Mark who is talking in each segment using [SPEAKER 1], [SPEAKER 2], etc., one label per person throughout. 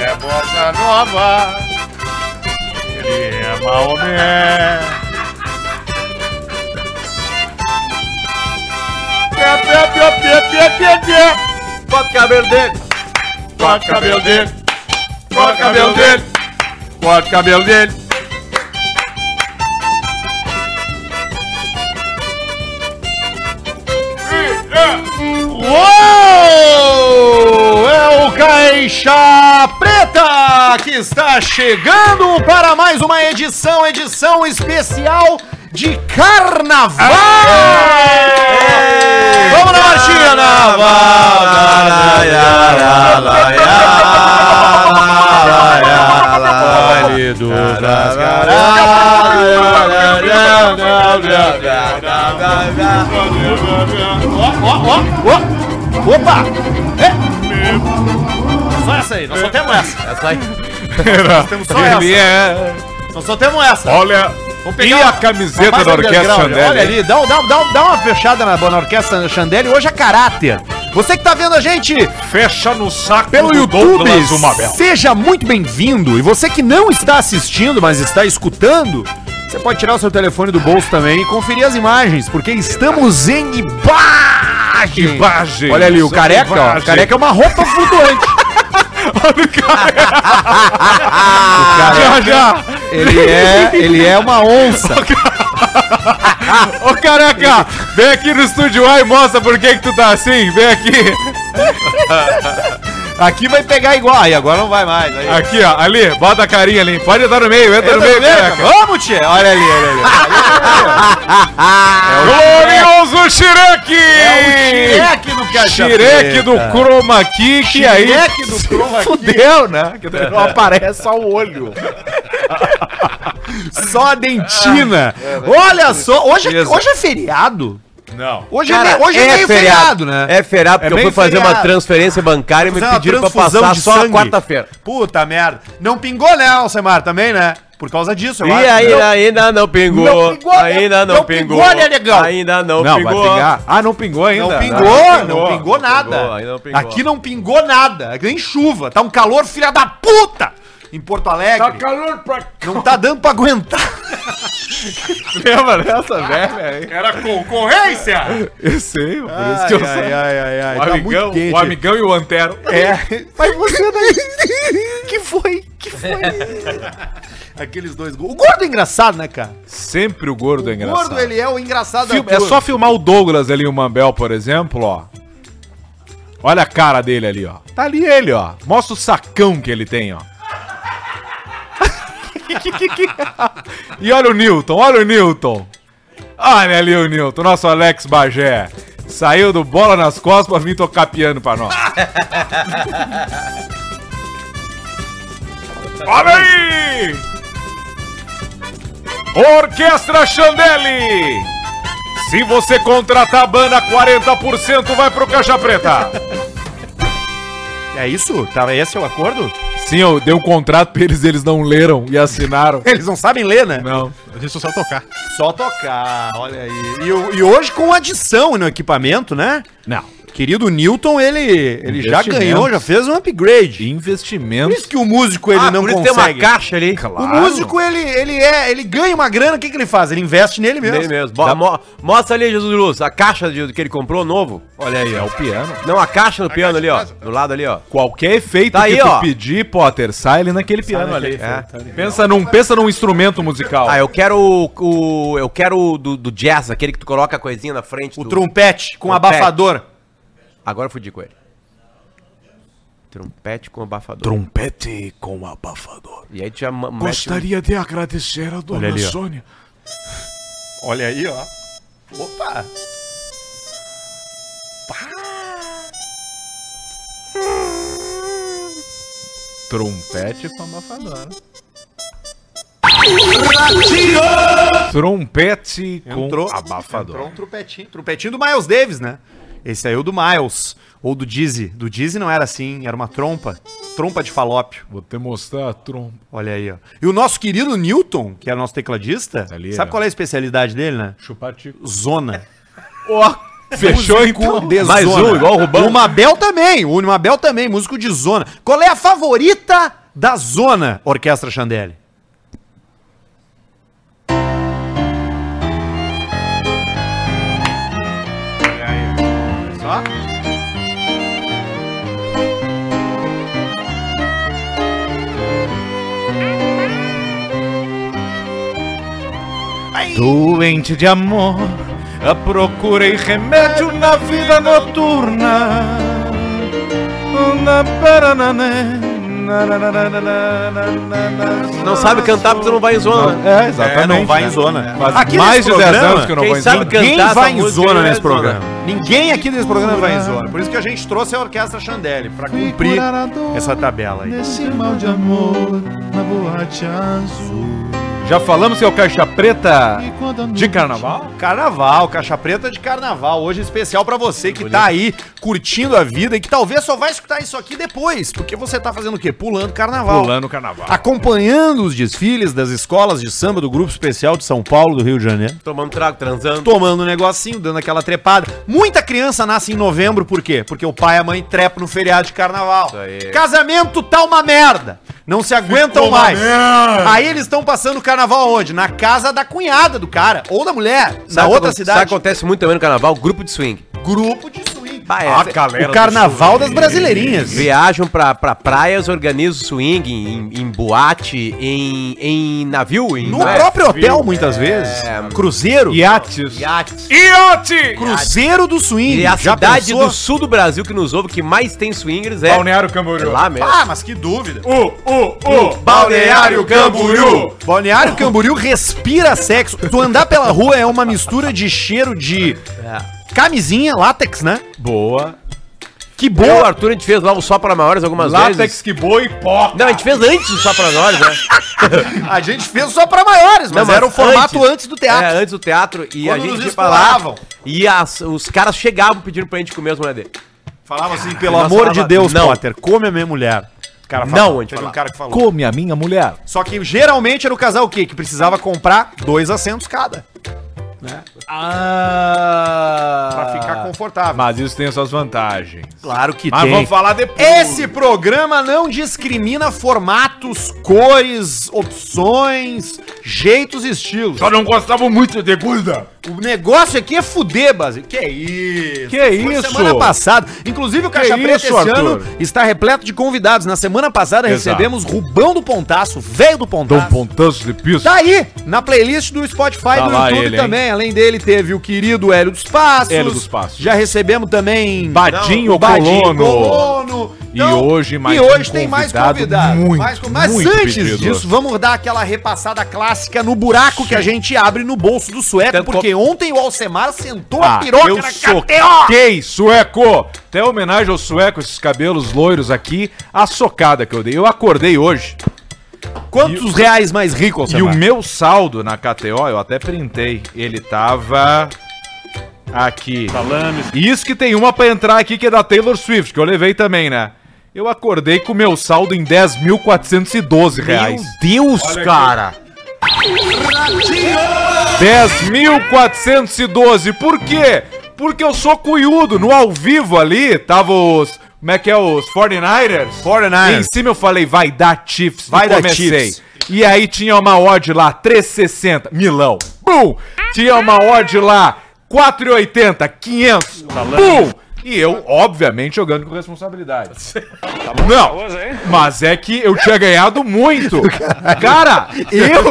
[SPEAKER 1] Terra Nova. Ele é Maomé. Pé, pé, pé, pé, pé, pé, pé.
[SPEAKER 2] Bota o cabelo dele.
[SPEAKER 1] Corta o cabelo dele. Corta o cabelo dele. Corta o cabelo dele. Uou! É o Caixa Preta que está chegando para mais uma edição, edição especial de Carnaval! Vamos na marchinha! Ó, ó, ó, ó! Opa! É. Só essa aí, nós só temos essa.
[SPEAKER 2] Essa aí.
[SPEAKER 1] Nós temos só essa. Nós só temos essa.
[SPEAKER 3] Olha,
[SPEAKER 1] Vamos
[SPEAKER 3] e
[SPEAKER 1] uma-
[SPEAKER 3] a camiseta
[SPEAKER 1] mais
[SPEAKER 3] da Orquestra
[SPEAKER 1] underground. Olha
[SPEAKER 3] Chandelli?
[SPEAKER 1] ali, dá, dá, dá, um, dá uma fechada na, na Orquestra Chandelli hoje a caráter. Você que tá vendo a gente
[SPEAKER 3] Fecha no saco
[SPEAKER 1] pelo
[SPEAKER 3] do
[SPEAKER 1] YouTube,
[SPEAKER 3] Douglas Umabel.
[SPEAKER 1] seja muito bem-vindo. E você que não está assistindo, mas está escutando, você pode tirar o seu telefone do bolso também e conferir as imagens, porque estamos em imagens.
[SPEAKER 3] Imagens.
[SPEAKER 1] Olha ali, o careca, ó. O
[SPEAKER 3] Imagens.
[SPEAKER 1] careca é uma roupa flutuante.
[SPEAKER 3] Já, já.
[SPEAKER 1] Ele é, ele é uma onça.
[SPEAKER 3] Ô, careca, vem aqui no Estúdio A e mostra por que que tu tá assim. Vem aqui.
[SPEAKER 1] Aqui vai pegar igual. Aí agora não vai mais. Aí.
[SPEAKER 3] Aqui, ó. Ali, bota a carinha ali. Pode entrar no meio. Entra no
[SPEAKER 1] Entra
[SPEAKER 3] meio,
[SPEAKER 1] no meio,
[SPEAKER 3] careca.
[SPEAKER 1] Vamos, tia. Olha ali, olha ali.
[SPEAKER 3] Glorioso Xireque!
[SPEAKER 2] É
[SPEAKER 1] Tireque É do caixa.
[SPEAKER 3] Xireque do Chroma Key, que aí...
[SPEAKER 1] Tireque do croma. Fudeu, né? Que daí não aparece só o olho. Só a dentina. Olha só, hoje, é- hoje é feriado.
[SPEAKER 3] Não.
[SPEAKER 1] Hoje é,
[SPEAKER 2] Cara,
[SPEAKER 1] meio- hoje é, meio feriado, né?
[SPEAKER 2] É feriado, porque
[SPEAKER 1] É
[SPEAKER 2] eu fui
[SPEAKER 1] bem
[SPEAKER 2] fazer uma
[SPEAKER 1] feriado.
[SPEAKER 2] transferência bancária e me
[SPEAKER 1] Fizeram uma
[SPEAKER 2] pediram pra
[SPEAKER 1] transfusão
[SPEAKER 2] passar
[SPEAKER 1] de
[SPEAKER 2] só
[SPEAKER 1] sangue.
[SPEAKER 2] quarta-feira.
[SPEAKER 1] Puta merda. Não pingou, né, Alcemar, também, né? Por causa disso, eu
[SPEAKER 2] E
[SPEAKER 1] acho.
[SPEAKER 2] aí,
[SPEAKER 1] Não-
[SPEAKER 2] ainda não pingou.
[SPEAKER 1] Não pingou, né?
[SPEAKER 2] ainda não,
[SPEAKER 1] Não
[SPEAKER 2] pingou.
[SPEAKER 1] pingou, né, negão?
[SPEAKER 2] Ainda não,
[SPEAKER 3] Não,
[SPEAKER 2] pingou.
[SPEAKER 3] vai pingar. Ah, não pingou ainda.
[SPEAKER 1] Não pingou,
[SPEAKER 3] Ah,
[SPEAKER 1] não pingou, nada.
[SPEAKER 2] pingou, aí não pingou.
[SPEAKER 1] Aqui não pingou nada, é nem chuva. Tá um calor, filha da puta! Em Porto Alegre.
[SPEAKER 3] Tá calor pra
[SPEAKER 1] Não tá dando pra aguentar.
[SPEAKER 2] é
[SPEAKER 3] Lembra dessa velha aí?
[SPEAKER 1] Era concorrência!
[SPEAKER 3] Eu sei, por isso
[SPEAKER 1] Ai,
[SPEAKER 3] que eu
[SPEAKER 1] ai, Tá
[SPEAKER 3] sei.
[SPEAKER 1] ai, ai, ai.
[SPEAKER 3] O amigão, o amigão e o Antero.
[SPEAKER 1] É. Mas você daí. que foi? Que foi? Aqueles dois gols. O gordo é engraçado, né, cara?
[SPEAKER 3] Sempre o gordo é
[SPEAKER 1] O
[SPEAKER 3] engraçado.
[SPEAKER 1] gordo, ele é o engraçado da
[SPEAKER 3] Filma- é
[SPEAKER 1] turma.
[SPEAKER 3] só filmar o Douglas ali, o Mambel, por exemplo, ó. Olha a cara dele ali, ó. Tá ali ele, ó. Mostra o sacão que ele tem, ó. e olha o Newton, olha o Newton. Olha ali o Newton, nosso Alex Bagé. Saiu do bola nas costas pra vir tocar piano pra nós. olha aí! Orquestra Chandelli! Se você contratar a banda, 40% vai pro Caixa Preta.
[SPEAKER 1] É isso? Tá, esse é o acordo?
[SPEAKER 3] Sim, eu dei um contrato pra eles, eles não leram e assinaram.
[SPEAKER 1] Eles não sabem ler, né?
[SPEAKER 3] Não.
[SPEAKER 4] Deixa eu só tocar.
[SPEAKER 1] Só tocar, olha aí. E, o- e hoje com adição no equipamento, né?
[SPEAKER 3] Não.
[SPEAKER 1] Querido Newton, ele, ele já
[SPEAKER 3] Investimento.
[SPEAKER 1] ganhou, já fez um upgrade. Por
[SPEAKER 3] Investimentos.
[SPEAKER 1] isso que o músico ele
[SPEAKER 2] Ah,
[SPEAKER 1] não
[SPEAKER 2] por isso
[SPEAKER 1] consegue.
[SPEAKER 2] tem uma caixa ali.
[SPEAKER 1] O músico ele, ele é, ele ganha uma grana, o que, que ele faz? Ele investe nele mesmo.
[SPEAKER 2] Bem mesmo. Bo- mo- Mostra ali, Jesus Luz, a caixa de- que ele comprou novo. Olha aí,
[SPEAKER 3] É
[SPEAKER 2] ó.
[SPEAKER 3] o piano.
[SPEAKER 2] Não, a caixa no piano
[SPEAKER 4] caixa
[SPEAKER 2] ali,
[SPEAKER 4] de
[SPEAKER 2] ó.
[SPEAKER 4] casa.
[SPEAKER 2] Do lado ali, ó.
[SPEAKER 3] Qualquer efeito
[SPEAKER 2] Tá aí,
[SPEAKER 3] que tu
[SPEAKER 2] ó.
[SPEAKER 3] pedir, Potter, sai ali naquele piano ali.
[SPEAKER 2] naquele efeito,
[SPEAKER 3] É. Pensa num, pensa num instrumento musical.
[SPEAKER 2] Ah, eu quero o. o- eu quero o do, do jazz, aquele que tu coloca a coisinha na frente.
[SPEAKER 1] O
[SPEAKER 2] do-
[SPEAKER 1] trompete com
[SPEAKER 2] Trompete.
[SPEAKER 1] abafador.
[SPEAKER 2] Agora eu fudi com ele. Trompete com abafador.
[SPEAKER 5] Trompete com abafador.
[SPEAKER 2] E aí tu já ma- mete um-
[SPEAKER 5] Gostaria de agradecer a dona
[SPEAKER 1] ali, ó.
[SPEAKER 5] Sônia.
[SPEAKER 1] Olha aí, ó. Opa!
[SPEAKER 3] Trompete com abafadora. Trompete com
[SPEAKER 1] Entrou.
[SPEAKER 3] abafador.
[SPEAKER 1] Entrou um trompetinho. Trompetinho do Miles Davis, né? Esse aí é o do Miles. Ou do Dizzy. Do Dizzy não era assim, era uma trompa. Trompa de falópio.
[SPEAKER 3] Vou te mostrar a trompa.
[SPEAKER 1] Olha aí, ó. E o nosso querido Newton, que é nosso tecladista,
[SPEAKER 3] Ali,
[SPEAKER 1] sabe
[SPEAKER 3] ó.
[SPEAKER 1] qual é a especialidade dele, né?
[SPEAKER 3] Chupar tico.
[SPEAKER 1] Zona.
[SPEAKER 3] Fechou então? em
[SPEAKER 5] Então,
[SPEAKER 1] Músico de
[SPEAKER 2] Mais
[SPEAKER 1] zona.
[SPEAKER 2] um, igual o Rubão.
[SPEAKER 1] O Mabel também, o Mabel também, músico de zona. Qual é a favorita da Zona Orquestra Chandelle.
[SPEAKER 3] Só? Doente de amor, a procurei remédio na vida noturna. Na paranané, na, na, na, na, na, na, na, na,
[SPEAKER 2] Não sabe cantar porque você não vai em zona. né?
[SPEAKER 3] É, exatamente.
[SPEAKER 1] não vai
[SPEAKER 3] né?
[SPEAKER 1] em zona.
[SPEAKER 3] Faz
[SPEAKER 1] Aqui
[SPEAKER 3] mais
[SPEAKER 1] nesse
[SPEAKER 3] de 10
[SPEAKER 1] programa,
[SPEAKER 3] anos que eu não
[SPEAKER 2] quem
[SPEAKER 3] vou em
[SPEAKER 2] sabe
[SPEAKER 3] zona.
[SPEAKER 2] cantar
[SPEAKER 1] Ninguém
[SPEAKER 2] essa
[SPEAKER 1] vai em
[SPEAKER 2] música,
[SPEAKER 1] zona
[SPEAKER 2] ele
[SPEAKER 1] nesse
[SPEAKER 2] vai em zona.
[SPEAKER 1] programa. Ninguém aqui nesse programa vai em zona. Por isso que a gente trouxe a Orquestra Chandelle, pra cumprir essa tabela aí.
[SPEAKER 5] Nesse mal de amor, na boate azul.
[SPEAKER 3] Já falamos que é o Caixa Preta
[SPEAKER 5] E quando a
[SPEAKER 3] de
[SPEAKER 5] noite-
[SPEAKER 3] carnaval?
[SPEAKER 1] Carnaval, Caixa Preta de Carnaval. Hoje especial pra você que tá aí curtindo a vida e que talvez só vai escutar isso aqui depois, porque você tá fazendo o quê? Pulando carnaval.
[SPEAKER 3] Pulando o carnaval.
[SPEAKER 1] Acompanhando os desfiles das escolas de samba do Grupo Especial de São Paulo, do Rio de Janeiro.
[SPEAKER 2] Tomando trago, transando.
[SPEAKER 1] Tomando um negocinho, dando aquela trepada. Muita criança nasce em novembro, por quê? Porque o pai e a mãe trepam no feriado de carnaval.
[SPEAKER 2] aí.
[SPEAKER 1] Casamento tá uma merda. Não se aguentam mais. Aí eles estão passando o carnaval onde? Na casa da cunhada do cara. Ou da mulher. na
[SPEAKER 2] Sabe o que acon- sabe
[SPEAKER 1] outra
[SPEAKER 2] o
[SPEAKER 1] cidade.
[SPEAKER 2] que acontece muito também no carnaval, grupo de swing.
[SPEAKER 1] Grupo de swing.
[SPEAKER 2] Bah,
[SPEAKER 3] A
[SPEAKER 2] é-
[SPEAKER 3] galera
[SPEAKER 1] o carnaval das brasileirinhas.
[SPEAKER 2] Viajam pra, pra praias, organizam swing em, em boate, em, em navio, em
[SPEAKER 1] No
[SPEAKER 2] não é?
[SPEAKER 1] próprio hotel, muitas vezes. Cruzeiro.
[SPEAKER 3] Iates.
[SPEAKER 2] iates.
[SPEAKER 3] Iote!
[SPEAKER 1] Cruzeiro do swing.
[SPEAKER 2] E a
[SPEAKER 1] Já
[SPEAKER 2] cidade
[SPEAKER 1] pensou?
[SPEAKER 2] do sul do Brasil que nos ouve, que mais tem swingers, é,
[SPEAKER 3] Balneário
[SPEAKER 2] é
[SPEAKER 3] Camboriú.
[SPEAKER 2] lá mesmo.
[SPEAKER 1] Ah, mas que dúvida.
[SPEAKER 3] O, o, o, Balneário Camboriú.
[SPEAKER 1] Balneário Camboriú respira sexo. Tu andar pela rua é uma mistura de cheiro de É. camisinha, látex, né?
[SPEAKER 3] Boa.
[SPEAKER 1] Que
[SPEAKER 2] Eu, o
[SPEAKER 1] boa.
[SPEAKER 2] Arthur, a gente fez lá o Só Pra Maiores algumas vezes.
[SPEAKER 3] Látex que boa e pó.
[SPEAKER 2] Não, a gente fez antes do Só Pra Maiores, né?
[SPEAKER 1] A gente fez só pra maiores,
[SPEAKER 2] Não,
[SPEAKER 1] mas,
[SPEAKER 2] mas
[SPEAKER 1] era o formato antes,
[SPEAKER 2] antes.
[SPEAKER 1] do teatro.
[SPEAKER 2] É, antes do teatro. E
[SPEAKER 1] Quando
[SPEAKER 2] a gente
[SPEAKER 1] nos
[SPEAKER 2] ia pra lá.
[SPEAKER 1] exploravam.
[SPEAKER 2] E as- os caras chegavam pedindo pra gente comer as mulheres dele.
[SPEAKER 1] Falava assim, pelo
[SPEAKER 2] Nossa,
[SPEAKER 1] amor de
[SPEAKER 2] falava,
[SPEAKER 1] Deus,
[SPEAKER 2] não.
[SPEAKER 1] Potter, come a minha mulher. O Cara
[SPEAKER 2] Não,
[SPEAKER 1] falava,
[SPEAKER 2] a gente
[SPEAKER 1] teve um
[SPEAKER 2] falava.
[SPEAKER 1] cara que falou.
[SPEAKER 3] Come a minha mulher.
[SPEAKER 1] Só que geralmente era o casal o quê? Que precisava comprar dois assentos cada,
[SPEAKER 3] Ah.
[SPEAKER 1] pra ficar confortável.
[SPEAKER 3] Mas isso tem suas vantagens.
[SPEAKER 1] claro que
[SPEAKER 3] Mas vamos falar depois.
[SPEAKER 1] Esse programa não discrimina formatos, cores, opções, jeitos e estilos.
[SPEAKER 3] Só não gostava muito de Guda.
[SPEAKER 1] O negócio aqui é fuder, Basílio. Que isso?
[SPEAKER 3] Que
[SPEAKER 1] Foi
[SPEAKER 3] isso?
[SPEAKER 1] semana passada. Inclusive, o Caixa
[SPEAKER 3] Que
[SPEAKER 1] Preta
[SPEAKER 3] isso,
[SPEAKER 1] esse
[SPEAKER 3] Arthur?
[SPEAKER 1] ano está repleto de convidados. Na semana passada
[SPEAKER 3] Exato.
[SPEAKER 1] recebemos Rubão do Pontaço, velho do Pontaço.
[SPEAKER 3] Dão pontanço um de piso.
[SPEAKER 1] Tá aí, na playlist do Spotify
[SPEAKER 3] Tá
[SPEAKER 1] do
[SPEAKER 3] lá
[SPEAKER 1] YouTube
[SPEAKER 3] ele, hein?
[SPEAKER 1] também. Além dele, teve o querido Hélio dos Passos.
[SPEAKER 3] Hélio dos Passos.
[SPEAKER 1] Já recebemos também...
[SPEAKER 3] Badinho
[SPEAKER 1] o Badinho
[SPEAKER 3] Colono.
[SPEAKER 1] Colono. Então,
[SPEAKER 3] e hoje mais um
[SPEAKER 1] e hoje tem mais
[SPEAKER 3] convidado
[SPEAKER 1] convidado.
[SPEAKER 3] Muito,
[SPEAKER 1] mais con- mas
[SPEAKER 3] muito
[SPEAKER 1] antes
[SPEAKER 3] pedido.
[SPEAKER 1] disso, vamos dar aquela repassada clássica no buraco que a gente abre no bolso do sueco,
[SPEAKER 2] Tanto-
[SPEAKER 1] porque ontem o Alcemar sentou
[SPEAKER 3] Ah,
[SPEAKER 1] a piroca
[SPEAKER 3] eu
[SPEAKER 1] na
[SPEAKER 3] sou
[SPEAKER 1] KTO.
[SPEAKER 3] gay, sueco! Até homenagem ao sueco, esses cabelos loiros aqui, a socada que eu dei. Eu acordei hoje
[SPEAKER 1] Quantos reais mais rico,
[SPEAKER 3] e o meu saldo na KTO, eu até printei, ele tava aqui. E Isso que tem uma pra entrar aqui que é da Taylor Swift, que eu levei também, né? Eu acordei com o meu saldo em 10.412 reais.
[SPEAKER 2] Deus, cara!
[SPEAKER 3] 10.412. Por quê? Porque eu sou cunhudo. No ao vivo ali, tava os. Como é que é os 49ers?
[SPEAKER 1] 49ers.
[SPEAKER 3] E em cima eu falei, vai dar Chiefs.
[SPEAKER 1] Vai
[SPEAKER 3] e
[SPEAKER 1] dar Chiefs.
[SPEAKER 3] E aí tinha uma odd lá, 360, Milão. Bum! Tinha uma odd lá, 480, 500. Bum! E eu, obviamente, jogando com responsabilidade. Não, mas é que eu tinha ganhado muito. Cara, eu...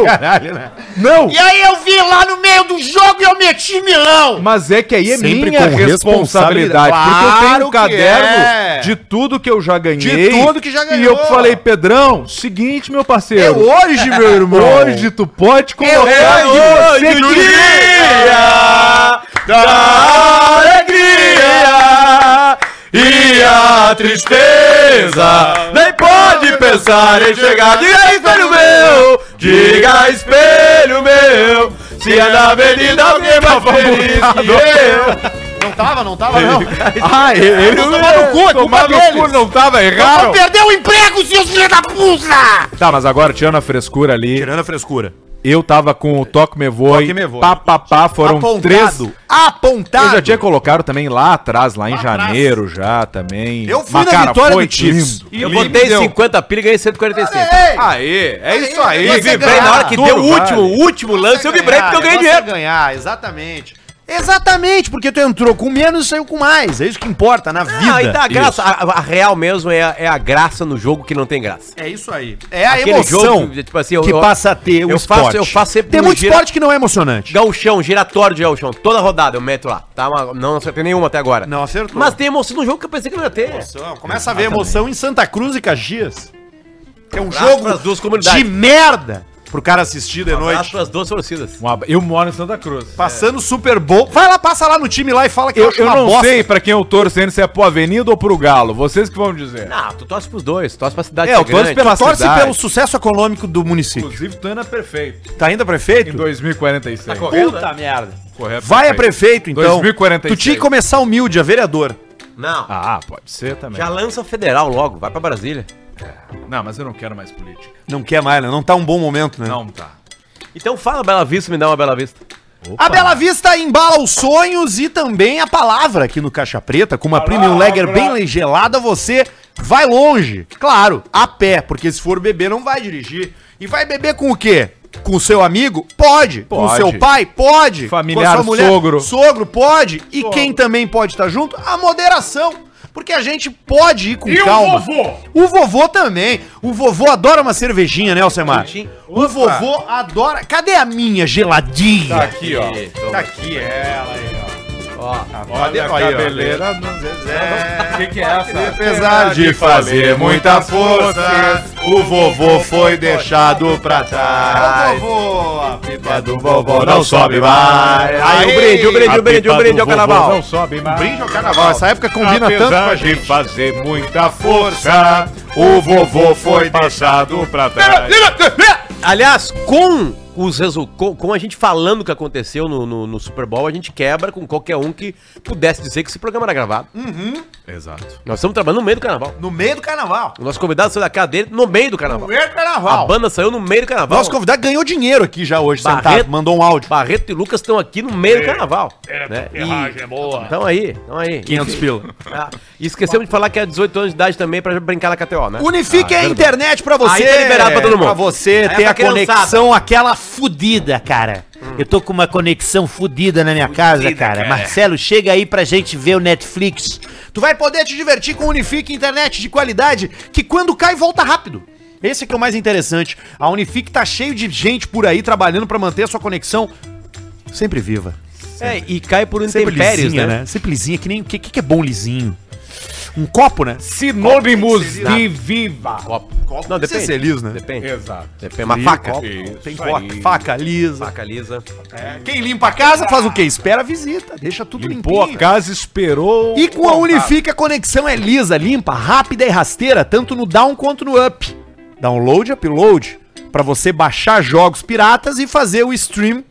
[SPEAKER 3] Não,
[SPEAKER 1] E aí eu vi lá no meio do jogo e eu meti milão.
[SPEAKER 3] mas é que aí é
[SPEAKER 1] Sempre
[SPEAKER 3] minha
[SPEAKER 1] com
[SPEAKER 3] responsabilidade.
[SPEAKER 1] responsabilidade.
[SPEAKER 3] porque eu
[SPEAKER 1] Claro
[SPEAKER 3] tenho um
[SPEAKER 1] que
[SPEAKER 3] caderno
[SPEAKER 1] é.
[SPEAKER 3] de tudo que eu já ganhei.
[SPEAKER 1] tudo que já
[SPEAKER 3] E
[SPEAKER 1] ganhou.
[SPEAKER 3] eu falei, Pedrão, seguinte, meu parceiro.
[SPEAKER 1] É hoje, meu irmão.
[SPEAKER 3] Hoje tu pode colocar
[SPEAKER 1] É
[SPEAKER 3] o que
[SPEAKER 1] hoje,
[SPEAKER 3] você
[SPEAKER 1] dia
[SPEAKER 3] da alegria e a tristeza nem pode pensar em chegar. Diga espelho meu, diga espelho meu, se é na avenida alguém mais feliz que eu.
[SPEAKER 1] Não tava, não tava, não.
[SPEAKER 3] Ah, ele tomar no cu, tomar no cu, não tava errado.
[SPEAKER 1] Perdeu o emprego, seus filhos da puta!
[SPEAKER 3] Tá, mas agora tirando a frescura ali,
[SPEAKER 1] Tirando a frescura.
[SPEAKER 3] Eu tava com o Toque Me Voe,
[SPEAKER 1] Toque Me Voe.
[SPEAKER 3] pá, pá, pá, foram
[SPEAKER 2] Apontado.
[SPEAKER 3] três.
[SPEAKER 1] Apontado.
[SPEAKER 3] Eu já tinha colocado também lá atrás, lá em janeiro já também.
[SPEAKER 1] Eu fui na vitória do Chiefs.
[SPEAKER 3] lindo.
[SPEAKER 2] Eu
[SPEAKER 3] Lindo.
[SPEAKER 2] botei 50 pila e ganhei 145.
[SPEAKER 3] Aê, é isso aí.
[SPEAKER 2] Eu vibrei na hora que
[SPEAKER 3] Tudo
[SPEAKER 2] deu o último,
[SPEAKER 3] vale.
[SPEAKER 2] o último lance, eu vibrei porque eu ganhei
[SPEAKER 1] dinheiro.
[SPEAKER 2] dinheiro.
[SPEAKER 1] ganhar, exatamente. Exatamente, porque tu entrou com menos e saiu com mais. É isso que importa na vida.
[SPEAKER 2] Ah, aí dá graça. A, a real mesmo é, a- é a graça no jogo que não tem graça.
[SPEAKER 1] É isso aí. É a
[SPEAKER 2] Aquele
[SPEAKER 1] emoção
[SPEAKER 2] jogo, tipo assim, eu-
[SPEAKER 1] que
[SPEAKER 2] eu-
[SPEAKER 1] passa a ter o
[SPEAKER 2] eu faço-
[SPEAKER 1] esporte.
[SPEAKER 2] eu faço sempre
[SPEAKER 1] Tem
[SPEAKER 2] um
[SPEAKER 1] muito
[SPEAKER 2] giro-
[SPEAKER 1] esporte que não é emocionante.
[SPEAKER 2] Galchão, giratório de galchão, toda rodada eu meto lá. Tá? Uma- não acertei nenhuma até agora.
[SPEAKER 1] Não acertou.
[SPEAKER 2] Mas tem emoção no jogo que eu pensei que não ia ter.
[SPEAKER 1] Emoção, Começa a ver emoção em Santa Cruz e Caxias. Que é um
[SPEAKER 2] Abraço
[SPEAKER 1] jogo
[SPEAKER 2] pras duas
[SPEAKER 1] de
[SPEAKER 2] comunidades.
[SPEAKER 1] merda pro cara assistir de noite.
[SPEAKER 2] Abraço pras duas torcidas.
[SPEAKER 3] Um ab- Eu moro em Santa Cruz.
[SPEAKER 1] Passando Super Bowl. Vai lá, passa lá no time lá e fala que
[SPEAKER 3] Eu, eu não sei pra quem eu torcendo, se é pro Avenida ou pro Galo. Vocês que vão dizer.
[SPEAKER 2] Não, Ah, tu torce pros dois, torce pra cidade
[SPEAKER 3] É, eu
[SPEAKER 2] ser grande.
[SPEAKER 3] torço pela
[SPEAKER 1] Torce
[SPEAKER 3] cidade.
[SPEAKER 1] pelo sucesso econômico do município.
[SPEAKER 3] Inclusive, tu anda perfeito.
[SPEAKER 1] Tá ainda
[SPEAKER 3] Em
[SPEAKER 1] prefeito?
[SPEAKER 3] 2046. Tá
[SPEAKER 2] Puta merda.
[SPEAKER 3] correto.
[SPEAKER 1] Vai a prefeito, então.
[SPEAKER 3] 2046.
[SPEAKER 1] Tu tinha que começar humilde, a vereador.
[SPEAKER 2] Não,
[SPEAKER 3] Ah, pode ser também.
[SPEAKER 2] já
[SPEAKER 5] é.
[SPEAKER 2] lança federal logo, vai pra Brasília.
[SPEAKER 3] Não, mas eu não quero mais política.
[SPEAKER 1] Não quer mais, né? Não tá um bom momento, né?
[SPEAKER 3] Não, tá.
[SPEAKER 2] Então fala Bela Vista, me dá uma Bela Vista.
[SPEAKER 1] A Bela Vista embala os sonhos e também a palavra aqui no Caixa Preta, com uma premium lager bem gelada, você vai longe. Claro, a pé, porque se for beber não vai dirigir. E vai beber com o quê? Com o seu amigo? Pode. Com o
[SPEAKER 3] Pode.
[SPEAKER 1] seu pai? Pode.
[SPEAKER 3] Familiar,
[SPEAKER 1] com a sua mulher?
[SPEAKER 3] sogro.
[SPEAKER 1] Sogro pode. E quem também pode estar junto? A moderação. Porque a gente pode ir com calma. O vovô também. O vovô adora uma cervejinha, né, Alcemar?
[SPEAKER 2] Cervejinha.
[SPEAKER 1] O vovô adora. Cadê a minha geladinha?
[SPEAKER 3] Aqui, ó.
[SPEAKER 1] Tá aqui ela aí,
[SPEAKER 2] Ó,
[SPEAKER 1] ó.
[SPEAKER 3] Olha a cabeleira no
[SPEAKER 1] É.
[SPEAKER 3] O que, que é essa?
[SPEAKER 1] Apesar de fazer muita força, o vovô foi deixado pra trás. vovô, a pipa do vovô não sobe mais.
[SPEAKER 2] Aí, o brinde, o brinde, o brinde, o brinde ao carnaval.
[SPEAKER 3] Não sobe mais.
[SPEAKER 1] Brinde ao carnaval. Essa época combina tanto com
[SPEAKER 3] Apesar
[SPEAKER 1] a
[SPEAKER 3] de
[SPEAKER 1] gente.
[SPEAKER 3] fazer muita força, o vovô foi deixado pra trás.
[SPEAKER 2] Aliás, com os resu- com, com a gente falando o que aconteceu no, no- no Super Bowl, a gente quebra com qualquer um que pudesse dizer que esse programa era gravado.
[SPEAKER 3] Exato.
[SPEAKER 2] Nós estamos trabalhando no meio do carnaval.
[SPEAKER 1] No meio do carnaval.
[SPEAKER 2] O nosso convidado saiu da casa dele no meio do carnaval.
[SPEAKER 1] meio do
[SPEAKER 2] A
[SPEAKER 1] carnaval.
[SPEAKER 2] banda saiu no meio do carnaval.
[SPEAKER 1] Nosso convidado ganhou dinheiro aqui já hoje,
[SPEAKER 2] Barreto.
[SPEAKER 1] sentado. Mandou um áudio.
[SPEAKER 2] Barreto e Lucas estão aqui no
[SPEAKER 1] É,
[SPEAKER 2] meio do carnaval. Né? E...
[SPEAKER 6] boa.
[SPEAKER 2] Então aí, então aí.
[SPEAKER 1] 500 pila.
[SPEAKER 2] Ah, e esquecemos de falar que é 18 anos de idade também pra brincar na KTO, né?
[SPEAKER 1] Unifique a internet pra
[SPEAKER 2] Aí
[SPEAKER 1] você.
[SPEAKER 2] tá liberado pra todo mundo.
[SPEAKER 1] Pra você
[SPEAKER 2] Aí é
[SPEAKER 1] ter
[SPEAKER 2] pra
[SPEAKER 1] a
[SPEAKER 2] criançada.
[SPEAKER 1] conexão, aquela fudida, cara. Eu tô com uma conexão fudida na minha casa, cara. Marcelo, chega aí pra gente ver o Netflix. Tu vai poder te divertir com Unifique internet de qualidade que quando cai volta rápido. Esse que é o mais interessante. A Unifique tá cheio de gente por aí trabalhando pra manter a sua conexão sempre viva.
[SPEAKER 2] É, e cai por
[SPEAKER 1] Sempre
[SPEAKER 2] intempéries,
[SPEAKER 1] lisinha,
[SPEAKER 2] né?
[SPEAKER 1] Sempre lisinha, que nem o que, que que é bom lisinho? Um copo, né?
[SPEAKER 3] Sinônimos de viva.
[SPEAKER 2] Copo. Não,
[SPEAKER 1] Precisa
[SPEAKER 2] depende.
[SPEAKER 1] ser liso, né? é
[SPEAKER 2] Depende.
[SPEAKER 3] Exato.
[SPEAKER 2] Depende. É Uma faca.
[SPEAKER 1] Tem
[SPEAKER 3] Isso
[SPEAKER 1] coca,
[SPEAKER 3] aí.
[SPEAKER 1] faca lisa.
[SPEAKER 2] Faca lisa.
[SPEAKER 1] Quem limpa a casa faz o quê? Espera a visita, deixa tudo
[SPEAKER 3] Limpou a
[SPEAKER 1] limpinho.
[SPEAKER 3] casa, esperou.
[SPEAKER 1] E com a Unifica, a conexão é lisa, limpa, rápida e rasteira, tanto no down quanto no up. Download, upload, pra você baixar jogos piratas e fazer o stream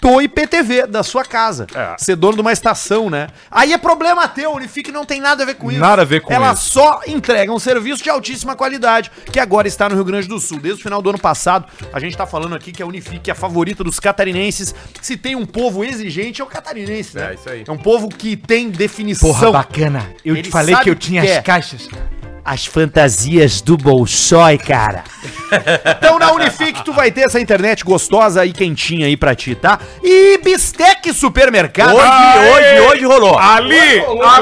[SPEAKER 1] do IPTV da sua casa.
[SPEAKER 3] É.
[SPEAKER 1] Ser dono de uma estação, né? Aí é problema teu, a Unifique não tem nada a ver com isso.
[SPEAKER 3] Nada a ver com
[SPEAKER 1] Ela
[SPEAKER 3] isso.
[SPEAKER 1] só entrega um serviço de altíssima qualidade, que agora está no Rio Grande do Sul. Desde o final do ano passado, a gente tá falando aqui que a Unifique é a favorita dos catarinenses. Se tem um povo exigente, é o catarinense, né?
[SPEAKER 2] É, isso aí.
[SPEAKER 1] É um povo que tem definição.
[SPEAKER 5] Porra, bacana. Eu
[SPEAKER 1] Ele
[SPEAKER 5] te falei
[SPEAKER 1] sabe
[SPEAKER 5] que eu
[SPEAKER 1] o que é.
[SPEAKER 5] tinha
[SPEAKER 3] É.
[SPEAKER 1] quer.
[SPEAKER 5] as caixas.
[SPEAKER 1] As fantasias do Bolshoi, cara. então na Unifique tu vai ter essa internet gostosa e quentinha aí pra ti, tá? E Bistec Supermercado.
[SPEAKER 2] Hoje, hoje, hoje rolou.
[SPEAKER 3] Ali,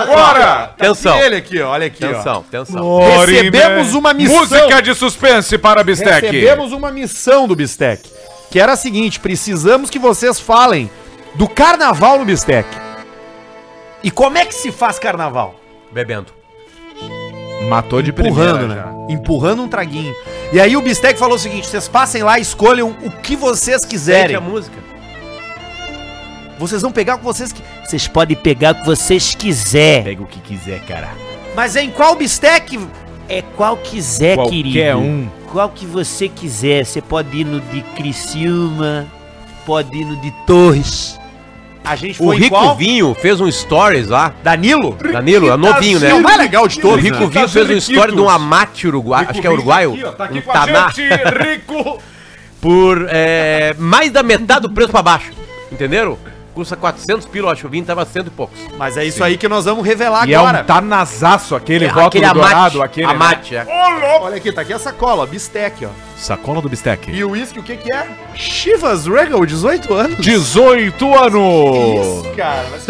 [SPEAKER 3] agora!
[SPEAKER 2] Atenção.
[SPEAKER 1] Ele Tá aqui, ó, olha aqui, ó.
[SPEAKER 2] Atenção, atenção.
[SPEAKER 1] Recebemos
[SPEAKER 5] né?
[SPEAKER 1] uma missão.
[SPEAKER 3] Música de suspense para Bistec.
[SPEAKER 1] Recebemos uma missão do Bistec, que era a seguinte, precisamos que vocês falem do carnaval no Bistec. E como é que se faz carnaval?
[SPEAKER 2] Bebendo.
[SPEAKER 3] Matou de
[SPEAKER 1] empurrando, né?
[SPEAKER 3] né?
[SPEAKER 1] Empurrando um traguinho. E aí o Bistec falou o seguinte: vocês passem lá e escolham o que vocês
[SPEAKER 2] Sente
[SPEAKER 1] quiserem.
[SPEAKER 2] a música.
[SPEAKER 1] Vocês vão pegar o que vocês quiserem. Vocês podem pegar o que vocês quiserem.
[SPEAKER 5] Pega o que quiser, cara.
[SPEAKER 1] Mas é em qual Bistec?
[SPEAKER 7] É qual quiser,
[SPEAKER 3] Qualquer
[SPEAKER 7] querido.
[SPEAKER 3] um.
[SPEAKER 7] Qual que você quiser. Você pode ir no de Criciúma, pode ir no de Torres.
[SPEAKER 1] A gente
[SPEAKER 2] O
[SPEAKER 1] foi em
[SPEAKER 2] Rico
[SPEAKER 1] qual?
[SPEAKER 2] Vinho fez um stories lá.
[SPEAKER 1] Danilo?
[SPEAKER 2] Danilo, é novinho, né?
[SPEAKER 1] É o mais legal de
[SPEAKER 2] O
[SPEAKER 1] todos.
[SPEAKER 2] Rico
[SPEAKER 1] né? tá
[SPEAKER 2] Vinho tá é fez um story de um amate uruguaio, acho que é uruguaio, um taná.
[SPEAKER 3] Rico.
[SPEAKER 2] por é, mais da metade do preço pra baixo. Entenderam? Custa 400 pila, eu acho. O vinho tava cento e poucos.
[SPEAKER 1] Mas é isso aí que nós vamos revelar
[SPEAKER 5] E é
[SPEAKER 1] agora.
[SPEAKER 5] um tarnazaço É, aquele rótulo
[SPEAKER 2] amate.
[SPEAKER 5] dourado, aquele. né?
[SPEAKER 2] Amate, é.
[SPEAKER 1] Olha aqui, tá aqui a sacola, ó, bistec, ó.
[SPEAKER 8] Sacola do bistec.
[SPEAKER 1] E o uísque, o que que é?
[SPEAKER 9] Chivas Regal, 18 anos.
[SPEAKER 5] 18 anos!
[SPEAKER 1] Isso, cara. Mas...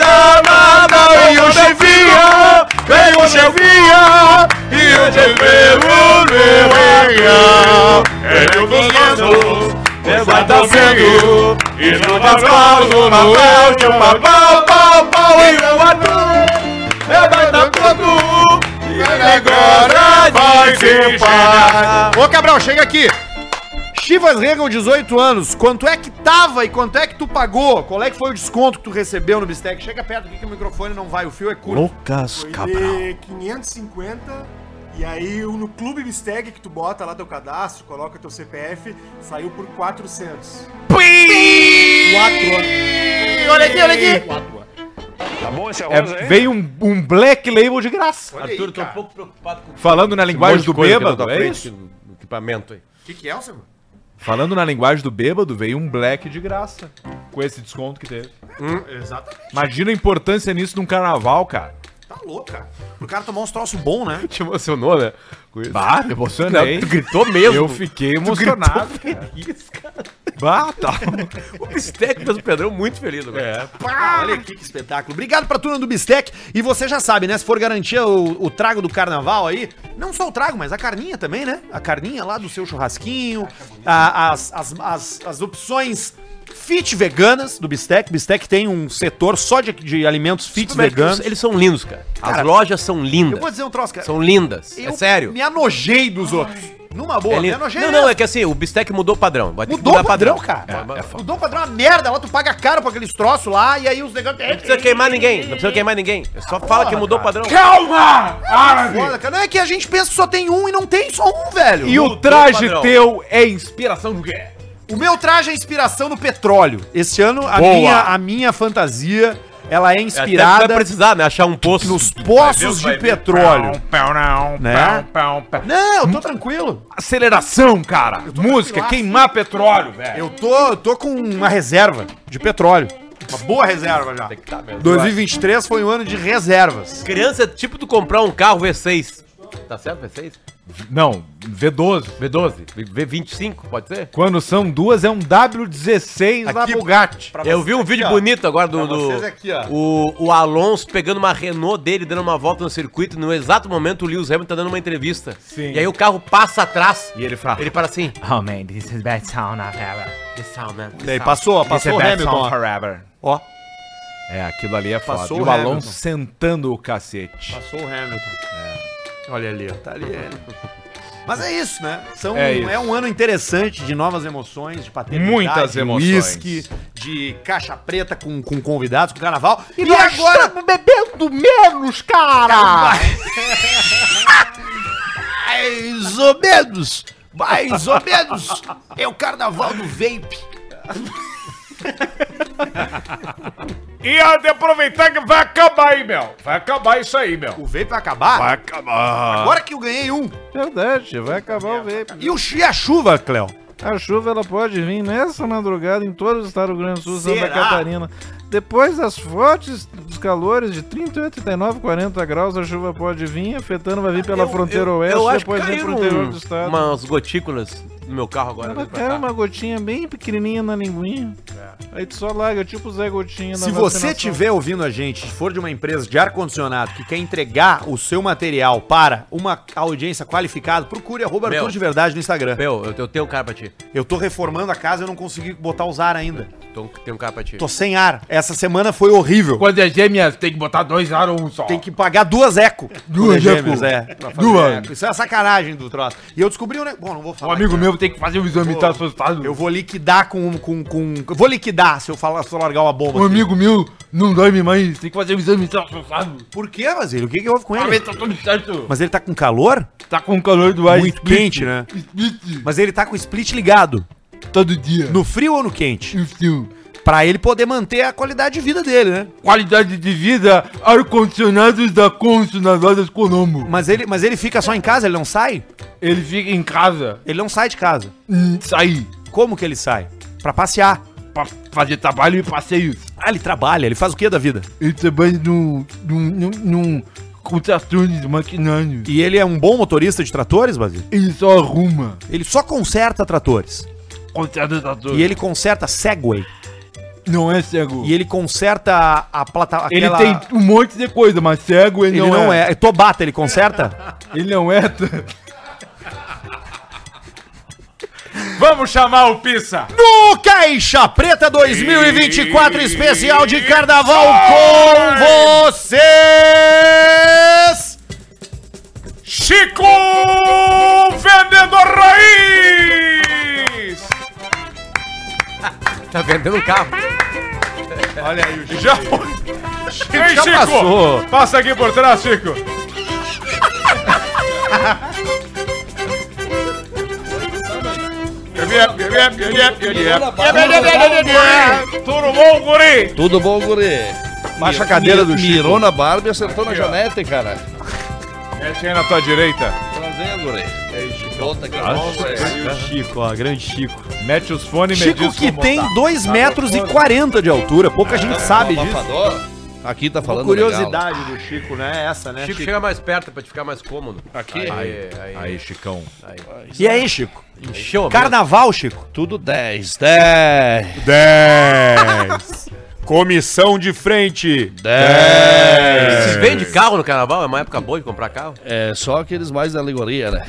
[SPEAKER 5] E o chefinho, vem o chefinho, e o chefinho meu é meu gostoso, essa tá seguindo, e não dá falso, não é o seu papau, pau, pau, e o atu, é vai dar quanto, e agora vai se parar.
[SPEAKER 1] Ô, Cabral, chega aqui. Chivas Regal, 18 anos. Quanto é que tava e quanto é que tu pagou? Qual é que foi o desconto que tu recebeu no bistec? Chega perto aqui que o microfone não vai, o fio é curto.
[SPEAKER 8] Lucas
[SPEAKER 10] Foi
[SPEAKER 8] Cabral.
[SPEAKER 10] de 550 e aí o- no clube Bistec que tu bota lá teu cadastro, coloca teu CPF, saiu por 400.
[SPEAKER 1] Olha aqui, olha aqui.
[SPEAKER 5] É, veio um, um black label de graça.
[SPEAKER 2] Arthur, tô um pouco preocupado com
[SPEAKER 5] Falando na linguagem do
[SPEAKER 1] tá
[SPEAKER 5] bêbado,
[SPEAKER 2] do
[SPEAKER 5] é isso?
[SPEAKER 2] equipamento aí.
[SPEAKER 1] O que, que é, Alcemar?
[SPEAKER 5] Falando na linguagem do bêbado, veio um black de graça. Com esse desconto que teve.
[SPEAKER 1] Exatamente,
[SPEAKER 5] Imagina a importância nisso num carnaval, cara.
[SPEAKER 1] tá louco, cara. Pro cara tomar uns troços bons, né?
[SPEAKER 2] Te emocionou, né?
[SPEAKER 5] Bah, me emocionei.
[SPEAKER 2] tu gritou mesmo.
[SPEAKER 5] Eu fiquei emocionado. cara. Bah, tá.
[SPEAKER 2] O bistec fez o é Pedrão muito feliz agora. É.
[SPEAKER 1] Olha aqui que espetáculo. Obrigado pra turma do Bistec. E você já sabe, né? Se for garantir o, o trago do carnaval aí, não só o trago, mas a carninha também, né? A carninha lá do seu churrasquinho, a- as, as, as, as opções fit veganas do Bistec. Bistec tem um setor só de, de alimentos fit veganos.
[SPEAKER 2] Eles são lindos, cara.
[SPEAKER 1] Cara,
[SPEAKER 2] As lojas são lindas.
[SPEAKER 1] Eu vou dizer um troço, cara.
[SPEAKER 2] São lindas.
[SPEAKER 1] Eu
[SPEAKER 2] é sério.
[SPEAKER 1] me anojei dos outros. Numa boa,
[SPEAKER 2] É
[SPEAKER 1] me
[SPEAKER 2] lindo.
[SPEAKER 1] anojei.
[SPEAKER 2] Não,
[SPEAKER 1] mesmo.
[SPEAKER 2] não, é que assim, o bistec mudou o padrão. Vai ter que
[SPEAKER 1] Mudou o
[SPEAKER 2] mudar
[SPEAKER 1] padrão, cara.
[SPEAKER 2] É, é foda.
[SPEAKER 1] Mudou o padrão, é uma merda. Lá tu paga caro pra aqueles troços lá e aí os negócios.
[SPEAKER 2] Não precisa queimar ninguém, não precisa queimar ninguém. Eu só fala que mudou o padrão. É,
[SPEAKER 10] Ah,
[SPEAKER 5] Calma! Árabe!
[SPEAKER 1] Foda, cara. Não é que a gente pensa que só tem um e não tem só um, velho.
[SPEAKER 5] E o
[SPEAKER 2] Mudou o
[SPEAKER 5] traje
[SPEAKER 2] padrão.
[SPEAKER 5] teu é inspiração do quê?
[SPEAKER 1] O meu traje é inspiração no petróleo. Este ano, a,
[SPEAKER 5] Boa.
[SPEAKER 1] minha, a minha fantasia, ela é
[SPEAKER 2] Até tu
[SPEAKER 1] inspirada
[SPEAKER 2] vai precisar, né? Achar um poço.
[SPEAKER 1] nos poços de petróleo.
[SPEAKER 5] Pão, não,
[SPEAKER 1] Né?
[SPEAKER 5] pão, pão.
[SPEAKER 1] Não, eu tô tranquilo.
[SPEAKER 5] Aceleração, cara. Música, queimar petróleo, velho.
[SPEAKER 1] Eu tô, eu tô com uma reserva de petróleo. Uma boa reserva já. 2023 foi um ano de reservas.
[SPEAKER 2] Tá, Criança é tipo tu comprar um carro V6. Tá certo, V6?
[SPEAKER 5] Não, V12.
[SPEAKER 2] V12? V- V25, pode ser?
[SPEAKER 5] Quando são duas, é um W16 lá
[SPEAKER 1] Aqui-
[SPEAKER 5] Bugatti.
[SPEAKER 1] Pra
[SPEAKER 2] Eu
[SPEAKER 1] vocês
[SPEAKER 2] vi um
[SPEAKER 1] aqui,
[SPEAKER 2] vídeo
[SPEAKER 1] ó.
[SPEAKER 2] bonito agora do,
[SPEAKER 1] Pra
[SPEAKER 2] do-
[SPEAKER 1] vocês aqui, ó.
[SPEAKER 2] o, o Alonso pegando uma Renault dele, dando uma volta no circuito. No exato momento, o Lewis Hamilton tá dando uma entrevista.
[SPEAKER 5] Sim.
[SPEAKER 2] E aí o carro passa atrás.
[SPEAKER 5] E ele fala-
[SPEAKER 2] Ele fala assim.
[SPEAKER 3] Oh man, this is bad sound I've ever.
[SPEAKER 2] This sound, man.
[SPEAKER 1] Daí passou, passou o Hamilton. ó.
[SPEAKER 5] forever.
[SPEAKER 1] Ó.
[SPEAKER 5] É, aquilo ali é foda.
[SPEAKER 1] Passou
[SPEAKER 5] e
[SPEAKER 1] o
[SPEAKER 5] o Alonso
[SPEAKER 1] Hamilton.
[SPEAKER 5] sentando o cacete.
[SPEAKER 1] Passou o Hamilton. É. Olha ali, ó. Tá ali. é. Mas é isso, né? São,
[SPEAKER 5] É
[SPEAKER 1] é,
[SPEAKER 5] isso.
[SPEAKER 1] um ano interessante de novas emoções, de paternidade.
[SPEAKER 5] Muitas
[SPEAKER 1] de
[SPEAKER 5] emoções.
[SPEAKER 1] Whisky, de caixa preta com, com convidados, com carnaval. E,
[SPEAKER 5] bebendo menos, cara!
[SPEAKER 1] mais ou menos, mais ou menos, é o carnaval do vape.
[SPEAKER 5] E há de aproveitar que vai acabar aí, meu. Vai acabar isso aí, meu.
[SPEAKER 1] O vape vai acabar?
[SPEAKER 5] acabar.
[SPEAKER 1] Agora que eu ganhei um.
[SPEAKER 5] Verdade, vai acabar o vape.
[SPEAKER 1] E, o, chu- e a chuva, Cléo?
[SPEAKER 5] A chuva ela pode vir nessa madrugada em todo o estado do Rio Grande do Sul, Santa
[SPEAKER 1] Será?
[SPEAKER 5] Catarina. Depois das fortes dos calores de 38, 39, 40 graus, a chuva pode vir, afetando, vai vir pela
[SPEAKER 2] Eu-
[SPEAKER 5] fronteira
[SPEAKER 2] eu-
[SPEAKER 5] oeste,
[SPEAKER 2] eu acho que
[SPEAKER 5] depois vem pro
[SPEAKER 2] caíram
[SPEAKER 3] um
[SPEAKER 5] interior do estado.
[SPEAKER 2] umas gotículas no meu carro agora.
[SPEAKER 5] Ela
[SPEAKER 2] veio pra
[SPEAKER 5] cai
[SPEAKER 2] cá.
[SPEAKER 5] uma gotinha bem pequenininha na linguinha.
[SPEAKER 3] É.
[SPEAKER 5] Aí tu só larga, tipo o Zé Gotinha na
[SPEAKER 1] Se você
[SPEAKER 5] vacinação.
[SPEAKER 1] estiver ouvindo a gente, se for de uma empresa de ar-condicionado que quer entregar o seu material para uma audiência qualificada, procure arroba
[SPEAKER 2] Meu.
[SPEAKER 1] Arthur de Verdade no Instagram.
[SPEAKER 2] Meu, eu, eu tenho um cara pra ti.
[SPEAKER 1] Eu tô reformando a casa e eu não consegui botar os ar ainda.
[SPEAKER 2] Tô- Tenho um cara pra ti.
[SPEAKER 1] Tô sem ar. Essa semana foi horrível.
[SPEAKER 5] Quando é gêmeas, tem que botar dois ar ou um só.
[SPEAKER 1] Tem que pagar duas eco.
[SPEAKER 5] Duas
[SPEAKER 1] gêmeos,
[SPEAKER 5] eco.
[SPEAKER 1] é. pra fazer
[SPEAKER 5] Duas.
[SPEAKER 1] eco. Isso é uma sacanagem do troço. E eu descobri um negócio. Bom, não vou falar.
[SPEAKER 5] Um amigo meu tem que fazer um exame
[SPEAKER 1] Pô,
[SPEAKER 5] de tá assustado.
[SPEAKER 1] Eu vou liquidar com. com, com... eu Vou liquidar se eu, falar, se eu largar uma bomba.
[SPEAKER 5] Um
[SPEAKER 1] aqui.
[SPEAKER 5] amigo meu não dorme mais, tem que fazer um exame de tá assustado.
[SPEAKER 1] Por quê, Vasílio? O que, que houve com ele?
[SPEAKER 5] tá tudo certo.
[SPEAKER 1] Mas ele tá com calor?
[SPEAKER 5] Tá com calor do ar.
[SPEAKER 1] Muito
[SPEAKER 5] split.
[SPEAKER 1] quente, né?
[SPEAKER 5] Split
[SPEAKER 1] Mas ele tá com o split ligado.
[SPEAKER 5] todo dia.
[SPEAKER 1] No frio ou no quente?
[SPEAKER 5] No fio.
[SPEAKER 1] Pra ele poder manter a qualidade de vida dele, né?
[SPEAKER 3] Qualidade de vida, ar-condicionados da Consul nas lojas Colombo.
[SPEAKER 1] Mas ele, mas ele fica só em casa, ele não sai?
[SPEAKER 3] Ele fica em casa,
[SPEAKER 1] Ele não sai de casa.
[SPEAKER 3] hum, sair,
[SPEAKER 1] Como que ele sai? Pra passear.
[SPEAKER 3] pra fazer trabalho e passeios.
[SPEAKER 1] Ah, ele trabalha, ele faz o que da vida?
[SPEAKER 3] Ele trabalha num. num. num. num contratores maquinários.
[SPEAKER 1] E ele é um bom motorista de tratores, Basílio?
[SPEAKER 3] Ele só arruma.
[SPEAKER 1] Ele só conserta tratores.
[SPEAKER 3] Contrata
[SPEAKER 5] tá
[SPEAKER 3] tatuagem.
[SPEAKER 1] E ele conserta Segway.
[SPEAKER 3] não é cego.
[SPEAKER 1] E ele conserta a, a plataforma.
[SPEAKER 3] Ele tem um monte de coisa, mas cego ele,
[SPEAKER 1] Ele não, é. é. Tobata, ele conserta?
[SPEAKER 3] Ele não é. Vamos chamar o Pissa.
[SPEAKER 1] No Caixa Preta 2024 especial de carnaval com vocês!
[SPEAKER 3] Chico Vendedor Raiz!
[SPEAKER 2] Tá vendendo um carro.
[SPEAKER 3] Já foi. Vem, Chico!
[SPEAKER 1] passou.
[SPEAKER 3] Passa aqui por trás, Chico. Tudo bom, guri?
[SPEAKER 11] Tudo bom, guri?
[SPEAKER 1] Baixa a cadeira do Chico.
[SPEAKER 11] Mirou na barba e acertou na
[SPEAKER 3] Aqui, ó.
[SPEAKER 11] Janete, cara.
[SPEAKER 3] Mete aí na tua direita.
[SPEAKER 11] Prazer, guri. Volta aqui,
[SPEAKER 1] Chico, ó, grande Chico.
[SPEAKER 3] Mete os fones e
[SPEAKER 1] Chico que tem 2 metros e 40 de altura, pouca gente sabe disso.
[SPEAKER 11] Aqui tá falando legal.
[SPEAKER 1] Curiosidade do Chico, né? Essa, né?
[SPEAKER 2] Chico, chega mais perto pra te ficar mais cômodo.
[SPEAKER 11] Aqui?
[SPEAKER 2] Aí, aí.
[SPEAKER 3] Aí, Chicão.
[SPEAKER 1] E aí, Chico?
[SPEAKER 2] Encheu a mesa.
[SPEAKER 1] Carnaval, Chico?
[SPEAKER 11] Tudo 10, 10,
[SPEAKER 3] 10. Comissão de frente.
[SPEAKER 11] 10.
[SPEAKER 2] Vocês vendem carro no carnaval? É uma época boa de comprar carro?
[SPEAKER 11] É só aqueles mais da alegoria, né?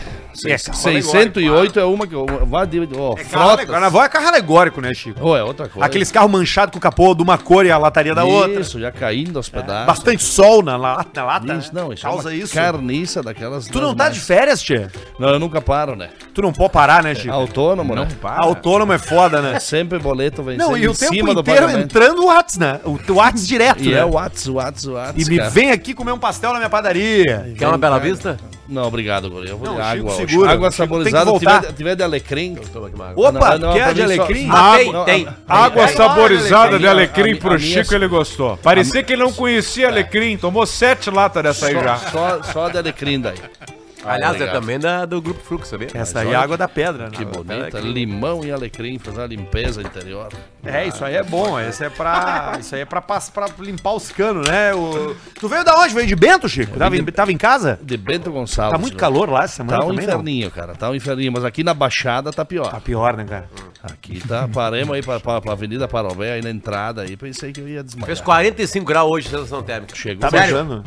[SPEAKER 1] É,
[SPEAKER 11] Seis- 608 é uma que. Vá de. Ó,
[SPEAKER 1] Frota.
[SPEAKER 11] frota.
[SPEAKER 1] Carnaval é carro alegórico, né, Chico?
[SPEAKER 11] Ou é outra coisa.
[SPEAKER 1] Aqueles carros manchados com capô de uma cor e a lataria da outra.
[SPEAKER 11] Isso, já caindo aos pedaços.
[SPEAKER 1] Bastante sol na, la- na lata.
[SPEAKER 11] Isso,
[SPEAKER 1] né?
[SPEAKER 11] não, isso
[SPEAKER 1] Causa
[SPEAKER 11] é uma
[SPEAKER 1] isso.
[SPEAKER 11] carniça daquelas.
[SPEAKER 1] Tu não
[SPEAKER 11] das
[SPEAKER 1] tá
[SPEAKER 11] mais-
[SPEAKER 1] de férias, tia?
[SPEAKER 11] Não, eu nunca paro, né?
[SPEAKER 1] Tu não pode parar, né, Chico?
[SPEAKER 11] Autônomo, né?
[SPEAKER 1] Autônomo é foda, né?
[SPEAKER 11] É sempre boleto vencendo
[SPEAKER 1] Não, e o
[SPEAKER 11] em
[SPEAKER 1] tempo
[SPEAKER 11] cima do
[SPEAKER 1] inteiro
[SPEAKER 11] pagamento.
[SPEAKER 1] entrando o Whats, né? O Whats direto,
[SPEAKER 11] E
[SPEAKER 1] né?
[SPEAKER 11] é Whats, Whats, Whats,
[SPEAKER 1] E me
[SPEAKER 11] cara.
[SPEAKER 1] vem aqui comer um pastel na minha padaria.
[SPEAKER 2] Quer uma bela vista?
[SPEAKER 11] Não, obrigado, guri. Eu vou
[SPEAKER 1] Não,
[SPEAKER 11] de
[SPEAKER 1] o Chico
[SPEAKER 11] água. hoje.
[SPEAKER 1] segura. O
[SPEAKER 11] Água
[SPEAKER 1] Chico tem que
[SPEAKER 11] saborizada. Se
[SPEAKER 1] voltar.
[SPEAKER 11] tiver, tiver de alecrim...
[SPEAKER 2] Toma aqui uma água.
[SPEAKER 1] Opa,
[SPEAKER 11] Não, não,
[SPEAKER 1] quer
[SPEAKER 11] pra
[SPEAKER 1] a de
[SPEAKER 11] mim só-
[SPEAKER 1] alecrim?
[SPEAKER 11] Ah,
[SPEAKER 2] Ah,
[SPEAKER 11] não,
[SPEAKER 2] tem, tem.
[SPEAKER 11] ah,
[SPEAKER 3] Água
[SPEAKER 1] Vai,
[SPEAKER 3] saborizada
[SPEAKER 11] olha,
[SPEAKER 3] de alecrim
[SPEAKER 11] a-
[SPEAKER 3] pro
[SPEAKER 11] a minha-
[SPEAKER 3] Chico, ele gostou. Parecia que ele não
[SPEAKER 5] é.
[SPEAKER 3] conhecia alecrim, tomou sete latas dessa aí já.
[SPEAKER 11] Só, só, só de alecrim daí.
[SPEAKER 2] Aliás, é
[SPEAKER 11] obrigado.
[SPEAKER 2] também da, do Grupo Flux, sabia?
[SPEAKER 1] Essa aí é água da pedra, né?
[SPEAKER 11] Que bonita. Limão e alecrim, fazer uma limpeza interior.
[SPEAKER 1] É, isso aí é bom. Isso é pra, isso aí é pra, pass- pra limpar os canos, né? O- Tu veio da onde? Veio de Bento, Chico? Tava em, tava em casa?
[SPEAKER 11] De Bento Gonçalves.
[SPEAKER 1] Tá muito
[SPEAKER 11] né?
[SPEAKER 1] calor lá essa semana
[SPEAKER 11] Tá um
[SPEAKER 1] também, não?
[SPEAKER 11] inferninho, cara. Tá um inferninho. Mas aqui na Baixada tá pior.
[SPEAKER 1] Tá pior, né, cara?
[SPEAKER 11] Aqui tá. Paremos aí pra, pra, pra Avenida Parobé, aí na entrada aí. Pensei que eu ia desmaiar.
[SPEAKER 2] Fez 45 graus hoje, sensação térmica.
[SPEAKER 11] Chegou,
[SPEAKER 1] Tá
[SPEAKER 2] Sério?
[SPEAKER 1] beijando.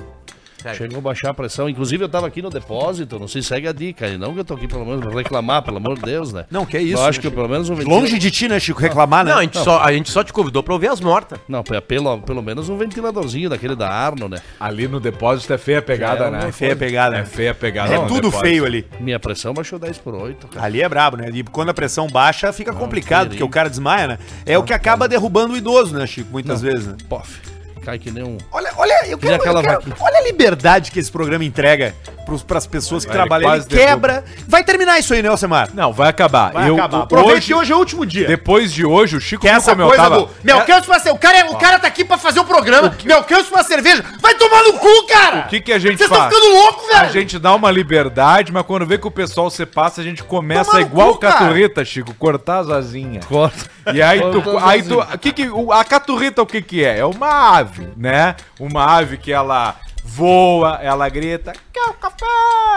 [SPEAKER 2] Sério.
[SPEAKER 11] chegou a baixar a pressão. Inclusive, eu tava aqui no depósito. Não sei se segue a dica. E não que eu tô aqui, pelo menos, pra reclamar, pelo amor de Deus, né?
[SPEAKER 1] Não, que isso,
[SPEAKER 11] Eu acho
[SPEAKER 1] né,
[SPEAKER 11] que eu, pelo menos um ventilador-
[SPEAKER 1] Longe de ti, né, Chico? Reclamar,
[SPEAKER 11] Ah,
[SPEAKER 1] né?
[SPEAKER 2] Não, então, a gente, só, a gente só te convidou pra ouvir as mortas.
[SPEAKER 11] Não, pe- pelo, pelo menos um ventiladorzinho daquele da Arno, né?
[SPEAKER 3] Ali no depósito é feia a pegada, né?
[SPEAKER 1] é feia a pegada.
[SPEAKER 3] É
[SPEAKER 1] né?
[SPEAKER 3] feia a pegada.
[SPEAKER 1] É
[SPEAKER 3] no
[SPEAKER 1] tudo
[SPEAKER 3] depósito.
[SPEAKER 1] feio ali.
[SPEAKER 11] Minha pressão baixou 10 por 8, cara.
[SPEAKER 1] Ali é brabo, né? E quando a pressão baixa, fica complicado, porque
[SPEAKER 11] perigo.
[SPEAKER 1] o cara desmaia, né? É o que acaba derrubando o idoso, né, Chico? Muitas vezes, né?
[SPEAKER 11] Pof, cai que nem um...
[SPEAKER 1] Olha, olha, eu quero,
[SPEAKER 11] aquela
[SPEAKER 1] eu quero-
[SPEAKER 11] vaquinha.
[SPEAKER 1] olha a liberdade que esse programa entrega pros, pras pessoas que
[SPEAKER 3] Ele
[SPEAKER 1] trabalham. Ele
[SPEAKER 3] quase derruba.
[SPEAKER 1] quebra. Vai terminar isso aí, né, Alcemar?
[SPEAKER 3] Não, vai acabar.
[SPEAKER 1] Vai
[SPEAKER 3] eu,
[SPEAKER 1] acabar. Aproveita
[SPEAKER 3] Hoje,
[SPEAKER 1] que hoje é o último dia.
[SPEAKER 3] depois de hoje, o Chico
[SPEAKER 1] Que essa coisa do. Meu
[SPEAKER 3] É-
[SPEAKER 1] alcanço pra ser. O cara, é- o cara tá aqui pra fazer o programa. Meu alcanço pra cerveja. Vai tomar no cu, cara!
[SPEAKER 3] O que que a gente
[SPEAKER 1] Vocês estão
[SPEAKER 3] faz?
[SPEAKER 1] ficando louco, velho!
[SPEAKER 3] A gente dá uma liberdade, mas quando vê que o pessoal se passa, a gente começa
[SPEAKER 1] Tomar no
[SPEAKER 3] igual
[SPEAKER 1] cu, cara.
[SPEAKER 3] caturrita, Chico, cortar as asinhas.
[SPEAKER 11] Corta.
[SPEAKER 3] E aí tu,
[SPEAKER 11] Corta
[SPEAKER 3] aí
[SPEAKER 11] as
[SPEAKER 3] tu,
[SPEAKER 11] asinhas.
[SPEAKER 3] que que, o- a caturrita o que que é? É uma ave, né? Uma ave que ela voa, ela grita, quer um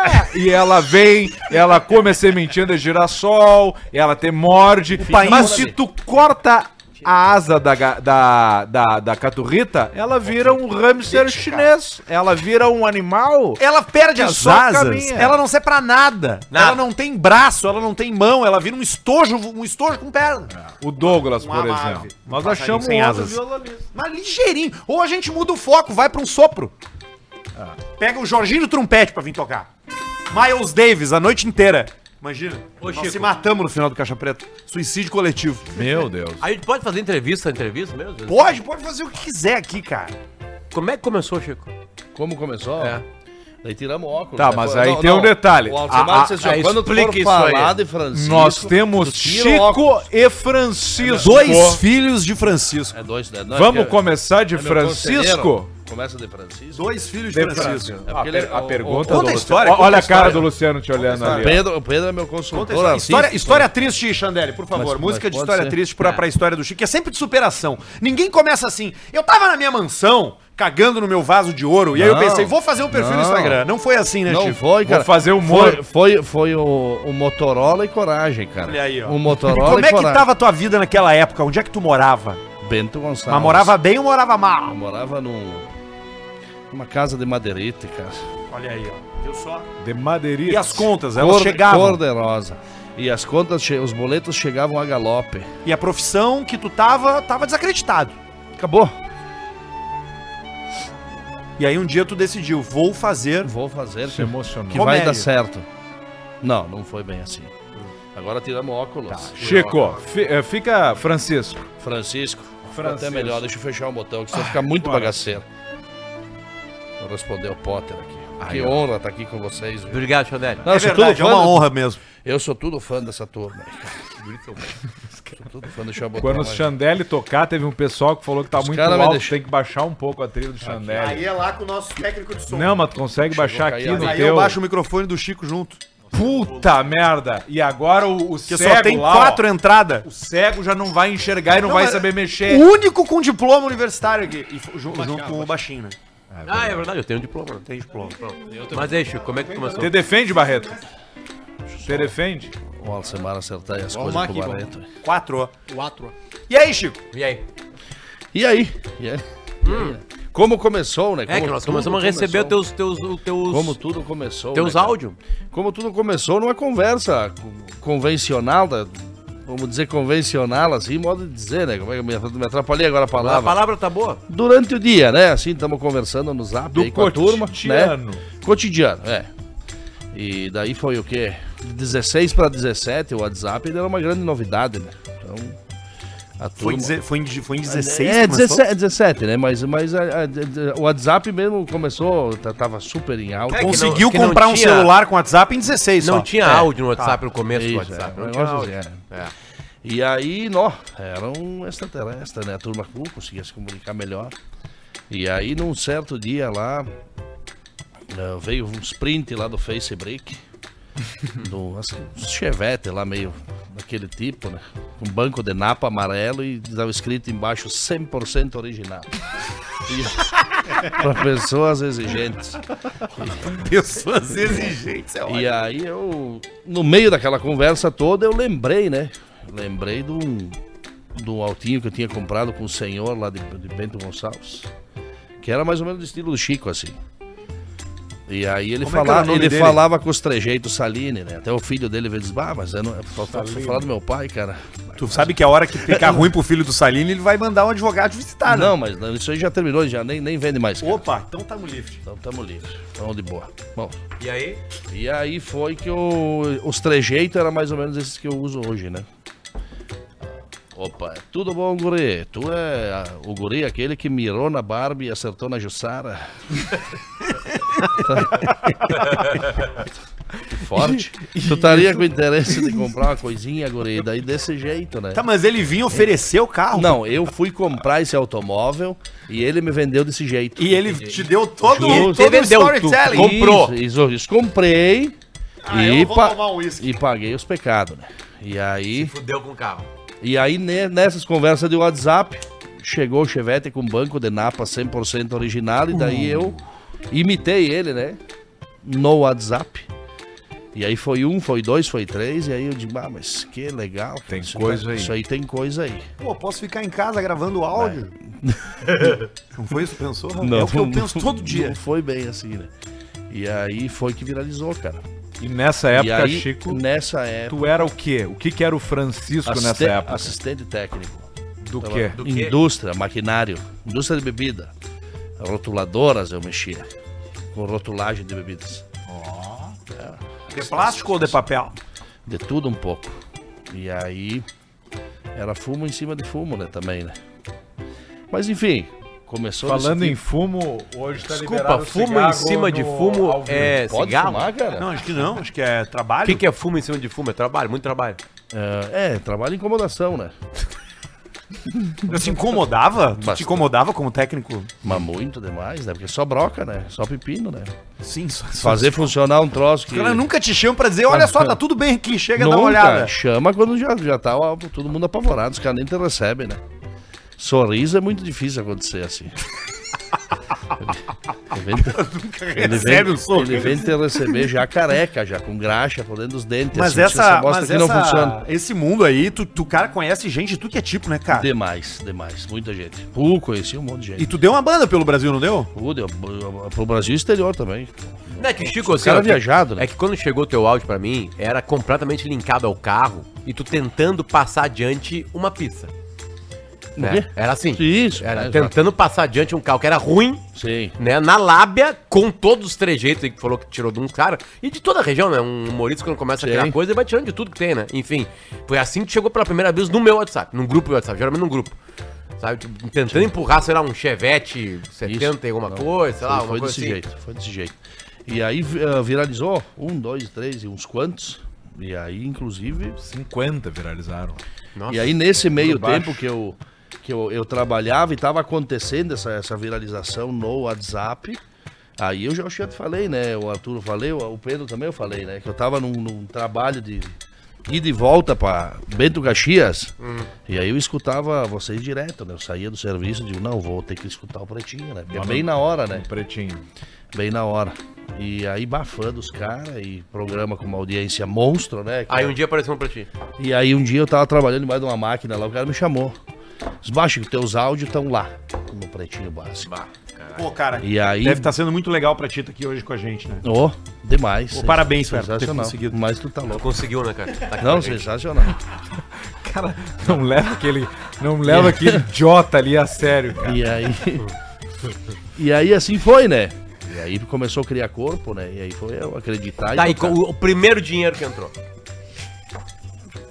[SPEAKER 3] café? E ela vem, ela come a sementinha de girassol, ela te morde.
[SPEAKER 1] painho
[SPEAKER 3] Mas
[SPEAKER 1] da
[SPEAKER 3] se tu corta a asa da, ga- da, da, da caturrita, ela vira um hamster chinês. Ela vira um animal.
[SPEAKER 1] Ela perde as
[SPEAKER 3] só
[SPEAKER 1] asas,
[SPEAKER 3] caminha.
[SPEAKER 1] ela não serve pra nada.
[SPEAKER 2] Nada.
[SPEAKER 1] Ela não tem braço, ela não tem mão, ela vira um estojo, um estojo com perna.
[SPEAKER 3] O Douglas, por
[SPEAKER 1] Uma
[SPEAKER 3] exemplo.
[SPEAKER 1] ave.
[SPEAKER 3] Nós
[SPEAKER 1] Um passarinho
[SPEAKER 3] achamos
[SPEAKER 1] sem
[SPEAKER 3] outro
[SPEAKER 1] asas.
[SPEAKER 3] violonista.
[SPEAKER 1] Mas ligeirinho. Ou a gente muda o foco, vai pra um sopro. Pega o Jorginho do Trompete pra vir tocar. Miles Davis, a noite inteira. Imagina. nós
[SPEAKER 2] Chico.
[SPEAKER 1] se matamos no final do Caixa Preta. Suicídio coletivo.
[SPEAKER 3] Meu Deus.
[SPEAKER 2] A gente pode fazer entrevista, entrevista mesmo?
[SPEAKER 1] Pode, pode fazer o que quiser aqui, cara.
[SPEAKER 2] Como é que começou, Chico?
[SPEAKER 11] Como começou?
[SPEAKER 2] É.
[SPEAKER 11] Daí tiramos o óculos.
[SPEAKER 3] Tá,
[SPEAKER 11] né?
[SPEAKER 3] mas
[SPEAKER 11] Pô,
[SPEAKER 3] aí tem um detalhe.
[SPEAKER 11] O Alcemar
[SPEAKER 3] A-
[SPEAKER 11] disse assim,
[SPEAKER 3] a-
[SPEAKER 11] ó,
[SPEAKER 3] a-
[SPEAKER 11] quando tu
[SPEAKER 3] explica
[SPEAKER 11] for
[SPEAKER 3] isso aí.
[SPEAKER 11] falar de Francisco...
[SPEAKER 3] Nós temos
[SPEAKER 11] tu tira o óculos.
[SPEAKER 3] Chico e Francisco.
[SPEAKER 1] Dois filhos de Francisco.
[SPEAKER 11] É dois, né? Não, é
[SPEAKER 3] Vamos
[SPEAKER 11] que-
[SPEAKER 3] começar de
[SPEAKER 11] é meu
[SPEAKER 3] Francisco?
[SPEAKER 11] conselheiro. Começa de Francisco.
[SPEAKER 1] Dois filhos de Francisco.
[SPEAKER 11] É
[SPEAKER 3] A,
[SPEAKER 11] porque ele-
[SPEAKER 3] per- a
[SPEAKER 11] o- o-
[SPEAKER 3] pergunta
[SPEAKER 1] Conta a
[SPEAKER 3] Luciano-
[SPEAKER 1] história, conta
[SPEAKER 3] Olha
[SPEAKER 1] a
[SPEAKER 3] a cara
[SPEAKER 1] história.
[SPEAKER 3] do Luciano te olhando
[SPEAKER 11] O
[SPEAKER 3] ali. ó.
[SPEAKER 11] Pedro, o Pedro é meu consultor.
[SPEAKER 1] História, história triste, Xandere, por favor.
[SPEAKER 11] Mas-
[SPEAKER 1] Música de
[SPEAKER 11] mas pode
[SPEAKER 1] história
[SPEAKER 11] ser.
[SPEAKER 1] triste pra, pra história do Chico. É sempre de superação. Ninguém começa assim. Eu tava na minha mansão, cagando no meu vaso de ouro, e aí eu
[SPEAKER 11] Não.
[SPEAKER 1] pensei, vou fazer um perfil no
[SPEAKER 11] Não.
[SPEAKER 1] Instagram. Não foi assim, né,
[SPEAKER 11] Não
[SPEAKER 1] Chico?
[SPEAKER 11] foi, cara.
[SPEAKER 3] Vou fazer o
[SPEAKER 11] Foi,
[SPEAKER 3] Moro.
[SPEAKER 11] foi, foi o, o Motorola e Coragem, cara.
[SPEAKER 1] Olha aí, ó.
[SPEAKER 11] O
[SPEAKER 1] E
[SPEAKER 11] Motorola
[SPEAKER 1] como
[SPEAKER 11] e
[SPEAKER 1] é que
[SPEAKER 11] Coragem.
[SPEAKER 1] tava a tua vida naquela época? Onde é que tu morava?
[SPEAKER 11] Bento Gonçalves.
[SPEAKER 1] Mas morava bem ou morava mal?
[SPEAKER 11] Eu morava num... Numa casa de madeirite, cara.
[SPEAKER 1] Olha aí, ó. Eu só.
[SPEAKER 3] De
[SPEAKER 1] E
[SPEAKER 3] Madeirinha.
[SPEAKER 1] as contas, elas chegavam.
[SPEAKER 11] Cor de rosa. E as contas, che- os boletos chegavam a galope.
[SPEAKER 1] E a profissão que tu tava, tava desacreditado.
[SPEAKER 11] Acabou.
[SPEAKER 1] E aí um dia tu decidiu, vou fazer.
[SPEAKER 11] Vou fazer,
[SPEAKER 3] Se
[SPEAKER 11] que,
[SPEAKER 3] emocionou.
[SPEAKER 11] que
[SPEAKER 1] Comédia.
[SPEAKER 11] vai dar certo. Não, não foi bem assim. Agora tiramos óculos.
[SPEAKER 3] Tá, Chico, fi- eh, fica Francisco.
[SPEAKER 11] Francisco. ficou Até
[SPEAKER 3] Francisco. Ah,
[SPEAKER 11] melhor, deixa eu fechar o botão, que senão fica muito bagaceiro. Vou responder o Potter aqui. que honra estar aqui com vocês. viu?
[SPEAKER 2] Obrigado, Xandelli.
[SPEAKER 1] É
[SPEAKER 11] Não, eu sou tudo fã de-
[SPEAKER 1] honra mesmo.
[SPEAKER 11] Eu sou tudo fã dessa turma. aí, cara. sou tudo fã, deixa eu botar
[SPEAKER 3] Quando o
[SPEAKER 11] mais-
[SPEAKER 3] Xandelli tocar, teve um pessoal que falou que tá
[SPEAKER 11] Os
[SPEAKER 3] muito
[SPEAKER 11] cara me
[SPEAKER 3] alto,
[SPEAKER 11] deixam-
[SPEAKER 3] tem que baixar um pouco a trilha do Xandelli.
[SPEAKER 12] Aí é lá com o nosso técnico de som.
[SPEAKER 3] Não, mas tu consegue
[SPEAKER 11] Deixa eu
[SPEAKER 3] baixar
[SPEAKER 11] cair
[SPEAKER 3] aqui
[SPEAKER 11] ali.
[SPEAKER 3] no
[SPEAKER 1] Aí
[SPEAKER 3] teu...
[SPEAKER 1] eu baixo o microfone do Chico junto.
[SPEAKER 3] Puta merda! E agora o, o
[SPEAKER 1] Porque
[SPEAKER 3] cego
[SPEAKER 1] só tem
[SPEAKER 3] lá,
[SPEAKER 1] quatro
[SPEAKER 3] ó,
[SPEAKER 1] entradas.
[SPEAKER 3] o cego já não vai enxergar e não, vai
[SPEAKER 1] mas- Uh!
[SPEAKER 3] saber mexer.
[SPEAKER 1] O único com diploma universitário aqui. E fo- ju- junto com o baixinho, né?
[SPEAKER 2] Ah, é verdade, eu tenho um diploma. né?
[SPEAKER 1] Tem diploma.
[SPEAKER 2] Mas aí, Chico, como é que tu começou?
[SPEAKER 3] Te defende, Barreto? Te defende?
[SPEAKER 11] O Alcemar acertar as coisas com o Barreto.
[SPEAKER 1] Quatro. Quatro. E aí, Chico?
[SPEAKER 2] E aí?
[SPEAKER 11] E aí? E aí? E aí? Como começou, né?
[SPEAKER 2] Hum. É
[SPEAKER 11] Como
[SPEAKER 2] que nós
[SPEAKER 11] tudo
[SPEAKER 2] começamos a receber
[SPEAKER 11] começou.
[SPEAKER 2] os teus, teus, os teus,
[SPEAKER 11] Como tudo começou.
[SPEAKER 2] teus
[SPEAKER 11] né, cara?
[SPEAKER 2] áudios.
[SPEAKER 11] Como tudo começou numa conversa co- convencional, da- vamos dizer convencional, assim, modo de dizer, né? Como é que eu me, me atrapalhei agora a
[SPEAKER 2] A
[SPEAKER 11] palavra?
[SPEAKER 2] palavra tá boa?
[SPEAKER 11] Durante o dia, né? Assim, estamos conversando no zap aí com a turma. Né?
[SPEAKER 3] cotidiano.
[SPEAKER 11] Cotidiano, é. E daí foi o quê? De 16 para 17, o WhatsApp ele era uma grande novidade, né? Então, a
[SPEAKER 1] Foi,
[SPEAKER 11] turma-
[SPEAKER 1] em, foi, em, foi em 16
[SPEAKER 11] é,
[SPEAKER 1] que começou?
[SPEAKER 11] 17, 17, né? Mas, mas a- a- a- o WhatsApp mesmo começou, tá- tava super em alta.
[SPEAKER 2] É que
[SPEAKER 1] Conseguiu
[SPEAKER 2] não- que não
[SPEAKER 1] comprar um
[SPEAKER 2] tinha-
[SPEAKER 1] celular com WhatsApp em 16
[SPEAKER 2] Não
[SPEAKER 1] só.
[SPEAKER 2] tinha áudio no WhatsApp no começo
[SPEAKER 11] É. Isso,
[SPEAKER 2] do
[SPEAKER 11] é,
[SPEAKER 2] WhatsApp. né?
[SPEAKER 11] um
[SPEAKER 2] Não tinha
[SPEAKER 11] negócio
[SPEAKER 2] áudio.
[SPEAKER 11] assim, é. E aí, nó, era um extraterrestre, né? A turma uh, conseguia se comunicar melhor. E aí, num certo dia lá, eh, veio uns print lá do Facebook, do, assim, uns chevette lá meio daquele tipo, né? Um banco de napa amarelo e estava escrito embaixo 100% original. Para pessoas exigentes.
[SPEAKER 1] Pessoas exigentes, é ótimo.
[SPEAKER 11] E aí eu, no meio daquela conversa toda, eu lembrei, né? Lembrei de um, de um altinho que eu tinha comprado com um senhor lá de, de Bento Gonçalves. Que era mais ou menos do estilo do Chico, assim. E aí ele,
[SPEAKER 1] é que era o
[SPEAKER 11] falava,
[SPEAKER 1] nome
[SPEAKER 11] ele
[SPEAKER 1] dele?
[SPEAKER 11] falava com os trejeitos Saline, né? Até o filho dele veio dizer, bah, mas eu não, eu só tô só falar do meu pai, cara.
[SPEAKER 1] Tu sabe que a hora que ficar ruim pro filho do Saline, ele vai mandar um advogado visitar, né?
[SPEAKER 11] não, mas não, isso aí já terminou, já nem, nem vende mais. cara.
[SPEAKER 1] Opa, então tá no lift.
[SPEAKER 11] Então tamo livre, tamo de boa. Bom,
[SPEAKER 2] E aí?
[SPEAKER 11] E aí foi que eu, os trejeitos eram mais ou menos esses que eu uso hoje, né? Opa, é tudo bom, guri? Tu é a- o guri aquele que mirou na Barbie e acertou na Jussara? Que Forte. tu estaria com interesse de comprar uma coisinha, guri? Daí desse jeito, né?
[SPEAKER 1] Tá, mas ele vinha oferecer o carro.
[SPEAKER 11] Não, eu fui comprar esse automóvel e ele me vendeu desse jeito.
[SPEAKER 1] E ele te deu todo,
[SPEAKER 11] Justo.
[SPEAKER 1] todo o
[SPEAKER 2] Vendeu
[SPEAKER 1] storytelling.
[SPEAKER 2] tudo. comprou.
[SPEAKER 11] Isso, isso, isso, comprei. e,
[SPEAKER 1] eu vou
[SPEAKER 11] pa-
[SPEAKER 1] tomar um uísque.
[SPEAKER 11] e paguei os pecados, né? E aí,
[SPEAKER 2] Fudeu com o carro.
[SPEAKER 11] e aí ne- nessas conversas de WhatsApp, chegou o Chevette com um banco de Napa 100% original. E daí eu imitei ele, né? No WhatsApp. E aí foi um, foi dois, foi três. E aí eu disse, ah, mas que legal. cara,
[SPEAKER 3] Tem
[SPEAKER 11] isso
[SPEAKER 3] coisa
[SPEAKER 11] tá-
[SPEAKER 3] aí."
[SPEAKER 11] Isso aí tem coisa aí.
[SPEAKER 1] Pô, posso ficar em casa gravando áudio? não foi isso que pensou? é o que eu penso todo dia.
[SPEAKER 11] Não foi bem assim, né? E aí foi que viralizou, cara.
[SPEAKER 3] E nessa
[SPEAKER 11] e
[SPEAKER 3] época,
[SPEAKER 11] aí,
[SPEAKER 3] Chico,
[SPEAKER 11] nessa época.
[SPEAKER 3] tu era o quê? O que que era o Francisco
[SPEAKER 11] Assiste-
[SPEAKER 3] nessa época?
[SPEAKER 11] Assistente técnico.
[SPEAKER 3] Do quê?
[SPEAKER 2] quê?
[SPEAKER 11] Indústria, maquinário, indústria de bebida. Rotuladoras eu mexia. Com rotulagem de bebidas.
[SPEAKER 1] De plástico ou de papel?
[SPEAKER 11] De tudo um pouco. E aí era fumo em cima de fumo, né? Também, né? Mas enfim, Começou
[SPEAKER 3] Falando
[SPEAKER 11] nesse
[SPEAKER 3] em fumo, hoje tá
[SPEAKER 2] Desculpa, fumo em cima de fumo é
[SPEAKER 11] tipo. Pode
[SPEAKER 2] cigarro?
[SPEAKER 11] fumar, cara?
[SPEAKER 1] Não, acho que não, acho que é
[SPEAKER 2] O
[SPEAKER 1] trabalho.
[SPEAKER 2] que, que é fumo em cima de fumo? É trabalho, muito trabalho.
[SPEAKER 11] É, é, trabalho e incomodação, né?
[SPEAKER 1] Não se incomodava? Tu
[SPEAKER 11] Bastante.
[SPEAKER 1] te incomodava como técnico?
[SPEAKER 11] Mas muito demais, né? Porque só broca, né? Só pepino, né?
[SPEAKER 1] Sim, só. só-
[SPEAKER 11] Fazer funcionar um troço que...
[SPEAKER 1] Os caras nunca te chamam pra dizer, olha só, tá tudo bem aqui, chega a dar
[SPEAKER 11] Nunca.
[SPEAKER 1] uma olhada.
[SPEAKER 11] Chama quando já, já tá ó, todo mundo apavorado, os caras nem te recebem, né? Sorriso é muito difícil acontecer assim. Ele vem, ele vem,
[SPEAKER 1] recebe um sorriso.
[SPEAKER 11] ele vem te receber já careca, já com graxa, podendo os dentes.
[SPEAKER 1] Mas
[SPEAKER 11] assim,
[SPEAKER 1] essa,
[SPEAKER 11] você mostra
[SPEAKER 1] mas
[SPEAKER 11] que
[SPEAKER 1] essa,
[SPEAKER 11] não funciona.
[SPEAKER 1] esse mundo aí, tu, tu cara conhece gente, tu que é tipo, né, cara?
[SPEAKER 11] Demais, demais, muita gente. Pô, conheci um monte de gente.
[SPEAKER 1] E tu deu uma banda pelo Brasil, não deu?
[SPEAKER 11] Pô, deu- pro Brasil e exterior também.
[SPEAKER 2] Não, é que Chico,
[SPEAKER 11] Os caras
[SPEAKER 2] assim, ó,
[SPEAKER 11] viajado, né?
[SPEAKER 2] É que quando chegou teu áudio pra mim, era completamente linkado ao carro e tu tentando passar adiante uma pista. Né?
[SPEAKER 11] quê?
[SPEAKER 2] Era assim.
[SPEAKER 11] Isso,
[SPEAKER 2] Era
[SPEAKER 11] né,
[SPEAKER 2] tentando passar adiante um carro que era ruim,
[SPEAKER 11] Sim.
[SPEAKER 2] né? Na lábia, com todos os trejeitos aí que falou que tirou de um cara. E de toda a região, né? Um humorista quando começa a
[SPEAKER 11] Sim.
[SPEAKER 2] criar coisa, ele vai tirando de tudo que tem, né? Enfim, foi assim que chegou pela primeira vez no meu WhatsApp, num grupo de WhatsApp, geralmente num grupo. Sabe, tipo, tentando empurrar, sei lá, um Chevette 70 e alguma
[SPEAKER 11] Não.
[SPEAKER 2] coisa, sei lá,
[SPEAKER 11] Foi-
[SPEAKER 2] alguma
[SPEAKER 11] foi
[SPEAKER 2] coisa
[SPEAKER 11] desse
[SPEAKER 2] assim.
[SPEAKER 11] jeito, foi desse jeito. E aí vi- ah, viralizou um, dois, três e uns quantos. E aí, inclusive,
[SPEAKER 3] 50 viralizaram.
[SPEAKER 11] e aí nesse meio tempo que eu que eu, eu trabalhava e tava acontecendo essa, essa viralização no WhatsApp. Aí eu já eu já te falei, né? O Arthur eu falei, o o Pedro também eu falei, né? Que eu tava num, num trabalho de ida e volta pra Bento Caxias.
[SPEAKER 2] Hum.
[SPEAKER 11] E aí eu escutava vocês direto, né? Eu saía do serviço e digo, não, vou ter que escutar o Pretinho, né? Porque é bem na hora, né?
[SPEAKER 3] Pretinho.
[SPEAKER 11] bem na hora. E aí bafando dos caras e programa com uma audiência monstro, né? cara?
[SPEAKER 2] Aí um dia apareceu um pra ti.
[SPEAKER 11] E aí um dia eu tava trabalhando embaixo de uma máquina lá, o cara me chamou. Esbaixo, teus áudios estão lá, no pretinho básico.
[SPEAKER 1] Pô, cara,
[SPEAKER 11] E aí.
[SPEAKER 1] deve estar sendo muito legal pra ti tá aqui hoje com a gente, né?
[SPEAKER 11] Ô, demais.
[SPEAKER 1] Ô, parabéns, Fer, por ter
[SPEAKER 11] sensacional.
[SPEAKER 1] conseguido.
[SPEAKER 11] Mas tu tá louco.
[SPEAKER 2] Conseguiu, né, cara? Tá aqui
[SPEAKER 11] Não,
[SPEAKER 2] pra gente.
[SPEAKER 11] sensacional.
[SPEAKER 3] Não leva aquele, não leva aquele idiota ali a sério, cara.
[SPEAKER 11] E aí. E aí assim foi, né? E aí começou a criar corpo, né? E aí foi eu acreditar
[SPEAKER 2] Tá, e
[SPEAKER 11] tocar.
[SPEAKER 2] com- o, o primeiro dinheiro que entrou.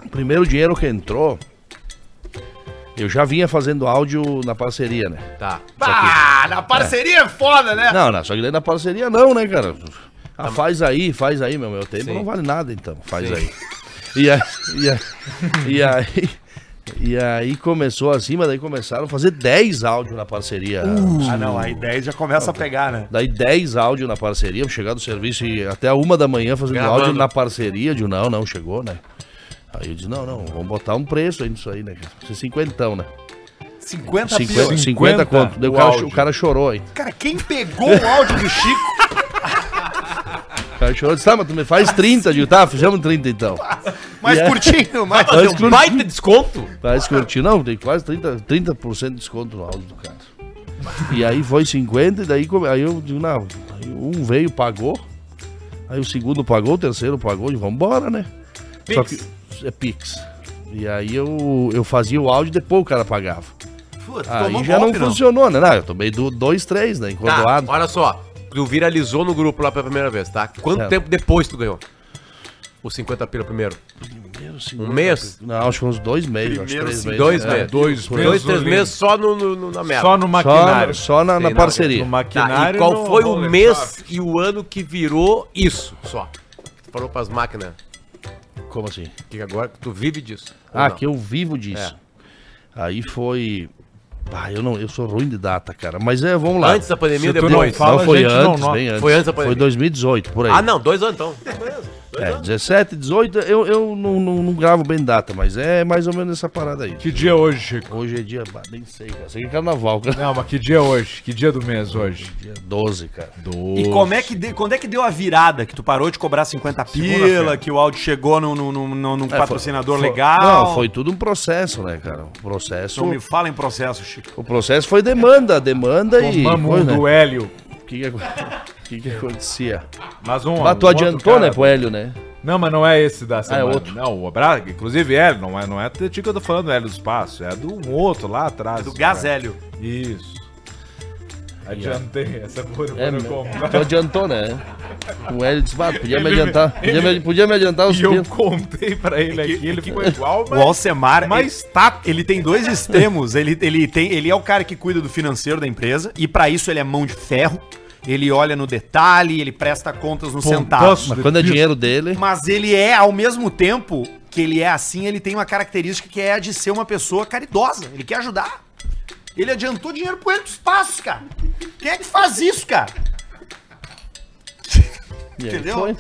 [SPEAKER 11] O primeiro dinheiro que entrou, eu já vinha fazendo áudio na parceria, né?
[SPEAKER 2] Tá.
[SPEAKER 11] Ah, na parceria é, foda, né? Não, não, só que daí na parceria não, né, cara?
[SPEAKER 1] Tá
[SPEAKER 11] Ah, faz aí, faz aí, meu, meu tempo não vale nada, então, faz aí. E aí, e aí, e aí, e aí começou assim, mas daí começaram a fazer 10 áudios na parceria.
[SPEAKER 1] Ah, não, aí 10 já começa a pegar, né?
[SPEAKER 11] Daí 10 áudios na parceria, eu chegar do serviço e até uma da manhã fazendo
[SPEAKER 2] Gravando.
[SPEAKER 11] áudio na parceria, eu digo, não, não, chegou, né? Aí eu disse, não, não, vamos botar um preço aí nisso aí, né? cara? Isso é cinquentão, né?
[SPEAKER 1] 50,
[SPEAKER 11] 50, 50,
[SPEAKER 1] 50
[SPEAKER 11] conto. Daí o,
[SPEAKER 3] o
[SPEAKER 11] cara,
[SPEAKER 3] áudio.
[SPEAKER 11] o cara chorou aí.
[SPEAKER 1] Cara, quem pegou o áudio do Chico?
[SPEAKER 11] O cara chorou, disse, tá, mas tu me faz 30, eu digo, tá, fizemos 30 então.
[SPEAKER 1] Mais
[SPEAKER 11] E é-
[SPEAKER 1] curtinho, mais...
[SPEAKER 11] Faz
[SPEAKER 2] Um
[SPEAKER 11] curti-
[SPEAKER 2] baita desconto?
[SPEAKER 11] Faz curtir, não, tem quase 30%, 30 de desconto no áudio do cara. E aí foi 50, e daí come- aí eu digo, não, aí um veio, pagou, aí o segundo pagou, o terceiro pagou, e vambora, né? Só que é Pix. E aí eu, eu fazia o áudio e depois o cara pagava. aí já não, funcionou, né? Não, eu tomei do, dois, três, né?
[SPEAKER 2] Tá,
[SPEAKER 11] Encordoado.
[SPEAKER 2] olha só. Tu viralizou no grupo lá pela primeira vez, tá? Quanto
[SPEAKER 11] Certo.
[SPEAKER 2] tempo depois tu ganhou? Os 50 pila primeiro. Um mês?
[SPEAKER 11] Não, acho que uns dois meses, acho que três meses.
[SPEAKER 2] dois
[SPEAKER 11] é.
[SPEAKER 2] meses.
[SPEAKER 3] Dois,
[SPEAKER 2] Dois, três meses só no, no- no- na merda.
[SPEAKER 3] Só no
[SPEAKER 11] Só,
[SPEAKER 3] maquinário.
[SPEAKER 11] só na, na
[SPEAKER 2] Sim, não,
[SPEAKER 11] parceria.
[SPEAKER 3] No
[SPEAKER 2] Tá, e
[SPEAKER 3] maquinário.
[SPEAKER 2] qual
[SPEAKER 3] no
[SPEAKER 2] foi o
[SPEAKER 3] rolê,
[SPEAKER 2] mês
[SPEAKER 3] sabe?
[SPEAKER 2] e o ano que virou isso só? Tu falou pras máquinas
[SPEAKER 11] Como assim?
[SPEAKER 2] que agora tu vive disso. ou
[SPEAKER 11] Ah,
[SPEAKER 2] não?
[SPEAKER 11] que eu vivo disso. É. Aí foi. Ah, eu não, eu sou ruim de data, cara. Mas é, vamos lá.
[SPEAKER 2] Antes da pandemia,
[SPEAKER 3] Se tu
[SPEAKER 2] depois.
[SPEAKER 3] não fala,
[SPEAKER 11] não, foi
[SPEAKER 3] a gente não
[SPEAKER 11] antes,
[SPEAKER 3] nota.
[SPEAKER 11] bem antes.
[SPEAKER 2] Foi antes da pandemia.
[SPEAKER 11] Foi 2018, por aí.
[SPEAKER 2] Ah, não, dois anos então.
[SPEAKER 11] É, 17, 18, eu, eu não, não, não gravo bem data, mas é mais ou menos essa parada aí.
[SPEAKER 3] Que dia é hoje, Chico?
[SPEAKER 11] Hoje é dia, bah, nem sei, cara. Sei que é carnaval, cara.
[SPEAKER 3] Não, mas que dia é hoje? Que dia do mês hoje?
[SPEAKER 11] Dia 12, cara.
[SPEAKER 1] E como é que de- quando é que deu a virada? Que tu parou de cobrar 50 pila, que o áudio chegou num, num, num- num- num patrocinador
[SPEAKER 11] É, Foi-
[SPEAKER 1] legal?
[SPEAKER 11] Não, foi tudo um processo, né, cara? O processo,
[SPEAKER 1] Não me fala em processo, Chico.
[SPEAKER 11] o processo foi demanda, demanda e.
[SPEAKER 3] Tomamos um
[SPEAKER 11] coisa, né?
[SPEAKER 3] do Hélio.
[SPEAKER 11] O que que, aco- o que que acontecia?
[SPEAKER 3] Mas um.
[SPEAKER 11] Mas tu
[SPEAKER 3] um outro
[SPEAKER 11] adiantou,
[SPEAKER 3] cara-
[SPEAKER 11] né, pro Hélio, né?
[SPEAKER 3] Não, mas não é esse da semana.
[SPEAKER 11] outro.
[SPEAKER 3] Não, o Braga, inclusive Hélio, não é, não é do que eu tô falando, Hélio do Espaço, é do um outro lá atrás.
[SPEAKER 1] É Do
[SPEAKER 3] cara.
[SPEAKER 1] Gazélio.
[SPEAKER 3] Isso. Adiantei essa porra
[SPEAKER 11] É,
[SPEAKER 3] quando eu
[SPEAKER 11] meu.
[SPEAKER 1] É
[SPEAKER 3] comprar.
[SPEAKER 11] Tu adiantou, né? O Hélio disse, "Bah, podia me adiantar. Podia me, podia me adiantar os
[SPEAKER 3] E eu
[SPEAKER 11] pintos."
[SPEAKER 3] contei pra
[SPEAKER 1] É
[SPEAKER 3] ele aqui, ele ficou igual,
[SPEAKER 1] O Alcemar,
[SPEAKER 3] mas
[SPEAKER 1] ele,
[SPEAKER 3] tá.
[SPEAKER 1] ele tem dois extremos. Ele, ele, tem, ele é o cara que cuida do financeiro da empresa, e pra isso ele é mão de ferro. Ele olha no detalhe, ele presta contas no centavo.
[SPEAKER 11] Mas quando é dinheiro dele.
[SPEAKER 1] Mas ele é, ao mesmo tempo que ele é assim, ele tem uma característica que é a de ser uma pessoa caridosa. Ele quer ajudar. Ele adiantou dinheiro pro ele dos passos, cara. Quem é que faz isso, cara?
[SPEAKER 11] e aí
[SPEAKER 1] Entendeu?
[SPEAKER 11] foi.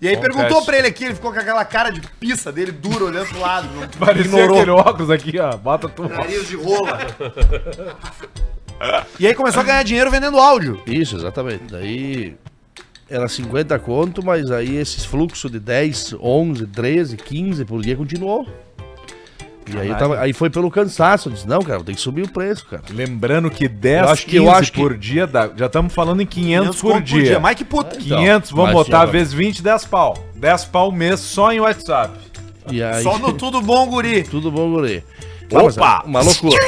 [SPEAKER 1] E aí
[SPEAKER 3] Acontece.
[SPEAKER 1] perguntou pra ele aqui, ele ficou com aquela cara de pizza dele, dura, olhando pro lado. não-
[SPEAKER 3] Parecia
[SPEAKER 1] ignorou.
[SPEAKER 3] aquele óculos aqui, ó. Bota tu.
[SPEAKER 1] Nariz de rola. E aí começou a ganhar dinheiro vendendo áudio.
[SPEAKER 11] Isso, exatamente. Daí era 50 conto, mas aí esse fluxo de 10, 11, 13, 15 por dia continuou. E aí, eu tava, aí foi pelo cansaço. Eu disse, não, cara, tem que subir o preço, cara.
[SPEAKER 3] Lembrando que 10
[SPEAKER 11] Eu acho que- eu acho que-
[SPEAKER 3] por dia dá. Já estamos falando em 500, por,
[SPEAKER 1] conto
[SPEAKER 3] dia.
[SPEAKER 1] Mas que puta.
[SPEAKER 3] 500, vamos
[SPEAKER 11] mas
[SPEAKER 3] botar
[SPEAKER 11] já-
[SPEAKER 3] vezes 20, 10 pau. 10 pau mês só em WhatsApp.
[SPEAKER 11] E aí,
[SPEAKER 1] Só no tudo bom, guri.
[SPEAKER 11] tudo bom, guri. é
[SPEAKER 1] Opa!
[SPEAKER 11] Uma loucura.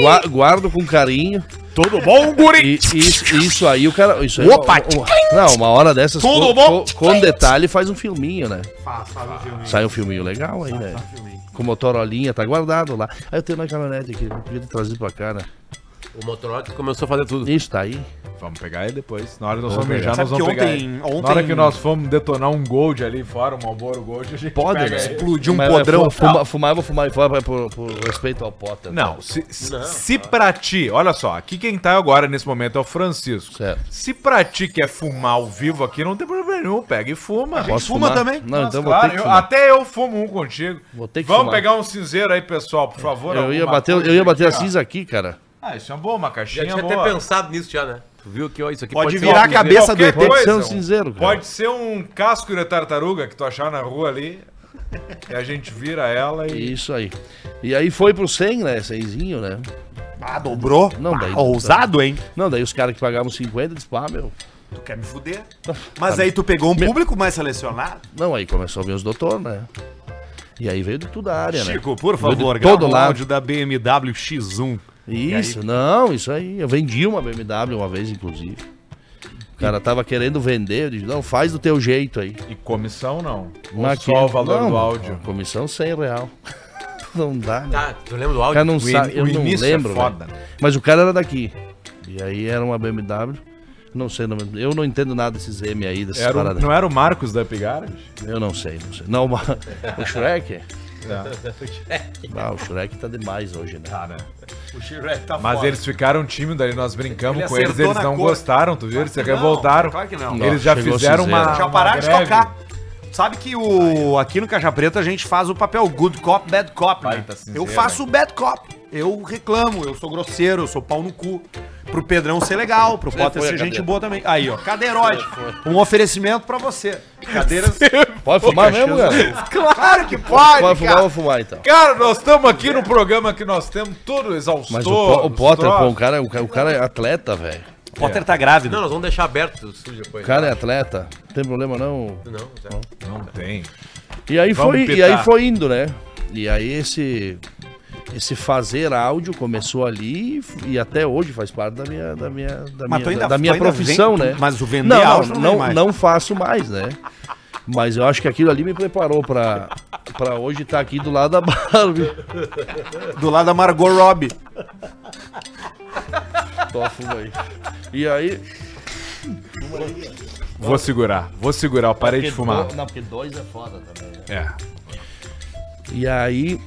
[SPEAKER 11] Gua- guardo com carinho.
[SPEAKER 1] Tudo bom, guri.
[SPEAKER 11] E isso, isso aí, o cara. Isso aí,
[SPEAKER 1] Opa!
[SPEAKER 11] o- o- não, uma hora dessas.
[SPEAKER 1] Tudo
[SPEAKER 11] com,
[SPEAKER 1] bom?
[SPEAKER 11] com- com detalhe, faz um filminho, né? Sai um filminho legal aí, né? Com motorolinha, tá guardado lá. Aí eu tenho na caminhonete aqui, eu podia ter trazido pra cá, né?
[SPEAKER 2] O Motorola que começou a fazer tudo.
[SPEAKER 11] Isso, tá aí.
[SPEAKER 3] Vamos pegar ele depois. Na hora que nós vamos mijar, nós
[SPEAKER 1] Sabe
[SPEAKER 3] vamos
[SPEAKER 1] que
[SPEAKER 3] pegar
[SPEAKER 1] ontem-
[SPEAKER 3] ele. Na
[SPEAKER 1] ontem-
[SPEAKER 3] hora que nós fomos detonar um Gold ali fora, um Malboro Gold, a gente
[SPEAKER 11] Pode,
[SPEAKER 3] pega
[SPEAKER 11] né?
[SPEAKER 3] ele.
[SPEAKER 1] Explodiu um
[SPEAKER 11] Mas,
[SPEAKER 1] podrão.
[SPEAKER 11] é, Fuma, fumar, eu vou fumar e fora por, por respeito ao Potter.
[SPEAKER 3] Não, se, se- se pra ti, olha só, aqui quem tá agora nesse momento é o Francisco.
[SPEAKER 11] Certo.
[SPEAKER 3] Se pra ti quer fumar ao vivo aqui, não tem problema nenhum, pega e fuma.
[SPEAKER 11] Posso
[SPEAKER 1] fuma
[SPEAKER 11] fumar?
[SPEAKER 1] também?
[SPEAKER 11] Não,
[SPEAKER 3] Mas,
[SPEAKER 11] então
[SPEAKER 3] claro,
[SPEAKER 11] vou ter que
[SPEAKER 3] eu-
[SPEAKER 11] fumar.
[SPEAKER 3] até eu fumo um contigo.
[SPEAKER 11] Vou ter que
[SPEAKER 3] Vamos
[SPEAKER 11] fumar.
[SPEAKER 3] pegar um cinzeiro aí, pessoal, por favor.
[SPEAKER 11] Eu ia
[SPEAKER 3] alguma
[SPEAKER 11] bater,
[SPEAKER 3] coisa
[SPEAKER 11] eu ia bater a
[SPEAKER 3] aqui, ó.
[SPEAKER 11] cinza aqui, cara.
[SPEAKER 3] Ah, isso é uma boa, uma
[SPEAKER 2] Já
[SPEAKER 3] caixinha
[SPEAKER 2] tinha
[SPEAKER 3] boa.
[SPEAKER 2] até pensado nisso já, né? Tu viu que ó, isso aqui
[SPEAKER 1] Pode
[SPEAKER 2] ser
[SPEAKER 1] virar
[SPEAKER 2] um
[SPEAKER 1] a
[SPEAKER 2] cinzeiro.
[SPEAKER 1] cabeça do
[SPEAKER 3] Qualquer
[SPEAKER 1] ET.
[SPEAKER 11] Pode
[SPEAKER 3] coisa,
[SPEAKER 11] ser um cinzeiro, cara.
[SPEAKER 3] Pode ser um casco de tartaruga que tu achar na rua ali. E a gente vira ela e.
[SPEAKER 11] Isso aí. E aí foi pro 100, né? 100zinho, né?
[SPEAKER 1] Ah, dobrou?
[SPEAKER 11] Não,
[SPEAKER 1] Ah,
[SPEAKER 11] daí-
[SPEAKER 1] Ousado, hein?
[SPEAKER 11] Não, daí os caras que pagavam 50 disse, pá, meu.
[SPEAKER 1] Tu quer me fuder?
[SPEAKER 11] Tá
[SPEAKER 1] Mas aí tu pegou um público mais selecionado.
[SPEAKER 11] Não, aí começou a vir os doutor, né? E aí veio de toda a área, né?
[SPEAKER 1] Chico, por
[SPEAKER 11] Veio de
[SPEAKER 1] favor,
[SPEAKER 11] todo
[SPEAKER 1] grava um
[SPEAKER 11] lado.
[SPEAKER 1] áudio da BMW X1.
[SPEAKER 11] Isso, não, isso aí. Eu vendi uma BMW uma vez, inclusive. O cara tava querendo vender, eu disse, não, faz do teu jeito aí.
[SPEAKER 3] E comissão não. Ou
[SPEAKER 11] Mas
[SPEAKER 3] só
[SPEAKER 11] que-
[SPEAKER 3] o valor
[SPEAKER 11] não,
[SPEAKER 3] do áudio.
[SPEAKER 11] Comissão 100 real. Não dá, né?
[SPEAKER 2] Tá, tu lembra do
[SPEAKER 11] O
[SPEAKER 2] áudio?
[SPEAKER 11] cara não
[SPEAKER 3] in-
[SPEAKER 11] sabe, eu
[SPEAKER 3] o
[SPEAKER 11] não
[SPEAKER 3] início é
[SPEAKER 11] lembro.
[SPEAKER 3] foda,
[SPEAKER 11] velho.
[SPEAKER 3] né?
[SPEAKER 11] Mas o cara era daqui. E aí era uma BMW. Não sei, o nome- eu não entendo nada desses M aí, dessas
[SPEAKER 3] Era um o-
[SPEAKER 11] paradas.
[SPEAKER 3] não era o Marcos da Epigarage?
[SPEAKER 11] Eu não sei, não sei. Não, mas- o
[SPEAKER 3] É.
[SPEAKER 11] Shrek? Ah, o Shrek tá demais hoje, né?
[SPEAKER 3] Tá, né?
[SPEAKER 2] é, tá
[SPEAKER 3] Mas eles ficaram tímidos ali, nós brincamos
[SPEAKER 1] Ele
[SPEAKER 3] com eles,
[SPEAKER 1] acertou
[SPEAKER 3] eles
[SPEAKER 1] na
[SPEAKER 3] não
[SPEAKER 1] cor.
[SPEAKER 3] gostaram, tu viu? Eles se
[SPEAKER 1] Claro que não,
[SPEAKER 3] revoltaram.
[SPEAKER 1] claro que não.
[SPEAKER 3] Eles
[SPEAKER 11] Nossa,
[SPEAKER 3] já
[SPEAKER 11] chegou
[SPEAKER 3] fizeram uma.
[SPEAKER 11] cinzeiro.
[SPEAKER 1] Já
[SPEAKER 3] Ah, uma
[SPEAKER 1] pararam de
[SPEAKER 3] greve.
[SPEAKER 1] tocar. Sabe que o aqui no Caixa Preta a gente faz o papel good cop, bad cop, né?
[SPEAKER 3] Baita cinzeiro,
[SPEAKER 1] Eu faço o bad cop. Eu reclamo, eu sou grosseiro, eu sou pau no cu. Pro Pedrão ser legal, pro Potter
[SPEAKER 11] foi a
[SPEAKER 1] ser gente
[SPEAKER 11] cadeira.
[SPEAKER 1] boa também. Aí, ó, cadeiroide. Um oferecimento pra você. Cadeiras.
[SPEAKER 11] Pode fumar mesmo, cara?
[SPEAKER 1] claro que
[SPEAKER 3] tá
[SPEAKER 1] pode,
[SPEAKER 11] Pode fumar,
[SPEAKER 1] cara.
[SPEAKER 11] vou fumar então.
[SPEAKER 3] Cara, nós estamos aqui no programa que nós temos todo exaustor.
[SPEAKER 11] Mas o, Po- o
[SPEAKER 3] os
[SPEAKER 11] Potter, pô,
[SPEAKER 3] troços.
[SPEAKER 11] o cara, o, ca- o cara é atleta, velho.
[SPEAKER 1] Potter tá grávido.
[SPEAKER 2] Não, nós vamos deixar aberto o estúdio depois.
[SPEAKER 11] O cara é atleta. Não tem problema não.
[SPEAKER 2] Não, Zé.
[SPEAKER 3] Não tem.
[SPEAKER 11] E aí,
[SPEAKER 3] Vamos
[SPEAKER 11] foi, e
[SPEAKER 3] pitar.
[SPEAKER 11] aí foi indo, né? E aí esse, esse fazer áudio começou ali e até hoje faz parte da minha, da minha, da minha,
[SPEAKER 1] tu ainda-
[SPEAKER 11] da minha
[SPEAKER 1] tu ainda
[SPEAKER 11] profissão,
[SPEAKER 1] vem-
[SPEAKER 11] né?
[SPEAKER 1] mas o vender
[SPEAKER 11] não,
[SPEAKER 1] áudio não
[SPEAKER 11] não,
[SPEAKER 1] vem
[SPEAKER 11] não,
[SPEAKER 1] mais.
[SPEAKER 11] não faço mais, né? Mas eu acho que aquilo ali me preparou pra, pra hoje estar aqui do lado da Barbie.
[SPEAKER 1] Do lado da Margot Robbie.
[SPEAKER 11] Tô, fuma aí. E aí...
[SPEAKER 3] Vou segurar, vou segurar, eu parei de
[SPEAKER 11] porque
[SPEAKER 3] fumar.
[SPEAKER 11] do- Não, porque dois é foda também, né?
[SPEAKER 3] É.
[SPEAKER 1] É.
[SPEAKER 11] E aí...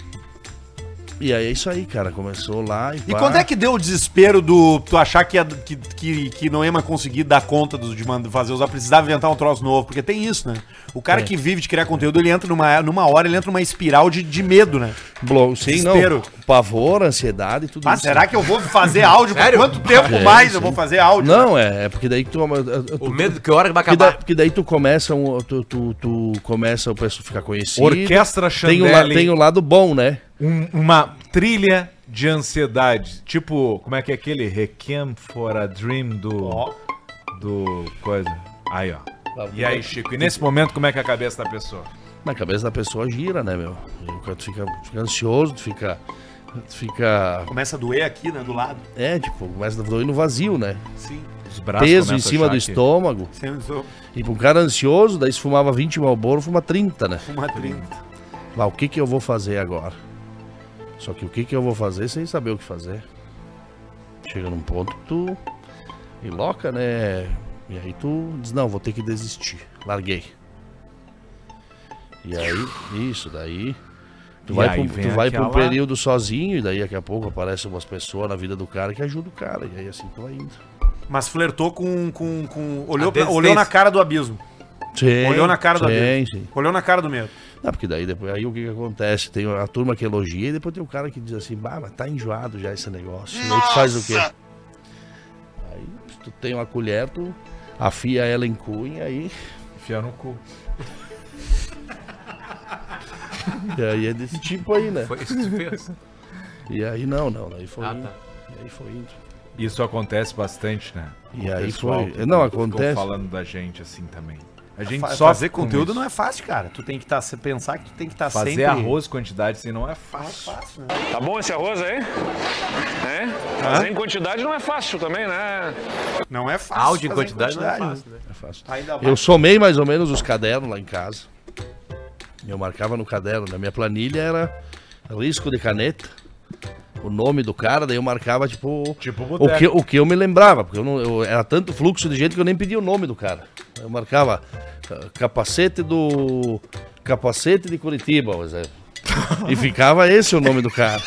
[SPEAKER 11] E aí é isso aí, cara. Começou lá e
[SPEAKER 1] E quando é que deu o desespero do tu achar que, ia- que, que, que não ia mais conseguir dar conta dos, de mand- fazer usar, precisava inventar um troço novo? Porque tem isso, né? O cara que vive de criar conteúdo, ele entra numa, numa hora, ele entra numa espiral de, de medo, né?
[SPEAKER 11] Blo... Sim,
[SPEAKER 1] Desespero.
[SPEAKER 11] não. Pavor, ansiedade e tudo
[SPEAKER 1] Ah,
[SPEAKER 11] isso.
[SPEAKER 1] será que eu vou fazer áudio? Por quanto tempo
[SPEAKER 11] É,
[SPEAKER 1] mais
[SPEAKER 11] sim.
[SPEAKER 1] eu vou fazer áudio?
[SPEAKER 11] Não, é, é porque daí que tu,
[SPEAKER 2] O medo de que hora que vai
[SPEAKER 11] porque, daí,
[SPEAKER 1] tá-
[SPEAKER 2] acabar.
[SPEAKER 11] porque daí tu começa um, tu, tu, tu começa o pessoal ficar conhecido.
[SPEAKER 3] Orquestra
[SPEAKER 11] tem o, la-
[SPEAKER 3] Chandelle,
[SPEAKER 11] tem o lado bom, né?
[SPEAKER 3] um- uma trilha de ansiedade. Tipo, como é que é aquele Requiem for a Dream do... Do... coisa. Aí, ó. E aí, Chico, e nesse momento como é que é a cabeça da pessoa?
[SPEAKER 11] Na cabeça da pessoa gira, né, meu? E Tu fica, tu fica ansioso, tu fica tu fica
[SPEAKER 1] Começa a doer aqui, né? Do lado.
[SPEAKER 11] é, tipo, começa a doer no vazio, né?
[SPEAKER 1] Sim.
[SPEAKER 3] braços
[SPEAKER 11] peso em
[SPEAKER 3] começam a
[SPEAKER 11] cima
[SPEAKER 3] achar
[SPEAKER 11] do
[SPEAKER 3] que-
[SPEAKER 11] estômago. E pra um cara ansioso, daí se fumava 20 Malboro, fuma 30, né?
[SPEAKER 1] Uma 30.
[SPEAKER 11] Lá, o que que eu vou fazer agora? Só que o que que eu vou fazer sem saber o que fazer? Chega num ponto que tu enloca, né? E aí tu diz, não, vou ter que desistir. Larguei. E aí, isso, daí... Tu
[SPEAKER 3] E
[SPEAKER 11] vai,
[SPEAKER 3] aí
[SPEAKER 11] pro, tu
[SPEAKER 3] vem
[SPEAKER 11] vai pro
[SPEAKER 3] aquela-
[SPEAKER 11] período sozinho e daí daqui a pouco aparecem umas pessoas na vida do cara que ajudam o cara. E aí assim tu vai indo.
[SPEAKER 1] Mas flertou com. com, com olhou,
[SPEAKER 2] A
[SPEAKER 1] pra-
[SPEAKER 2] desistência.
[SPEAKER 1] olhou na cara do abismo.
[SPEAKER 11] Sim,
[SPEAKER 1] Olhou na cara do
[SPEAKER 11] sim,
[SPEAKER 1] amigo.
[SPEAKER 11] sim.
[SPEAKER 1] Olhou na cara do medo.
[SPEAKER 11] Não, porque daí depois aí o que, que acontece? Tem a turma que elogia e depois tem o cara que diz assim, bah, mas tá enjoado já esse negócio. E aí tu faz o quê? Aí se tu tem uma colher, tu afia ela em cunha aí.
[SPEAKER 3] Enfiar no cu.
[SPEAKER 11] E aí é desse tipo aí, né?
[SPEAKER 2] Foi isso que tu fez.
[SPEAKER 11] E aí não, não, daí foi
[SPEAKER 2] Ah,
[SPEAKER 11] indo.
[SPEAKER 2] tá.
[SPEAKER 11] E aí foi indo.
[SPEAKER 3] Isso acontece bastante, né?
[SPEAKER 11] E
[SPEAKER 3] O
[SPEAKER 11] aí
[SPEAKER 3] pessoal
[SPEAKER 11] foi-
[SPEAKER 3] que
[SPEAKER 11] não,
[SPEAKER 3] ficou
[SPEAKER 11] acontece.
[SPEAKER 3] falando da gente assim também. A gente
[SPEAKER 1] Fa-
[SPEAKER 3] só
[SPEAKER 1] fazer conteúdo não é fácil, cara. Tu tem que tá, se pensar que tu tem que
[SPEAKER 11] é
[SPEAKER 1] estar
[SPEAKER 3] Fazer
[SPEAKER 1] sempre.
[SPEAKER 3] arroz quantidade assim não é fácil.
[SPEAKER 13] Tá bom esse arroz aí? É? Fazer em quantidade não é fácil também, né?
[SPEAKER 1] Não é fácil.
[SPEAKER 2] Áudio em
[SPEAKER 1] fazer Tá
[SPEAKER 2] quantidade não é fácil, né?
[SPEAKER 11] É fácil.
[SPEAKER 1] Ainda mais.
[SPEAKER 11] Eu somei mais ou menos os cadernos lá em casa. Eu marcava no caderno, na minha planilha era risco de caneta, o nome do cara, daí eu marcava tipo,
[SPEAKER 3] Tipo
[SPEAKER 11] o,
[SPEAKER 3] boteco.
[SPEAKER 11] que, o que eu me lembrava, porque eu não- eu- era tanto fluxo de gente que eu nem pedia o nome do cara. Eu marcava ah, capacete do. capacete de Curitiba, por exemplo. E ficava esse o nome do cara.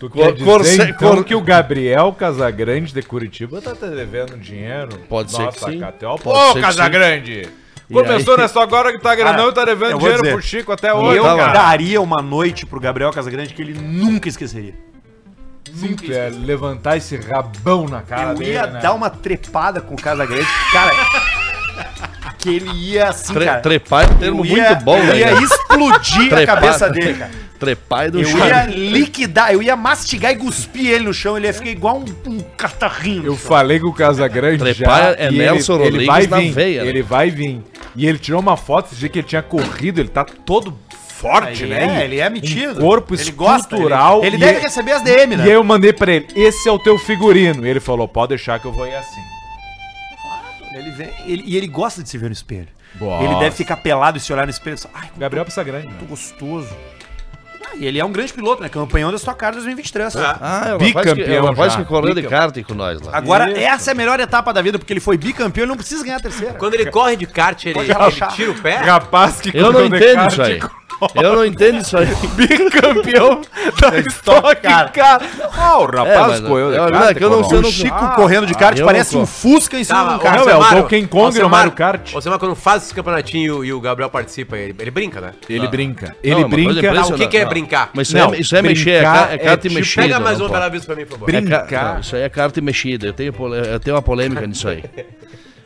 [SPEAKER 3] Tu
[SPEAKER 11] Cor-
[SPEAKER 3] quer dizer,
[SPEAKER 11] corse-
[SPEAKER 3] então,
[SPEAKER 11] cor-
[SPEAKER 3] que o Gabriel Casagrande de Curitiba tá te devendo dinheiro?
[SPEAKER 11] Pode ser que sim.
[SPEAKER 3] Catel. Pô,
[SPEAKER 11] Pode ser que
[SPEAKER 3] Casagrande!
[SPEAKER 11] E
[SPEAKER 3] Começou
[SPEAKER 11] aí-
[SPEAKER 3] nessa agora que tá grandão e tá devendo
[SPEAKER 1] eu vou
[SPEAKER 3] dinheiro
[SPEAKER 1] dizer,
[SPEAKER 3] pro Chico até
[SPEAKER 1] E
[SPEAKER 3] hoje,
[SPEAKER 1] eu
[SPEAKER 11] Tava-
[SPEAKER 1] daria uma noite pro Gabriel Casagrande que ele nunca esqueceria.
[SPEAKER 3] Nunca ia é levantar esse rabão na cara
[SPEAKER 1] eu
[SPEAKER 3] dele,
[SPEAKER 1] ia
[SPEAKER 3] né?
[SPEAKER 1] dar uma trepada com o Casagrande, cara. que ele ia assim,
[SPEAKER 11] Tre-
[SPEAKER 1] cara.
[SPEAKER 11] trepar é um termo
[SPEAKER 1] eu ia-
[SPEAKER 11] muito bom,
[SPEAKER 1] Eu
[SPEAKER 11] né?
[SPEAKER 1] ia explodir a
[SPEAKER 11] Trepar.
[SPEAKER 1] cabeça dele, cara.
[SPEAKER 11] Trepar é do
[SPEAKER 1] Eu
[SPEAKER 11] chão.
[SPEAKER 1] ia liquidar, eu ia mastigar e cuspir ele no chão, ele ia ficar igual um, um catarrinho.
[SPEAKER 3] Eu falei que o Casagrande já.
[SPEAKER 11] Trepar é
[SPEAKER 3] e
[SPEAKER 11] Nelson
[SPEAKER 3] ele, ele
[SPEAKER 11] Rodrigues
[SPEAKER 3] vai
[SPEAKER 11] na
[SPEAKER 3] vir,
[SPEAKER 11] veia, né?
[SPEAKER 3] Ele vai vir. E ele tirou uma foto esse dia que ele tinha corrido, ele tá todo forte,
[SPEAKER 1] Ele
[SPEAKER 3] né?
[SPEAKER 1] é, ele é metido.
[SPEAKER 3] corpo
[SPEAKER 1] ele gosta, ele-
[SPEAKER 3] escultural
[SPEAKER 1] Ele,
[SPEAKER 3] e
[SPEAKER 1] deve
[SPEAKER 3] é-
[SPEAKER 1] receber as DM,
[SPEAKER 3] E
[SPEAKER 1] né?
[SPEAKER 3] aí eu mandei pra ele, esse é o teu figurino. E ele falou, pode deixar que eu vou ir assim.
[SPEAKER 1] Ele vem, ele- e ele gosta de se ver no espelho.
[SPEAKER 3] Gosta.
[SPEAKER 1] Ele deve ficar pelado e se olhar no espelho. e só, Ai, como
[SPEAKER 3] Gabriel Pisa Grande.
[SPEAKER 1] tô gostoso. Ah, e ele é um grande piloto, né? Campeão da sua cara 2023.
[SPEAKER 11] Ah, é o rapaz que, é
[SPEAKER 3] Bicampeão
[SPEAKER 11] o rapaz
[SPEAKER 3] já.
[SPEAKER 11] que correu de
[SPEAKER 3] Bicam-
[SPEAKER 11] kart com nós lá.
[SPEAKER 1] Agora, essa é a melhor etapa da vida, porque ele foi bicampeão, ele não precisa ganhar a terceira.
[SPEAKER 2] Quando ele corre de kart, ele,
[SPEAKER 1] relaxar.
[SPEAKER 2] ele tira o pé?
[SPEAKER 3] Rapaz que
[SPEAKER 11] Eu não
[SPEAKER 3] correu de
[SPEAKER 11] entendo
[SPEAKER 3] kart
[SPEAKER 11] isso aí.
[SPEAKER 3] com
[SPEAKER 11] Eu não entendo isso aí.
[SPEAKER 3] Bicampeão da história, cara. Ah, o
[SPEAKER 11] É,
[SPEAKER 3] rapaz
[SPEAKER 11] mas,
[SPEAKER 3] correu de
[SPEAKER 11] é,
[SPEAKER 3] kart.
[SPEAKER 11] que eu não sei, eu não sei.
[SPEAKER 1] Chico correndo de kart
[SPEAKER 11] eu
[SPEAKER 1] parece
[SPEAKER 11] não
[SPEAKER 1] um
[SPEAKER 11] tô.
[SPEAKER 1] Fusca em cima de um
[SPEAKER 2] Cara,
[SPEAKER 1] carro.
[SPEAKER 3] Não, é o
[SPEAKER 2] Alcemar-
[SPEAKER 3] Donkey Kong no
[SPEAKER 2] Alcemar-
[SPEAKER 3] Mario Kart.
[SPEAKER 2] Alcemar, quando faz esse campeonatinho e o- e o Gabriel participa, ele, ele brinca, né?
[SPEAKER 3] Ele brinca. Ele
[SPEAKER 11] Não, mas coisa
[SPEAKER 3] brinca.
[SPEAKER 11] impressionante.
[SPEAKER 2] o que, que é
[SPEAKER 11] Não.
[SPEAKER 2] brincar?
[SPEAKER 11] Mas isso,
[SPEAKER 3] Não,
[SPEAKER 11] é, isso é mexer, é,
[SPEAKER 3] brincar
[SPEAKER 11] ca- é carta
[SPEAKER 3] é tipo-
[SPEAKER 11] e mexida.
[SPEAKER 2] Pega mais um,
[SPEAKER 11] não
[SPEAKER 2] uma
[SPEAKER 11] pode.
[SPEAKER 2] pela vista pra mim, por favor.
[SPEAKER 11] É ca-
[SPEAKER 3] Brincar.
[SPEAKER 11] não, isso aí é carta e mexida. Eu tenho, pole- eu tenho uma polêmica nisso aí.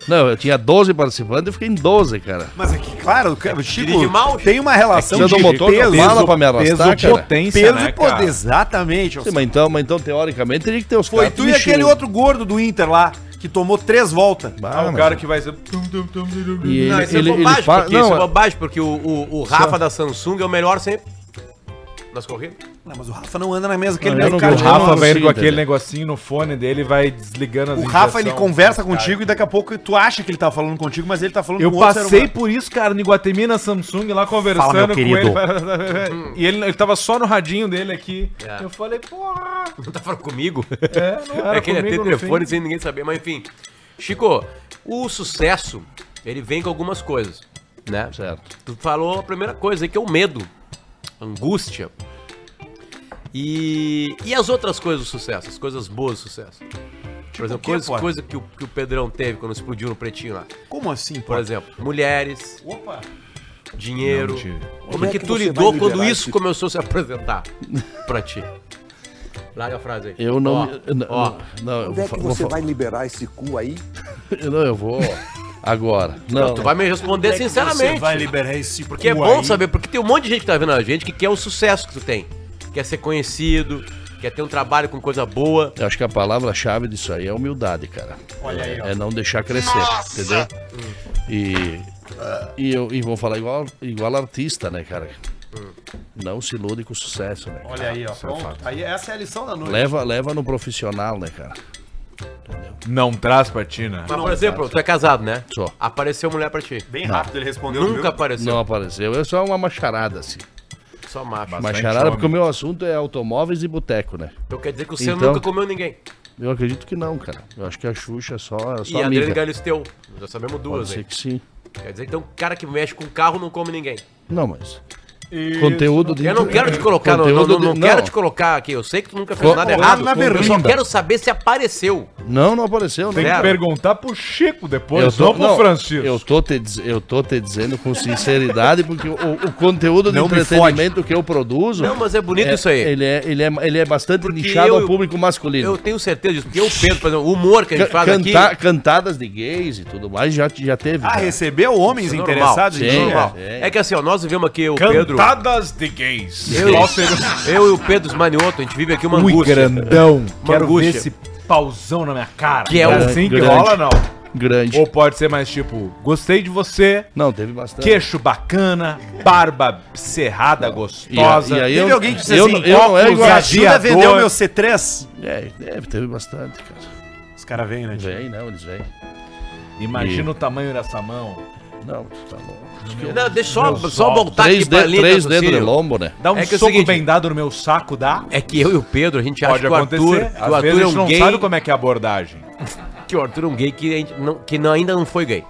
[SPEAKER 11] Não, eu tinha 12 participantes, eu fiquei em 12, cara.
[SPEAKER 1] Mas é que, claro, o cara- o
[SPEAKER 2] dirige
[SPEAKER 1] Chico
[SPEAKER 2] mal,
[SPEAKER 1] tem uma relação
[SPEAKER 11] Precisa do motor que
[SPEAKER 1] peso,
[SPEAKER 11] fala pra me arrastar,
[SPEAKER 3] Peso,
[SPEAKER 11] cara.
[SPEAKER 3] potência,
[SPEAKER 1] peso
[SPEAKER 3] né,
[SPEAKER 1] e poder.
[SPEAKER 3] cara?
[SPEAKER 1] Exatamente. Tá
[SPEAKER 11] Sim, mas então, mas então, teoricamente, teria que ter os
[SPEAKER 1] Foi
[SPEAKER 11] carta
[SPEAKER 1] tu e
[SPEAKER 11] mexidas.
[SPEAKER 1] aquele outro gordo do Inter lá, que tomou três voltas.
[SPEAKER 11] Bah,
[SPEAKER 3] Ah, o
[SPEAKER 11] mas-
[SPEAKER 3] cara que vai ser...
[SPEAKER 11] e ele,
[SPEAKER 2] Não, isso
[SPEAKER 11] ele,
[SPEAKER 2] é
[SPEAKER 11] ele
[SPEAKER 2] bobagem,
[SPEAKER 11] fa-
[SPEAKER 2] porque isso é
[SPEAKER 11] não,
[SPEAKER 2] bobagem, porque o, o, o Rafa da Samsung é o melhor sempre. Nas corridas.
[SPEAKER 1] Não, mas o Rafa não anda na mesa que ele
[SPEAKER 11] Não, eu
[SPEAKER 1] mesmo,
[SPEAKER 11] não
[SPEAKER 1] cara.
[SPEAKER 3] O
[SPEAKER 11] gosto.
[SPEAKER 1] O Rafa,
[SPEAKER 3] Rafa vai indo com
[SPEAKER 11] consigo
[SPEAKER 3] aquele
[SPEAKER 11] entender.
[SPEAKER 3] negocinho no fone dele e vai desligando as
[SPEAKER 1] o Rafa, ele
[SPEAKER 3] injeção.
[SPEAKER 1] conversa contigo e daqui a pouco tu acha que ele tá falando contigo, mas ele tá falando
[SPEAKER 3] Eu
[SPEAKER 1] com outro ser
[SPEAKER 3] passei
[SPEAKER 1] humano.
[SPEAKER 3] por isso, cara, no Iguatemi, na Samsung, lá conversando
[SPEAKER 1] Fala, meu
[SPEAKER 3] com
[SPEAKER 1] querido.
[SPEAKER 3] ele. e ele, ele tava só no radinho dele aqui. Eu falei, porra.
[SPEAKER 2] Não tá falando comigo?
[SPEAKER 3] É, não era
[SPEAKER 2] É que ele ia ter
[SPEAKER 3] comigo no
[SPEAKER 2] telefone
[SPEAKER 3] fim.
[SPEAKER 2] sem ninguém saber, mas enfim. Chico, o sucesso, ele vem com algumas coisas, né?
[SPEAKER 11] Certo.
[SPEAKER 2] Tu falou a primeira coisa aí, que é o medo, angústia. E, e as outras coisas do sucesso, as coisas boas do sucesso. Por exemplo,
[SPEAKER 1] quê,
[SPEAKER 2] coisas
[SPEAKER 1] pô?
[SPEAKER 2] coisa que, o, que o Pedrão teve quando explodiu no pretinho lá.
[SPEAKER 1] Como assim, pô?
[SPEAKER 2] Por exemplo, mulheres,
[SPEAKER 1] Opa.
[SPEAKER 2] dinheiro.
[SPEAKER 3] Não tive.
[SPEAKER 2] Como é que, tu lidou quando isso começou a se apresentar pra ti? Larga a frase aí.
[SPEAKER 11] Eu não.
[SPEAKER 2] Ó,
[SPEAKER 11] eu não-
[SPEAKER 2] ó.
[SPEAKER 11] não, eu vou,
[SPEAKER 14] é
[SPEAKER 11] fa- vou fa-
[SPEAKER 14] liberar esse cu aí?
[SPEAKER 11] Não, eu vou. Agora. Não,
[SPEAKER 2] Tu vai me responder sinceramente.
[SPEAKER 1] Você vai liberar esse
[SPEAKER 2] Porque é
[SPEAKER 1] cu
[SPEAKER 2] bom
[SPEAKER 1] aí?
[SPEAKER 2] saber, porque tem um monte de gente que tá vendo a gente que quer o sucesso que tu tem. Quer ser conhecido, quer ter um trabalho com coisa boa.
[SPEAKER 11] Eu acho que a palavra-chave disso aí é humildade, cara. Olha é, é não deixar crescer, entendeu?
[SPEAKER 2] Hum.
[SPEAKER 11] E, e, eu, e vou falar igual, igual artista, né, cara?
[SPEAKER 2] Hum.
[SPEAKER 11] Não se ilude com o sucesso, né? cara?
[SPEAKER 1] Olha aí, ó. Pronto. Aí, essa é a é lição da noite.
[SPEAKER 11] Leva, leva no profissional, né, cara? Entendeu?
[SPEAKER 3] Não traz pra ti, né?
[SPEAKER 2] Mas, por exemplo, tu é casado, né?
[SPEAKER 11] Sou.
[SPEAKER 2] Apareceu mulher pra ti.
[SPEAKER 1] Bem
[SPEAKER 11] Não.
[SPEAKER 1] rápido ele respondeu.
[SPEAKER 2] Nunca
[SPEAKER 1] viu?
[SPEAKER 2] apareceu.
[SPEAKER 11] Não apareceu. É só uma macharada, assim.
[SPEAKER 2] Só macho.
[SPEAKER 11] Uma macharada,
[SPEAKER 3] homem.
[SPEAKER 11] porque o meu assunto é automóveis e boteco, né?
[SPEAKER 2] Então quer dizer que o Senna
[SPEAKER 11] Então-
[SPEAKER 2] nunca comeu ninguém.
[SPEAKER 11] Eu acredito que não, cara. Eu acho que a Xuxa é só, é
[SPEAKER 2] E a
[SPEAKER 11] só
[SPEAKER 2] Adriane
[SPEAKER 11] amiga.
[SPEAKER 2] Galisteu. Já sabemos
[SPEAKER 11] Pode
[SPEAKER 2] duas,
[SPEAKER 11] ser
[SPEAKER 2] hein?
[SPEAKER 11] que sim.
[SPEAKER 2] Quer dizer, então, cara que mexe com carro não come ninguém.
[SPEAKER 11] Não, mas... Conteúdo de...
[SPEAKER 2] Eu não quero te colocar, não, não,
[SPEAKER 11] Conteúdo
[SPEAKER 2] não,
[SPEAKER 11] de-
[SPEAKER 2] não quero te colocar aqui. Eu sei que tu nunca fez
[SPEAKER 11] Co-
[SPEAKER 2] nada
[SPEAKER 11] lá
[SPEAKER 2] errado.
[SPEAKER 11] na
[SPEAKER 2] eu só
[SPEAKER 11] berlinda.
[SPEAKER 2] quero saber se apareceu.
[SPEAKER 11] Não, não apareceu, né?
[SPEAKER 3] Tem que
[SPEAKER 2] Zero.
[SPEAKER 3] perguntar pro Chico depois,
[SPEAKER 11] Eu tô,
[SPEAKER 3] não pro
[SPEAKER 11] não,
[SPEAKER 3] Francisco.
[SPEAKER 11] eu, tô te, diz- eu tô te dizendo com sinceridade, porque o, o conteúdo de
[SPEAKER 1] Não me
[SPEAKER 11] entretenimento que eu produzo.
[SPEAKER 2] Não, mas é bonito
[SPEAKER 11] é-
[SPEAKER 2] isso aí.
[SPEAKER 11] Ele é, ele é, ele é bastante
[SPEAKER 2] Porque
[SPEAKER 11] nichado
[SPEAKER 2] eu-
[SPEAKER 11] ao público masculino.
[SPEAKER 2] Eu tenho certeza disso. Porque eu penso, por exemplo, o humor que a gente
[SPEAKER 11] Ca-
[SPEAKER 2] faz
[SPEAKER 11] canta-
[SPEAKER 2] aqui.
[SPEAKER 11] Cantadas de gays e tudo mais já, já teve. né?
[SPEAKER 1] Ah,
[SPEAKER 11] já.
[SPEAKER 1] recebeu homens
[SPEAKER 2] Isso é normal.
[SPEAKER 1] interessados
[SPEAKER 11] Sim,
[SPEAKER 1] em
[SPEAKER 2] Normal.
[SPEAKER 11] é.
[SPEAKER 2] É que assim, ó, nós vivemos aqui, o Pedro.
[SPEAKER 3] Cantadas de gays.
[SPEAKER 2] Eu, eu e o Pedro Smanioto, a gente vive aqui uma
[SPEAKER 3] Ui,
[SPEAKER 2] angústia.
[SPEAKER 3] grandão. Quero
[SPEAKER 2] angústia.
[SPEAKER 3] ver esse pauzão na minha cara.
[SPEAKER 2] Que é o-
[SPEAKER 3] assim que
[SPEAKER 11] grande.
[SPEAKER 3] rola, não.
[SPEAKER 11] Grande.
[SPEAKER 3] Ou pode ser mais tipo, gostei de você,
[SPEAKER 11] Não, teve bastante.
[SPEAKER 3] queixo bacana, barba cerrada
[SPEAKER 11] E, a-
[SPEAKER 3] gostosa.
[SPEAKER 11] e aí
[SPEAKER 1] Teve
[SPEAKER 11] eu,
[SPEAKER 1] alguém que disse
[SPEAKER 11] eu,
[SPEAKER 1] assim,
[SPEAKER 11] não- eu não é
[SPEAKER 3] óculos
[SPEAKER 11] igual.
[SPEAKER 3] azul.
[SPEAKER 1] Ajuda a vender o
[SPEAKER 3] Aviador.
[SPEAKER 1] meu C3.
[SPEAKER 11] É, deve, teve bastante, cara.
[SPEAKER 1] Os caras vêm, né?
[SPEAKER 11] Vem, não, eles vêm.
[SPEAKER 3] Imagina o tamanho dessa mão.
[SPEAKER 11] Não, tu tá louco.
[SPEAKER 2] Não, deixa só, só
[SPEAKER 3] olhos.
[SPEAKER 2] voltar
[SPEAKER 11] Três,
[SPEAKER 2] Tá aqui pra
[SPEAKER 11] de,
[SPEAKER 2] linha
[SPEAKER 11] três
[SPEAKER 2] de
[SPEAKER 11] dedos de
[SPEAKER 2] raciocínio.
[SPEAKER 11] lombo, né?
[SPEAKER 3] Dá um
[SPEAKER 2] É que é o
[SPEAKER 3] soco
[SPEAKER 2] seguinte-
[SPEAKER 3] bem dado no meu saco, dá?
[SPEAKER 2] É que eu e o Pedro, a gente acha
[SPEAKER 3] Pode
[SPEAKER 2] que o Arthur,
[SPEAKER 3] acontecer.
[SPEAKER 2] que
[SPEAKER 3] Às
[SPEAKER 2] o Arthur
[SPEAKER 3] vezes
[SPEAKER 2] é
[SPEAKER 3] a gente
[SPEAKER 2] um
[SPEAKER 3] não
[SPEAKER 2] gay,
[SPEAKER 3] sabe como é que é a abordagem.
[SPEAKER 2] que o Arthur é um gay que, a gente não, que não- ainda não foi gay.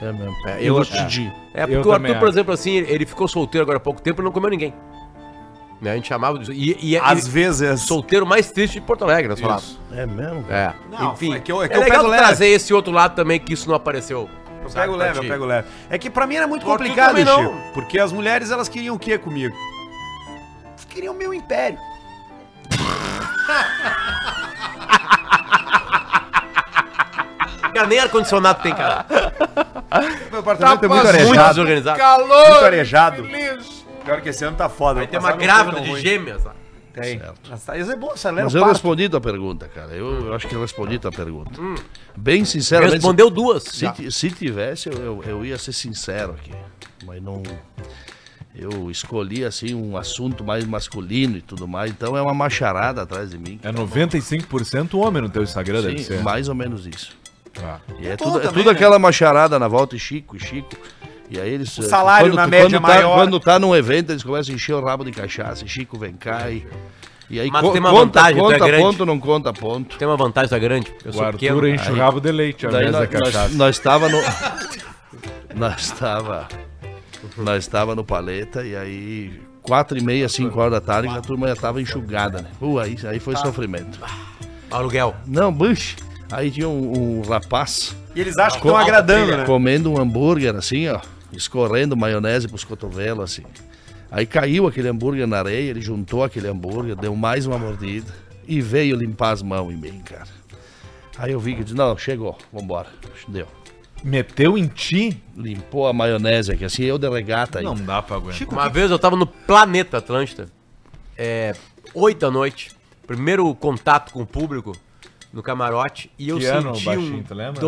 [SPEAKER 11] É mesmo.
[SPEAKER 2] É,
[SPEAKER 11] eu
[SPEAKER 2] eu-
[SPEAKER 11] decidi.
[SPEAKER 2] É porque
[SPEAKER 3] Eu
[SPEAKER 2] o Arthur,
[SPEAKER 3] também
[SPEAKER 2] por
[SPEAKER 3] acho.
[SPEAKER 2] exemplo, assim, ele ficou solteiro agora há pouco tempo e não comeu ninguém. Né? A gente chamava disso. E, e, é,
[SPEAKER 1] Às
[SPEAKER 2] e-
[SPEAKER 1] vezes.
[SPEAKER 2] solteiro mais triste de Porto Alegre, nós falávamos.
[SPEAKER 11] É mesmo, cara.
[SPEAKER 2] É.
[SPEAKER 1] Não,
[SPEAKER 2] Enfim,
[SPEAKER 1] é que eu- é que
[SPEAKER 2] é
[SPEAKER 1] eu
[SPEAKER 2] legal
[SPEAKER 1] pego
[SPEAKER 2] tu
[SPEAKER 1] leve.
[SPEAKER 2] trazer esse outro lado também que isso não apareceu.
[SPEAKER 1] Eu
[SPEAKER 2] Sabe,
[SPEAKER 1] pego
[SPEAKER 2] pra
[SPEAKER 1] leve, eu
[SPEAKER 2] ti.
[SPEAKER 1] pego leve. É que pra mim era muito
[SPEAKER 2] Arthur
[SPEAKER 1] complicado,
[SPEAKER 2] também não.
[SPEAKER 1] Chico. Porque as mulheres, elas queriam o quê comigo? Elas Queriam meu império.
[SPEAKER 2] Cara, nem ar-condicionado tem, cara.
[SPEAKER 1] Meu apartamento é muito
[SPEAKER 2] Muito
[SPEAKER 1] Ah, arejado.
[SPEAKER 2] desorganizado.
[SPEAKER 1] Muito arejado. Pior que esse ano tá foda.
[SPEAKER 2] Vai
[SPEAKER 1] ano
[SPEAKER 2] ter uma
[SPEAKER 1] passado não
[SPEAKER 2] grávida
[SPEAKER 1] foi tão
[SPEAKER 2] de
[SPEAKER 1] ruim.
[SPEAKER 2] gêmeas lá.
[SPEAKER 1] Tem.
[SPEAKER 11] Certo.
[SPEAKER 1] Mas tá- Isso é bom, acelera
[SPEAKER 11] Mas
[SPEAKER 1] o
[SPEAKER 11] eu
[SPEAKER 1] parto.
[SPEAKER 11] respondi tua pergunta, cara. Eu, eu acho que eu respondi tua pergunta. Bem
[SPEAKER 2] Ela
[SPEAKER 11] sinceramente.
[SPEAKER 2] Hum. Respondeu duas.
[SPEAKER 11] Se,
[SPEAKER 2] já.
[SPEAKER 11] ti- se tivesse, eu, eu, eu ia ser sincero aqui. Mas não. Eu escolhi assim um assunto mais masculino e tudo mais, então é uma macharada atrás de mim.
[SPEAKER 3] É 95% homem no teu Instagram, deve
[SPEAKER 11] Sim,
[SPEAKER 3] ser. né?
[SPEAKER 11] mais ou menos isso.
[SPEAKER 3] Tá.
[SPEAKER 11] E é
[SPEAKER 1] Tudo
[SPEAKER 11] tudo, é
[SPEAKER 1] também,
[SPEAKER 11] tudo
[SPEAKER 1] né?
[SPEAKER 11] aquela macharada na volta, e Chico, e Chico. E aí eles. O
[SPEAKER 1] salário na média é
[SPEAKER 11] tá,
[SPEAKER 1] maior.
[SPEAKER 11] Quando tá num evento, eles começam a encher o rabo de cachaça. e Chico, vem cá. E, e aí
[SPEAKER 2] Mas
[SPEAKER 11] co-
[SPEAKER 2] tem uma
[SPEAKER 11] conta,
[SPEAKER 2] vantagem, tu é
[SPEAKER 11] conta
[SPEAKER 2] grande.
[SPEAKER 11] ponto, não conta ponto.
[SPEAKER 2] Tem uma vantagem da grande. Eu
[SPEAKER 3] O
[SPEAKER 2] sou
[SPEAKER 3] Arthur
[SPEAKER 2] pequeno.
[SPEAKER 3] enche o rabo de leite ao
[SPEAKER 11] Daí
[SPEAKER 3] invés da
[SPEAKER 11] nós,
[SPEAKER 3] cachaça.
[SPEAKER 11] nós, nós tava no. nós estava. Nós estava no paleta e aí. Quatro e meia, cinco horas da tarde, a turma já tava enxugada, né? Pô, aí, aí
[SPEAKER 1] Tá.
[SPEAKER 11] foi sofrimento.
[SPEAKER 2] Ah, Aluguel.
[SPEAKER 11] Não, bush. Aí tinha um, um rapaz
[SPEAKER 1] E eles acham que estão agradando, né?
[SPEAKER 11] comendo um hambúrguer assim, ó, escorrendo maionese pros cotovelos, assim. Aí caiu aquele hambúrguer na areia, ele juntou aquele hambúrguer, deu mais uma mordida e veio limpar as mãos em mim, cara. Aí eu vi que eu disse, não, chegou, vambora. Deu.
[SPEAKER 3] Meteu em ti?
[SPEAKER 11] Limpou a maionese aqui, assim, eu de regata aí.
[SPEAKER 3] Não dá pra aguentar.
[SPEAKER 2] Uma vez eu tava no Planeta Atlântida, é, 8 da noite, primeiro contato com o público no camarote, e eu
[SPEAKER 3] Que ano,
[SPEAKER 2] senti
[SPEAKER 3] baixinho,
[SPEAKER 2] um
[SPEAKER 3] tu lembra?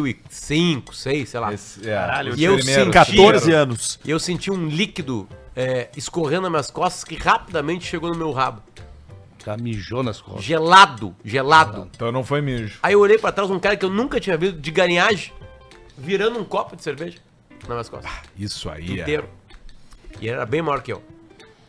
[SPEAKER 2] 2005, 6, sei lá.
[SPEAKER 3] Esse- é, Caralho,
[SPEAKER 2] e eu senti-
[SPEAKER 1] 14 anos.
[SPEAKER 2] E eu senti um líquido é, escorrendo nas minhas costas que rapidamente chegou no meu rabo.
[SPEAKER 11] Camijou Tá nas costas.
[SPEAKER 2] Gelado, gelado.
[SPEAKER 3] Então não foi mijo.
[SPEAKER 2] Aí eu olhei pra trás um cara que eu nunca tinha visto de garinhagem, virando um copo de cerveja nas minhas costas.
[SPEAKER 1] Ah,
[SPEAKER 3] Isso aí é.
[SPEAKER 2] inteiro. E ele era bem maior que eu.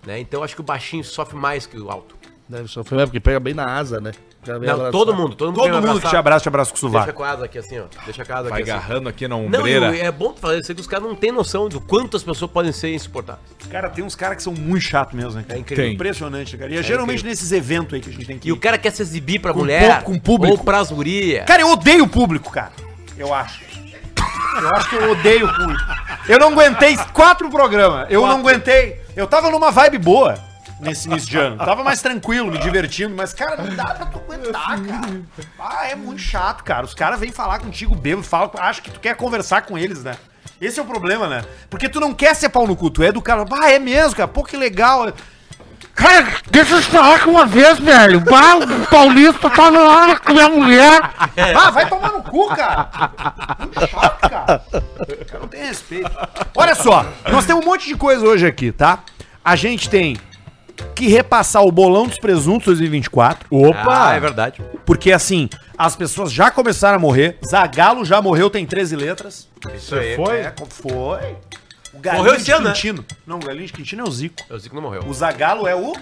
[SPEAKER 2] Né? Então eu acho que o baixinho sofre mais que o alto.
[SPEAKER 11] Deve sofrer, é porque pega bem na asa, né? O cara vem
[SPEAKER 2] Não,
[SPEAKER 11] abraçar.
[SPEAKER 2] todo mundo, todo mundo.
[SPEAKER 1] Todo
[SPEAKER 2] quer me
[SPEAKER 1] mundo que
[SPEAKER 2] abraçar.
[SPEAKER 1] te abraça, te abraça com o
[SPEAKER 2] Deixa
[SPEAKER 1] sovaco.
[SPEAKER 2] com a asa aqui assim, ó. Deixa com a asa
[SPEAKER 3] Vai
[SPEAKER 2] aqui assim.
[SPEAKER 3] agarrando aqui na
[SPEAKER 2] Não, e
[SPEAKER 3] ombreira.
[SPEAKER 2] o- é bom tu fazer isso aí que os caras não têm noção do quanto as pessoas podem ser insuportáveis.
[SPEAKER 1] Cara, tem uns caras que são muito chato mesmo, né?
[SPEAKER 2] É
[SPEAKER 1] cara?
[SPEAKER 2] incrível.
[SPEAKER 3] Tem.
[SPEAKER 1] Impressionante, cara. E é geralmente
[SPEAKER 2] incrível.
[SPEAKER 1] nesses eventos aí que a gente tem que
[SPEAKER 2] E
[SPEAKER 1] ir.
[SPEAKER 2] o cara quer se exibir pra mulher.
[SPEAKER 1] pouco- com público.
[SPEAKER 2] Ou pras gurias.
[SPEAKER 1] Cara, eu odeio o público, cara. Eu acho. Eu acho que eu odeio o público. Eu não aguentei quatro programas. Eu não aguentei. Eu tava numa vibe boa nesse início de ano. Tava mais tranquilo, me divertindo, mas, cara, não dá pra tu aguentar, cara. Ah, é muito chato, cara. Os caras vêm falar contigo bêbado, falam, acho que tu quer conversar com eles, né? Esse é o problema, né? Porque tu não quer ser pau no cu, tu é do cara. Ah, é mesmo, cara. Pô, que legal.
[SPEAKER 15] Cara, deixa eu te falar que uma vez, velho. Bah, o Paulista tava lá com minha mulher.
[SPEAKER 1] Ah, vai tomar no cu, cara! Muito chato, cara. O cara não tem respeito. Olha só, nós temos um monte de coisa hoje aqui, tá? A gente tem que repassar o bolão dos presuntos 2024.
[SPEAKER 2] Opa! Ah, é verdade.
[SPEAKER 1] Porque assim, as pessoas já começaram a morrer. Zagalo já morreu, tem 13 letras.
[SPEAKER 2] Isso aí.
[SPEAKER 1] Foi? foi. O
[SPEAKER 2] Morreu esse ano, né?
[SPEAKER 1] Quintino. Não, o Galinho de Quintino é o Zico.
[SPEAKER 2] O Zico não morreu.
[SPEAKER 1] O Zagalo é o.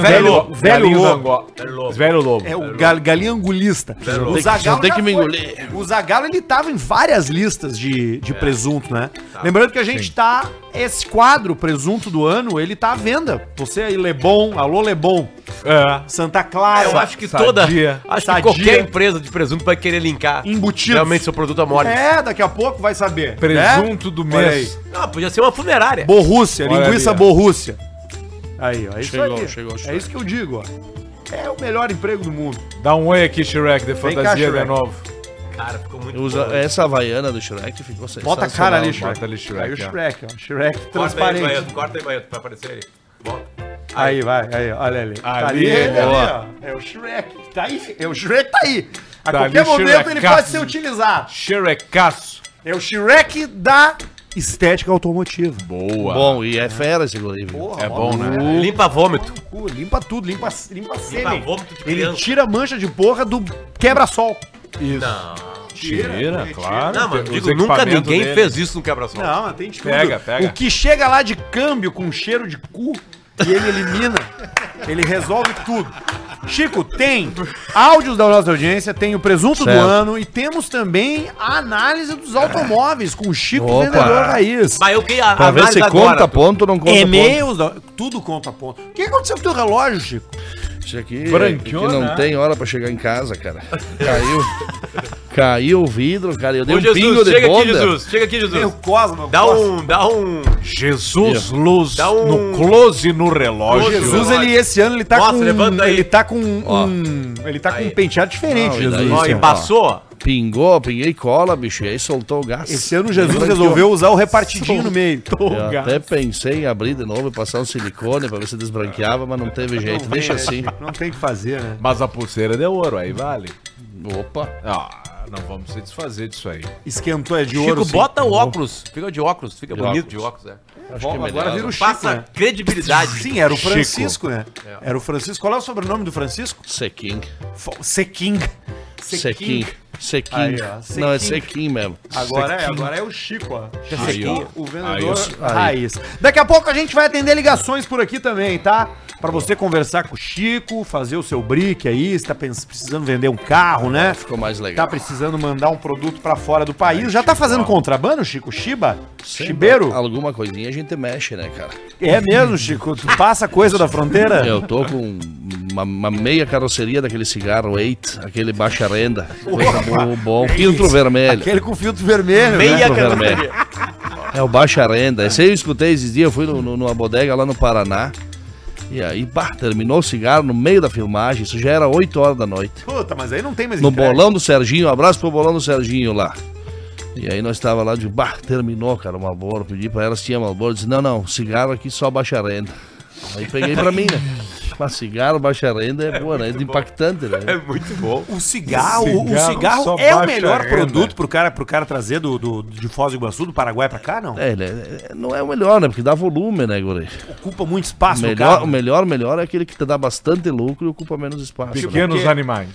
[SPEAKER 1] Zagalo é o
[SPEAKER 3] velho,
[SPEAKER 1] lobo. Velho
[SPEAKER 3] galinho
[SPEAKER 1] lobo.
[SPEAKER 3] da Angola.
[SPEAKER 2] Velho lobo.
[SPEAKER 3] Velho lobo.
[SPEAKER 1] É o gal- galinho angulista.
[SPEAKER 11] lobo.
[SPEAKER 1] O Zagalo
[SPEAKER 11] Tem que
[SPEAKER 1] já
[SPEAKER 11] me
[SPEAKER 1] foi.
[SPEAKER 11] engolir. É.
[SPEAKER 1] O Zagalo, ele tava em várias listas de, de presunto, né? Lembrando que a gente tá... Esse quadro, Presunto do Ano, ele tá à venda. Você aí, Lebon, alô Lebon,
[SPEAKER 3] É.
[SPEAKER 1] Santa Clara,
[SPEAKER 2] Eu acho que
[SPEAKER 3] Sadia.
[SPEAKER 2] toda. É?
[SPEAKER 3] Sadia.
[SPEAKER 2] Acho que qualquer empresa de presunto vai querer linkar
[SPEAKER 1] embutidos.
[SPEAKER 2] realmente seu produto a mole.
[SPEAKER 1] É, daqui a pouco vai saber. né?
[SPEAKER 3] Presunto do
[SPEAKER 1] Olha
[SPEAKER 3] mês.
[SPEAKER 1] aí.
[SPEAKER 2] Não, podia ser uma funerária.
[SPEAKER 1] Borrússia,
[SPEAKER 3] Olha
[SPEAKER 1] linguiça
[SPEAKER 3] ali, ó.
[SPEAKER 1] Borrússia. Aí, ó, é isso
[SPEAKER 11] Chegou,
[SPEAKER 1] aí.
[SPEAKER 11] chegou,
[SPEAKER 1] É isso que eu digo, ó. É o melhor emprego do mundo.
[SPEAKER 3] Dá um oi aqui, Shrek, de
[SPEAKER 1] Vem cá,
[SPEAKER 3] fantasia de
[SPEAKER 1] Shrek.
[SPEAKER 3] novo.
[SPEAKER 2] Cara, ficou muito
[SPEAKER 11] Usa é,
[SPEAKER 2] bom.
[SPEAKER 11] essa havaiana do Shrek ficou sensacional.
[SPEAKER 1] Bota a cara ali, Shrek.
[SPEAKER 3] Bota ali, Shrek,
[SPEAKER 1] Aí o
[SPEAKER 3] ó.
[SPEAKER 1] Shrek, ó. Shrek
[SPEAKER 2] Corta aí,
[SPEAKER 1] transparente.
[SPEAKER 2] Baeto, corta aí, Baeto, pra aparecer ali. Bota.
[SPEAKER 1] Aí, vai, aí, olha ali. Tá
[SPEAKER 3] Ali,
[SPEAKER 1] ele
[SPEAKER 3] boa.
[SPEAKER 1] ó. É o Shrek. Tá aí, fi- é o Shrek tá aí. A
[SPEAKER 3] Tá
[SPEAKER 1] qualquer
[SPEAKER 3] ali,
[SPEAKER 1] momento ele
[SPEAKER 3] Shrekaço.
[SPEAKER 1] pode ser utilizado.
[SPEAKER 3] Shrekaço.
[SPEAKER 1] É o Shrek da estética automotiva.
[SPEAKER 3] Boa.
[SPEAKER 11] Bom, e é fera esse guri. viu?
[SPEAKER 1] Porra,
[SPEAKER 3] é
[SPEAKER 1] mó
[SPEAKER 3] bom, né?
[SPEAKER 2] Limpa vômito.
[SPEAKER 1] cu, limpa tudo, limpa, limpa sêmen.
[SPEAKER 2] vômito de
[SPEAKER 1] Ele
[SPEAKER 2] criança.
[SPEAKER 1] tira mancha de porra do quebra-sol.
[SPEAKER 2] Não.
[SPEAKER 3] Tira, claro.
[SPEAKER 2] Não, mano,
[SPEAKER 3] Os
[SPEAKER 2] digo, nunca
[SPEAKER 3] equipamentos
[SPEAKER 2] ninguém
[SPEAKER 3] dele.
[SPEAKER 2] fez isso no quebra-sol.
[SPEAKER 1] Não, mas tem de tudo.
[SPEAKER 3] Pega, pega.
[SPEAKER 1] O que chega lá de câmbio com cheiro de cu e ele elimina, ele resolve tudo. Chico, tem áudios da nossa audiência, tem o presunto
[SPEAKER 11] Certo. É.
[SPEAKER 1] do ano e temos também a análise dos automóveis com o Chico
[SPEAKER 11] Opa.
[SPEAKER 1] Vendedor Raiz.
[SPEAKER 2] Mas eu queria
[SPEAKER 11] Pra ver se conta
[SPEAKER 2] pô.
[SPEAKER 11] ponto ou não
[SPEAKER 1] É
[SPEAKER 11] conta ponto.
[SPEAKER 1] E-mails, da- tudo conta ponto. O que aconteceu com o teu relógio, Chico?
[SPEAKER 11] Isso aqui que
[SPEAKER 3] Branquiona.
[SPEAKER 11] não tem hora pra chegar em casa, cara. Caiu. Caiu o vidro, cara. Eu dei
[SPEAKER 2] Ô,
[SPEAKER 11] um pingo
[SPEAKER 2] Jesus,
[SPEAKER 11] de
[SPEAKER 2] chega
[SPEAKER 11] bonda.
[SPEAKER 2] aqui, Jesus. Chega aqui, Jesus.
[SPEAKER 1] Cosmo.
[SPEAKER 2] Dá um, dá um...
[SPEAKER 3] Jesus luz
[SPEAKER 2] Dá um-
[SPEAKER 3] no close no relógio.
[SPEAKER 2] Close.
[SPEAKER 1] Jesus, ele esse ano ele tá
[SPEAKER 2] Mostra,
[SPEAKER 1] com
[SPEAKER 2] levanta aí.
[SPEAKER 1] ele tá com um, ele tá com
[SPEAKER 2] Aí.
[SPEAKER 1] um penteado diferente,
[SPEAKER 11] Não, e
[SPEAKER 1] Jesus.
[SPEAKER 11] daí?
[SPEAKER 2] Ó,
[SPEAKER 11] Isso,
[SPEAKER 1] esse
[SPEAKER 2] e
[SPEAKER 1] ano.
[SPEAKER 2] passou.
[SPEAKER 11] Pingou, pinguei cola, bicho. E aí soltou o gás.
[SPEAKER 1] Esse ano Jesus
[SPEAKER 11] Branquiona.
[SPEAKER 1] resolveu usar o repartidinho no meio.
[SPEAKER 11] Eu até pensei em abrir de novo e passar um silicone pra ver se desbranqueava, mas não teve jeito. Deixa assim.
[SPEAKER 1] Não tem o que fazer, né?
[SPEAKER 3] Mas a pulseira de ouro, aí vale.
[SPEAKER 11] Opa.
[SPEAKER 3] Ah, não vamos se desfazer disso aí.
[SPEAKER 1] Esquentou é de
[SPEAKER 2] Chico,
[SPEAKER 1] ouro. sim.
[SPEAKER 2] bota o óculos. Fica de óculos. Fica
[SPEAKER 11] De
[SPEAKER 2] bonito
[SPEAKER 11] óculos.
[SPEAKER 2] de óculos, é.
[SPEAKER 11] Acho que é
[SPEAKER 1] Agora
[SPEAKER 11] melhor.
[SPEAKER 1] vira o Chico,
[SPEAKER 2] Passa
[SPEAKER 1] né?
[SPEAKER 2] credibilidade.
[SPEAKER 1] Sim, era o
[SPEAKER 3] Chico.
[SPEAKER 1] Francisco, né? Era o Francisco. Qual é o sobrenome do Francisco?
[SPEAKER 11] Sequim.
[SPEAKER 1] F- Sequim.
[SPEAKER 11] Sequim. Sequim.
[SPEAKER 1] Aí, ó,
[SPEAKER 11] Não, é
[SPEAKER 1] sequim.
[SPEAKER 11] sequim mesmo.
[SPEAKER 1] Agora é, agora é o Chico, ó. Chico, o vendedor
[SPEAKER 3] Aí,
[SPEAKER 1] raiz. Daqui a pouco a gente vai atender ligações por aqui também, tá? Pra você conversar com o Chico, fazer o seu brick aí, se tá pens- precisando vender um carro, né?
[SPEAKER 11] Ficou mais
[SPEAKER 1] Tá
[SPEAKER 11] legal.
[SPEAKER 1] precisando mandar um produto pra fora do país. Já tá fazendo contrabando, Chico? Shiba?
[SPEAKER 11] Sempre
[SPEAKER 1] Chibeiro?
[SPEAKER 3] tá.
[SPEAKER 11] Alguma coisinha a gente mexe, né, cara?
[SPEAKER 1] É mesmo, Chico? Tu passa coisa da fronteira?
[SPEAKER 11] É, Eu tô com uma, uma meia carroceria daquele cigarro 8, aquele baixa renda. Coisa boa, bom. Filtro vermelho.
[SPEAKER 1] Aquele com filtro vermelho. né?
[SPEAKER 2] Meia
[SPEAKER 11] Filtro
[SPEAKER 2] cara-
[SPEAKER 11] vermelho. É o baixa renda. Esse aí eu escutei esses dias, eu fui no, no- numa bodega lá no Paraná. E aí, bah, terminou o cigarro no meio da filmagem, isso já era 8 horas da noite.
[SPEAKER 1] Puta, mas aí não tem mais
[SPEAKER 11] No
[SPEAKER 1] entrega.
[SPEAKER 11] bolão do Serginho, um abraço pro bolão do Serginho lá. E aí nós tava lá de, bah, terminou, cara, o Malboro. Pedi pra ela se tinha Malboro, disse, não, não, cigarro aqui só baixa renda. Aí peguei pra mim, né? Mas cigarro, baixa renda é boa, né? É impactante, né?
[SPEAKER 2] É muito bom.
[SPEAKER 1] O cigarro, o cigarro,
[SPEAKER 3] Cigarro só
[SPEAKER 1] é o
[SPEAKER 3] baixa
[SPEAKER 1] melhor
[SPEAKER 3] renda.
[SPEAKER 1] produto pro cara, pro cara trazer do, do- de Foz do Iguaçu, do Paraguai pra cá, não?
[SPEAKER 11] É, ele é- é- não é o melhor, né? Porque dá volume, né, guri?
[SPEAKER 1] Ocupa muito
[SPEAKER 11] O
[SPEAKER 1] espaço no
[SPEAKER 11] melhor,
[SPEAKER 1] carro.
[SPEAKER 11] o melhor, melhor é aquele que te dá bastante lucro e ocupa menos espaço. né?
[SPEAKER 3] Pequenos animais.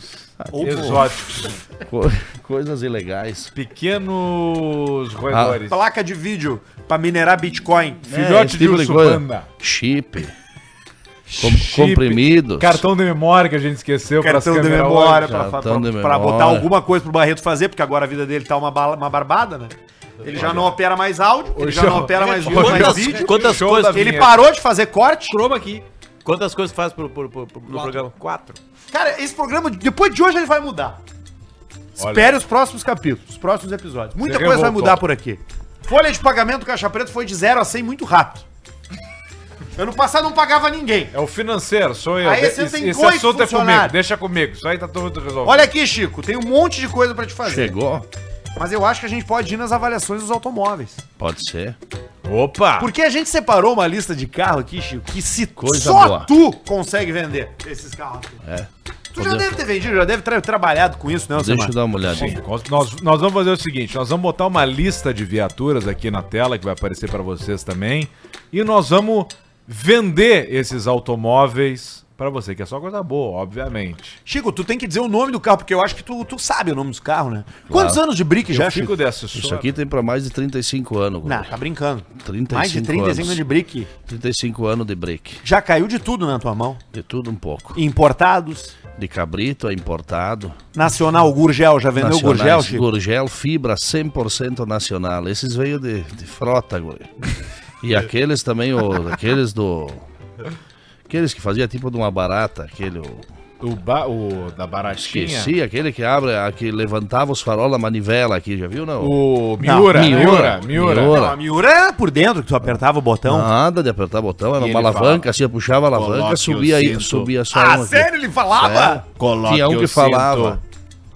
[SPEAKER 3] Exóticos.
[SPEAKER 11] Co- coisas ilegais.
[SPEAKER 3] Pequenos roedores.
[SPEAKER 1] Placa de vídeo pra minerar Bitcoin.
[SPEAKER 3] Filhote
[SPEAKER 11] esse
[SPEAKER 3] de
[SPEAKER 11] tipo de
[SPEAKER 3] urso
[SPEAKER 11] coisa.
[SPEAKER 3] panda.
[SPEAKER 11] Chip. Com- comprimidos.
[SPEAKER 3] Cartão de memória que a gente esqueceu pras
[SPEAKER 1] Cartão de
[SPEAKER 3] câmeras
[SPEAKER 1] memória,
[SPEAKER 3] hoje.
[SPEAKER 1] pra, pra,
[SPEAKER 11] Cartão de
[SPEAKER 1] pra
[SPEAKER 11] memória.
[SPEAKER 1] botar alguma coisa pro Barreto fazer, porque agora a vida dele tá uma, bala- uma barbada, né? Ele já não opera mais áudio, ele já não
[SPEAKER 3] show.
[SPEAKER 1] opera mais vídeo,
[SPEAKER 3] é
[SPEAKER 1] mais
[SPEAKER 2] Quantas,
[SPEAKER 1] vídeo.
[SPEAKER 2] quantas
[SPEAKER 3] Show
[SPEAKER 2] coisas...
[SPEAKER 3] da
[SPEAKER 1] Ele
[SPEAKER 3] é vinheta.
[SPEAKER 1] parou de fazer corte.
[SPEAKER 2] Croma aqui. Quantas coisas faz pro, pro, pro, pro- no programa? Quatro.
[SPEAKER 1] Cara, esse programa, depois de hoje, ele vai mudar. Espere os próximos capítulos, os próximos episódios. Muita
[SPEAKER 3] Você
[SPEAKER 1] coisa vai
[SPEAKER 3] revoltou.
[SPEAKER 1] mudar por aqui. Folha de pagamento do Caixa Preto foi de 0 a 100 muito rápido. Ano passado não pagava ninguém.
[SPEAKER 3] É o financeiro, sou eu.
[SPEAKER 1] Aí
[SPEAKER 3] De-
[SPEAKER 1] você
[SPEAKER 3] esse
[SPEAKER 1] Ah, tem
[SPEAKER 3] esse
[SPEAKER 1] oito
[SPEAKER 3] assunto é comigo,
[SPEAKER 1] funcionários.
[SPEAKER 3] deixa comigo. Isso aí tá todo resolvido.
[SPEAKER 1] Olha aqui, Chico, tem um monte de coisa pra te fazer.
[SPEAKER 11] Chegou?
[SPEAKER 1] Mas eu acho que a gente pode ir nas avaliações dos automóveis.
[SPEAKER 11] Pode ser.
[SPEAKER 3] Opa!
[SPEAKER 1] Porque a gente separou uma lista de carro aqui, Chico, que se
[SPEAKER 11] Coisa
[SPEAKER 1] só
[SPEAKER 11] boa.
[SPEAKER 1] tu consegue vender esses carros aqui.
[SPEAKER 11] É.
[SPEAKER 1] Tu já
[SPEAKER 11] Podemos-
[SPEAKER 1] deve ter vendido, já deve ter trabalhado com isso, né,
[SPEAKER 11] Deixa eu
[SPEAKER 1] Alcemar?
[SPEAKER 11] dar uma olhadinha.
[SPEAKER 3] Nós, nós vamos fazer o seguinte: nós vamos botar uma lista de viaturas aqui na tela que vai aparecer pra vocês também. E nós vamos vender esses automóveis pra você, que é só coisa boa, obviamente.
[SPEAKER 1] Chico, tu tem que dizer o nome do carro, porque eu acho que tu, tu sabe o nome dos carros, né? Quantos anos de brick já,
[SPEAKER 11] Chico?
[SPEAKER 1] Chico?
[SPEAKER 11] Isso aqui tem pra mais de 35 anos.
[SPEAKER 1] Não, tá brincando.
[SPEAKER 11] 35
[SPEAKER 1] Mais de 35 anos de brick.
[SPEAKER 11] 35 anos de break.
[SPEAKER 1] Já caiu de tudo na tua mão.
[SPEAKER 11] De tudo um pouco.
[SPEAKER 1] Importados.
[SPEAKER 11] De cabrito a importado.
[SPEAKER 1] Nacional Gurgel, já vendeu
[SPEAKER 11] Nacionais,
[SPEAKER 1] Gurgel, Chico?
[SPEAKER 11] Gurgel, fibra 100% nacional. Esses veio de, de frota, guri. E aqueles também, o- aqueles do... Aqueles que fazia tipo de uma barata, aquele... o-
[SPEAKER 3] O, ba- o da baratinha.
[SPEAKER 11] Esqueci, aquele que abre, a que levantava os farol da manivela aqui, já viu, não?
[SPEAKER 3] O
[SPEAKER 1] Miura,
[SPEAKER 11] Não,
[SPEAKER 1] Miura,
[SPEAKER 11] Miura,
[SPEAKER 1] Miura. Não, a Miura era é por dentro, que tu apertava o botão.
[SPEAKER 11] Nada de apertar botão, era
[SPEAKER 1] E
[SPEAKER 11] uma
[SPEAKER 1] ele
[SPEAKER 11] alavanca,
[SPEAKER 1] falava,
[SPEAKER 11] assim, eu puxava a alavanca,
[SPEAKER 1] "Coloque
[SPEAKER 11] subia
[SPEAKER 1] o
[SPEAKER 11] aí,
[SPEAKER 1] cinto."
[SPEAKER 11] subia só
[SPEAKER 1] Ah,
[SPEAKER 11] um aqui.
[SPEAKER 1] sério? Ele falava?
[SPEAKER 11] Sério.
[SPEAKER 3] Coloque
[SPEAKER 11] Tinha um
[SPEAKER 3] o
[SPEAKER 11] que
[SPEAKER 3] cinto. É,
[SPEAKER 11] falava. tinha um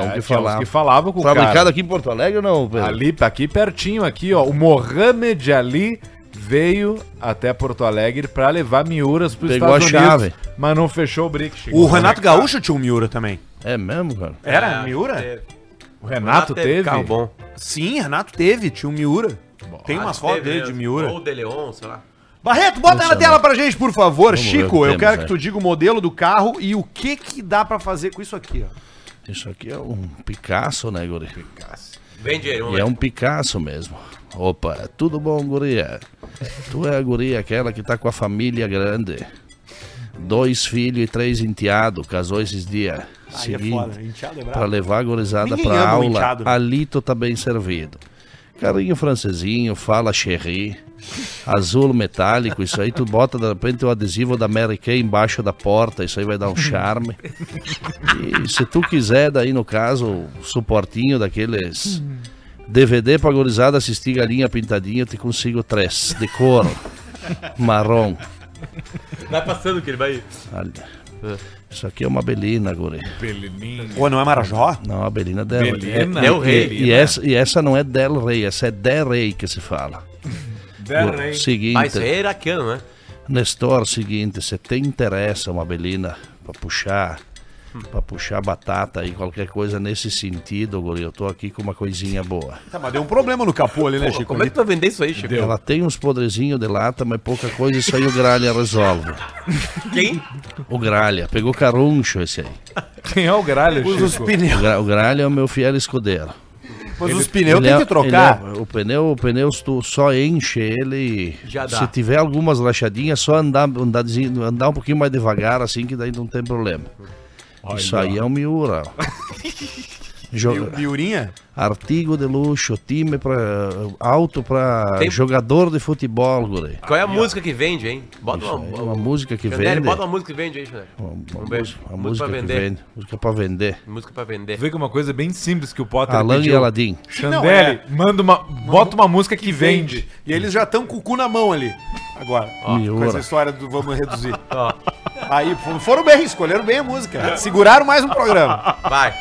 [SPEAKER 3] tinha
[SPEAKER 11] que
[SPEAKER 3] uns
[SPEAKER 11] falava.
[SPEAKER 3] que falava com o
[SPEAKER 11] Fabricado
[SPEAKER 3] cara.
[SPEAKER 11] aqui em Porto Alegre ou não, Pedro?
[SPEAKER 3] Ali, tá aqui pertinho, aqui, ó. O Mohamed Ali veio até Porto Alegre pra levar miuras pros
[SPEAKER 11] Pegou a chave.
[SPEAKER 3] mas não fechou o brick. Chico.
[SPEAKER 1] O Renato Gaúcho tinha um Miura também.
[SPEAKER 11] É mesmo, cara?
[SPEAKER 1] Era
[SPEAKER 2] é,
[SPEAKER 1] Miura? Ah,
[SPEAKER 3] O Renato teve?
[SPEAKER 2] Carro bom.
[SPEAKER 1] Sim, Renato teve, tinha um Miura. Tem umas fotos dele de Miura.
[SPEAKER 2] Ou de Leon, sei lá.
[SPEAKER 1] Barreto, bota
[SPEAKER 11] Vamos
[SPEAKER 1] na
[SPEAKER 11] ver.
[SPEAKER 1] tela pra gente, por favor.
[SPEAKER 11] Vamos ver o que
[SPEAKER 1] Chico, eu
[SPEAKER 11] temos,
[SPEAKER 1] quero que
[SPEAKER 11] é.
[SPEAKER 1] tu diga o modelo do carro e o que que dá pra fazer com isso aqui, ó.
[SPEAKER 11] Isso aqui é um Picasso, né, guri?
[SPEAKER 2] Vende aí,
[SPEAKER 11] E é um Picasso mesmo. Opa, é tudo bom, guria? Tu é a guria aquela que tá com a família grande. Dois filhos e três enteados, casou esses dias.
[SPEAKER 1] Aí é foda, enteado é brabo.
[SPEAKER 11] Pra levar a gurizada
[SPEAKER 1] Ninguém
[SPEAKER 11] pra
[SPEAKER 1] ama um
[SPEAKER 11] aula,
[SPEAKER 1] enteado, né?
[SPEAKER 11] ali tu tá bem servido. Carinho francesinho, fala cherry, azul metálico, isso aí tu bota de repente o adesivo da Mary Kay embaixo da porta, isso aí vai dar um charme. E se tu quiser, daí no caso, o suportinho daqueles DVD pra gurizada assistir galinha pintadinha, eu te consigo três, de couro, marrom.
[SPEAKER 1] um
[SPEAKER 2] Vai passando, que ele vai.
[SPEAKER 11] Olha. Isso aqui é uma belina, guri.
[SPEAKER 1] Pô, não é Marajó?
[SPEAKER 11] Não, a Belina Del Rey.
[SPEAKER 3] Belina?
[SPEAKER 11] É-
[SPEAKER 3] Del
[SPEAKER 11] e-
[SPEAKER 3] Rey. né?
[SPEAKER 11] E, essa, e essa não é Del Rey, essa é Del Rey que se fala.
[SPEAKER 3] Del
[SPEAKER 11] O
[SPEAKER 3] Rey.
[SPEAKER 11] Seguinte,
[SPEAKER 2] Ah, isso aí é iraquiano, né?
[SPEAKER 11] Nestor, seguinte, se te interessa uma Belina pra puxar,
[SPEAKER 3] Hum.
[SPEAKER 11] pra puxar batata e qualquer coisa nesse sentido, guri, eu tô aqui com uma coisinha boa.
[SPEAKER 1] Tá, mas deu um problema no capô ali, né,
[SPEAKER 2] Pô,
[SPEAKER 1] Chico?
[SPEAKER 2] como é que tu vai vender isso aí, Chico?
[SPEAKER 11] Ela tem uns podrezinhos de lata, mas pouca coisa, isso aí o Gralha resolve.
[SPEAKER 2] Quem?
[SPEAKER 11] O Gralha, pegou caruncho esse aí.
[SPEAKER 3] Quem é o Gralha, Chico?
[SPEAKER 1] Os pneus.
[SPEAKER 11] O, Gra- o Gralha é o meu fiel escudeiro.
[SPEAKER 1] Mas os pneus tem
[SPEAKER 11] é-
[SPEAKER 1] que trocar.
[SPEAKER 11] ele é- o pneu, o pneu tu só enche ele. e
[SPEAKER 2] Já dá.
[SPEAKER 11] Se tiver algumas rachadinhas, só andar, andar, desi- andar um pouquinho mais devagar, assim, que daí não tem problema. Isso aí é um miura. Joga-
[SPEAKER 1] Miurinha?
[SPEAKER 11] Artigo de luxo, time pra, alto pra
[SPEAKER 2] Tem-
[SPEAKER 11] jogador de futebol, guri.
[SPEAKER 2] Qual é a música que vende, hein? Bota
[SPEAKER 11] Isso aí é
[SPEAKER 2] uma,
[SPEAKER 11] uma música que
[SPEAKER 2] Xandere,
[SPEAKER 11] vende.
[SPEAKER 2] bota um uma música que vende aí, Xandere.
[SPEAKER 11] Uma, uma
[SPEAKER 2] Um beijo.
[SPEAKER 11] música- uma
[SPEAKER 2] Música
[SPEAKER 11] música
[SPEAKER 2] pra
[SPEAKER 11] que
[SPEAKER 2] vender.
[SPEAKER 11] vende. Música pra vender.
[SPEAKER 2] Música pra vender.
[SPEAKER 3] Vê que é uma coisa bem simples que o Potter
[SPEAKER 11] Alan
[SPEAKER 2] um-
[SPEAKER 11] e Aladim.
[SPEAKER 3] Chandelle, é. manda uma, bota uma música que vende.
[SPEAKER 1] E eles já estão com o cu na mão ali. Agora, com essa
[SPEAKER 11] Miura.
[SPEAKER 1] história do vamos reduzir. Aí f- foram bem, escolheram bem a música. Seguraram mais um programa.
[SPEAKER 2] Vai.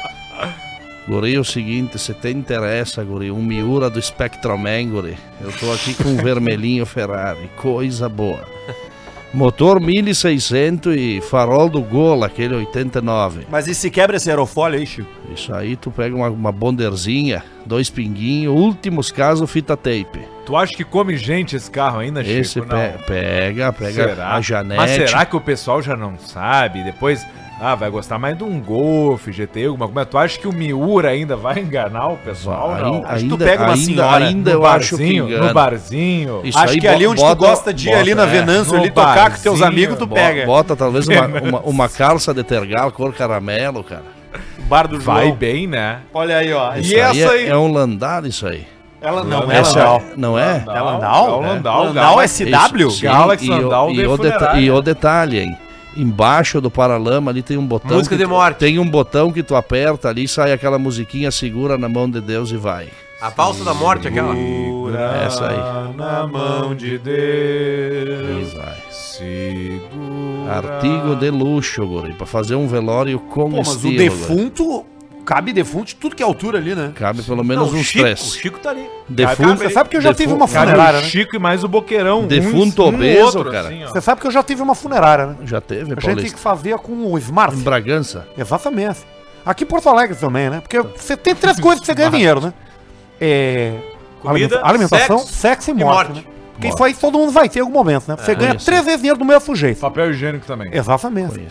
[SPEAKER 11] Guri, é o seguinte, se te interessa, guri, um Miura do Spectroman, guri. Eu tô aqui com um vermelhinho Ferrari, coisa boa. Motor 1600 e farol do Gol, aquele 89.
[SPEAKER 1] Mas e se quebra esse aerofólio aí, Chico?
[SPEAKER 11] Isso aí tu pega uma, uma bonderzinha, dois pinguinhos, últimos casos fita tape.
[SPEAKER 3] Tu acha que come gente esse carro
[SPEAKER 1] É
[SPEAKER 3] ainda, Chico?
[SPEAKER 11] Esse
[SPEAKER 3] Não.
[SPEAKER 11] pe- pega, pega
[SPEAKER 3] Será?
[SPEAKER 11] a janete.
[SPEAKER 3] Mas será que o pessoal já não sabe? Depois, ah, vai gostar mais de um Golf, GT, alguma coisa. Tu acha que o Miura ainda vai enganar o pessoal?
[SPEAKER 11] Ai-
[SPEAKER 3] não?
[SPEAKER 1] Acho que tu
[SPEAKER 11] ainda-
[SPEAKER 1] pega uma
[SPEAKER 11] ainda-
[SPEAKER 1] senhora
[SPEAKER 11] ainda
[SPEAKER 3] no
[SPEAKER 11] eu acho que
[SPEAKER 3] barzinho,
[SPEAKER 11] engana.
[SPEAKER 3] no barzinho.
[SPEAKER 11] Isso
[SPEAKER 1] Acho
[SPEAKER 11] aí
[SPEAKER 1] que ali é
[SPEAKER 11] bo- é.
[SPEAKER 1] onde tu gosta de ir, ali na Venâncio,
[SPEAKER 3] No
[SPEAKER 1] ali tocar com teus
[SPEAKER 3] barzinho,
[SPEAKER 1] amigos, tu
[SPEAKER 3] bo-
[SPEAKER 1] pega.
[SPEAKER 11] Bota talvez uma, uma, uma calça de tergal cor caramelo, cara.
[SPEAKER 1] Bar do
[SPEAKER 3] Vai bem, né?
[SPEAKER 1] Olha aí, ó.
[SPEAKER 11] Isso
[SPEAKER 1] E essa
[SPEAKER 11] é-
[SPEAKER 1] aí?
[SPEAKER 11] É um landar isso aí.
[SPEAKER 1] Ela não, ela
[SPEAKER 11] Essa-
[SPEAKER 1] não.
[SPEAKER 11] não é?
[SPEAKER 1] É Landau?
[SPEAKER 3] É o Landau,
[SPEAKER 1] Landau
[SPEAKER 3] Galaxy.
[SPEAKER 1] SW?
[SPEAKER 11] Isso, sim,
[SPEAKER 3] Galaxy
[SPEAKER 11] e, o,
[SPEAKER 3] Landau de
[SPEAKER 11] e, o deta
[SPEAKER 3] funerária.
[SPEAKER 11] e o detalhe, hein? Embaixo do paralama ali tem um botão.
[SPEAKER 2] Música
[SPEAKER 11] que
[SPEAKER 2] de
[SPEAKER 11] tu-
[SPEAKER 2] morte.
[SPEAKER 11] Tem um botão que tu aperta ali, sai aquela musiquinha, segura na mão de Deus e vai. É
[SPEAKER 2] A falsa da morte, aquela.
[SPEAKER 11] Essa aí.
[SPEAKER 3] Na mão de Deus.
[SPEAKER 11] E vai.
[SPEAKER 3] Segura.
[SPEAKER 11] Artigo de luxo, guri. Pra fazer um velório com
[SPEAKER 1] Pô, mas o
[SPEAKER 11] estilo. guri.
[SPEAKER 1] defunto. Cabe defunto de tudo que é altura ali, né?
[SPEAKER 11] Cabe pelo menos
[SPEAKER 2] o
[SPEAKER 11] uns
[SPEAKER 2] Chico,
[SPEAKER 11] três.
[SPEAKER 2] o Chico tá ali.
[SPEAKER 11] Defunto,
[SPEAKER 1] Você sabe que eu já tive
[SPEAKER 11] defu-
[SPEAKER 1] uma
[SPEAKER 3] Cabe
[SPEAKER 1] funerária,
[SPEAKER 3] o
[SPEAKER 1] né?
[SPEAKER 3] Chico e mais o Boqueirão. um
[SPEAKER 11] Defunto
[SPEAKER 3] em-
[SPEAKER 11] obeso,
[SPEAKER 3] outro,
[SPEAKER 11] cara.
[SPEAKER 3] assim, ó.
[SPEAKER 1] Você sabe que eu já tive uma funerária, né?
[SPEAKER 11] Já teve,
[SPEAKER 1] A gente tem que
[SPEAKER 11] Paulista.
[SPEAKER 1] fazer com o Smart.
[SPEAKER 11] Em Bragança.
[SPEAKER 1] Exatamente. Aqui em Porto Alegre também, né? Porque você tem três coisas que você ganha dinheiro, né? É.
[SPEAKER 2] Comida,
[SPEAKER 1] alimenta- alimentação,
[SPEAKER 2] sexo
[SPEAKER 1] sexo, e morte.
[SPEAKER 2] morte.
[SPEAKER 1] né? Porque isso aí todo mundo vai ter em algum momento, né? Você
[SPEAKER 3] É,
[SPEAKER 1] ganha
[SPEAKER 3] isso.
[SPEAKER 1] três vezes dinheiro do mesmo jeito.
[SPEAKER 3] Papel higiênico também.
[SPEAKER 1] Exatamente.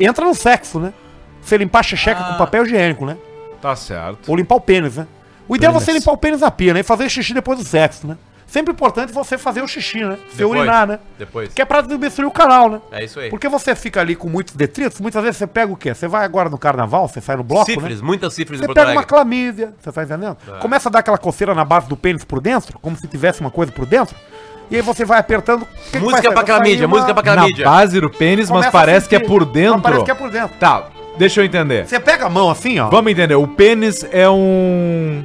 [SPEAKER 1] Entra no sexo, né? Você limpar a xixeca
[SPEAKER 2] Ah.
[SPEAKER 1] com papel higiênico, né?
[SPEAKER 3] Tá certo.
[SPEAKER 1] Ou limpar o pênis, né? O ideal é
[SPEAKER 3] Pênis.
[SPEAKER 1] você limpar o pênis na pia, né? E fazer xixi depois do sexo, né? Sempre importante você fazer o xixi, né? Você
[SPEAKER 2] Depois.
[SPEAKER 1] urinar, né?
[SPEAKER 2] Depois.
[SPEAKER 1] Que é pra destruir o canal, né?
[SPEAKER 2] É isso aí.
[SPEAKER 1] Porque você fica ali com muitos detritos, muitas vezes você pega o quê? Você vai agora no carnaval, você sai no bloco,
[SPEAKER 2] Sífilis,
[SPEAKER 1] né?
[SPEAKER 2] muitas sífilis em
[SPEAKER 1] Você
[SPEAKER 2] Porto
[SPEAKER 1] pega uma
[SPEAKER 2] Alegre.
[SPEAKER 1] clamídia, você tá entendendo?
[SPEAKER 2] É.
[SPEAKER 1] Começa a dar aquela coceira na base do pênis por dentro, como se tivesse uma coisa por dentro. E aí você vai apertando. o que que vai
[SPEAKER 2] Música
[SPEAKER 1] sair?
[SPEAKER 2] pra
[SPEAKER 1] Vai sair
[SPEAKER 2] clamídia,
[SPEAKER 1] uma-
[SPEAKER 2] música pra
[SPEAKER 3] Na
[SPEAKER 2] clamídia.
[SPEAKER 3] base do pênis, mas
[SPEAKER 1] Começa
[SPEAKER 3] parece
[SPEAKER 1] a
[SPEAKER 3] que é
[SPEAKER 1] sentir,
[SPEAKER 3] por dentro.
[SPEAKER 1] mas parece que é por dentro.
[SPEAKER 3] Tá, deixa eu entender.
[SPEAKER 1] Você pega a mão assim, ó.
[SPEAKER 3] Vamos entender. O pênis é um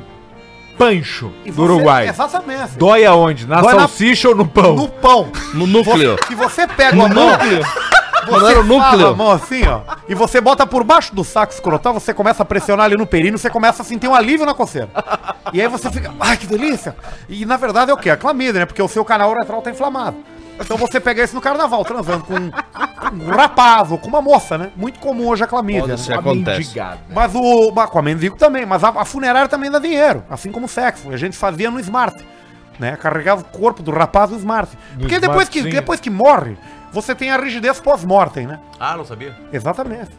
[SPEAKER 3] pancho
[SPEAKER 1] E
[SPEAKER 3] do
[SPEAKER 1] você-
[SPEAKER 16] é
[SPEAKER 1] é,
[SPEAKER 3] Uruguai.
[SPEAKER 1] Exatamente.
[SPEAKER 3] Dói aonde? Na
[SPEAKER 1] Dói na-
[SPEAKER 3] salsicha ou no pão?
[SPEAKER 1] No pão.
[SPEAKER 11] No núcleo.
[SPEAKER 1] Se você pega
[SPEAKER 3] No
[SPEAKER 1] a mão.
[SPEAKER 3] núcleo.
[SPEAKER 11] Não
[SPEAKER 1] Você
[SPEAKER 11] era
[SPEAKER 1] o
[SPEAKER 11] o núcleo.
[SPEAKER 1] a mão assim, ó. E você bota por baixo do saco escrotal, você começa a pressionar ali no períneo, você começa a sentir um alívio na coceira. E aí você fica, ai que delícia! E na verdade é o quê? A clamídia, né? Porque o seu canal uretral tá inflamado. Então você pega isso no carnaval, transando com um, com um rapaz ou com uma moça, né? Muito comum hoje a clamídia.
[SPEAKER 11] Pode
[SPEAKER 1] né?
[SPEAKER 11] ser, acontece.
[SPEAKER 1] Mas o. Mas com a mendigo também, mas a, a funerária também dá dinheiro, assim como o sexo. A gente fazia no Smart. Né? Carregava o corpo do rapaz no Smart. Porque depois que,
[SPEAKER 2] smartzinho.
[SPEAKER 1] depois que morre, você tem a rigidez pós-mortem, né?
[SPEAKER 2] Ah, não sabia?
[SPEAKER 1] Exatamente.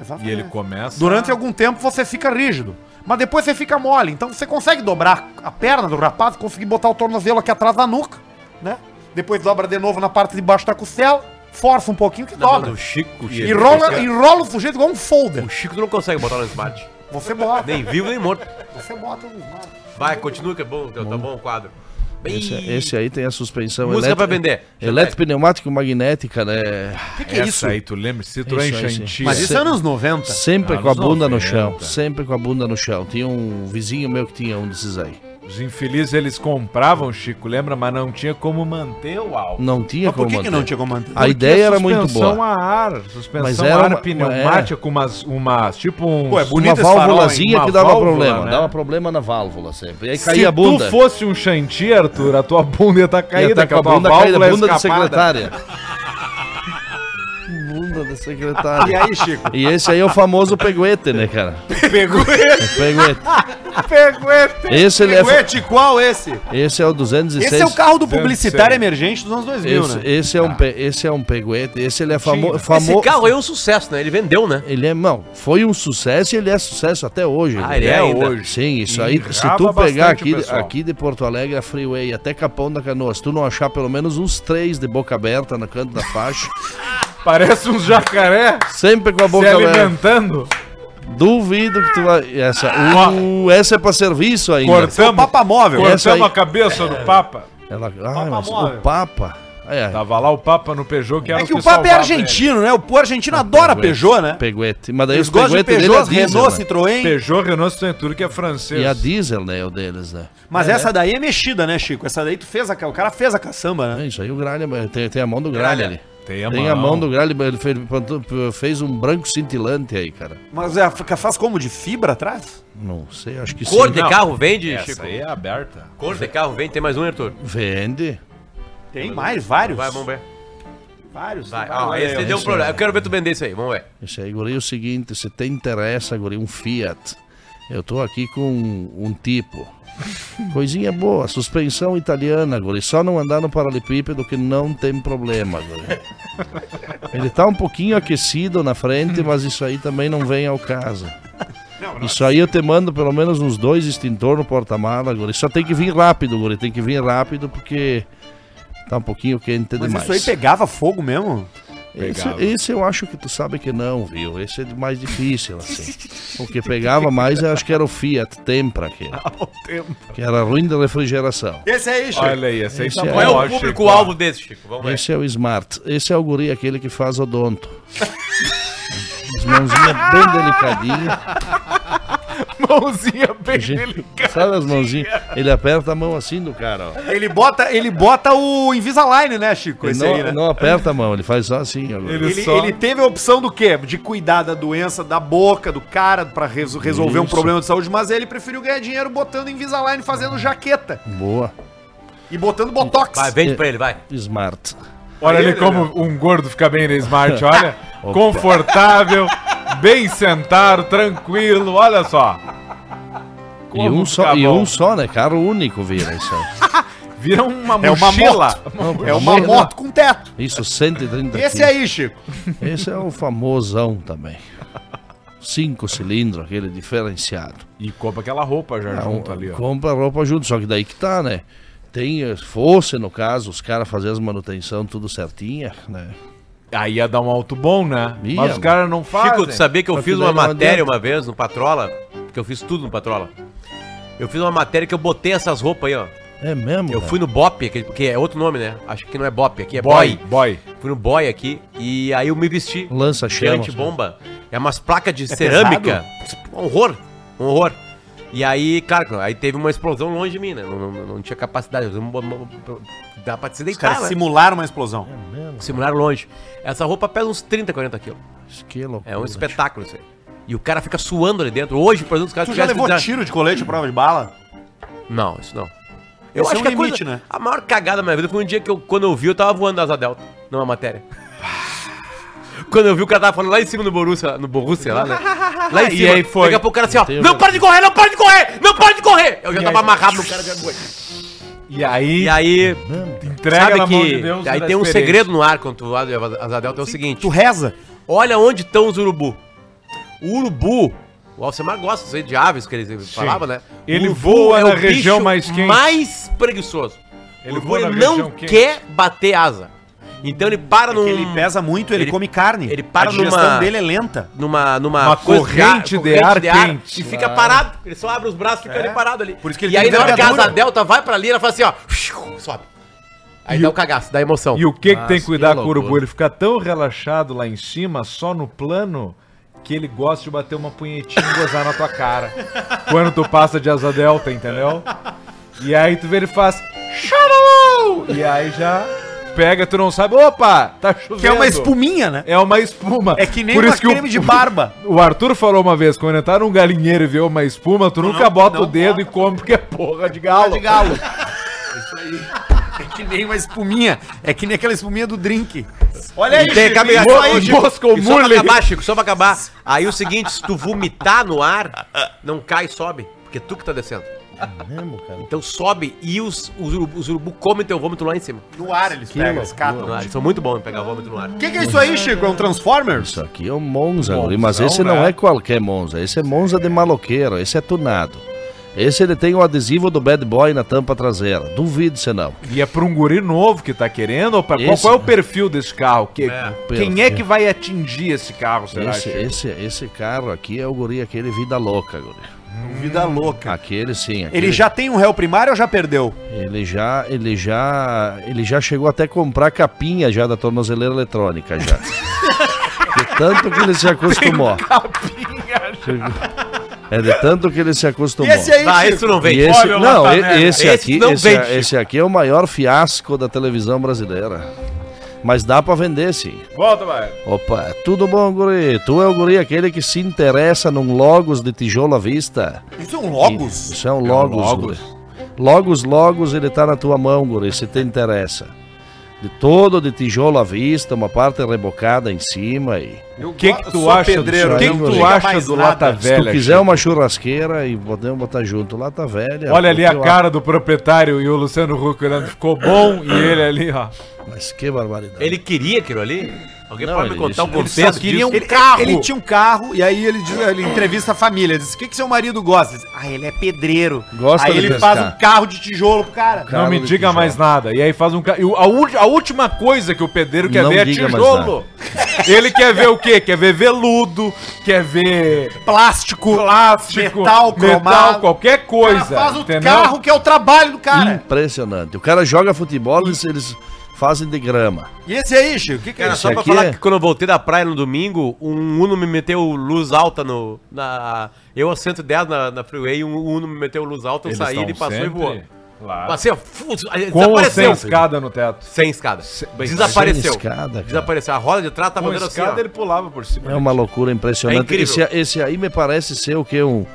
[SPEAKER 1] Exatamente.
[SPEAKER 3] E ele começa.
[SPEAKER 1] Durante algum tempo você fica rígido. Mas depois você fica mole. Então você consegue dobrar a perna do rapaz, conseguir botar o tornozelo aqui atrás da nuca, né? Depois dobra de novo na parte de baixo da costela, força um pouquinho que dobra.
[SPEAKER 2] O Chico, o Chico.
[SPEAKER 1] E rola,
[SPEAKER 2] consegue-
[SPEAKER 1] enrola o sujeito igual um folder.
[SPEAKER 2] O Chico não consegue botar no smart.
[SPEAKER 1] Você bota.
[SPEAKER 2] Nem vivo, nem morto.
[SPEAKER 1] Você bota no smart.
[SPEAKER 2] Vai, continua que é bom, tá tá bom o quadro. Bem-
[SPEAKER 11] Esse, é- esse aí tem a suspensão
[SPEAKER 2] Música pra vender.
[SPEAKER 11] Eletropneumático magnética, né?
[SPEAKER 1] Que que é
[SPEAKER 3] Essa
[SPEAKER 1] isso?
[SPEAKER 3] aí, tu lembra? Citroën
[SPEAKER 11] Isso aí, sim.
[SPEAKER 3] Chantilly.
[SPEAKER 1] Mas isso é anos 90.
[SPEAKER 11] Sempre
[SPEAKER 3] Anos
[SPEAKER 11] com a bunda no
[SPEAKER 3] 90.
[SPEAKER 11] chão. Sempre com a bunda no chão. Tinha um vizinho meu que tinha um desses aí.
[SPEAKER 3] Os infelizes eles compravam, Chico, lembra? Mas não tinha como manter o álcool.
[SPEAKER 11] Não tinha
[SPEAKER 1] Mas por
[SPEAKER 11] como
[SPEAKER 1] que que não
[SPEAKER 11] manter.
[SPEAKER 1] tinha como manter?
[SPEAKER 11] A ideia era muito
[SPEAKER 3] Suspensão
[SPEAKER 11] boa.
[SPEAKER 3] a ar, suspensão
[SPEAKER 11] Mas
[SPEAKER 3] a
[SPEAKER 11] era
[SPEAKER 3] ar
[SPEAKER 11] uma- é.
[SPEAKER 3] pneumática com umas, umas tipo um,
[SPEAKER 1] Pô, é
[SPEAKER 11] Uma
[SPEAKER 1] bonito esse farol,
[SPEAKER 11] válvulazinha
[SPEAKER 3] hein?
[SPEAKER 11] que
[SPEAKER 3] Uma
[SPEAKER 11] dava
[SPEAKER 3] válvula,
[SPEAKER 11] problema.
[SPEAKER 3] né?
[SPEAKER 11] Dava problema na válvula sempre. E aí
[SPEAKER 3] Se
[SPEAKER 11] caía a bunda.
[SPEAKER 3] tu fosse um chantier, Arthur, a tua bunda ia estar tá
[SPEAKER 11] Ia
[SPEAKER 3] caída,
[SPEAKER 11] tá
[SPEAKER 3] que a tua
[SPEAKER 11] bunda
[SPEAKER 3] válvula
[SPEAKER 11] caída,
[SPEAKER 3] é
[SPEAKER 11] bunda da
[SPEAKER 3] escapada.
[SPEAKER 11] secretária. bunda da secretária.
[SPEAKER 1] E aí, Chico?
[SPEAKER 11] E esse aí é o famoso peguete, né, cara?
[SPEAKER 1] Pegou ele.
[SPEAKER 11] Peguete.
[SPEAKER 1] Pegou ele.
[SPEAKER 11] Esse ele é
[SPEAKER 1] Pegou ele. Qual esse?
[SPEAKER 11] Esse é o 206.
[SPEAKER 1] Esse é o carro do
[SPEAKER 3] 206.
[SPEAKER 1] publicitário emergente dos anos 2000,
[SPEAKER 11] Esse,
[SPEAKER 1] né?
[SPEAKER 11] esse é um pe- esse é um peguete. Esse ele é famoso.
[SPEAKER 2] Esse carro aí é um sucesso, né? Ele vendeu, né?
[SPEAKER 11] Ele é, não, foi um sucesso e ele é sucesso até hoje.
[SPEAKER 2] Ah,
[SPEAKER 11] né?
[SPEAKER 2] ele é ainda?
[SPEAKER 11] hoje. Sim, isso
[SPEAKER 3] E
[SPEAKER 11] aí. Se tu
[SPEAKER 3] grava
[SPEAKER 11] pegar
[SPEAKER 3] bastante,
[SPEAKER 11] aqui,
[SPEAKER 3] pessoal.
[SPEAKER 11] aqui de Porto Alegre, a Freeway até Capão da Canoa, se tu não achar pelo menos uns três de boca aberta no canto da faixa,
[SPEAKER 3] Parece um jacaré
[SPEAKER 11] sempre com a
[SPEAKER 3] se
[SPEAKER 11] boca aberta.
[SPEAKER 3] alimentando.
[SPEAKER 11] Duvido que tu vai. Essa, uh, essa é pra serviço ainda.
[SPEAKER 3] Cortamos,
[SPEAKER 1] Papa móvel.
[SPEAKER 11] Essa aí-
[SPEAKER 3] cortamos a cabeça do Papa.
[SPEAKER 11] Ela, ah, mas
[SPEAKER 1] móvel.
[SPEAKER 11] o Papa. É,
[SPEAKER 1] Tá.
[SPEAKER 3] Tava lá o Papa no Peugeot, que era
[SPEAKER 1] É que o
[SPEAKER 3] salvava
[SPEAKER 1] Papa é
[SPEAKER 3] ele.
[SPEAKER 1] argentino, né? O povo argentino adora Peugeot, né?
[SPEAKER 11] Peguete. Mas daí
[SPEAKER 1] Eles
[SPEAKER 11] os
[SPEAKER 1] gostam de
[SPEAKER 11] peguetes dele é
[SPEAKER 1] Peugeot,
[SPEAKER 11] diesel.
[SPEAKER 1] Renault, assim,
[SPEAKER 11] né?
[SPEAKER 1] Citroën.
[SPEAKER 3] Peugeot, Renault, Centuro, que é francês.
[SPEAKER 11] E a diesel, né? O deles, né?
[SPEAKER 1] Mas essa daí é mexida, né, Chico? Essa daí tu fez a... ca- O cara fez a caçamba, né?
[SPEAKER 11] É isso aí, o Gralha, tem, tem a mão do Gralha,
[SPEAKER 2] Gralha.
[SPEAKER 11] ali.
[SPEAKER 3] Tem a
[SPEAKER 11] Tem a
[SPEAKER 3] mão.
[SPEAKER 11] mão do Gralha, ele fez, plantou- fez um branco cintilante aí, cara.
[SPEAKER 1] Mas é, fica- faz como? De fibra atrás?
[SPEAKER 11] Não sei, acho que
[SPEAKER 2] Cor
[SPEAKER 11] sim.
[SPEAKER 2] de
[SPEAKER 3] não.
[SPEAKER 2] carro vende,
[SPEAKER 3] Essa
[SPEAKER 2] Chico?
[SPEAKER 3] aí é aberta.
[SPEAKER 2] Cor de carro vende, tem mais um, Arthur.
[SPEAKER 11] Vende.
[SPEAKER 1] Tem mais, vários.
[SPEAKER 2] Vai, vamos ver.
[SPEAKER 1] Vários.
[SPEAKER 2] Vai,
[SPEAKER 1] vários.
[SPEAKER 2] ó, esse deu um
[SPEAKER 11] esse
[SPEAKER 2] problema.
[SPEAKER 11] é.
[SPEAKER 2] Eu quero ver tu vender isso aí, vamos ver.
[SPEAKER 11] Isso aí, guri, é o seguinte, se te interessa, guri, um Fiat. Eu tô aqui com um, um tipo. Coisinha boa, suspensão italiana, guri. Só não andar no paralelepípedo que não tem problema, guri. Ele tá um pouquinho aquecido na frente, mas isso aí também não vem ao caso. Isso aí eu te mando pelo menos uns dois extintor no porta-mala, guri. Só tem que vir rápido, guri. Tem que vir rápido porque tá um pouquinho quente
[SPEAKER 1] Mas
[SPEAKER 11] demais.
[SPEAKER 1] isso aí pegava fogo mesmo?
[SPEAKER 11] Esse,
[SPEAKER 3] Pegava.
[SPEAKER 11] esse eu acho que tu sabe que não, viu? Esse é mais difícil, assim. O que pegava mais, eu acho que era o Fiat Tempra, aquele. Que era ruim da refrigeração.
[SPEAKER 1] Esse aí, Chico.
[SPEAKER 3] Olha aí, essa aí
[SPEAKER 11] Esse
[SPEAKER 3] tá
[SPEAKER 11] é-
[SPEAKER 2] Qual é
[SPEAKER 3] boa,
[SPEAKER 2] o
[SPEAKER 3] Chico.
[SPEAKER 2] público-alvo desse, Chico? Vamos ver.
[SPEAKER 11] Esse é o Smart. Esse é o guri, aquele que faz odonto. As mãozinhas bem delicadinhas.
[SPEAKER 3] Mãozinha bem
[SPEAKER 11] Gente,
[SPEAKER 3] delicada.
[SPEAKER 11] sabe as mãozinhas? Ele aperta a mão assim do cara, ó.
[SPEAKER 1] Ele bota, ele bota o Invisalign, né, Chico?
[SPEAKER 11] Ele
[SPEAKER 1] Esse
[SPEAKER 11] não,
[SPEAKER 1] aí, né?
[SPEAKER 11] não aperta a mão, ele faz só assim. ó, guri.
[SPEAKER 3] é, Ele-
[SPEAKER 1] Ele,
[SPEAKER 3] só-
[SPEAKER 1] ele teve a opção do quê? De cuidar da doença da boca, do cara, pra reso- resolver um
[SPEAKER 11] Isso.
[SPEAKER 1] problema de saúde, mas ele preferiu ganhar dinheiro botando Invisalign, fazendo jaqueta
[SPEAKER 11] Boa.
[SPEAKER 1] e botando Botox.
[SPEAKER 2] Vai, vende pra ele, vai.
[SPEAKER 11] Smart.
[SPEAKER 3] Olha ali como
[SPEAKER 2] né?
[SPEAKER 3] um gordo fica bem nesse Smart, olha. Confortável, bem sentado, tranquilo, olha só.
[SPEAKER 11] E
[SPEAKER 3] Como
[SPEAKER 11] um,
[SPEAKER 3] fica
[SPEAKER 11] só, e
[SPEAKER 3] bom.
[SPEAKER 11] um só, né? Carro único vira isso aí.
[SPEAKER 3] Vira uma
[SPEAKER 1] É uma
[SPEAKER 3] mochila.
[SPEAKER 1] moto. É uma moto com teto.
[SPEAKER 11] Isso, 130
[SPEAKER 1] Esse
[SPEAKER 11] quilos.
[SPEAKER 1] aí, Chico.
[SPEAKER 11] Esse é o famosão também. Cinco cilindros, aquele diferenciado.
[SPEAKER 3] E compra aquela roupa já
[SPEAKER 11] Não,
[SPEAKER 3] Tá junto ali, ó.
[SPEAKER 11] Compra roupa junto, só que daí que tá, né? Tem, eh, fosse no caso, os caras fazer as manutenção tudo certinha, né?
[SPEAKER 3] Aí ia dar um alto bom, né?
[SPEAKER 11] Ia,
[SPEAKER 3] Mas os caras não fazem.
[SPEAKER 2] Chico, tu sabia que eu
[SPEAKER 11] Só que
[SPEAKER 2] fiz
[SPEAKER 11] daí
[SPEAKER 2] uma
[SPEAKER 11] não
[SPEAKER 2] matéria
[SPEAKER 11] adianta.
[SPEAKER 2] uma vez no Patrola? Que eu fiz tudo no Patrola. Eu fiz uma matéria que eu botei essas roupas aí, ó.
[SPEAKER 11] É mesmo?
[SPEAKER 2] Eu
[SPEAKER 11] cara?
[SPEAKER 2] fui no Bop, aquele- porque é outro nome, né? Acho que não é Bop, aqui é
[SPEAKER 3] Boy,
[SPEAKER 2] Boy.
[SPEAKER 3] boy.
[SPEAKER 2] Fui no Boy aqui e aí eu me vesti.
[SPEAKER 11] Lança
[SPEAKER 2] de
[SPEAKER 11] chamas.
[SPEAKER 2] antibomba. É umas placas de cerâmica. Um horror, um horror. E aí, claro, aí teve uma explosão longe de mim, né? Não, não- não tinha capacidade. não- não- não- um- Dá pra se
[SPEAKER 1] Os
[SPEAKER 2] deitar,
[SPEAKER 1] caras
[SPEAKER 2] né?
[SPEAKER 1] simularam uma explosão.
[SPEAKER 2] Simular longe. Essa roupa pesa uns 30, 40 quilos.
[SPEAKER 11] Que loucura.
[SPEAKER 2] É um espetáculo isso aí. E o cara fica suando ali dentro. Hoje, por exemplo, os caras
[SPEAKER 1] é, Tu já
[SPEAKER 2] tivessem
[SPEAKER 1] levou
[SPEAKER 2] que dizer-
[SPEAKER 1] tiro de colete à prova de bala?
[SPEAKER 2] Não, isso não. Eu
[SPEAKER 1] Esse
[SPEAKER 2] acho
[SPEAKER 1] é um
[SPEAKER 2] que a,
[SPEAKER 1] limite,
[SPEAKER 2] coisa,
[SPEAKER 1] né?
[SPEAKER 2] a maior cagada da minha vida foi um dia que eu, quando eu vi, eu tava voando da Asa Delta, numa matéria.
[SPEAKER 3] Ah.
[SPEAKER 2] quando eu vi, o cara tava falando lá em cima no Borussia, no Borussia lá, né? Lá em
[SPEAKER 3] E
[SPEAKER 2] cima.
[SPEAKER 3] aí foi.
[SPEAKER 2] Daqui a pouco o cara assim, ó,
[SPEAKER 11] Tem
[SPEAKER 2] não
[SPEAKER 11] um-
[SPEAKER 2] para de correr, não para de correr, não para de correr! Eu já tava amarrado no cara. já foi.
[SPEAKER 3] E aí,
[SPEAKER 2] E aí,
[SPEAKER 3] entrega na
[SPEAKER 2] sabe
[SPEAKER 3] mão de
[SPEAKER 2] que...
[SPEAKER 3] Deus. né,
[SPEAKER 2] aí
[SPEAKER 3] era
[SPEAKER 2] tem um
[SPEAKER 3] experiente.
[SPEAKER 2] segredo no ar quando tu voa a Asa Delta, é o seguinte.
[SPEAKER 1] Tu reza?
[SPEAKER 2] Olha onde estão os urubu. O urubu, o Alcemar gosta disso aí de aves que ele falava, né?
[SPEAKER 3] Ele
[SPEAKER 2] O
[SPEAKER 3] voa na
[SPEAKER 2] o
[SPEAKER 3] região
[SPEAKER 2] bicho
[SPEAKER 3] mais quente.
[SPEAKER 2] mais preguiçoso.
[SPEAKER 3] Ele
[SPEAKER 2] o urubu
[SPEAKER 3] voa na
[SPEAKER 2] ele
[SPEAKER 3] região
[SPEAKER 2] não
[SPEAKER 3] quente.
[SPEAKER 2] quer bater asa. Então ele para num,
[SPEAKER 1] Porque ele pesa muito, ele,
[SPEAKER 2] ele-
[SPEAKER 1] come carne.
[SPEAKER 2] ele para
[SPEAKER 1] A digestão
[SPEAKER 2] numa-
[SPEAKER 1] dele é lenta.
[SPEAKER 2] numa numa
[SPEAKER 3] Uma corrente de ar quente.
[SPEAKER 2] e fica parado. Ele só abre os braços e fica ali parado ali.
[SPEAKER 1] Por isso que
[SPEAKER 2] e
[SPEAKER 1] ele tem
[SPEAKER 2] aí na hora É. que a asa
[SPEAKER 1] envergadura.
[SPEAKER 2] delta vai pra ali, ela fala assim, ó, sobe. Aí dá o cagaço, dá emoção.
[SPEAKER 3] E o que, que
[SPEAKER 11] Nossa,
[SPEAKER 3] tem que cuidar
[SPEAKER 11] que
[SPEAKER 3] com o urubu?
[SPEAKER 11] loucura.
[SPEAKER 3] Ele fica tão relaxado lá em cima, só no plano, que ele gosta de bater uma punhetinha e gozar na tua cara. Quando tu passa de asa delta, entendeu? E aí tu vê ele faz. "Xalalau!" E aí já pega, tu não sabe. Opa, tá chovendo.
[SPEAKER 1] Que é uma espuminha, né?
[SPEAKER 3] É uma espuma.
[SPEAKER 1] É que nem
[SPEAKER 3] Por
[SPEAKER 1] uma
[SPEAKER 3] isso que o-
[SPEAKER 1] creme de barba.
[SPEAKER 3] O Arthur falou uma vez, quando entrar num galinheiro e ver uma espuma, tu nunca bota o dedo e come porque é porra de galo.
[SPEAKER 1] de galo. Isso aí. É que nem uma espuminha. É que nem aquela espuminha do drink. Olha aí,
[SPEAKER 2] Tem,
[SPEAKER 1] Chico,
[SPEAKER 2] cabe,
[SPEAKER 1] isso
[SPEAKER 2] só,
[SPEAKER 1] aí,
[SPEAKER 2] Chico,
[SPEAKER 3] Moscow
[SPEAKER 2] e só pra
[SPEAKER 3] Mule.
[SPEAKER 2] acabar, Chico, só pra acabar. Aí o seguinte, se tu vomitar no ar, não cai, sobe. Porque tu que tá descendo.
[SPEAKER 11] É mesmo, cara?
[SPEAKER 2] Então sobe e os, os, urubu, os urubu comem teu vômito lá em cima.
[SPEAKER 1] No ar eles pegam, eles
[SPEAKER 2] No
[SPEAKER 1] catam.
[SPEAKER 2] ar. Eles são muito bons em pegar vômito no ar.
[SPEAKER 1] O que, que é isso aí, Chico? É um Transformers?
[SPEAKER 11] Isso aqui é um Monza,
[SPEAKER 3] Monzão,
[SPEAKER 11] guri, mas esse não
[SPEAKER 3] né?
[SPEAKER 11] é qualquer Monza. Esse é Monza de maloqueiro, esse é tunado. Esse ele tem o adesivo do Bad Boy na tampa traseira. Duvido se não.
[SPEAKER 3] E é pra um guri novo que tá querendo? Ou pra- qual,
[SPEAKER 11] Esse-
[SPEAKER 3] qual é o perfil desse carro? Que- Quem é
[SPEAKER 11] perfil.
[SPEAKER 3] que vai atingir esse carro, será?
[SPEAKER 11] Esse,
[SPEAKER 3] Chico?
[SPEAKER 11] esse, esse carro aqui é o guri, aquele vida louca, guri.
[SPEAKER 1] Vida louca.
[SPEAKER 11] Aquele sim. Aquele,
[SPEAKER 1] Ele já tem um réu primário ou já perdeu?
[SPEAKER 11] Ele já, ele já, ele já chegou até a comprar capinha já da tornozeleira eletrônica já. De tanto que ele se acostumou. capinha. É de tanto que ele se acostumou.
[SPEAKER 1] é
[SPEAKER 2] Ah, esse tu não
[SPEAKER 11] E
[SPEAKER 2] vem.
[SPEAKER 11] esse,
[SPEAKER 3] Olha o
[SPEAKER 11] não, e-
[SPEAKER 3] Ratanera.
[SPEAKER 2] Esse
[SPEAKER 11] esse, aqui,
[SPEAKER 2] não
[SPEAKER 11] esse,
[SPEAKER 2] vende, Chico.
[SPEAKER 11] esse aqui é o maior fiasco da televisão brasileira. Mas dá pra vender sim.
[SPEAKER 3] Volta, vai.
[SPEAKER 11] Opa, é tudo bom, guri? Tu é o guri aquele que se interessa num Logos de tijolo à vista.
[SPEAKER 1] Isso é um Logos?
[SPEAKER 11] Isso é um Logos,
[SPEAKER 3] Logos.
[SPEAKER 11] guri. Logos, Logos, ele tá na tua mão, guri, se te interessa. De todo de tijolo à vista, uma parte rebocada em cima e...
[SPEAKER 3] O que que tu
[SPEAKER 1] sou
[SPEAKER 3] acha
[SPEAKER 1] pedreiro,
[SPEAKER 3] do, que
[SPEAKER 11] eu
[SPEAKER 3] que
[SPEAKER 11] não
[SPEAKER 3] tu
[SPEAKER 11] ligo
[SPEAKER 3] acha
[SPEAKER 1] mais
[SPEAKER 3] do
[SPEAKER 1] nada.
[SPEAKER 3] Lata
[SPEAKER 1] Se tu
[SPEAKER 11] Se
[SPEAKER 3] Velha?
[SPEAKER 11] tu quiser uma churrasqueira e podemos botar junto, lá tá velha.
[SPEAKER 3] Olha ali a
[SPEAKER 11] porque eu-
[SPEAKER 3] cara do proprietário e o Luciano Huck olhando, ficou bom e ele ali, ó.
[SPEAKER 11] Mas que barbaridade.
[SPEAKER 2] Ele queria aquilo ali? Alguém
[SPEAKER 11] Não,
[SPEAKER 2] pode me
[SPEAKER 11] ele-
[SPEAKER 2] contar o
[SPEAKER 11] ele
[SPEAKER 1] Ele
[SPEAKER 2] contexto
[SPEAKER 1] queria
[SPEAKER 2] disso?
[SPEAKER 1] um carro. Ele tinha um carro e aí ele, diz- ele entrevista a família. Ele Diz: O que, que seu marido gosta? Ele Diz, ah, ele é pedreiro.
[SPEAKER 11] Gosta
[SPEAKER 1] aí
[SPEAKER 11] de
[SPEAKER 1] ele
[SPEAKER 11] pescar.
[SPEAKER 1] faz um carro de tijolo pro cara.
[SPEAKER 11] Cara,
[SPEAKER 3] Não me
[SPEAKER 11] do
[SPEAKER 3] diga
[SPEAKER 11] tijolo.
[SPEAKER 3] mais nada. E aí faz um ca... e o- a, ul- a última coisa que o pedreiro quer
[SPEAKER 11] Não
[SPEAKER 3] ver é
[SPEAKER 11] diga mais
[SPEAKER 3] tijolo. Ele quer ver o quê? Quer ver veludo, quer ver
[SPEAKER 1] Plástico,
[SPEAKER 3] plástico,
[SPEAKER 1] metal, cromado.
[SPEAKER 3] qualquer
[SPEAKER 1] O cara
[SPEAKER 3] coisa.
[SPEAKER 1] faz o
[SPEAKER 3] entendeu?
[SPEAKER 1] carro que é o trabalho do cara.
[SPEAKER 11] Impressionante. O cara joga futebol, eles, eles fazem de grama.
[SPEAKER 1] E esse aí, Chico? O que, que é
[SPEAKER 2] Cara,
[SPEAKER 1] isso?
[SPEAKER 2] só pra
[SPEAKER 11] aqui
[SPEAKER 2] falar
[SPEAKER 11] é-
[SPEAKER 2] que quando eu voltei da praia no domingo, um Uno me meteu luz alta no. Na, eu a 110 na, na freeway, um Uno me meteu luz alta, eu
[SPEAKER 3] Eles
[SPEAKER 2] saí,
[SPEAKER 3] tão
[SPEAKER 2] ele passou e
[SPEAKER 3] sempre
[SPEAKER 2] voou.
[SPEAKER 3] lá.
[SPEAKER 2] Passei, ó, fu-
[SPEAKER 3] Com ou
[SPEAKER 2] desapareceu.
[SPEAKER 3] sem escada no teto?
[SPEAKER 2] Sem escada.
[SPEAKER 3] bem,
[SPEAKER 11] sem
[SPEAKER 2] Desapareceu.
[SPEAKER 11] escada, cara.
[SPEAKER 2] Desapareceu. A roda de trás tá
[SPEAKER 3] Com
[SPEAKER 2] mandando assim.
[SPEAKER 3] escada
[SPEAKER 2] ó.
[SPEAKER 3] ele pulava por cima. né?
[SPEAKER 11] É uma loucura
[SPEAKER 2] É
[SPEAKER 11] impressionante.
[SPEAKER 2] incrível.
[SPEAKER 11] esse, esse aí me parece ser o que? Um,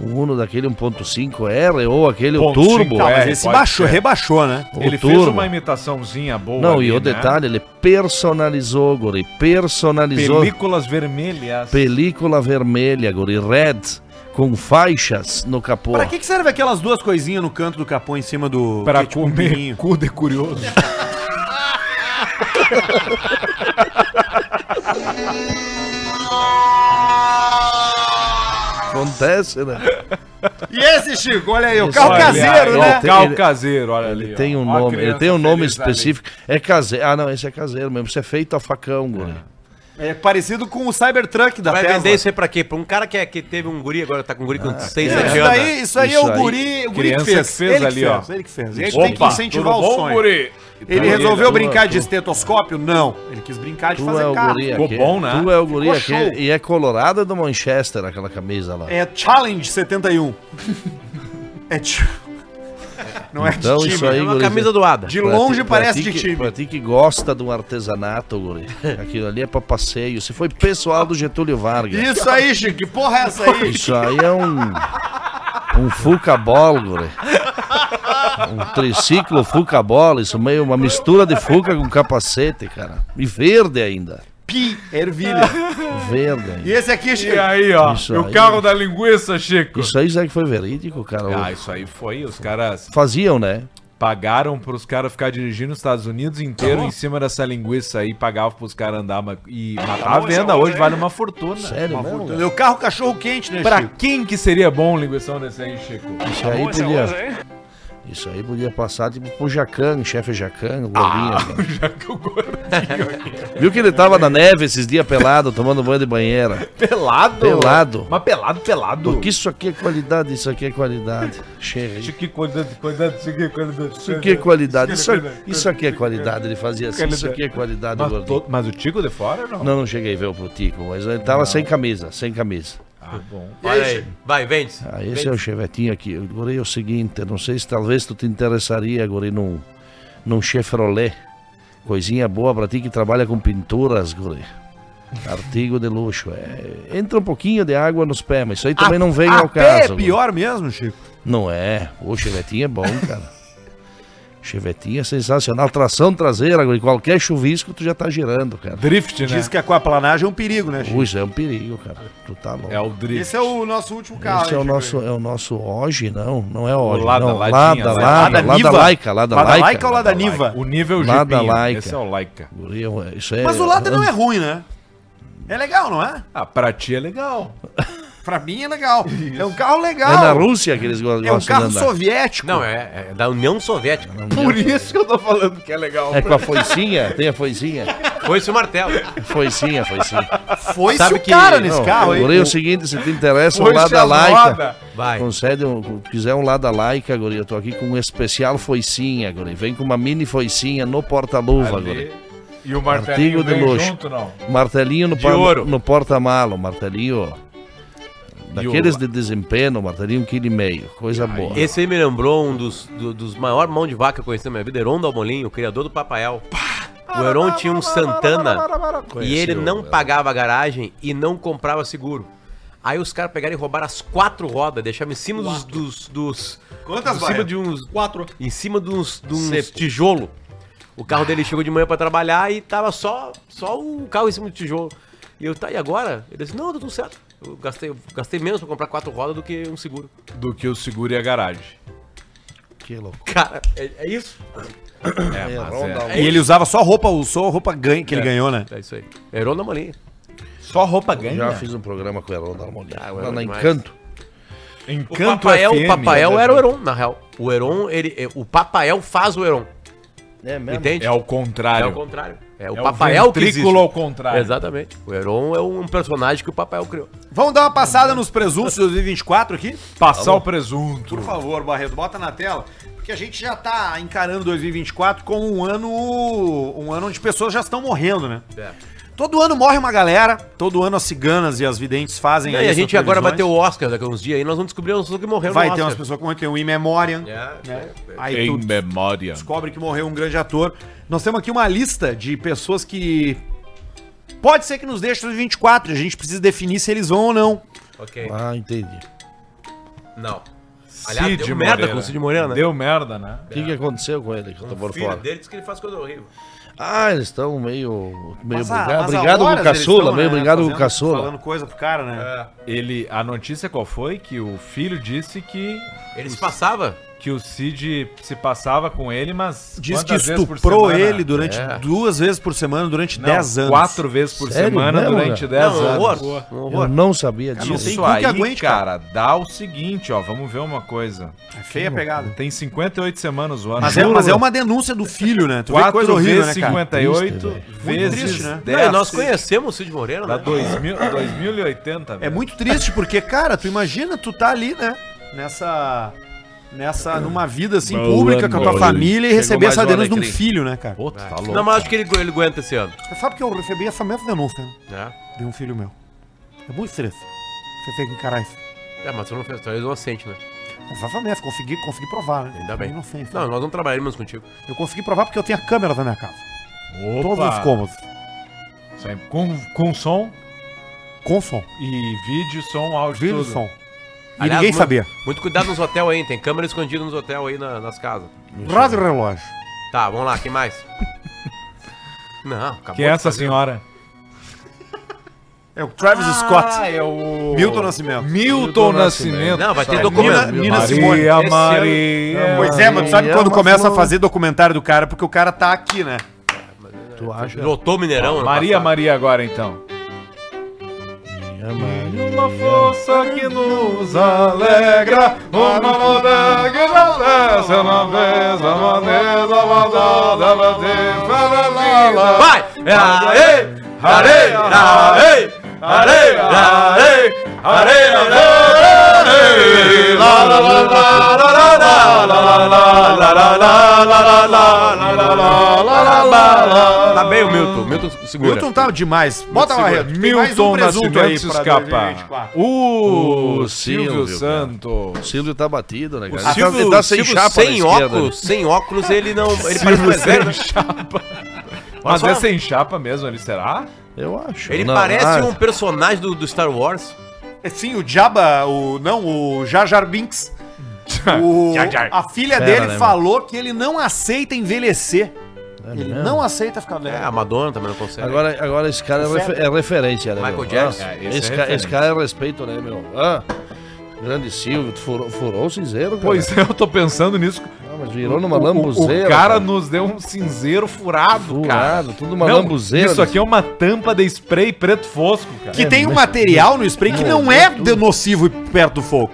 [SPEAKER 11] um Uno daquele 1.5R ou aquele o
[SPEAKER 3] Ponto
[SPEAKER 11] Turbo.
[SPEAKER 3] 5R.
[SPEAKER 11] É,
[SPEAKER 1] Mas
[SPEAKER 3] É,
[SPEAKER 1] esse
[SPEAKER 3] pode
[SPEAKER 1] baixou,
[SPEAKER 3] ser.
[SPEAKER 1] rebaixou, né?
[SPEAKER 11] O
[SPEAKER 3] Ele fez
[SPEAKER 11] Turbo.
[SPEAKER 3] uma imitaçãozinha boa.
[SPEAKER 11] um Não,
[SPEAKER 3] ali,
[SPEAKER 11] e o
[SPEAKER 3] né?
[SPEAKER 11] detalhe, ele personalizou, guri. Personalizou.
[SPEAKER 3] Películas vermelhas.
[SPEAKER 11] Película vermelha, guri. Red. com faixas no capô.
[SPEAKER 1] Pra que, que serve aquelas duas coisinhas no canto do capô em cima do. que
[SPEAKER 3] Pra
[SPEAKER 1] é tipo um
[SPEAKER 3] comer
[SPEAKER 1] pininho?
[SPEAKER 3] cu de curioso.
[SPEAKER 11] Acontece, né?
[SPEAKER 1] E esse, Chico? Olha aí, o
[SPEAKER 11] Esse
[SPEAKER 1] carro
[SPEAKER 11] olha,
[SPEAKER 1] caseiro,
[SPEAKER 11] ele
[SPEAKER 1] né?
[SPEAKER 11] tem-
[SPEAKER 3] Carro
[SPEAKER 11] ele-
[SPEAKER 3] caseiro, olha ali.
[SPEAKER 11] Ele tem um
[SPEAKER 3] ó. Ó a
[SPEAKER 11] nome, ele
[SPEAKER 3] criança
[SPEAKER 11] tem um nome
[SPEAKER 3] feliz ali.
[SPEAKER 11] específico. É caseiro. Ah, não, esse é caseiro mesmo. Isso é feito a facão, guri.
[SPEAKER 1] É parecido com o Cybertruck da
[SPEAKER 2] Vai
[SPEAKER 1] Tesla.
[SPEAKER 2] vender isso aí pra quê? Pra um cara que, é- que teve um guri, agora tá com um guri com 6,
[SPEAKER 1] É,
[SPEAKER 2] 7
[SPEAKER 1] isso,
[SPEAKER 2] anos.
[SPEAKER 1] aí, isso aí
[SPEAKER 11] Isso
[SPEAKER 1] é o
[SPEAKER 11] aí.
[SPEAKER 1] guri, o guri que
[SPEAKER 3] Criança
[SPEAKER 1] fez.
[SPEAKER 3] que fez
[SPEAKER 1] ele
[SPEAKER 3] ali,
[SPEAKER 1] que
[SPEAKER 3] ó.
[SPEAKER 1] fez, Ele que fez. E a gente tem que
[SPEAKER 3] Opa,
[SPEAKER 1] incentivar o
[SPEAKER 3] tudo bom,
[SPEAKER 1] sonho.
[SPEAKER 3] guri?
[SPEAKER 1] Ele
[SPEAKER 11] Tudo
[SPEAKER 1] resolveu
[SPEAKER 11] bom.
[SPEAKER 1] brincar de estetoscópio? Não. Ele quis brincar de
[SPEAKER 11] Tu
[SPEAKER 1] fazer
[SPEAKER 11] é o
[SPEAKER 1] carro.
[SPEAKER 11] guri
[SPEAKER 3] Ficou
[SPEAKER 11] aquele.
[SPEAKER 3] bom, né?
[SPEAKER 11] Tu é o guri
[SPEAKER 1] Ficou
[SPEAKER 11] aquele.
[SPEAKER 1] show.
[SPEAKER 11] E é colorada do Manchester aquela camisa lá.
[SPEAKER 1] É Challenge 71. é ti- Não é de
[SPEAKER 11] Então
[SPEAKER 1] time.
[SPEAKER 11] isso aí,
[SPEAKER 2] É uma
[SPEAKER 11] guri,
[SPEAKER 2] camisa doada.
[SPEAKER 1] De longe
[SPEAKER 11] pra
[SPEAKER 1] parece
[SPEAKER 11] ti
[SPEAKER 1] de
[SPEAKER 11] que-
[SPEAKER 1] time.
[SPEAKER 11] Pra ti que gosta do artesanato, guri. Aquilo ali é pra passeio. Se foi pessoal do Getúlio Vargas.
[SPEAKER 1] Isso aí, Chico. Que porra é essa aí?
[SPEAKER 11] Isso aí é um. Um fuca-bola, guri. Um triciclo fuca-bola, isso meio uma mistura de fuca com capacete, cara. E verde ainda.
[SPEAKER 1] Pi, ervilha.
[SPEAKER 11] Verde
[SPEAKER 1] E
[SPEAKER 11] ainda.
[SPEAKER 1] esse aqui, Chico?
[SPEAKER 3] E aí, ó.
[SPEAKER 11] Isso
[SPEAKER 3] e o
[SPEAKER 11] aí.
[SPEAKER 3] carro da linguiça, Chico.
[SPEAKER 11] Isso aí será que foi verídico, cara?
[SPEAKER 3] Ah, isso aí foi. Os caras
[SPEAKER 11] Faziam, né?
[SPEAKER 3] pagaram pros caras ficar dirigindo nos Estados Unidos inteiro em cima dessa linguiça aí. Pagavam pros caras andar ma- e matar a venda. Hoje vale É, uma fortuna.
[SPEAKER 11] Sério, mesmo?
[SPEAKER 1] O carro cachorro quente, né,
[SPEAKER 3] Pra
[SPEAKER 1] Chico?
[SPEAKER 3] quem que seria bom um linguição desse aí, Chico?
[SPEAKER 11] Isso aí
[SPEAKER 13] Boa essa rosa,
[SPEAKER 11] podia.
[SPEAKER 13] hein?
[SPEAKER 11] Isso aí podia passar tipo pro Jacan, chefe Jacan, o gordinho.
[SPEAKER 3] Ah,
[SPEAKER 11] cara. Viu que ele tava na neve esses dias pelado, tomando banho de banheira.
[SPEAKER 3] Pelado?
[SPEAKER 11] Pelado.
[SPEAKER 3] Mas pelado, pelado.
[SPEAKER 11] Porque isso aqui é qualidade, isso aqui é qualidade. Chega aí.
[SPEAKER 3] Chico, que coisa, coisa, Chico, que coisa,
[SPEAKER 11] Isso aqui é qualidade. Isso, isso aqui é qualidade. Ele fazia assim. Isso aqui é qualidade,
[SPEAKER 3] Mas,
[SPEAKER 11] gordinho.
[SPEAKER 3] todo- mas o Tico de fora, não?
[SPEAKER 11] Não, não cheguei a ver o Protico, mas ele tava sem camisa, sem camisa.
[SPEAKER 2] Ah, Olha aí. Vai, vende.
[SPEAKER 11] Ah, esse é o chevetinho aqui. Guri, é o seguinte, eu não sei se talvez tu te interessaria, Guri, num, num Chevrolet. Coisinha boa pra ti que trabalha com pinturas, Guri. Artigo de luxo. É, entra um pouquinho de água nos pés, mas isso aí também não vem
[SPEAKER 1] a
[SPEAKER 11] ao
[SPEAKER 1] pé
[SPEAKER 11] caso.
[SPEAKER 1] é
[SPEAKER 11] guri.
[SPEAKER 1] pior mesmo, Chico?
[SPEAKER 11] Não é. O chevetinho é bom, cara. chevetinho é sensacional. Tração traseira, Guri. Qualquer chuvisco tu já tá girando, cara.
[SPEAKER 3] Drift, né?
[SPEAKER 1] Diz que a aquaplanagem é um perigo, né, Chico?
[SPEAKER 11] Ui, isso é um perigo, cara. Tu tá louco.
[SPEAKER 3] É o drift.
[SPEAKER 17] Esse é o nosso último carro.
[SPEAKER 11] Esse é o
[SPEAKER 17] hein,
[SPEAKER 11] nosso, é o nosso Oge, não, não é Oge.
[SPEAKER 3] Lada
[SPEAKER 11] não,
[SPEAKER 3] Ladinha, Lada-
[SPEAKER 11] Lada, Lada,
[SPEAKER 1] Lada
[SPEAKER 11] Lada
[SPEAKER 1] Niva?
[SPEAKER 11] Laica, Lada
[SPEAKER 1] Lada
[SPEAKER 11] Laica.
[SPEAKER 1] Laica ou Lada Niva?
[SPEAKER 3] O nível
[SPEAKER 11] Lada
[SPEAKER 3] Jeepinho.
[SPEAKER 11] Laika.
[SPEAKER 3] Esse é o Laika.
[SPEAKER 11] Guri, eu- Isso é,
[SPEAKER 1] Mas o lado não é ruim, né? É legal, não é?
[SPEAKER 3] Ah, pra ti é legal.
[SPEAKER 1] Pra mim é legal. É um carro
[SPEAKER 11] É na
[SPEAKER 1] legal.
[SPEAKER 11] Rússia que eles go-
[SPEAKER 1] É um
[SPEAKER 11] gostam
[SPEAKER 1] carro
[SPEAKER 11] de andar.
[SPEAKER 1] soviético.
[SPEAKER 2] Não, é, é da União Soviética.
[SPEAKER 3] Por isso que eu tô falando que é legal.
[SPEAKER 11] É com a foicinha? Tem a foicinha?
[SPEAKER 2] Foi esse o martelo.
[SPEAKER 11] Foicinha, foicinha.
[SPEAKER 1] Foi
[SPEAKER 2] é Sabe
[SPEAKER 1] Sabe
[SPEAKER 2] que-
[SPEAKER 1] cara nesse carro aí.
[SPEAKER 11] Guri, é o seguinte, se te interessa, o
[SPEAKER 3] Foi
[SPEAKER 11] Lada
[SPEAKER 3] chamada.
[SPEAKER 11] Laica.
[SPEAKER 2] Vai.
[SPEAKER 11] Concede, um, quiser um Lada Laica, Guri, eu tô aqui com um especial foicinha, Guri. Vem com uma mini foicinha no porta-luva, Guri.
[SPEAKER 3] E o
[SPEAKER 11] Artigo
[SPEAKER 3] martelinho
[SPEAKER 11] de
[SPEAKER 3] vem
[SPEAKER 11] luxo.
[SPEAKER 3] junto, não?
[SPEAKER 11] Martelinho no,
[SPEAKER 3] De
[SPEAKER 11] pa-
[SPEAKER 3] ouro.
[SPEAKER 11] no porta-malo, martelinho daqueles
[SPEAKER 3] o-
[SPEAKER 11] de desempenho, martelinho um quilo e meio, coisa boa.
[SPEAKER 2] Esse aí me lembrou um dos, do- dos maiores mão de vaca que eu conheci na minha vida, Heron Dalmolin, o criador do Papaial. O Heron tinha um Santana e ele não pagava garagem e não comprava seguro. Aí os caras pegaram e roubaram as quatro rodas, deixaram em cima dos. dos, dos-
[SPEAKER 17] Quantas
[SPEAKER 2] em cima
[SPEAKER 17] barras?
[SPEAKER 2] de uns. Quatro. Em cima de uns, de uns tijolo. O carro dele chegou de manhã pra trabalhar e tava só, só o carro em cima do tijolo. E eu, tá, e agora? Ele disse, não, tá tudo certo. Eu gastei, eu gastei menos pra comprar quatro rodas do que um seguro.
[SPEAKER 3] Do que o seguro e a garagem.
[SPEAKER 11] Que louco.
[SPEAKER 2] Cara, é, é isso.
[SPEAKER 3] É, mas é.
[SPEAKER 1] E ele usava só roupa, só roupa ganha, que ele ganhou, né?
[SPEAKER 2] É isso aí. Heron Dalmolin.
[SPEAKER 3] Só roupa
[SPEAKER 11] Já
[SPEAKER 3] ganha.
[SPEAKER 11] fiz um programa com o Heron da Harmonia.
[SPEAKER 2] Ah, o
[SPEAKER 11] lá
[SPEAKER 2] Heron
[SPEAKER 11] na
[SPEAKER 2] demais.
[SPEAKER 11] Encanto.
[SPEAKER 2] O
[SPEAKER 3] Encanto
[SPEAKER 2] Papael, o
[SPEAKER 3] FM,
[SPEAKER 2] Papael
[SPEAKER 3] né?
[SPEAKER 2] era o Heron, na real. O Heron, ele, é- o Papael faz o Heron,
[SPEAKER 11] É mesmo?
[SPEAKER 2] entende?
[SPEAKER 3] É o
[SPEAKER 2] É
[SPEAKER 3] contrário.
[SPEAKER 2] o contrário. É o
[SPEAKER 3] É
[SPEAKER 2] Papael que existe.
[SPEAKER 3] ventrículo ao contrário.
[SPEAKER 2] Exatamente. O Heron é um personagem que o Papael criou.
[SPEAKER 1] Vamos dar uma passada nos presuntos 2024 aqui?
[SPEAKER 3] Passar o presunto.
[SPEAKER 1] Por favor, Barreto, bota na tela. Porque a gente já tá encarando 2024 como um ano. Um ano onde pessoas já estão morrendo, né?
[SPEAKER 2] É.
[SPEAKER 1] Todo ano morre uma galera, todo ano as ciganas e as videntes fazem
[SPEAKER 2] E aí, a
[SPEAKER 1] essas
[SPEAKER 2] gente agora vai ter o
[SPEAKER 1] previsões.
[SPEAKER 2] Oscar daqui a uns dias aí, nós vamos descobrir as pessoas que morreram
[SPEAKER 1] Vai
[SPEAKER 2] no
[SPEAKER 1] ter umas
[SPEAKER 2] Oscar.
[SPEAKER 1] pessoas como tem o In Memoriam.
[SPEAKER 2] É,
[SPEAKER 1] né? Aí
[SPEAKER 3] Em
[SPEAKER 1] tu
[SPEAKER 3] memória.
[SPEAKER 1] descobre que morreu um grande ator. Nós temos aqui uma lista de pessoas que. Pode ser que nos deixe os 24, a gente precisa definir se eles vão ou não.
[SPEAKER 2] Ok.
[SPEAKER 11] Ah, entendi.
[SPEAKER 2] Não. Aliás, deu merda com o Cid Moreira, né?
[SPEAKER 3] Deu merda, né?
[SPEAKER 11] O que, que aconteceu com ele que eu tô por
[SPEAKER 2] O Um filho
[SPEAKER 11] fora?
[SPEAKER 2] dele disse que ele faz coisa horrível.
[SPEAKER 11] Ah, eles estão meio. meio
[SPEAKER 1] Mas a-
[SPEAKER 11] brigado,
[SPEAKER 1] mas a
[SPEAKER 11] brigado com
[SPEAKER 1] horas
[SPEAKER 11] o
[SPEAKER 1] eles
[SPEAKER 11] caçula,
[SPEAKER 1] tão,
[SPEAKER 11] meio
[SPEAKER 1] né,
[SPEAKER 11] brigado com o
[SPEAKER 1] fazendo-
[SPEAKER 11] caçula.
[SPEAKER 1] Falando coisa pro cara, né?
[SPEAKER 3] Ele, a notícia qual foi? Que o filho disse que.
[SPEAKER 2] Ele se passava?
[SPEAKER 3] Que o Cid se passava com ele, mas.
[SPEAKER 1] Diz que
[SPEAKER 3] quantas vezes por
[SPEAKER 1] estuprou
[SPEAKER 3] semana?
[SPEAKER 1] ele durante
[SPEAKER 3] É.
[SPEAKER 1] duas vezes por semana durante
[SPEAKER 3] Não,
[SPEAKER 1] 10 anos.
[SPEAKER 3] quatro vezes por Sério semana mesmo, durante
[SPEAKER 2] É
[SPEAKER 3] cara? 10
[SPEAKER 1] Não,
[SPEAKER 3] anos.
[SPEAKER 1] horror,
[SPEAKER 11] Eu
[SPEAKER 1] horror.
[SPEAKER 11] não sabia
[SPEAKER 3] Cara,
[SPEAKER 11] disso.
[SPEAKER 3] não tem cu que aguente, cara. Dá o seguinte, ó. Vamos ver uma coisa. É
[SPEAKER 1] feia a pegada.
[SPEAKER 3] Tem 58 semanas o ano.
[SPEAKER 1] Mas é,
[SPEAKER 3] Juro.
[SPEAKER 1] mas é uma denúncia do filho, né? Tu vê que
[SPEAKER 3] Quatro
[SPEAKER 1] coisa horrível, né,
[SPEAKER 3] vezes
[SPEAKER 1] cara?
[SPEAKER 3] 58
[SPEAKER 1] Muito
[SPEAKER 3] vezes
[SPEAKER 1] triste, né?
[SPEAKER 3] 10.
[SPEAKER 2] nós conhecemos o Cid Moreira,
[SPEAKER 3] Dá
[SPEAKER 2] né?
[SPEAKER 3] 2000, 2080,
[SPEAKER 1] É muito triste, porque, cara, tu imagina, tu tá ali, né? Nessa. Nessa. numa vida assim
[SPEAKER 2] Boa
[SPEAKER 1] pública com a tua
[SPEAKER 2] noite.
[SPEAKER 1] família e
[SPEAKER 2] Chegou
[SPEAKER 1] receber
[SPEAKER 2] mais
[SPEAKER 1] essa
[SPEAKER 2] uma
[SPEAKER 1] denúncia de um
[SPEAKER 2] alecrim.
[SPEAKER 1] filho, né, cara?
[SPEAKER 3] Puta, tá
[SPEAKER 2] Não, mas acho que ele, ele aguenta esse ano.
[SPEAKER 1] Você sabe que eu recebi essa mesma denúncia, né?
[SPEAKER 2] É.
[SPEAKER 1] De um filho meu. É muito triste. Você tem que encarar isso.
[SPEAKER 2] É, mas você não fez, tu é inocente, né?
[SPEAKER 1] Exatamente, consegui, consegui provar, né?
[SPEAKER 2] Ainda bem.
[SPEAKER 1] Eu não sei,
[SPEAKER 2] Não, nós não trabalhamos contigo.
[SPEAKER 1] Eu consegui provar porque eu tenho a câmera da minha casa.
[SPEAKER 3] Opa.
[SPEAKER 1] Todos os cômodos.
[SPEAKER 3] Sempre. Com, com som
[SPEAKER 1] Com som.
[SPEAKER 3] e vídeo, som, áudio,
[SPEAKER 1] Vídeo e
[SPEAKER 3] tudo.
[SPEAKER 1] som. E
[SPEAKER 2] Aliás,
[SPEAKER 1] ninguém
[SPEAKER 2] muito-
[SPEAKER 1] sabia.
[SPEAKER 2] Muito cuidado nos hotéis aí, tem câmera escondida nos hotéis aí na- nas casas.
[SPEAKER 1] Rádio relógio.
[SPEAKER 2] Tá, vamos lá, quem mais? Não, acabou.
[SPEAKER 3] Quem é essa senhora?
[SPEAKER 1] É o Travis Scott.
[SPEAKER 3] Ah, é o...
[SPEAKER 1] Milton Nascimento.
[SPEAKER 3] Milton Nascimento.
[SPEAKER 2] Não, vai ter
[SPEAKER 3] Sabe?
[SPEAKER 11] é
[SPEAKER 2] documento.
[SPEAKER 3] Nina,
[SPEAKER 1] Nina
[SPEAKER 3] Maria,
[SPEAKER 1] Simone. Esse
[SPEAKER 2] ano-
[SPEAKER 3] Maria.
[SPEAKER 1] Pois é, mas tu sabe
[SPEAKER 3] Maria,
[SPEAKER 1] quando
[SPEAKER 3] mas
[SPEAKER 1] começa a
[SPEAKER 3] não-
[SPEAKER 1] fazer documentário do cara, porque o cara tá aqui, né?
[SPEAKER 11] Tu acha?
[SPEAKER 2] Lotou Mineirão, ano
[SPEAKER 3] Maria,
[SPEAKER 2] passado.
[SPEAKER 3] Maria agora, então. Uma força que nos alegra, uma moda que nos alegra, uma vez, uma vez, uma dada, uma vez, para lá, lá.
[SPEAKER 2] Vai! Aê! Aê! Aê! Aê! Aê! Aê! Tá bem o Milton, Milton segura.
[SPEAKER 1] Milton tá demais. Bota lá, Reto. Tem mais um
[SPEAKER 3] Milton
[SPEAKER 1] presunto aí
[SPEAKER 3] Nascimento se
[SPEAKER 1] pra
[SPEAKER 3] escapa.
[SPEAKER 1] 2024.
[SPEAKER 3] O Silvio
[SPEAKER 11] O Silvio, cara.
[SPEAKER 3] Santos.
[SPEAKER 11] O Silvio tá batido, né, cara?
[SPEAKER 2] O Silvio,
[SPEAKER 11] ele tá sem
[SPEAKER 2] Silvio
[SPEAKER 11] chapa
[SPEAKER 2] sem
[SPEAKER 11] na esquerda,
[SPEAKER 2] óculos,
[SPEAKER 11] né?
[SPEAKER 2] sem óculos ele não, ele
[SPEAKER 3] Silvio
[SPEAKER 2] parece
[SPEAKER 1] é
[SPEAKER 2] mais velho. né?
[SPEAKER 3] sem chapa. Mas
[SPEAKER 2] só.
[SPEAKER 3] é sem chapa mesmo, ele será?
[SPEAKER 11] né? Eu acho.
[SPEAKER 2] Ele
[SPEAKER 11] Não,
[SPEAKER 2] parece
[SPEAKER 11] ah,
[SPEAKER 2] um personagem do, do Star Wars.
[SPEAKER 1] É, Sim, o Jabba, o. Não, o Jar Jar Binks. O-
[SPEAKER 3] Jar Jar.
[SPEAKER 1] A filha
[SPEAKER 11] Fera,
[SPEAKER 1] dele
[SPEAKER 11] né,
[SPEAKER 1] falou que ele não aceita envelhecer.
[SPEAKER 11] é
[SPEAKER 1] Ele
[SPEAKER 11] mesmo?
[SPEAKER 1] não aceita ficar velho.
[SPEAKER 2] É, a Madonna também não consegue.
[SPEAKER 11] Agora, agora esse cara é, refe- é referência, né?
[SPEAKER 2] Michael
[SPEAKER 11] meu?
[SPEAKER 2] Jackson.
[SPEAKER 11] Ah,
[SPEAKER 3] É, esse
[SPEAKER 11] esse,
[SPEAKER 3] é
[SPEAKER 11] ca-
[SPEAKER 3] referência.
[SPEAKER 11] esse cara é respeito, né, meu? Ah, grande Silvio, tu furou, furou o cinzeiro, cara.
[SPEAKER 3] Pois é, eu tô pensando nisso.
[SPEAKER 11] Ah, mas virou numa
[SPEAKER 3] O- o-
[SPEAKER 11] lambuzeira.
[SPEAKER 3] O cara nos deu um cinzeiro furado, cara.
[SPEAKER 11] Furado, tudo uma
[SPEAKER 3] Não,
[SPEAKER 11] lambuzeira. né?
[SPEAKER 3] Isso aqui é uma tampa de spray preto fosco, cara.
[SPEAKER 11] É
[SPEAKER 1] Que tem um material no spray que não é de- nocivo e perto do fogo.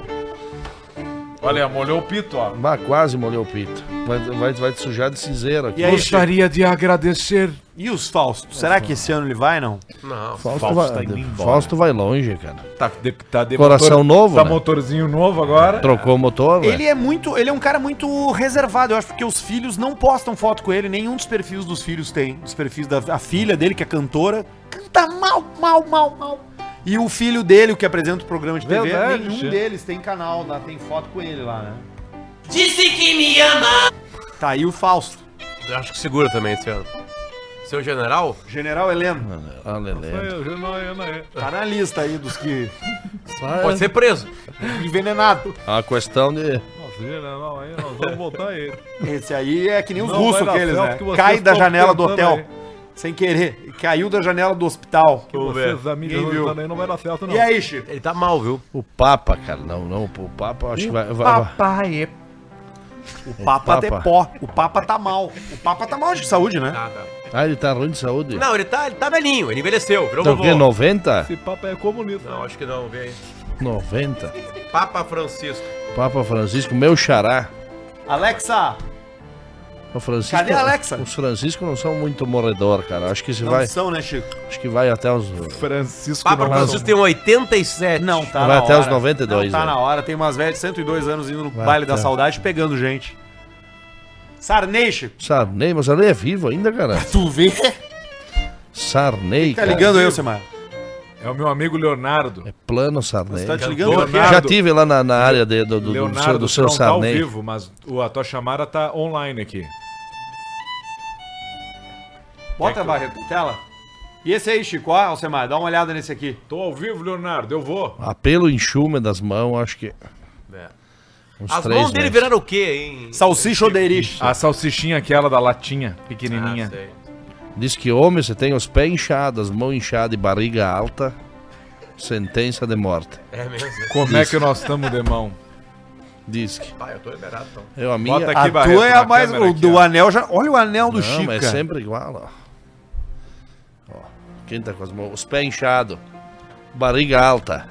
[SPEAKER 3] Olha, molhou o pito, ó.
[SPEAKER 11] Bah, quase molhou o pito. Vai, vai, vai te sujar de cinzeiro aqui.
[SPEAKER 1] E aí, Chico?
[SPEAKER 14] Gostaria de agradecer
[SPEAKER 1] E os Faustos? Será
[SPEAKER 11] É,
[SPEAKER 1] que esse ano ele vai, não?
[SPEAKER 2] Não.
[SPEAKER 11] Fausto,
[SPEAKER 3] Fausto
[SPEAKER 11] vai,
[SPEAKER 3] tá indo embora.
[SPEAKER 11] Fausto vai longe, cara.
[SPEAKER 3] Tá, de, tá de
[SPEAKER 11] Coração novo,
[SPEAKER 3] Tá
[SPEAKER 11] né?
[SPEAKER 3] motorzinho novo agora.
[SPEAKER 11] Trocou o motor, né?
[SPEAKER 1] Ele é muito. Ele é um cara muito reservado, eu acho, porque os filhos não postam foto com ele, nenhum dos perfis dos filhos tem. Dos perfis da a filha dele, que é cantora, canta mal, mal, mal, mal. E o filho dele, o que apresenta o programa de TV,
[SPEAKER 3] Verdade,
[SPEAKER 1] nenhum
[SPEAKER 3] gente.
[SPEAKER 1] deles tem canal, lá, tem foto com ele lá, né? Disse que me ama! Tá aí o Fausto.
[SPEAKER 2] Eu acho que segura também esse ano. Seu general?
[SPEAKER 1] General Heleno.
[SPEAKER 11] Ah, Lelé.
[SPEAKER 1] Tá na lista aí dos que.
[SPEAKER 11] Ah,
[SPEAKER 2] Pode ser preso.
[SPEAKER 1] Envenenado.
[SPEAKER 11] É uma questão de...
[SPEAKER 3] Nossa, general, aí nós vamos voltar ele.
[SPEAKER 1] Esse aí é que nem os
[SPEAKER 3] Não
[SPEAKER 1] russos
[SPEAKER 3] vai dar
[SPEAKER 1] aqueles,
[SPEAKER 3] certo
[SPEAKER 1] né?
[SPEAKER 3] que vocês
[SPEAKER 1] Cai da
[SPEAKER 3] estão
[SPEAKER 1] janela do
[SPEAKER 3] tentando
[SPEAKER 1] hotel. Sem querer. Caiu da janela do hospital.
[SPEAKER 3] Que vocês, amigos,
[SPEAKER 1] Ninguém viu.
[SPEAKER 3] não, não vai dar certo, não.
[SPEAKER 1] E aí, Chico?
[SPEAKER 2] Ele tá mal, viu?
[SPEAKER 11] O Papa, cara. Não, não. O Papa, eu acho que vai... vai- vai-
[SPEAKER 18] Papai,
[SPEAKER 1] O Papa
[SPEAKER 11] Papa. tá
[SPEAKER 1] até pó. O Papa tá mal. O Papa tá mal de saúde, né?
[SPEAKER 2] Ah, tá.
[SPEAKER 11] Ah, ele tá ruim de saúde.
[SPEAKER 2] Não, ele tá, ele tá velhinho, ele envelheceu, virou
[SPEAKER 11] Então, o
[SPEAKER 2] vovô.
[SPEAKER 11] quê? 90?
[SPEAKER 3] Esse papo é comunista.
[SPEAKER 2] Não, acho que não, vê aí.
[SPEAKER 11] 90.
[SPEAKER 2] Papa Francisco.
[SPEAKER 11] Papa Francisco, meu xará.
[SPEAKER 1] Alexa,
[SPEAKER 11] O Francisco,
[SPEAKER 1] Cadê a Alexa?
[SPEAKER 11] Os Francisco não são muito morredor, cara. Acho que se
[SPEAKER 1] não
[SPEAKER 11] vai,
[SPEAKER 1] são, né, Chico?
[SPEAKER 11] acho que vai até os
[SPEAKER 3] Francisco
[SPEAKER 2] Papa
[SPEAKER 3] não
[SPEAKER 2] Francisco tem 87.
[SPEAKER 1] Não, tá
[SPEAKER 11] Vai
[SPEAKER 1] na
[SPEAKER 11] até
[SPEAKER 1] hora.
[SPEAKER 11] os
[SPEAKER 1] Não,
[SPEAKER 11] 92,
[SPEAKER 1] tá
[SPEAKER 11] né?
[SPEAKER 1] na hora. Tem umas velhas de 102 anos indo no
[SPEAKER 11] Vai
[SPEAKER 1] baile da
[SPEAKER 11] até.
[SPEAKER 1] saudade pegando gente. Sarney, Chico.
[SPEAKER 11] Sarney, mas ele é vivo ainda, cara.
[SPEAKER 1] Tu vê?
[SPEAKER 11] Sarney,
[SPEAKER 1] Tá
[SPEAKER 11] cara.
[SPEAKER 1] ligando eu, Semar.
[SPEAKER 3] É o meu amigo Leonardo.
[SPEAKER 11] É plano Sarney.
[SPEAKER 1] Tá te ligando?
[SPEAKER 3] Leonardo.
[SPEAKER 11] Já tive lá na, na área de- É do, do, do, seu,
[SPEAKER 3] Leonardo,
[SPEAKER 11] do
[SPEAKER 3] tu
[SPEAKER 11] seu
[SPEAKER 3] não tá ao
[SPEAKER 11] Sarney.
[SPEAKER 3] vivo, mas o- a tua chamada tá online aqui.
[SPEAKER 1] Bota a barreira tela. E esse aí, Chico, ó, Alcemar, dá uma olhada nesse aqui.
[SPEAKER 3] Tô ao vivo, Leonardo, eu vou.
[SPEAKER 11] Apelo enxume das mãos, acho que
[SPEAKER 2] É.
[SPEAKER 11] uns
[SPEAKER 2] As
[SPEAKER 11] três né?
[SPEAKER 2] mãos dele
[SPEAKER 11] meses.
[SPEAKER 2] viraram o quê, hein?
[SPEAKER 1] Salsicha ou deiriche?
[SPEAKER 3] A salsichinha aquela da latinha,
[SPEAKER 2] Ah,
[SPEAKER 3] pequenininha.
[SPEAKER 2] sei.
[SPEAKER 11] Diz que homem, você tem os pés inchados, as mãos inchadas e barriga alta, sentença de morte.
[SPEAKER 2] É mesmo?
[SPEAKER 3] Como é que nós estamos de mão?
[SPEAKER 11] Diz que.
[SPEAKER 2] Pai, eu tô liberado, então.
[SPEAKER 11] Eu, a minha...
[SPEAKER 1] Bota
[SPEAKER 11] Ah,
[SPEAKER 1] aqui, a tua é a mais. O do anel já. Olha o anel do
[SPEAKER 11] Não,
[SPEAKER 1] Chico.
[SPEAKER 11] mas é
[SPEAKER 1] cara.
[SPEAKER 11] sempre igual, ó. Ó, Quem tá com as mãos? Os pés inchados. Barriga alta.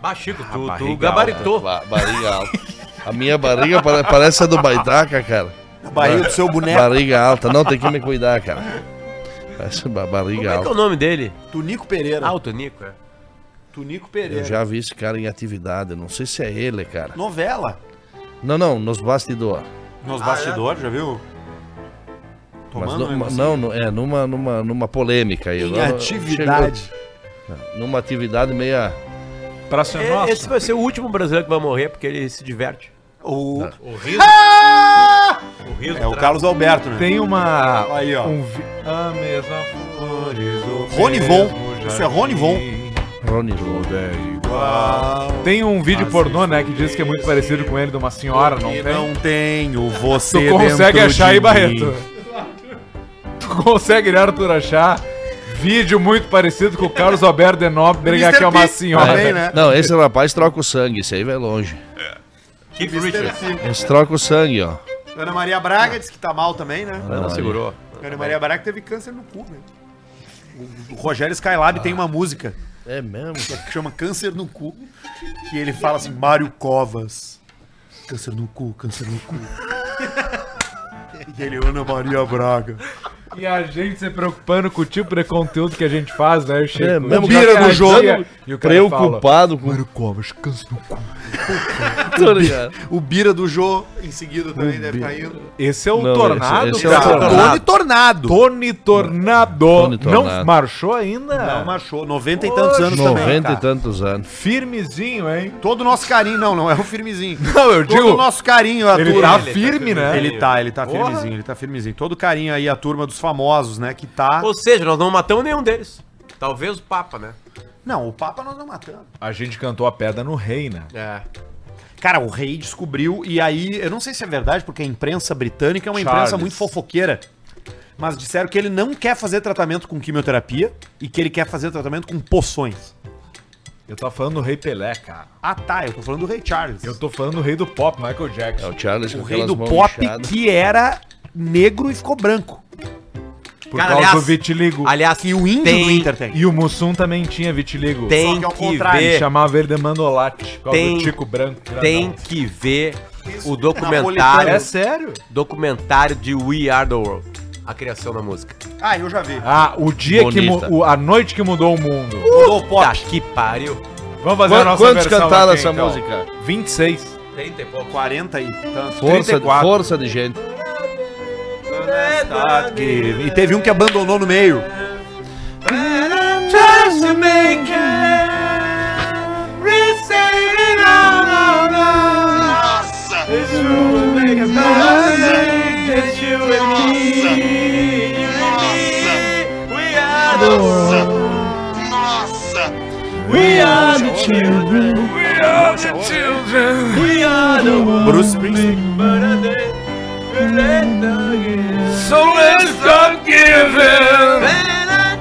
[SPEAKER 2] Bah, Chico, tu, tu
[SPEAKER 11] Ah, barriga
[SPEAKER 2] gabaritou.
[SPEAKER 11] alta, ba- Ah, barriga alta. A minha barriga pare- parece a do Baitaca, cara.
[SPEAKER 1] A barriga do seu boneco.
[SPEAKER 11] Barriga alta. Não, tem que me cuidar, cara. Essa ba- barriga
[SPEAKER 2] Como é que é o
[SPEAKER 11] alta.
[SPEAKER 2] nome dele?
[SPEAKER 1] Tunico Pereira.
[SPEAKER 2] Ah, o Tonico, é.
[SPEAKER 1] Tunico Pereira.
[SPEAKER 11] Eu já vi esse cara em atividade. Não sei se é ele, cara.
[SPEAKER 1] Novela.
[SPEAKER 11] Não, não, nos bastidores.
[SPEAKER 1] Nos bastidores, já viu?
[SPEAKER 11] Mas
[SPEAKER 1] Tomando
[SPEAKER 11] nu-
[SPEAKER 1] mesmo assim.
[SPEAKER 11] não, nu- é, numa, numa, numa polêmica aí.
[SPEAKER 1] Em
[SPEAKER 11] Agora
[SPEAKER 1] atividade.
[SPEAKER 11] chegou- numa atividade meia.
[SPEAKER 3] Pra
[SPEAKER 2] E- É, Esse vai ser o último brasileiro que vai morrer porque ele se diverte.
[SPEAKER 1] O...
[SPEAKER 2] O riso. O riso.
[SPEAKER 1] É o Carlos Alberto, né?
[SPEAKER 3] Tem uma.
[SPEAKER 1] Aí, ó.
[SPEAKER 3] um vi- a mesma flores. o
[SPEAKER 1] Rony Von.
[SPEAKER 3] mesmo
[SPEAKER 1] Isso é Rony Von.
[SPEAKER 3] jardim.
[SPEAKER 11] Rony Lou.
[SPEAKER 3] Tem um vídeo pornô, né? Que diz que é muito parecido com ele de uma senhora, não
[SPEAKER 1] E
[SPEAKER 3] tem?
[SPEAKER 1] não tenho
[SPEAKER 3] Tu
[SPEAKER 1] você
[SPEAKER 3] consegue
[SPEAKER 1] dentro de
[SPEAKER 3] achar aí,
[SPEAKER 1] mim.
[SPEAKER 3] Barreto? Tu consegue, né, Arthur, achar vídeo muito parecido com o Carlos Alberto de Nóbrega,
[SPEAKER 1] Mr.
[SPEAKER 3] que é uma
[SPEAKER 1] P
[SPEAKER 3] senhora.
[SPEAKER 1] também, né?
[SPEAKER 11] Não, esse rapaz troca o sangue, esse aí vai longe.
[SPEAKER 2] Keith
[SPEAKER 1] Mr.
[SPEAKER 2] Richards.
[SPEAKER 1] P.
[SPEAKER 11] Esse troca o sangue, ó.
[SPEAKER 1] Ana Maria Braga disse que tá mal também, né?
[SPEAKER 11] Não,
[SPEAKER 2] Não
[SPEAKER 11] aí.
[SPEAKER 2] segurou.
[SPEAKER 1] Ana Maria Braga teve câncer no cu, né? O Rogério Skylab tem uma música
[SPEAKER 11] É mesmo?
[SPEAKER 1] que chama Câncer no Cu, que ele fala assim, Mário Covas. Câncer no cu, câncer no cu. e ele, Ana Maria Braga.
[SPEAKER 3] E a gente se preocupando com o tipo de conteúdo que a gente faz, né? Chico?
[SPEAKER 11] É, mesmo
[SPEAKER 3] O cara
[SPEAKER 11] cara
[SPEAKER 3] tá
[SPEAKER 11] do
[SPEAKER 3] aqui,
[SPEAKER 11] jogo,
[SPEAKER 3] e o cara fala,
[SPEAKER 11] preocupado com.
[SPEAKER 14] Covas, cansa no cu.
[SPEAKER 11] Tô ligado.
[SPEAKER 1] O Bira do Jô, em seguida também deve estar indo.
[SPEAKER 3] Esse é o
[SPEAKER 11] Não, esse-
[SPEAKER 3] Então, Tornado,
[SPEAKER 11] esse é o Tornado.
[SPEAKER 1] Tony Tornado.
[SPEAKER 3] Tony Tornado.
[SPEAKER 11] Tony
[SPEAKER 3] Não
[SPEAKER 11] Tornado.
[SPEAKER 3] marchou ainda?
[SPEAKER 1] Não marchou, 90 e tantos anos também.
[SPEAKER 11] 90
[SPEAKER 1] cara.
[SPEAKER 11] e tantos anos.
[SPEAKER 3] Firmezinho, hein?
[SPEAKER 1] Todo o nosso carinho, não, não é o firmezinho.
[SPEAKER 3] Não, eu
[SPEAKER 1] Todo o nosso carinho, a
[SPEAKER 3] Ele
[SPEAKER 1] turma.
[SPEAKER 3] tá
[SPEAKER 1] ele,
[SPEAKER 3] firme, né?
[SPEAKER 1] ele tá, ele tá
[SPEAKER 3] Porra.
[SPEAKER 1] firmezinho, ele tá firmezinho. Todo o carinho aí, a turma dos famosos, né? Que tá.
[SPEAKER 2] Ou seja, nós não matamos nenhum deles. Talvez o Papa, né?
[SPEAKER 1] Não, o Papa nós não matamos.
[SPEAKER 3] A gente cantou a pedra no rei, né?
[SPEAKER 2] É.
[SPEAKER 1] Cara, o rei descobriu, e aí, eu não sei se é verdade, porque a imprensa britânica é uma
[SPEAKER 3] Charles.
[SPEAKER 1] imprensa muito fofoqueira. Mas disseram que ele não quer fazer tratamento com quimioterapia e que ele quer fazer tratamento com poções.
[SPEAKER 3] Eu tava falando do rei Pelé, cara.
[SPEAKER 1] Ah tá, eu tô falando do rei Charles.
[SPEAKER 3] Eu tô falando do rei do pop, Michael
[SPEAKER 11] É
[SPEAKER 3] Jackson.
[SPEAKER 11] o Charles com
[SPEAKER 1] O rei
[SPEAKER 11] aquelas
[SPEAKER 1] do
[SPEAKER 11] mãos
[SPEAKER 1] pop
[SPEAKER 11] inchadas.
[SPEAKER 1] que era negro e ficou branco.
[SPEAKER 3] Por
[SPEAKER 2] Cara,
[SPEAKER 3] causa
[SPEAKER 2] aliás-
[SPEAKER 3] do vitiligo.
[SPEAKER 2] Aliás,
[SPEAKER 1] Que o índio
[SPEAKER 2] tem,
[SPEAKER 1] do Inter tem.
[SPEAKER 3] E o Mussum também tinha vitiligo.
[SPEAKER 2] tem
[SPEAKER 1] que ao
[SPEAKER 2] que,
[SPEAKER 1] contrário,
[SPEAKER 3] Ele
[SPEAKER 2] ver,
[SPEAKER 3] chamava ele de mandolate. Por causa
[SPEAKER 2] Tem-
[SPEAKER 3] do tico branco. grandão.
[SPEAKER 2] tem que ver o
[SPEAKER 3] É
[SPEAKER 2] documentário,
[SPEAKER 3] sério?
[SPEAKER 2] documentário de We Are the World, a criação da música.
[SPEAKER 1] Ah, eu já vi.
[SPEAKER 3] Ah, o dia
[SPEAKER 11] Bonita.
[SPEAKER 3] que... mu- o- a noite que mudou o mundo.
[SPEAKER 1] Mudou o
[SPEAKER 2] Tá
[SPEAKER 1] pop.
[SPEAKER 2] que pariu.
[SPEAKER 3] Vamos fazer a
[SPEAKER 11] Quantos,
[SPEAKER 3] nossa
[SPEAKER 11] quantos
[SPEAKER 3] versão
[SPEAKER 11] cantaram
[SPEAKER 3] aqui,
[SPEAKER 11] essa
[SPEAKER 3] então?
[SPEAKER 11] música?
[SPEAKER 3] 26.
[SPEAKER 2] 30 e pouco.
[SPEAKER 1] 40 e tanto.
[SPEAKER 11] Força,
[SPEAKER 3] 34.
[SPEAKER 11] força de gente.
[SPEAKER 1] E teve um que abandonou no meio. Bruce Springsteen.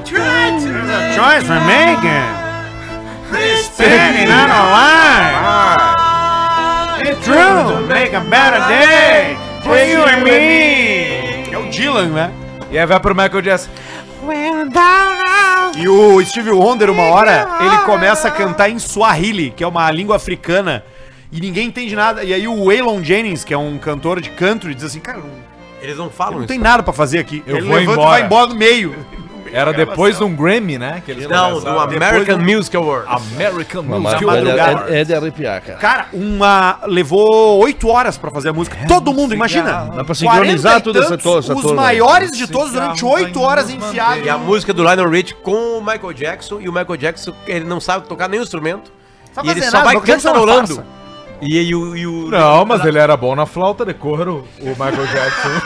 [SPEAKER 1] Choice for making. Spinning on a line. It's true. Make é a better day for you and me. É o Dylan, né?
[SPEAKER 3] E aí vai pro Michael Jackson.
[SPEAKER 1] E o Steve Wonder, uma hora, ele começa a cantar em Swahili, que é uma língua africana, e ninguém entende nada. E aí o Waylon Jennings, que é um cantor de country, diz assim, cara, não
[SPEAKER 2] Eles não falam
[SPEAKER 1] tem nada pra fazer aqui.
[SPEAKER 3] Eu vou embora.
[SPEAKER 1] vai embora no meio.
[SPEAKER 3] Era depois de um Grammy, né? Que eles
[SPEAKER 2] Não, do
[SPEAKER 3] começaram.
[SPEAKER 2] American Music Awards.
[SPEAKER 3] American
[SPEAKER 11] Uma
[SPEAKER 3] Music
[SPEAKER 11] maravilha.
[SPEAKER 1] madrugada.
[SPEAKER 11] é, é, é de arrepiar, cara.
[SPEAKER 1] Cara, uma. Levou oito horas pra fazer a música. Todo mundo, imagina.
[SPEAKER 11] Dá pra
[SPEAKER 1] 40 e
[SPEAKER 11] sincronizar toda essa
[SPEAKER 1] tantos,
[SPEAKER 11] to- essa
[SPEAKER 1] Os
[SPEAKER 11] turma.
[SPEAKER 1] maiores de todos durante
[SPEAKER 3] Cigarro
[SPEAKER 1] oito
[SPEAKER 3] vai
[SPEAKER 1] horas
[SPEAKER 3] nos
[SPEAKER 1] enfiados.
[SPEAKER 2] E a música do Lionel Rich com o Michael Jackson. E o Michael Jackson, ele não sabe tocar nenhum instrumento.
[SPEAKER 1] Sabe
[SPEAKER 2] e ele
[SPEAKER 1] fazer
[SPEAKER 2] só
[SPEAKER 1] nada,
[SPEAKER 2] vai
[SPEAKER 1] Michael Jackson é uma
[SPEAKER 2] cantarolando.
[SPEAKER 1] farsa.
[SPEAKER 2] E, e, o- e o.
[SPEAKER 3] Não, mas ele é era bom na flauta de couro, o Michael Jackson.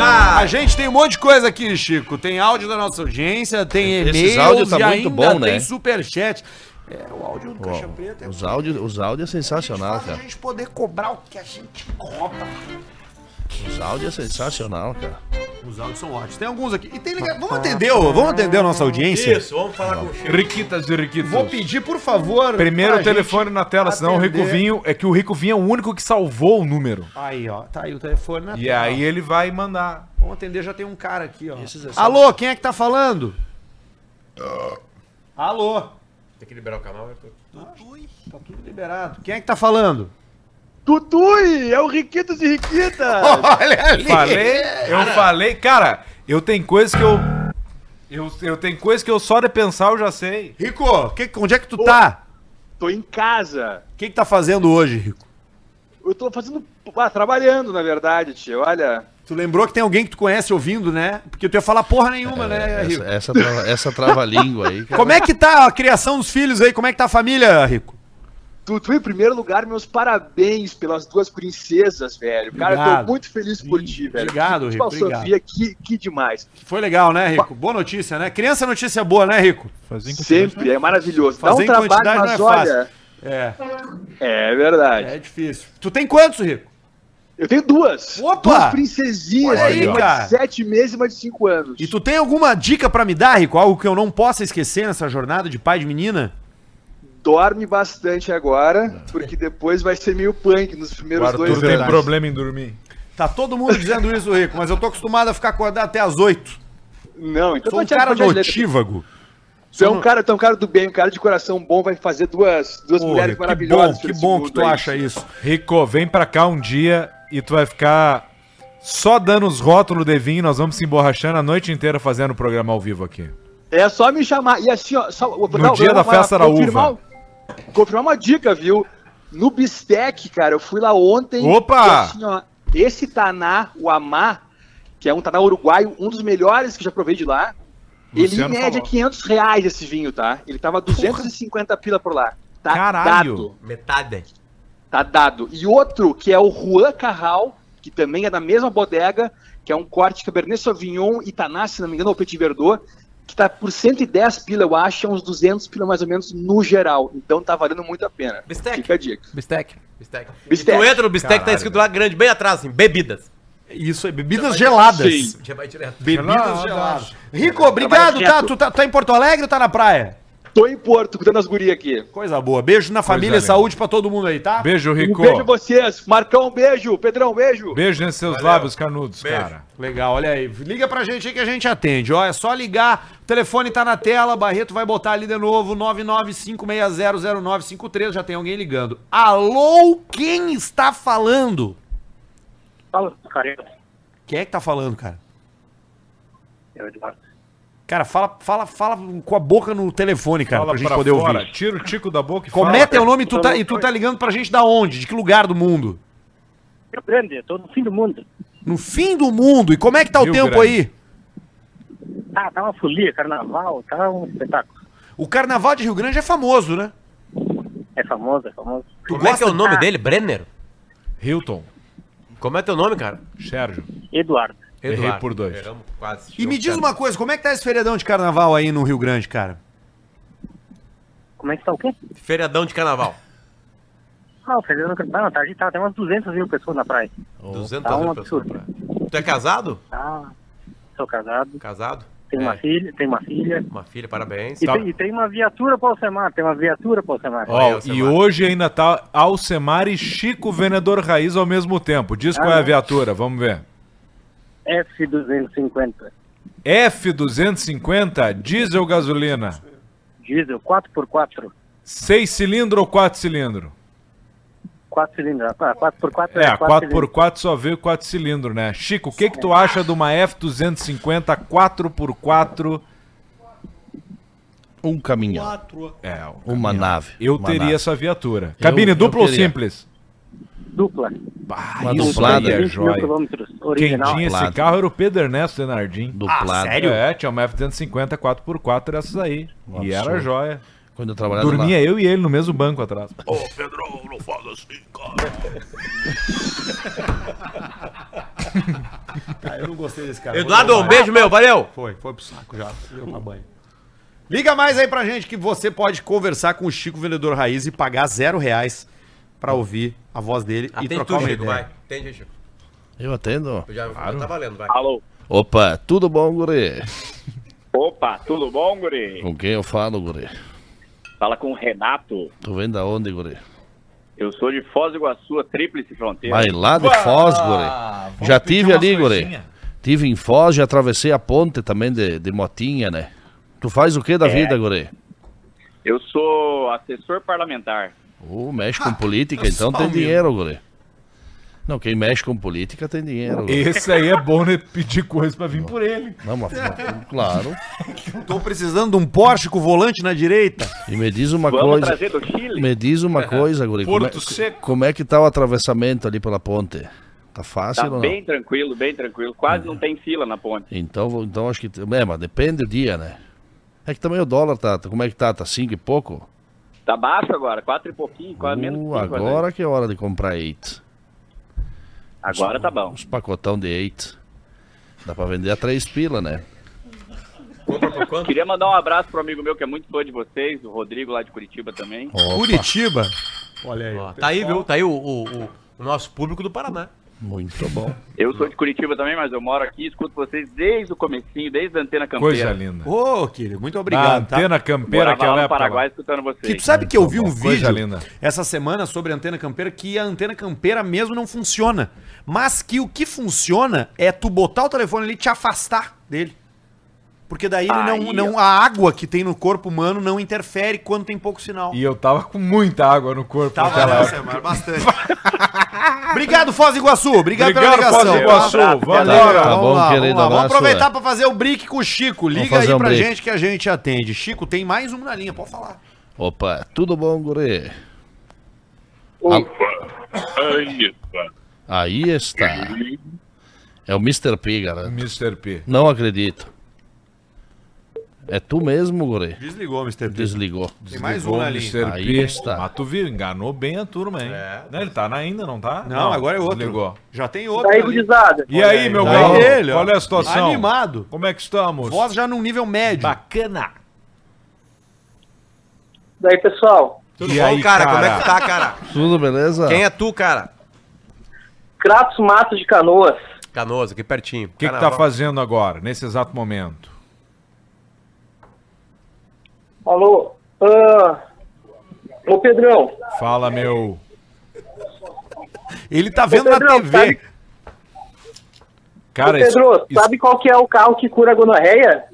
[SPEAKER 1] A gente tem um monte de coisa aqui, Chico. Tem áudio da nossa audiência, tem
[SPEAKER 11] Esses
[SPEAKER 1] e-mail,
[SPEAKER 11] áudios tá muito bom, né?
[SPEAKER 1] tem superchat. É, o áudio do Caixa Preta é
[SPEAKER 11] Os áudios, os áudios é sensacional,
[SPEAKER 1] pra
[SPEAKER 11] cara.
[SPEAKER 1] gente poder cobrar o que a gente cobra.
[SPEAKER 11] Os áudios é sensacional, cara.
[SPEAKER 1] Os áudios são ótimos. Tem alguns aqui. E tem liga- Vamos atender, o- vamos atender a nossa audiência?
[SPEAKER 2] Isso, vamos falar com o Chico.
[SPEAKER 3] Riquitas e riquitos.
[SPEAKER 1] Vou pedir, por favor.
[SPEAKER 3] Primeiro
[SPEAKER 1] pra
[SPEAKER 3] o telefone na tela, senão o Rico
[SPEAKER 1] atender.
[SPEAKER 3] Vinho. É que o Rico Vinho é o único que salvou o número.
[SPEAKER 1] gente- Aí, ó. Tá aí o telefone na
[SPEAKER 3] E aí ele vai mandar.
[SPEAKER 1] Vamos atender, já tem um cara aqui, ó. Alô, quem é que tá falando?
[SPEAKER 7] Ah.
[SPEAKER 1] Alô.
[SPEAKER 2] Tem que liberar o canal, Arthur.
[SPEAKER 1] Tá tudo liberado. Quem é que tá falando?
[SPEAKER 7] Tutui, é o Riquitos e Riquita!
[SPEAKER 1] Olha ali.
[SPEAKER 3] Falei, eu falei, cara, eu tenho coisas que eu. Eu, eu tenho coisas que eu só de pensar eu já sei.
[SPEAKER 1] Rico, que- onde é que tu tá?
[SPEAKER 7] Tô em casa.
[SPEAKER 1] O que, que tá fazendo hoje, Rico?
[SPEAKER 7] Eu tô fazendo. Ah, trabalhando, na verdade, tio. Olha.
[SPEAKER 1] Tu lembrou que tem alguém que tu conhece ouvindo, né? Porque tu ia falar porra nenhuma, né,
[SPEAKER 11] Essa, é-
[SPEAKER 1] Rico?
[SPEAKER 11] essa, trava, essa trava-língua aí, cara.
[SPEAKER 1] Como é que tá a criação dos filhos aí? Como é que tá a família, Rico?
[SPEAKER 7] Tutu, em primeiro lugar, meus parabéns pelas duas princesas, velho. Cara, eu
[SPEAKER 1] Obrigado.
[SPEAKER 7] tô muito feliz por ti, velho.
[SPEAKER 1] Obrigado,
[SPEAKER 7] Principal
[SPEAKER 1] Rico. Obrigado.
[SPEAKER 7] Sofia, que, que demais.
[SPEAKER 1] Foi legal, né, Rico? Boa notícia, né? Criança é notícia boa, né, Rico?
[SPEAKER 7] Sempre, é maravilhoso. Dá
[SPEAKER 1] Fazer
[SPEAKER 7] um
[SPEAKER 1] em quantidade
[SPEAKER 7] trabalho, mas
[SPEAKER 1] não é fácil.
[SPEAKER 7] olha.
[SPEAKER 1] É.
[SPEAKER 7] É verdade.
[SPEAKER 1] É difícil. Tu tem quantos, Rico?
[SPEAKER 7] Eu tenho duas.
[SPEAKER 1] Opa!
[SPEAKER 7] Duas princesinhas,
[SPEAKER 1] Olha aí,
[SPEAKER 7] velho. uma
[SPEAKER 1] cara.
[SPEAKER 7] de sete meses e uma de cinco anos.
[SPEAKER 1] E tu tem alguma dica pra me dar, Rico? Algo que eu não possa esquecer nessa jornada de pai de menina?
[SPEAKER 7] Dorme bastante agora, porque depois vai ser meio punk nos
[SPEAKER 3] O
[SPEAKER 7] primeiros dois
[SPEAKER 3] Arthur tem
[SPEAKER 7] anos.
[SPEAKER 3] problema em dormir.
[SPEAKER 1] Tá todo mundo dizendo isso, Rico, mas eu tô acostumado a ficar acordado até às oito.
[SPEAKER 7] Não, então
[SPEAKER 1] Sou um
[SPEAKER 7] pode-
[SPEAKER 1] cara
[SPEAKER 7] pode-
[SPEAKER 1] notívago.
[SPEAKER 7] Tu é um cara, tu é um cara do bem, um cara de coração bom, vai fazer duas, duas
[SPEAKER 1] Porra,
[SPEAKER 7] mulheres
[SPEAKER 1] que
[SPEAKER 7] maravilhosas.
[SPEAKER 1] bom,
[SPEAKER 7] pra
[SPEAKER 1] que
[SPEAKER 7] esse
[SPEAKER 1] bom
[SPEAKER 7] mundo
[SPEAKER 1] que tu
[SPEAKER 7] aí.
[SPEAKER 1] acha isso.
[SPEAKER 3] Rico, vem pra cá um dia e tu vai ficar só dando os rótulos de vinho. Nós vamos se emborrachando a noite inteira fazendo o programa ao vivo aqui.
[SPEAKER 7] É só me chamar. E assim, ó, só, vou
[SPEAKER 3] No dia da festa da uva.
[SPEAKER 7] Confirmar uma dica, viu? No Bistec, cara, eu fui lá ontem. e
[SPEAKER 3] Opa!
[SPEAKER 7] assim, ó, esse Taná, o Amá, que é um Taná uruguaio, um dos melhores que eu já provei de lá. ele
[SPEAKER 3] Luciano
[SPEAKER 7] em média
[SPEAKER 3] falou.
[SPEAKER 7] 500 reais esse vinho, tá? Ele tava 250 pila por lá. Tá
[SPEAKER 3] Caralho.
[SPEAKER 7] dado.
[SPEAKER 2] Metade.
[SPEAKER 7] Tá dado. E outro, que é o Juan Carral, que também é da mesma bodega, que é um corte Cabernet Sauvignon e Taná, se não me engano, ou Petit Verdot, que tá por 110 pila, eu acho, é uns 200 pila mais ou menos no geral. Então tá valendo muito a pena.
[SPEAKER 2] Bistec.
[SPEAKER 7] Fica a dica.
[SPEAKER 2] Bistec. Bistec.
[SPEAKER 7] Bistec.
[SPEAKER 2] E tu entra no bistec, tá
[SPEAKER 3] Caralho.
[SPEAKER 2] escrito lá grande, bem atrás, assim, bebidas.
[SPEAKER 1] Isso é bebidas geladas.
[SPEAKER 7] Sim.
[SPEAKER 2] Já vai direto.
[SPEAKER 1] Bebidas
[SPEAKER 3] Gelada.
[SPEAKER 1] geladas. Rico, obrigado,
[SPEAKER 7] Trabalho
[SPEAKER 1] tá?
[SPEAKER 7] reto.
[SPEAKER 1] Tu tá, tá em Porto Alegre ou tá na praia?
[SPEAKER 7] Tô em Porto, cuidando as gurias aqui.
[SPEAKER 1] Coisa boa. Beijo na família,
[SPEAKER 3] linda.
[SPEAKER 1] saúde pra todo mundo aí, tá?
[SPEAKER 3] Beijo, Rico.
[SPEAKER 7] Um beijo a vocês. Marcão, um beijo. Pedrão, um beijo.
[SPEAKER 3] Beijo nesses seus
[SPEAKER 2] Valeu.
[SPEAKER 3] lábios canudos,
[SPEAKER 2] Beijo.
[SPEAKER 3] cara.
[SPEAKER 1] Legal, olha aí. Liga pra gente aí que a gente atende. Ó, é só ligar. O telefone tá na tela. Barreto vai botar ali de novo. 995600953. Já tem alguém ligando. Alô, quem está falando?
[SPEAKER 19] Fala, careta.
[SPEAKER 1] Quem é que tá falando, cara?
[SPEAKER 19] É o Eduardo.
[SPEAKER 1] Cara, fala, fala, fala com a boca no telefone, cara, pra gente poder ouvir.
[SPEAKER 3] Tira o tico da boca e
[SPEAKER 1] Como é
[SPEAKER 3] fala.
[SPEAKER 1] teu nome e tu tá, e tu tá ligando pra gente da onde? De que lugar do mundo?
[SPEAKER 19] Rio Grande, tô no fim do mundo.
[SPEAKER 1] No fim do mundo. E como é que tá o
[SPEAKER 3] Rio
[SPEAKER 1] tempo
[SPEAKER 3] Grande.
[SPEAKER 1] aí?
[SPEAKER 19] Ah, tá uma folia, carnaval, tá um espetáculo.
[SPEAKER 1] O carnaval de Rio Grande é famoso, né?
[SPEAKER 19] É famoso, é famoso.
[SPEAKER 2] Como é que é o nome dele? Brenner?
[SPEAKER 3] Hilton,
[SPEAKER 2] Como é teu nome, cara?
[SPEAKER 3] Sérgio.
[SPEAKER 19] Eduardo.
[SPEAKER 3] Errei por dois.
[SPEAKER 2] Erramos quase.
[SPEAKER 1] E me diz uma coisa, como é que tá esse feriadão de carnaval aí no Rio Grande, cara?
[SPEAKER 19] Como é que tá o quê?
[SPEAKER 2] Feriadão de carnaval.
[SPEAKER 19] Ah, o Fernando Campana, tá agitado. Tem umas 200 mil pessoas na praia.
[SPEAKER 2] 200
[SPEAKER 19] Tá um
[SPEAKER 2] mil pessoas.
[SPEAKER 19] absurdo.
[SPEAKER 2] Tu é casado?
[SPEAKER 19] Tá. Sou casado,
[SPEAKER 2] Casado?
[SPEAKER 19] tenho uma
[SPEAKER 2] É.
[SPEAKER 19] filha, tenho uma filha.
[SPEAKER 2] Uma filha, parabéns. Tá.
[SPEAKER 19] E, tem, e tem uma viatura pra Alcemar, tem uma viatura pra Alcemar.
[SPEAKER 3] Ó,
[SPEAKER 2] Alcemar.
[SPEAKER 3] e hoje ainda tá Alcemar e Chico Venedor Raiz ao mesmo tempo. Diz qual é a viatura, vamos ver.
[SPEAKER 19] F250.
[SPEAKER 3] F250 diesel gasolina.
[SPEAKER 19] Diesel 4x4.
[SPEAKER 3] seis cilindro ou quatro cilindro?
[SPEAKER 19] 4 cilindros. Ah, 4x4
[SPEAKER 3] É,
[SPEAKER 19] quatro cilindros.
[SPEAKER 3] 4x4 só veio 4 cilindro, né? Chico, o que que tu acha de uma F250 4x4?
[SPEAKER 11] Um caminhão.
[SPEAKER 3] É, um
[SPEAKER 11] Uma
[SPEAKER 3] caminhão.
[SPEAKER 11] nave.
[SPEAKER 3] Eu
[SPEAKER 11] uma
[SPEAKER 3] teria
[SPEAKER 11] nave.
[SPEAKER 3] essa viatura.
[SPEAKER 11] Eu-
[SPEAKER 3] Cabine
[SPEAKER 11] eu
[SPEAKER 3] dupla ou
[SPEAKER 11] teria.
[SPEAKER 3] simples?
[SPEAKER 19] Dupla.
[SPEAKER 3] Bah,
[SPEAKER 11] Uma
[SPEAKER 3] isso
[SPEAKER 11] duplada.
[SPEAKER 3] aí é
[SPEAKER 19] 20 mil
[SPEAKER 3] joia.
[SPEAKER 19] quilômetros.
[SPEAKER 3] Quem
[SPEAKER 19] Original.
[SPEAKER 3] tinha esse
[SPEAKER 11] Duplado.
[SPEAKER 3] carro era o Pedro Ernesto Lenardim.
[SPEAKER 11] Duplada.
[SPEAKER 3] É, tinha uma F-150 4x4 dessas aí.
[SPEAKER 11] Um
[SPEAKER 3] e
[SPEAKER 11] absurdo.
[SPEAKER 3] era joia.
[SPEAKER 11] Quando eu trabalhava
[SPEAKER 3] Dormia eu e ele no mesmo banco atrás.
[SPEAKER 11] lá.
[SPEAKER 1] Ah, eu não gostei desse cara.
[SPEAKER 2] Eduardo,
[SPEAKER 1] Vou dar
[SPEAKER 2] um beijo, meu, valeu.
[SPEAKER 1] Foi, foi pro saco já. Deu pra banho. Liga mais aí pra gente que você pode conversar com o Chico Vendedor Raiz e pagar zero reais pra ouvir a voz dele e
[SPEAKER 2] Atende
[SPEAKER 1] trocar
[SPEAKER 2] tu,
[SPEAKER 1] uma
[SPEAKER 2] Chico,
[SPEAKER 1] ideia.
[SPEAKER 2] vai. Atende, Chico.
[SPEAKER 11] Eu atendo.
[SPEAKER 2] Eu já
[SPEAKER 11] Claro.
[SPEAKER 2] tá valendo, vai.
[SPEAKER 20] Alô?
[SPEAKER 11] Opa, tudo bom, guri?
[SPEAKER 20] Opa, tudo bom, guri?
[SPEAKER 11] Com quem eu falo, guri?
[SPEAKER 20] Fala com o Renato.
[SPEAKER 11] Tu vem da onde, guri?
[SPEAKER 20] Eu sou de Foz do Iguaçu, a tríplice fronteira.
[SPEAKER 11] Vai lá de Foz, guri. Já tive ali, guri. Tive em Foz, já atravessei a ponte também de, de motinha, né? Tu faz o que da
[SPEAKER 20] É.
[SPEAKER 11] vida, guri?
[SPEAKER 20] Eu sou assessor parlamentar.
[SPEAKER 11] Ô, mexe com política, então
[SPEAKER 20] Ah, só
[SPEAKER 11] tem
[SPEAKER 20] um
[SPEAKER 11] dinheiro, guri. Não, quem mexe com política tem dinheiro. guri.
[SPEAKER 3] Esse aí é bom, né? Pedir coisa pra vir por ele.
[SPEAKER 11] Não, mas, mas- claro.
[SPEAKER 1] Tô precisando de um Porsche com volante na direita.
[SPEAKER 11] E me diz uma
[SPEAKER 1] Vamos
[SPEAKER 11] coisa.
[SPEAKER 1] trazer do Chile?
[SPEAKER 11] Me diz uma coisa, guri. Como é,
[SPEAKER 20] Porto Seco.
[SPEAKER 11] como é que tá o atravessamento ali pela ponte? Tá fácil
[SPEAKER 20] Tá
[SPEAKER 11] ou não?
[SPEAKER 20] bem tranquilo, bem tranquilo. Quase não tem fila na ponte.
[SPEAKER 11] Então, vou- então acho que. É, mas depende do dia, né? É que também o dólar tá. Como é que tá? Tá cinco e pouco?
[SPEAKER 20] Tá baixo agora, quatro e pouquinho, quase menos que
[SPEAKER 11] Uh,
[SPEAKER 20] cinco,
[SPEAKER 11] agora que é hora de comprar eight.
[SPEAKER 20] né? Agora tá bom.
[SPEAKER 11] Uns pacotão de eight. Dá pra vender a três pila, né?
[SPEAKER 20] Queria mandar um abraço pro amigo meu que é muito fã de vocês, o Rodrigo lá de Curitiba também.
[SPEAKER 1] Curitiba.
[SPEAKER 2] Olha aí. tá aí, viu? Tá aí o, o- o- o nosso público do Paraná.
[SPEAKER 11] Muito bom.
[SPEAKER 20] Eu sou de Curitiba também, mas eu moro aqui, escuto vocês desde o comecinho, desde a antena campeira.
[SPEAKER 3] Coisa linda.
[SPEAKER 1] Ô, querido, muito obrigado. tá?
[SPEAKER 3] Na antena campeira,
[SPEAKER 20] Morava
[SPEAKER 3] aquela
[SPEAKER 20] tá? lá no
[SPEAKER 3] época lá.
[SPEAKER 20] Paraguai escutando vocês.
[SPEAKER 1] Que tu sabe que eu vi um
[SPEAKER 3] né? Coisa
[SPEAKER 1] vídeo
[SPEAKER 3] linda.
[SPEAKER 1] essa semana sobre a antena campeira que a antena campeira mesmo não funciona. Mas que o que funciona é tu botar o telefone ali e te afastar dele. Porque daí ele não,
[SPEAKER 3] Aí,
[SPEAKER 1] não, a água que tem no corpo humano não interfere quando tem pouco sinal.
[SPEAKER 3] E eu tava com muita água no corpo
[SPEAKER 1] Tava
[SPEAKER 3] naquela
[SPEAKER 1] nessa,
[SPEAKER 3] época.
[SPEAKER 1] mano, Tá bastante. Obrigado, Foz do Iguaçu. Obrigado, pela
[SPEAKER 3] Obrigado,
[SPEAKER 1] ligação.
[SPEAKER 3] Foz do Iguaçu.
[SPEAKER 1] Um abraço,
[SPEAKER 3] Valeu.
[SPEAKER 1] galera.
[SPEAKER 3] Tá
[SPEAKER 1] vamos
[SPEAKER 3] bom,
[SPEAKER 1] lá,
[SPEAKER 3] querido,
[SPEAKER 1] vamos, lá. Vamos
[SPEAKER 3] abraço,
[SPEAKER 1] aproveitar
[SPEAKER 3] velho.
[SPEAKER 1] pra fazer o brick com o Chico. Liga aí
[SPEAKER 11] fazer um
[SPEAKER 1] pra
[SPEAKER 11] brick.
[SPEAKER 1] gente que a gente atende. Chico, tem mais um na linha, pode falar.
[SPEAKER 11] Opa, tudo bom, guri? Aí está. É o Mr. P, garoto.
[SPEAKER 3] Mr. P.
[SPEAKER 11] Não acredito. É tu mesmo, guri?
[SPEAKER 1] Desligou, Mr. P.
[SPEAKER 11] Desligou.
[SPEAKER 3] Tem mais um ali. Mr.
[SPEAKER 11] Aí
[SPEAKER 3] P.
[SPEAKER 11] está.
[SPEAKER 3] Mas tu viu, enganou bem a turma, hein? Não, ele tá na ainda, não tá?
[SPEAKER 1] Não, agora é outro.
[SPEAKER 3] Desligou.
[SPEAKER 1] Já tem outro.
[SPEAKER 3] Daí,
[SPEAKER 1] ali.
[SPEAKER 3] gurizada. E
[SPEAKER 1] Olha
[SPEAKER 3] aí, meu
[SPEAKER 1] daí
[SPEAKER 3] galo?
[SPEAKER 1] ele, ó.
[SPEAKER 3] Qual é a situação?
[SPEAKER 1] Animado.
[SPEAKER 3] Como é que estamos?
[SPEAKER 1] Voz já num nível médio.
[SPEAKER 3] Bacana.
[SPEAKER 21] Daí, pessoal,
[SPEAKER 2] Tudo bom, cara? Como é que tá, cara?
[SPEAKER 11] Tudo beleza?
[SPEAKER 2] Quem é tu, cara?
[SPEAKER 21] Kratos Matos de Canoas.
[SPEAKER 2] Canoas, aqui pertinho.
[SPEAKER 3] O que, que tá fazendo agora, nesse exato momento?
[SPEAKER 21] Alô? Ah, ô, Pedrão.
[SPEAKER 3] Fala, meu.
[SPEAKER 1] Ele tá
[SPEAKER 21] vendo na Pedrão, TV. sabe-
[SPEAKER 3] Cara,
[SPEAKER 21] ô, Pedro,
[SPEAKER 3] isso- isso-
[SPEAKER 21] sabe qual que é o carro que cura a gonorreia?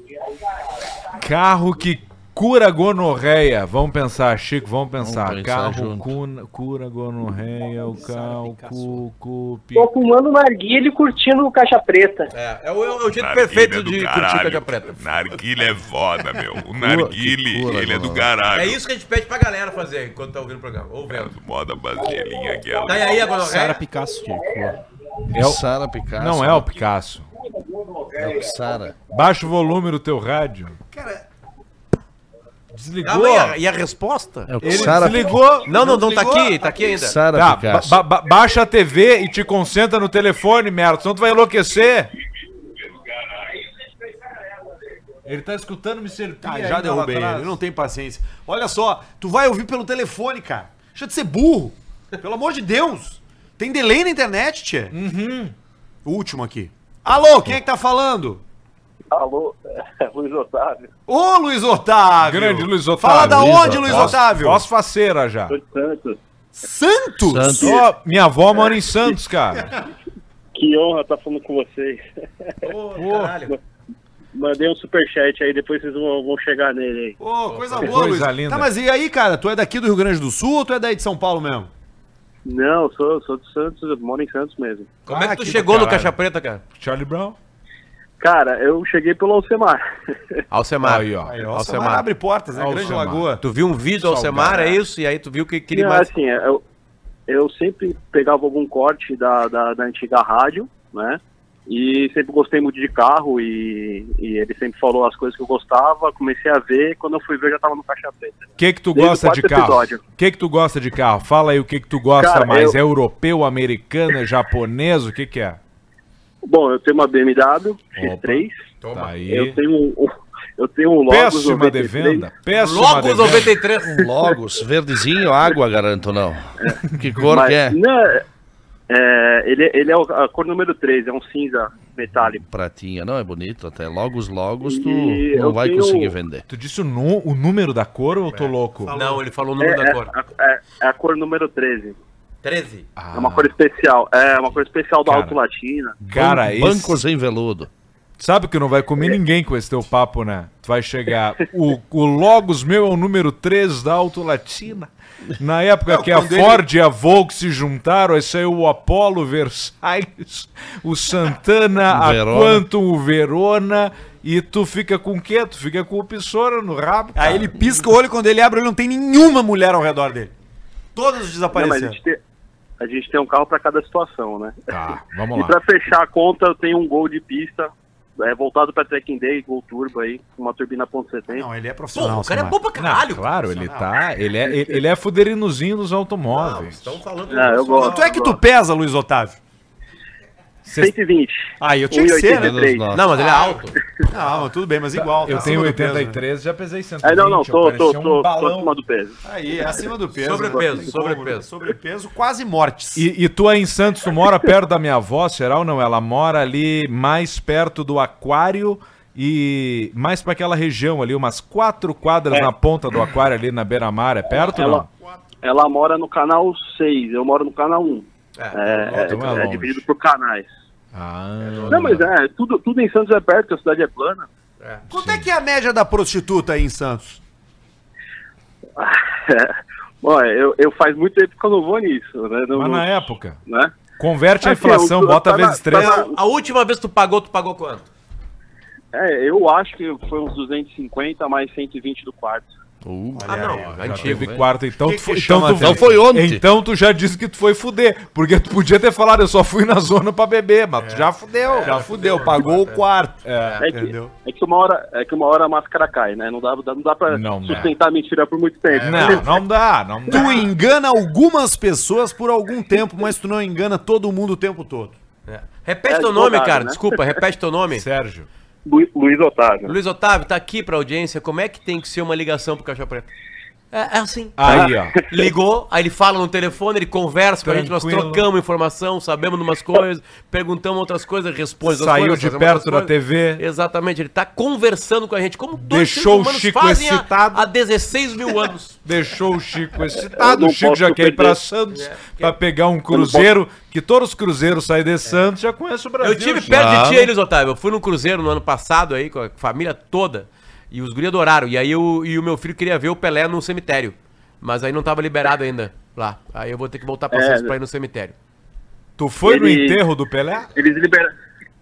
[SPEAKER 3] Carro que cura gonorreia. Vamos pensar, Chico, vamos pensar.
[SPEAKER 11] Vamos pensar
[SPEAKER 3] carro
[SPEAKER 11] junto.
[SPEAKER 3] cuna- cura gonorreia, o cálculo, cu, pi-
[SPEAKER 21] Tô um fumando narguilha e curtindo o caixa preta.
[SPEAKER 2] É o, é o jeito perfeito de curtir caixa preta.
[SPEAKER 22] Narguilha é foda, meu. O narguile,
[SPEAKER 2] cura,
[SPEAKER 22] ele é do
[SPEAKER 2] mano.
[SPEAKER 22] caralho.
[SPEAKER 2] É isso que a gente pede pra galera fazer enquanto tá ouvindo o programa. Ou vendo.
[SPEAKER 22] Moda brasileirinha aquela.
[SPEAKER 2] Daí Tá aí, agora.
[SPEAKER 22] Sara
[SPEAKER 11] Picasso.
[SPEAKER 3] É o-
[SPEAKER 11] Sara Picasso.
[SPEAKER 22] né?
[SPEAKER 3] Não é o Picasso.
[SPEAKER 11] É o Sara.
[SPEAKER 3] Baixa o volume do teu rádio. Desligou.
[SPEAKER 2] Ah, mas e a- e a resposta?
[SPEAKER 3] É o
[SPEAKER 2] Ele
[SPEAKER 3] Ele Sara-
[SPEAKER 2] desligou.
[SPEAKER 3] desligou.
[SPEAKER 2] Não, não, não, tá
[SPEAKER 3] Desligou.
[SPEAKER 2] aqui, tá aqui ainda.
[SPEAKER 11] Sara
[SPEAKER 3] Tá,
[SPEAKER 11] Picasso.
[SPEAKER 3] ba- ba- baixa a TV e te concentra no telefone, merda, senão tu vai enlouquecer. Ele tá escutando me servir.
[SPEAKER 1] Ah, já derrubei ele. Eu não tenho paciência. Olha só, tu vai ouvir pelo telefone, cara. Deixa de ser burro. Pelo amor de Deus. Tem delay na internet, tchê. Uhum. O último aqui. Alô, quem é que tá falando?
[SPEAKER 8] Alô, é, Luiz Otávio.
[SPEAKER 1] Ô, Luiz Otávio.
[SPEAKER 3] Grande Luiz Otávio.
[SPEAKER 1] Fala da onde, Luiz
[SPEAKER 3] Pós-
[SPEAKER 1] Otávio?
[SPEAKER 3] Pós-faceira já.
[SPEAKER 8] Tô de Santos.
[SPEAKER 1] Santos?
[SPEAKER 3] Santos. minha avó mora em Santos, cara.
[SPEAKER 8] Que honra estar falando com vocês.
[SPEAKER 2] caralho.
[SPEAKER 8] Mandei um superchat aí, depois vocês vão, vão chegar nele aí.
[SPEAKER 1] Ô, coisa boa, Luiz.
[SPEAKER 8] linda.
[SPEAKER 1] Tá, mas e aí, cara? Tu é daqui do Rio Grande do Sul ou tu é daí de São Paulo mesmo?
[SPEAKER 8] Não, sou, sou de Santos, eu moro em Santos mesmo.
[SPEAKER 2] Como
[SPEAKER 3] Ah,
[SPEAKER 2] é que tu chegou no Caixa Preta, cara?
[SPEAKER 3] Charlie Brown.
[SPEAKER 8] Cara, eu cheguei pelo Alcemar.
[SPEAKER 2] Alcemar.
[SPEAKER 3] Aí, ó.
[SPEAKER 2] Alcemar.
[SPEAKER 1] Alcemar abre portas, né? Grande
[SPEAKER 2] Alcemar.
[SPEAKER 1] Lagoa.
[SPEAKER 2] Tu viu um vídeo do Alcemar, é isso? E aí tu viu que, que ele
[SPEAKER 8] Não,
[SPEAKER 1] é
[SPEAKER 2] mais...
[SPEAKER 8] assim, eu, eu sempre pegava algum corte da, da, da antiga rádio, né? E sempre gostei muito de carro e, e ele sempre falou as coisas que eu gostava, comecei a ver, quando eu fui ver eu já tava no caixa preta.
[SPEAKER 3] O que que tu
[SPEAKER 8] Desde o
[SPEAKER 3] gosta de
[SPEAKER 8] quarto
[SPEAKER 3] carro?
[SPEAKER 8] episódio.
[SPEAKER 3] O que que tu gosta de carro? Fala aí o que que tu gosta
[SPEAKER 8] Cara,
[SPEAKER 3] mais.
[SPEAKER 8] eu-
[SPEAKER 3] É europeu, americano, é japonês, o que que é?
[SPEAKER 8] Bom, eu tenho uma BMW X3.
[SPEAKER 3] Toma Tá aí.
[SPEAKER 8] Eu tenho um, eu tenho um Logos
[SPEAKER 11] Péssima de venda. Péssima de venda. Um Logos, verdezinho, água, garanto, não. Que cor
[SPEAKER 8] Mas,
[SPEAKER 11] que é?
[SPEAKER 8] né, é, ele, ele é o- a cor número 3, é um cinza metálico.
[SPEAKER 11] Pratinha, não, é bonito até. Logos, logos, tu
[SPEAKER 8] E
[SPEAKER 11] não
[SPEAKER 8] eu
[SPEAKER 11] vai
[SPEAKER 8] tenho-
[SPEAKER 11] conseguir vender.
[SPEAKER 3] Tu disse o, nu- o número da cor ou eu tô louco?
[SPEAKER 2] Não, ele falou o
[SPEAKER 8] É,
[SPEAKER 2] número
[SPEAKER 8] é,
[SPEAKER 2] da cor.
[SPEAKER 8] a- É, é a cor número 13.
[SPEAKER 2] 13.
[SPEAKER 8] É uma cor especial. É uma cor especial da
[SPEAKER 3] Cara.
[SPEAKER 8] Auto Latina.
[SPEAKER 3] Cara,
[SPEAKER 11] Ban-
[SPEAKER 3] esse...
[SPEAKER 11] Banco sem veludo.
[SPEAKER 3] Sabe que não vai comer ninguém com esse teu papo, né? Tu vai chegar. O, o Logos meu é o número 3 da Auto Latina. Na época
[SPEAKER 1] Não,
[SPEAKER 3] que a
[SPEAKER 1] quando ele-
[SPEAKER 3] Ford e a Volks se juntaram, aí saiu o Apollo Versailles, o Santana, a
[SPEAKER 1] Verona.
[SPEAKER 3] Quantum, o Verona, e tu fica com o quê? Tu fica com o Pissoura no rabo.
[SPEAKER 1] Aí ele pisca o olho, quando ele abre, ele não tem nenhuma mulher ao redor dele. Todas
[SPEAKER 8] Não, mas a,
[SPEAKER 1] desapareceram.
[SPEAKER 8] gente tem, a gente tem um carro pra cada situação, né?
[SPEAKER 3] Tá,
[SPEAKER 1] vamos lá.
[SPEAKER 8] E pra fechar a conta, eu tenho um gol de pista. É voltado pra Trekking Day, Gol Turbo aí, com uma turbina .70. Não,
[SPEAKER 1] ele é
[SPEAKER 3] Pô, o cara é bom pra caralho. claro, ele tá. Ele é, ele, ele é fuderinozinho dos automóveis.
[SPEAKER 1] então
[SPEAKER 2] Estão
[SPEAKER 1] tá.
[SPEAKER 2] falando
[SPEAKER 8] Ah, eu gosto.
[SPEAKER 1] Quanto é que
[SPEAKER 8] eu
[SPEAKER 1] tu
[SPEAKER 8] gosto.
[SPEAKER 1] pesa, Luiz Otávio?
[SPEAKER 8] 120.
[SPEAKER 1] Ah, eu tinha que ser, né?
[SPEAKER 8] 1,83.
[SPEAKER 1] Não, mas ele é
[SPEAKER 8] Ah.
[SPEAKER 1] alto. Não, mas tudo bem, mas igual.
[SPEAKER 3] Eu
[SPEAKER 1] tá
[SPEAKER 3] tenho
[SPEAKER 1] acima do peso, né?
[SPEAKER 3] 83, já pesei 120.
[SPEAKER 8] Ah, não, não,
[SPEAKER 3] eu
[SPEAKER 8] tô, tô,
[SPEAKER 3] parecia um
[SPEAKER 8] tô, tô
[SPEAKER 3] balão.
[SPEAKER 8] acima do peso.
[SPEAKER 1] Aí, é acima do peso.
[SPEAKER 2] Sobrepeso,
[SPEAKER 1] né? Tem
[SPEAKER 2] sobrepeso.
[SPEAKER 1] como, né? Sobrepeso, quase mortes.
[SPEAKER 3] E, e tu aí em Santos, tu mora perto da minha avó, será ou não? Ela mora ali mais perto do aquário e mais pra aquela região ali, umas quatro quadras
[SPEAKER 8] É.
[SPEAKER 3] na ponta do aquário ali na beira-mar, é perto ou
[SPEAKER 8] ela,
[SPEAKER 3] não?
[SPEAKER 8] ela mora no canal 6, eu moro no canal 1. É, é,
[SPEAKER 3] então é
[SPEAKER 8] é
[SPEAKER 3] longe.
[SPEAKER 8] dividido por canais.
[SPEAKER 3] Ah,
[SPEAKER 8] Não, mas é, tudo, tudo em Santos é perto, a cidade é plana.
[SPEAKER 1] Quanto é que é a média da prostituta aí em Santos?
[SPEAKER 8] Bom, É, eu, eu faz muito tempo que eu não vou nisso, né? Não,
[SPEAKER 3] mas na
[SPEAKER 5] é.
[SPEAKER 8] não-
[SPEAKER 3] época.
[SPEAKER 8] né?
[SPEAKER 3] Converte a
[SPEAKER 8] Assim,
[SPEAKER 3] inflação,
[SPEAKER 8] eu- eu-
[SPEAKER 3] bota
[SPEAKER 8] tá na-
[SPEAKER 3] vezes três.
[SPEAKER 8] tá na-
[SPEAKER 2] A última vez que tu pagou, tu pagou quanto?
[SPEAKER 8] É, eu acho que foi uns 250 mais 120 do quarto.
[SPEAKER 2] ah, não.
[SPEAKER 3] Já
[SPEAKER 2] antigo.
[SPEAKER 3] teve quarto, então
[SPEAKER 2] Que
[SPEAKER 3] tu
[SPEAKER 2] que
[SPEAKER 3] foi.
[SPEAKER 2] chama
[SPEAKER 3] Então, tu,
[SPEAKER 2] atenção? Então foi ontem.
[SPEAKER 3] Então tu já disse que tu foi fuder. Porque tu podia ter falado, eu só fui na zona pra beber, mas
[SPEAKER 2] É.
[SPEAKER 3] tu já fudeu. já fudeu, pagou o quarto.
[SPEAKER 8] É, que, é que uma hora, é que uma hora a máscara cai, né? Não dá, não dá pra
[SPEAKER 3] Não dá.
[SPEAKER 8] sustentar a mentira por muito tempo.
[SPEAKER 3] É. Não, não dá, não dá.
[SPEAKER 1] Tu engana algumas pessoas por algum tempo, mas tu não engana todo mundo o tempo todo.
[SPEAKER 2] Repete
[SPEAKER 1] É
[SPEAKER 2] teu nome,
[SPEAKER 1] advogado,
[SPEAKER 2] cara.
[SPEAKER 1] né?
[SPEAKER 2] Desculpa, repete teu nome.
[SPEAKER 3] Sérgio.
[SPEAKER 8] Luiz Otávio.
[SPEAKER 2] Luiz Otávio, tá aqui pra audiência. Como é que tem que ser uma ligação pro Caixa Preta? É, é assim.
[SPEAKER 3] Aí, ó.
[SPEAKER 2] Ligou, aí ele fala no telefone, ele conversa com a gente, nós
[SPEAKER 3] Tranquilo.
[SPEAKER 2] trocamos informação, sabemos umas coisas, perguntamos outras coisas, responde outras
[SPEAKER 3] Saiu
[SPEAKER 2] coisas,
[SPEAKER 3] de
[SPEAKER 2] fazemos
[SPEAKER 3] perto da
[SPEAKER 2] outras coisas.
[SPEAKER 3] TV.
[SPEAKER 2] Exatamente, ele tá conversando com a gente, como todos
[SPEAKER 3] Deixou
[SPEAKER 2] os seres
[SPEAKER 3] o
[SPEAKER 2] humanos
[SPEAKER 3] Chico
[SPEAKER 2] fazem há-
[SPEAKER 3] excitado.
[SPEAKER 2] há 16 mil anos.
[SPEAKER 3] Deixou o Chico
[SPEAKER 2] Eu
[SPEAKER 3] excitado.
[SPEAKER 2] não
[SPEAKER 3] O Chico
[SPEAKER 2] posso
[SPEAKER 3] já quer ir pra
[SPEAKER 2] perder.
[SPEAKER 3] Santos
[SPEAKER 2] É,
[SPEAKER 3] pra pegar um cruzeiro, que todos os cruzeiros saem de Santos, já conhece o Brasil.
[SPEAKER 2] Eu tive
[SPEAKER 3] Chico.
[SPEAKER 2] perto de ti, eles, Otávio. Eu fui num cruzeiro no ano passado aí, com a família toda, e os guri adoraram. E aí eu, e o meu filho queria ver o Pelé no cemitério. Mas aí não tava liberado ainda lá. Aí eu vou ter que voltar pra
[SPEAKER 8] É,
[SPEAKER 2] Santos
[SPEAKER 8] né?
[SPEAKER 2] pra ir no cemitério.
[SPEAKER 3] Tu foi no
[SPEAKER 8] Ele-
[SPEAKER 3] enterro do Pelé?
[SPEAKER 8] Eles liberaram.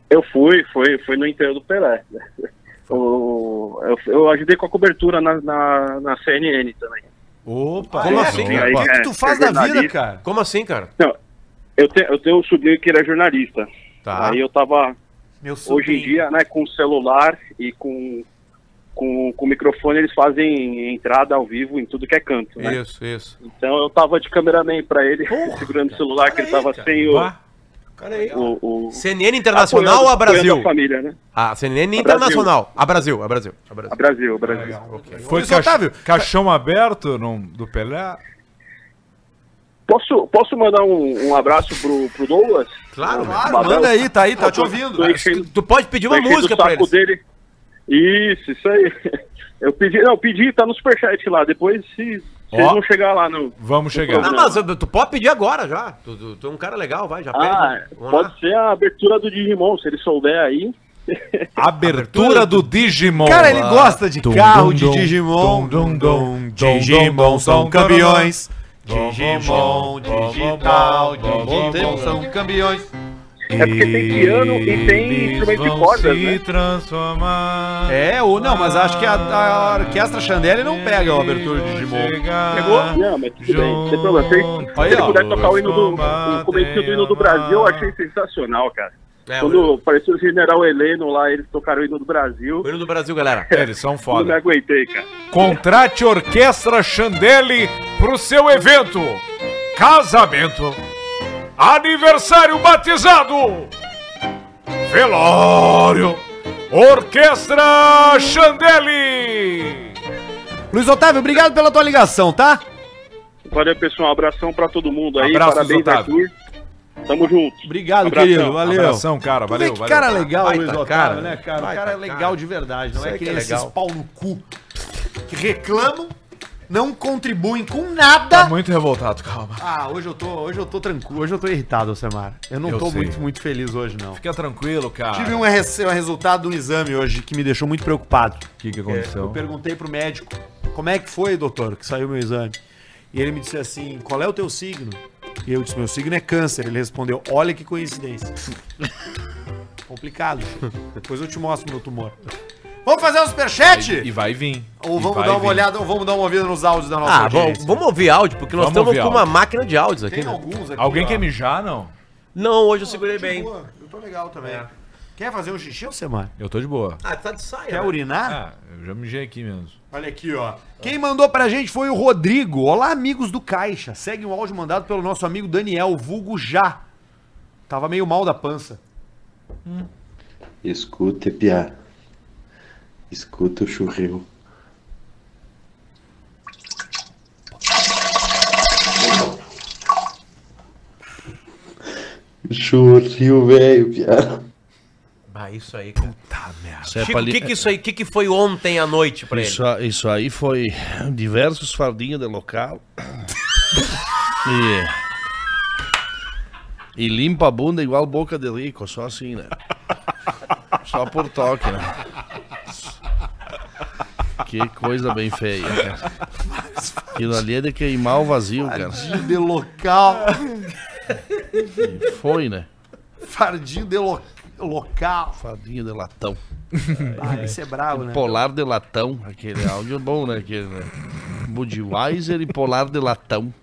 [SPEAKER 8] Eu fui, fui, fui no enterro do Pelé. né? O- eu, eu ajudei com a cobertura na, na, na CNN também. é,
[SPEAKER 3] Opa,
[SPEAKER 2] Como assim, cara?
[SPEAKER 8] O que que tu faz da vida,
[SPEAKER 3] cara?
[SPEAKER 2] Como assim, cara?
[SPEAKER 8] Não, eu, te, eu tenho um sobrinho que ele é jornalista.
[SPEAKER 2] Tá.
[SPEAKER 8] Aí eu tava,
[SPEAKER 1] Meu
[SPEAKER 8] hoje em dia, né, com celular e com, com, com microfone, eles fazem entrada ao vivo em tudo que é canto, né?
[SPEAKER 2] Isso, isso.
[SPEAKER 8] Então eu tava de cameraman pra ele, segurando o celular, que ele tava sem o...
[SPEAKER 2] Bah,
[SPEAKER 8] o, o-
[SPEAKER 2] CNN Internacional ou a
[SPEAKER 8] apoiando- apoiando
[SPEAKER 2] Brasil?
[SPEAKER 8] a família, né?
[SPEAKER 2] Ah, CNN
[SPEAKER 8] A
[SPEAKER 2] Internacional. A Brasil, a Brasil. A Brasil,
[SPEAKER 8] a Brasil. Brasil.
[SPEAKER 3] Foi
[SPEAKER 8] Luiz
[SPEAKER 3] cach-
[SPEAKER 8] Otávio.
[SPEAKER 3] caixão aberto no- do Pelé?
[SPEAKER 8] Posso, posso mandar um, um abraço pro, pro Douglas?
[SPEAKER 2] Claro,
[SPEAKER 1] claro, manda aí, tá aí, tá te ouvindo.
[SPEAKER 2] Tu- tu pode pedir uma Tá, música pra eles.
[SPEAKER 8] Dele. Isso, isso aí. Eu pedi, não, pedi, tá no superchat lá. Depois, se se
[SPEAKER 3] Ó.
[SPEAKER 8] vocês não chegar lá no.
[SPEAKER 3] Vamos
[SPEAKER 8] no
[SPEAKER 3] chegar.
[SPEAKER 2] Não,
[SPEAKER 8] programa.
[SPEAKER 2] Ah, mas tu pode pedir agora já. Tu, tu- tu é um cara legal, vai, já
[SPEAKER 8] Ah,
[SPEAKER 2] pede. Vamos lá.
[SPEAKER 8] pode ser a abertura do Digimon, se ele souber aí.
[SPEAKER 3] Abertura do Digimon.
[SPEAKER 1] Cara, ele gosta de carro, de
[SPEAKER 3] Digimon.
[SPEAKER 1] Digimon são campeões. Digimon, digital,
[SPEAKER 3] Digimon
[SPEAKER 1] Digimon são campeões.
[SPEAKER 8] É porque tem piano e tem instrumento de cordas, né?
[SPEAKER 3] transformar.
[SPEAKER 1] É, ou não, mas acho que a, a orquestra Chandelle não pega a abertura de Digimon.
[SPEAKER 3] Pegou?
[SPEAKER 8] Não, mas tudo bem, não tem problema. Se, se
[SPEAKER 1] Aí,
[SPEAKER 8] ele
[SPEAKER 1] ó.
[SPEAKER 8] puder tocar o hino do. O começo do hino do Brasil, eu achei sensacional, cara.
[SPEAKER 2] É,
[SPEAKER 8] Quando apareceu o general Heleno lá, eles tocaram o hino do Brasil.
[SPEAKER 2] O hino do Brasil, galera.
[SPEAKER 3] Eles são
[SPEAKER 8] Eu não
[SPEAKER 3] foda.
[SPEAKER 8] aguentei, cara.
[SPEAKER 3] Contrate a Orquestra Chandelle pro seu evento. Casamento. Aniversário batizado. Velório. Orquestra Chandeli.
[SPEAKER 1] Luiz Otávio, obrigado pela tua ligação, tá?
[SPEAKER 8] Valeu, pessoal. Abração pra todo mundo aí.
[SPEAKER 1] Abraços,
[SPEAKER 8] Parabéns
[SPEAKER 1] Otávio.
[SPEAKER 8] aqui. Tamo junto.
[SPEAKER 1] Obrigado,
[SPEAKER 8] Abração.
[SPEAKER 1] querido. Valeu.
[SPEAKER 3] Abração, cara.
[SPEAKER 1] Tu
[SPEAKER 3] Valeu,
[SPEAKER 1] vê que
[SPEAKER 3] valeu.
[SPEAKER 1] cara é legal,
[SPEAKER 3] Baita
[SPEAKER 1] Luiz Otávio,
[SPEAKER 3] cara.
[SPEAKER 1] né, cara?
[SPEAKER 3] Baita
[SPEAKER 1] o cara é legal de verdade. Não
[SPEAKER 3] Sei
[SPEAKER 1] é
[SPEAKER 3] que
[SPEAKER 1] que
[SPEAKER 3] é
[SPEAKER 1] esses
[SPEAKER 3] legal.
[SPEAKER 1] pau no cu que reclamam, não contribuem com nada.
[SPEAKER 3] muito revoltado, calma.
[SPEAKER 1] Ah, hoje eu tô, hoje eu tô tranquilo, hoje eu tô irritado, Alcemar. Eu não
[SPEAKER 3] Eu
[SPEAKER 1] tô
[SPEAKER 3] sei.
[SPEAKER 1] muito, muito feliz hoje, não.
[SPEAKER 3] Fica tranquilo, cara.
[SPEAKER 1] Tive um, res- um resultado do exame hoje que me deixou muito preocupado. O
[SPEAKER 3] que, aconteceu?
[SPEAKER 1] É, eu perguntei pro médico, como é que foi, doutor, que saiu meu exame? E ele me disse assim, qual é o teu signo? E eu disse, meu signo é câncer. Ele respondeu, olha que coincidência. Complicado. Depois eu te mostro meu tumor. Vamos fazer um superchat?
[SPEAKER 3] E vai vir.
[SPEAKER 1] Ou
[SPEAKER 3] E
[SPEAKER 1] vamos
[SPEAKER 3] vai
[SPEAKER 1] dar uma
[SPEAKER 3] vir.
[SPEAKER 1] olhada, ou vamos dar uma ouvida nos áudios da nossa
[SPEAKER 2] Ah, bom,
[SPEAKER 1] audiência?
[SPEAKER 2] vamos ouvir áudio, porque nós
[SPEAKER 1] Vamos
[SPEAKER 2] estamos
[SPEAKER 1] ouvir
[SPEAKER 2] com uma
[SPEAKER 1] áudio.
[SPEAKER 2] máquina de áudios aqui. né?
[SPEAKER 1] Tem alguns aqui,
[SPEAKER 3] né? Alguém
[SPEAKER 1] ó.
[SPEAKER 3] quer mijar, não?
[SPEAKER 2] Não, hoje eu segurei bem.
[SPEAKER 1] Eu tô legal também. Quer fazer um xixi ou você mano?
[SPEAKER 3] Eu tô de boa.
[SPEAKER 2] Ah, tá de saia.
[SPEAKER 1] Quer
[SPEAKER 2] né?
[SPEAKER 1] urinar?
[SPEAKER 3] Ah, eu já mijei aqui mesmo.
[SPEAKER 1] Olha aqui, ó. Quem mandou pra gente foi o Rodrigo. Olá, amigos do Caixa. Segue um áudio mandado pelo nosso amigo Daniel, vulgo já. Tava meio mal da pança.
[SPEAKER 23] Escuta, Piá. Escuta o churril. Churril, velho, Piá.
[SPEAKER 2] Ah, isso aí, cara. Puta merda.
[SPEAKER 11] Isso é
[SPEAKER 2] Chico, o
[SPEAKER 11] pali-
[SPEAKER 2] que, que isso aí? O que, que foi ontem à noite pra
[SPEAKER 11] Isso,
[SPEAKER 2] ele?
[SPEAKER 11] a- isso aí foi diversos fardinhos de local. e, e limpa a bunda igual boca de rico, só assim, né? Só por toque, né? Que coisa bem feia, cara. Aquilo ali é de queimar o vazio, cara.
[SPEAKER 1] De local.
[SPEAKER 11] E foi, né?
[SPEAKER 1] Fardinho de lo- local.
[SPEAKER 11] Fardinho de latão.
[SPEAKER 1] Ah, esse é brabo, né?
[SPEAKER 11] Polar de latão, aquele áudio bom, né? Aquele, né? Budweiser e polar de latão.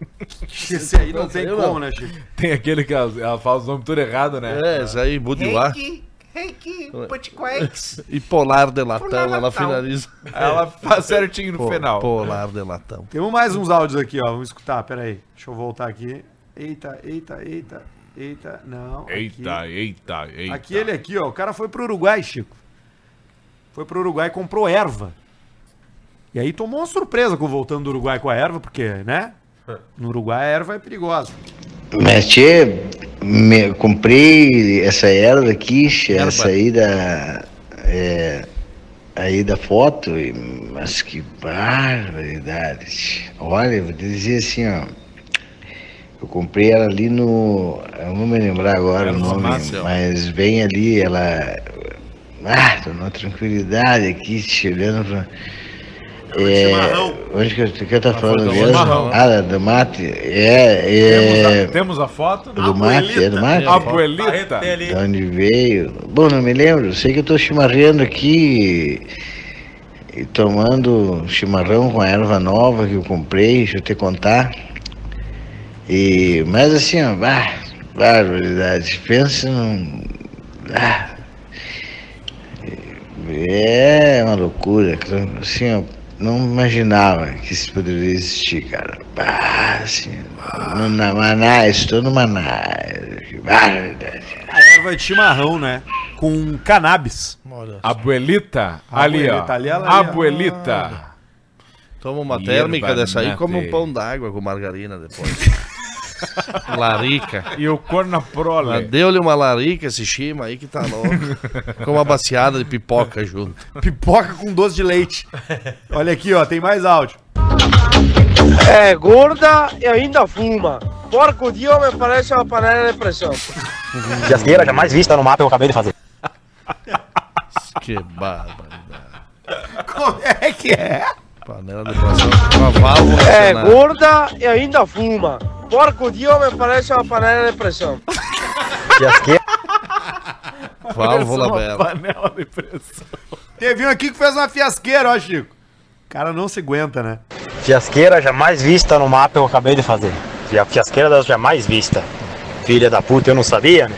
[SPEAKER 1] Esse aí não tem
[SPEAKER 11] é Eu
[SPEAKER 1] como,
[SPEAKER 11] não.
[SPEAKER 1] né, Chico?
[SPEAKER 3] Tem aquele que ela, ela fala os nomes tudo errado, né?
[SPEAKER 11] É, isso aí, Budweiser.
[SPEAKER 18] Reiki,
[SPEAKER 11] E polar de latão,
[SPEAKER 18] Polar
[SPEAKER 11] ela
[SPEAKER 18] latão.
[SPEAKER 11] finaliza.
[SPEAKER 3] Ela faz certinho no
[SPEAKER 11] Po-
[SPEAKER 3] final.
[SPEAKER 11] Polar de latão.
[SPEAKER 1] Temos mais uns áudios aqui, ó. Vamos escutar, peraí. Deixa eu voltar aqui. Eita, eita, eita, eita. Não.
[SPEAKER 3] Eita, eita, eita.
[SPEAKER 1] Aqui ele aqui, ó. O cara foi pro Uruguai, Chico. Foi pro Uruguai e comprou erva. E aí tomou uma surpresa com voltando do Uruguai com a erva, porque, né? No Uruguai a erva é perigosa.
[SPEAKER 24] Mas, tchê, me, comprei essa erva aqui, tchê, essa aí da. é, aí da foto, e- mas que barbaridade. tchê. Olha, eu vou te dizer assim, ó. Eu comprei ela ali no. Eu não me lembrar agora
[SPEAKER 11] Era
[SPEAKER 24] o
[SPEAKER 11] no
[SPEAKER 24] nome,
[SPEAKER 11] Farmácia.
[SPEAKER 24] mas bem ali, ela. Ah, tô numa tranquilidade aqui, tchê, olhando pra. É, onde que eu, que eu tô falando
[SPEAKER 3] do
[SPEAKER 24] mesmo?
[SPEAKER 3] chimarrão.
[SPEAKER 24] Ah, da- do mate. É, é.
[SPEAKER 3] Temos, a, Ah, temos a foto.
[SPEAKER 24] Do mate, é do mate?
[SPEAKER 3] Abuelita.
[SPEAKER 24] De onde veio? Bom, não me lembro. Sei que eu tô chimarrando aqui e tomando um chimarrão com a erva nova que eu comprei, deixa eu te contar. E, mas assim, ó, bah, barbaridade. Pensa num. Ah, é uma loucura, cara. assim, ó, não imaginava que isso poderia existir, cara. Bah, assim, no, na Manaus, estou no Manaus. Que barbaridade.
[SPEAKER 1] A erva é de chimarrão, né? Com cannabis.
[SPEAKER 3] Abuelita. Ali, ó.
[SPEAKER 1] Abuelita, ali, ela ali, ó.
[SPEAKER 3] Abuelita.
[SPEAKER 11] Toma uma
[SPEAKER 3] Yerba
[SPEAKER 11] térmica dessa aí
[SPEAKER 3] mate.
[SPEAKER 11] e come um pão d'água com margarina depois. larica.
[SPEAKER 3] E o corna
[SPEAKER 11] Mas
[SPEAKER 3] prole.
[SPEAKER 11] É. Deu-lhe uma larica esse chima aí que tá louco. com uma baciada de pipoca junto.
[SPEAKER 1] Pipoca com doce de leite. Olha aqui, ó, tem mais áudio.
[SPEAKER 25] É gorda e ainda fuma. Porco Dio me parece uma panela de pressão.
[SPEAKER 16] Jasqueira jamais vista no mapa eu acabei de fazer.
[SPEAKER 11] Que barbaridade.
[SPEAKER 1] Como é que é?
[SPEAKER 11] Panela de pressão. Uma válvula.
[SPEAKER 25] É
[SPEAKER 11] acionada.
[SPEAKER 25] gorda e ainda fuma. Porco Dio me parece uma panela de pressão.
[SPEAKER 11] Jasqueira. Válvula
[SPEAKER 1] Parece uma
[SPEAKER 11] bela.
[SPEAKER 1] É, panela de pressão. Teve um aqui que fez uma fiasqueira, ó, Chico. O cara não se aguenta, né?
[SPEAKER 16] Fiasqueira jamais vista no mapa eu acabei de fazer. E a fiasqueira das jamais vista. Filha da puta, eu não sabia. né?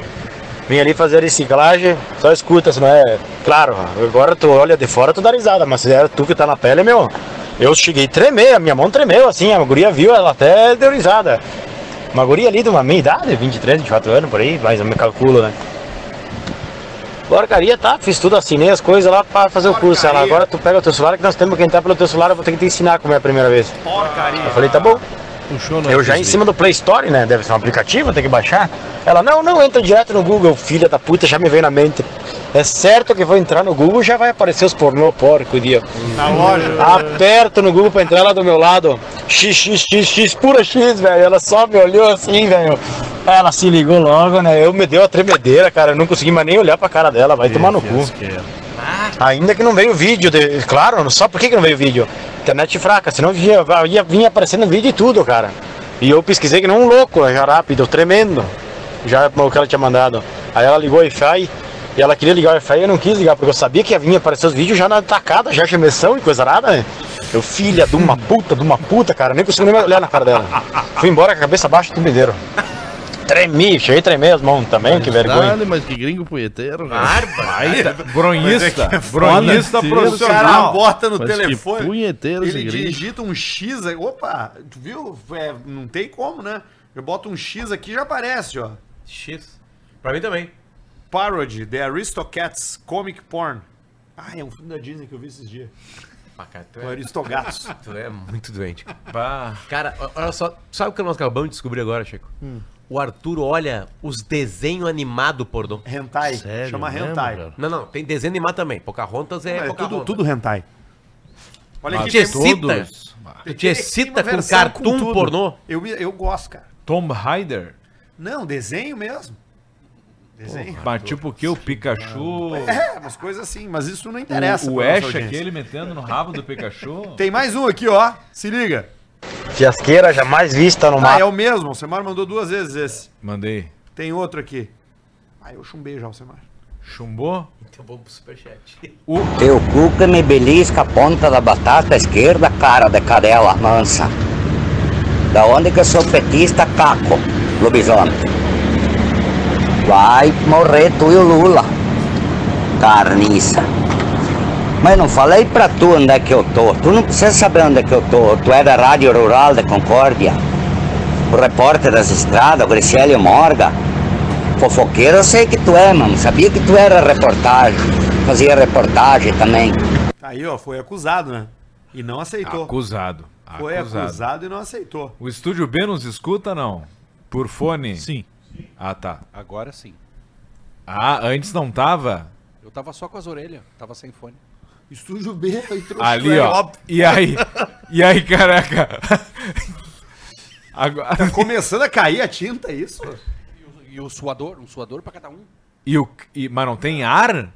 [SPEAKER 16] Vim ali fazer reciclagem, só escuta, se não é. Claro, agora tu olha de fora, tu dá risada, mas se era tu que tá na pele, meu. Eu cheguei a tremer, a minha mão tremeu assim, a guria viu, ela até deu risada. Uma guria ali de uma meia idade, 23, 24 anos por aí, mas eu me calculo, né? Porcaria, tá? Fiz tudo, assinei as coisas lá pra fazer o curso. Ela, agora tu pega o teu celular que nós temos que entrar pelo teu celular, eu vou ter que te ensinar como é a primeira vez.
[SPEAKER 2] Porcaria.
[SPEAKER 16] Eu falei, tá bom.
[SPEAKER 11] Puxou
[SPEAKER 16] Eu já em cima do Play Store, né? Deve ser um aplicativo, tem que baixar. Ela, não, não, entra direto no Google, filha da puta, já me veio na mente. É certo que vou entrar no Google, já vai aparecer os pornô porco, dia.
[SPEAKER 1] Na loja.
[SPEAKER 16] Aperto no Google pra entrar lá do meu lado. XXXX, pura X, velho. Ela só me olhou assim, velho. Ela se ligou logo, né? Eu me deu a tremedeira, cara. Eu não consegui mais nem olhar pra cara dela, vai tomar no cu. Ainda que não veio o vídeo, de- claro, só por que que não veio o vídeo? Internet fraca, senão vinha, ia, vinha aparecendo vídeo e tudo, cara. E eu pesquisei que não um louco, já rápido, tremendo. Já o que ela tinha mandado. Aí ela ligou o Wi-Fi e ela queria ligar o Wi-Fi e eu não quis ligar, porque eu sabia que ia vir aparecer os vídeos já na tacada, já gemessão e coisa nada, né? Eu, filha de uma puta, de uma puta, cara, nem consigo nem olhar na cara dela. Fui embora com a cabeça baixa do primeiro. Tremi, cheguei a tremer as mãos também, que vergonha.
[SPEAKER 11] Dale, mas que gringo punheteiro.
[SPEAKER 3] Baita.
[SPEAKER 11] Barba.
[SPEAKER 3] Bronhista. Bronhista
[SPEAKER 1] O
[SPEAKER 3] profissional.
[SPEAKER 1] cara bota no
[SPEAKER 16] Tipo,
[SPEAKER 1] telefone.
[SPEAKER 11] Punheteiro esse
[SPEAKER 1] ele
[SPEAKER 11] gringo.
[SPEAKER 1] digita um X aí. Opa, tu viu? É, não tem como, né? Eu boto um X aqui e já aparece, ó.
[SPEAKER 2] X. Pra mim também.
[SPEAKER 1] Parody, The Aristocats Comic Porn. Ah, é um filme da Disney que eu vi esses dias.
[SPEAKER 2] Ah, tu é-
[SPEAKER 1] O Aristogatos.
[SPEAKER 2] Tu é muito doente. Cara, o- olha só. Sabe o que nós acabamos de descobrir agora, Chico?
[SPEAKER 1] Hum.
[SPEAKER 2] O Arthur olha os desenhos animados, pornô.
[SPEAKER 1] Hentai. Chama Hentai.
[SPEAKER 2] Não, não. Tem desenho animado também. Pocahontas é,
[SPEAKER 1] Não, é tudo,
[SPEAKER 2] Pocahontas.
[SPEAKER 1] tudo hentai.
[SPEAKER 2] Olha
[SPEAKER 1] aqui,
[SPEAKER 2] Ah, te
[SPEAKER 1] tem
[SPEAKER 2] excita.
[SPEAKER 1] todos.
[SPEAKER 2] Tu te
[SPEAKER 1] Tem-
[SPEAKER 2] excita
[SPEAKER 1] tem uma
[SPEAKER 2] com
[SPEAKER 1] versão
[SPEAKER 2] cartoon
[SPEAKER 1] tudo.
[SPEAKER 2] pornô?
[SPEAKER 1] Eu, me- eu gosto, cara.
[SPEAKER 3] Tom Raider.
[SPEAKER 1] Não, desenho mesmo. Desenho.
[SPEAKER 3] Mas tipo o que? O Pikachu.
[SPEAKER 1] É, umas coisas assim, mas isso não interessa.
[SPEAKER 3] O, o
[SPEAKER 1] pra nossa
[SPEAKER 3] Ash
[SPEAKER 1] audiência.
[SPEAKER 3] aquele metendo no rabo do Pikachu.
[SPEAKER 1] Tem mais um aqui, ó. Se liga.
[SPEAKER 16] Fiasqueira jamais vista no
[SPEAKER 1] Ah,
[SPEAKER 16] mar.
[SPEAKER 1] é o mesmo. O Semar mandou duas vezes esse.
[SPEAKER 3] Mandei.
[SPEAKER 1] Tem outro aqui. Ah, eu chumbei já o Semar.
[SPEAKER 3] Chumbou?
[SPEAKER 2] Então vamos pro superchat.
[SPEAKER 26] Teu cuca me belisca a ponta da batata esquerda, cara de cadela mansa. Da onde que eu sou petista, caco, lobisomem. Vai morrer tu e o Lula, carniça. Mas não falei pra tu onde é que eu tô. Tu não precisa saber onde é que eu tô. Tu é da Rádio Rural de Concórdia. O repórter das estradas, o Gricélio Morga. Fofoqueiro eu sei que tu é, mano. Sabia que tu era reportagem. Fazia reportagem também.
[SPEAKER 1] Aí, ó, foi acusado, né? E não aceitou.
[SPEAKER 3] Acusado.
[SPEAKER 1] Foi
[SPEAKER 3] acusado.
[SPEAKER 1] acusado e não aceitou.
[SPEAKER 3] O Estúdio B nos escuta, não? Por fone? Sim. Ah, tá.
[SPEAKER 27] Agora sim.
[SPEAKER 3] Ah, antes não tava?
[SPEAKER 27] Eu tava só com as orelhas, tava sem fone.
[SPEAKER 1] Estúdio B, aí trouxe
[SPEAKER 3] Ali, ó. E aí? E aí, caraca? Agora...
[SPEAKER 1] Tá começando a cair a tinta, é isso?
[SPEAKER 27] E o suador, um suador pra cada um.
[SPEAKER 3] E o... e- Mas não tem ar?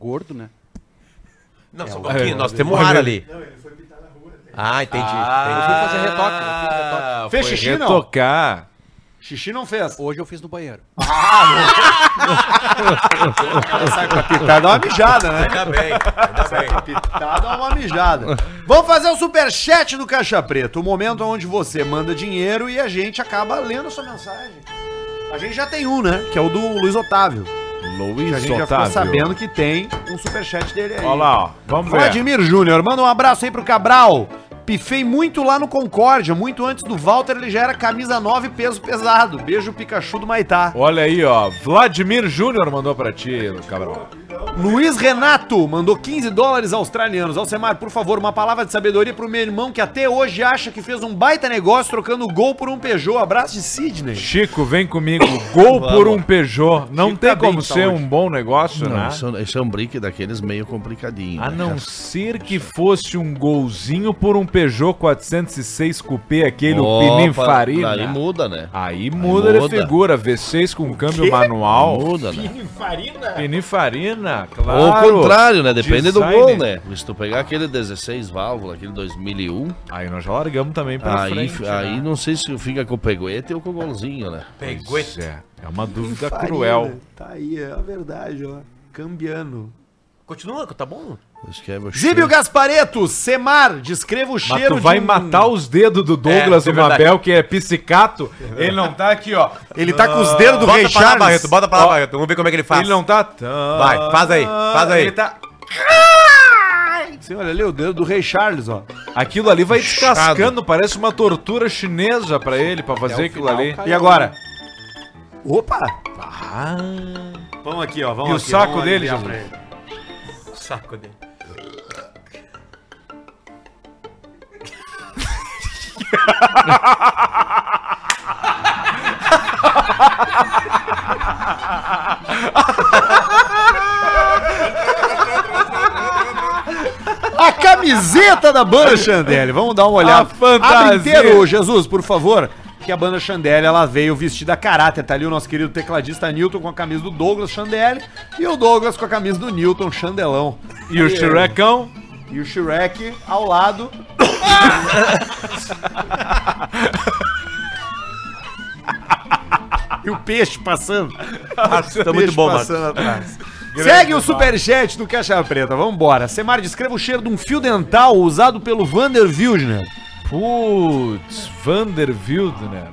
[SPEAKER 27] Gordo, né?
[SPEAKER 2] Não,
[SPEAKER 27] É,
[SPEAKER 2] só um
[SPEAKER 27] o-
[SPEAKER 2] pouquinho.
[SPEAKER 3] é,
[SPEAKER 2] nós
[SPEAKER 3] o-
[SPEAKER 2] temos
[SPEAKER 3] olha-
[SPEAKER 2] ar ali. Ah, entendi.
[SPEAKER 27] eu fui fazer
[SPEAKER 2] entendi. Ah,
[SPEAKER 27] retoque. Eu fui fazer retoque.
[SPEAKER 1] Fez
[SPEAKER 3] Foi
[SPEAKER 1] xixi, não?
[SPEAKER 3] retocar.
[SPEAKER 1] Xixi não fez.
[SPEAKER 27] Hoje eu fiz no banheiro.
[SPEAKER 1] Sai com a pitada, dá uma mijada, né?
[SPEAKER 2] Ainda bem, ainda bem.
[SPEAKER 1] Tá,
[SPEAKER 27] é
[SPEAKER 1] dá uma mijada. Vamos fazer o superchat do Caixa Preto, o momento onde você manda dinheiro e a gente acaba lendo sua mensagem. A gente já tem um, né? Que é o do Luiz Otávio.
[SPEAKER 3] Luiz
[SPEAKER 1] a gente já ficou
[SPEAKER 3] Otávio.
[SPEAKER 1] sabendo que tem um superchat dele aí.
[SPEAKER 3] Olha lá, ó. Vamos ver.
[SPEAKER 1] Vladimir Júnior, manda um abraço aí pro Cabral. Pifei muito lá no Concórdia, muito antes do Walter ele já era camisa 9 peso pesado. Beijo Pikachu do Maitá.
[SPEAKER 3] Olha aí, ó. Vladimir Júnior mandou pra ti, Cabral.
[SPEAKER 1] Luiz Renato mandou 15 dólares australianos. Alcemar, por favor, uma palavra de sabedoria pro meu irmão que até hoje acha que fez um baita negócio trocando gol por um Peugeot. Abraço de Sidney.
[SPEAKER 3] Chico, vem comigo. Gol por um Peugeot. Não
[SPEAKER 1] Chico
[SPEAKER 3] tem
[SPEAKER 1] tá bem,
[SPEAKER 3] como
[SPEAKER 1] tá
[SPEAKER 3] ser
[SPEAKER 1] hoje.
[SPEAKER 3] um bom negócio,
[SPEAKER 11] Não,
[SPEAKER 3] né?
[SPEAKER 11] isso, isso é um brinque daqueles meio complicadinho.
[SPEAKER 3] A
[SPEAKER 11] né,
[SPEAKER 3] Ah, não
[SPEAKER 11] cara?
[SPEAKER 3] ser que fosse um golzinho por um Peugeot 406 Coupé, aquele
[SPEAKER 11] Opa,
[SPEAKER 3] Pininfarina.
[SPEAKER 11] Aí muda, né?
[SPEAKER 3] Aí muda de
[SPEAKER 11] muda.
[SPEAKER 3] figura. V6 com câmbio
[SPEAKER 11] quê?
[SPEAKER 3] manual.
[SPEAKER 11] Muda, né?
[SPEAKER 3] Pininfarina? Pininfarina, claro.
[SPEAKER 11] Ou o contrário, né? Depende
[SPEAKER 3] Designer.
[SPEAKER 11] do gol, né? Se tu pegar aquele 16 válvula, aquele 2001.
[SPEAKER 3] Aí nós já largamos também
[SPEAKER 1] Ah,
[SPEAKER 3] pra
[SPEAKER 11] aí,
[SPEAKER 3] frente, né?
[SPEAKER 11] Aí não sei se fica com o peguete ou com o golzinho, né?
[SPEAKER 2] Peguete.
[SPEAKER 3] É, é uma dúvida
[SPEAKER 1] Farina,
[SPEAKER 3] cruel.
[SPEAKER 1] Tá aí, é a verdade, ó. Cambiano.
[SPEAKER 2] Continua, tá bom?
[SPEAKER 11] Escreve o
[SPEAKER 1] Zíbio Gaspareto, Semar, descreva o
[SPEAKER 3] Mas
[SPEAKER 1] cheiro
[SPEAKER 3] tu vai
[SPEAKER 1] de um-
[SPEAKER 3] matar os dedos do Douglas
[SPEAKER 2] É,
[SPEAKER 3] do
[SPEAKER 2] é verdade.
[SPEAKER 3] Mabel, que é psicato. Ele não tá aqui, ó.
[SPEAKER 1] Ele tá com os dedos do
[SPEAKER 3] Ah, Bota
[SPEAKER 1] Rei
[SPEAKER 3] pra lá,
[SPEAKER 2] Tá,
[SPEAKER 1] Charles.
[SPEAKER 3] Barreto, bota pra lá, Barreto.
[SPEAKER 2] Vamos ver como é que ele faz.
[SPEAKER 3] Ele não tá.
[SPEAKER 2] Vai, faz aí, faz aí.
[SPEAKER 3] Ele tá.
[SPEAKER 1] Você olha ali o dedo do Rei Charles, ó.
[SPEAKER 3] Aquilo ali vai descascando, parece uma tortura chinesa pra ele, pra fazer
[SPEAKER 1] o
[SPEAKER 3] aquilo
[SPEAKER 1] final né?
[SPEAKER 3] ali.
[SPEAKER 1] caiu, E agora? Opa! Vamos aqui, ó. Vamos
[SPEAKER 3] E o
[SPEAKER 1] aqui,
[SPEAKER 3] saco
[SPEAKER 1] vamos
[SPEAKER 3] dele,
[SPEAKER 1] aliviar
[SPEAKER 3] Jesus?
[SPEAKER 1] pra ele.
[SPEAKER 2] O saco dele.
[SPEAKER 1] A camiseta da banda Chandelle. Vamos dar uma olhada.
[SPEAKER 3] A fantasia.
[SPEAKER 1] Abre inteiro, Jesus, por favor. Que a banda Chandelle, ela veio vestida a caráter. Tá ali o nosso querido tecladista Newton com a camisa do Douglas Chandelle. E o Douglas com a camisa do Newton Chandelão.
[SPEAKER 3] E o Shrekão?
[SPEAKER 1] E o Shrek ao lado. e o peixe passando.
[SPEAKER 2] Nossa, tá
[SPEAKER 1] O
[SPEAKER 2] muito
[SPEAKER 1] peixe
[SPEAKER 2] bom, Marcos.
[SPEAKER 1] passando atrás.
[SPEAKER 2] Grande
[SPEAKER 1] Segue o
[SPEAKER 2] Marcos.
[SPEAKER 1] superchat do Caixa Preta, vambora. Semar, descreva o cheiro de um fio dental usado pelo Vander Wildner.
[SPEAKER 3] Putz, Vander Wildner.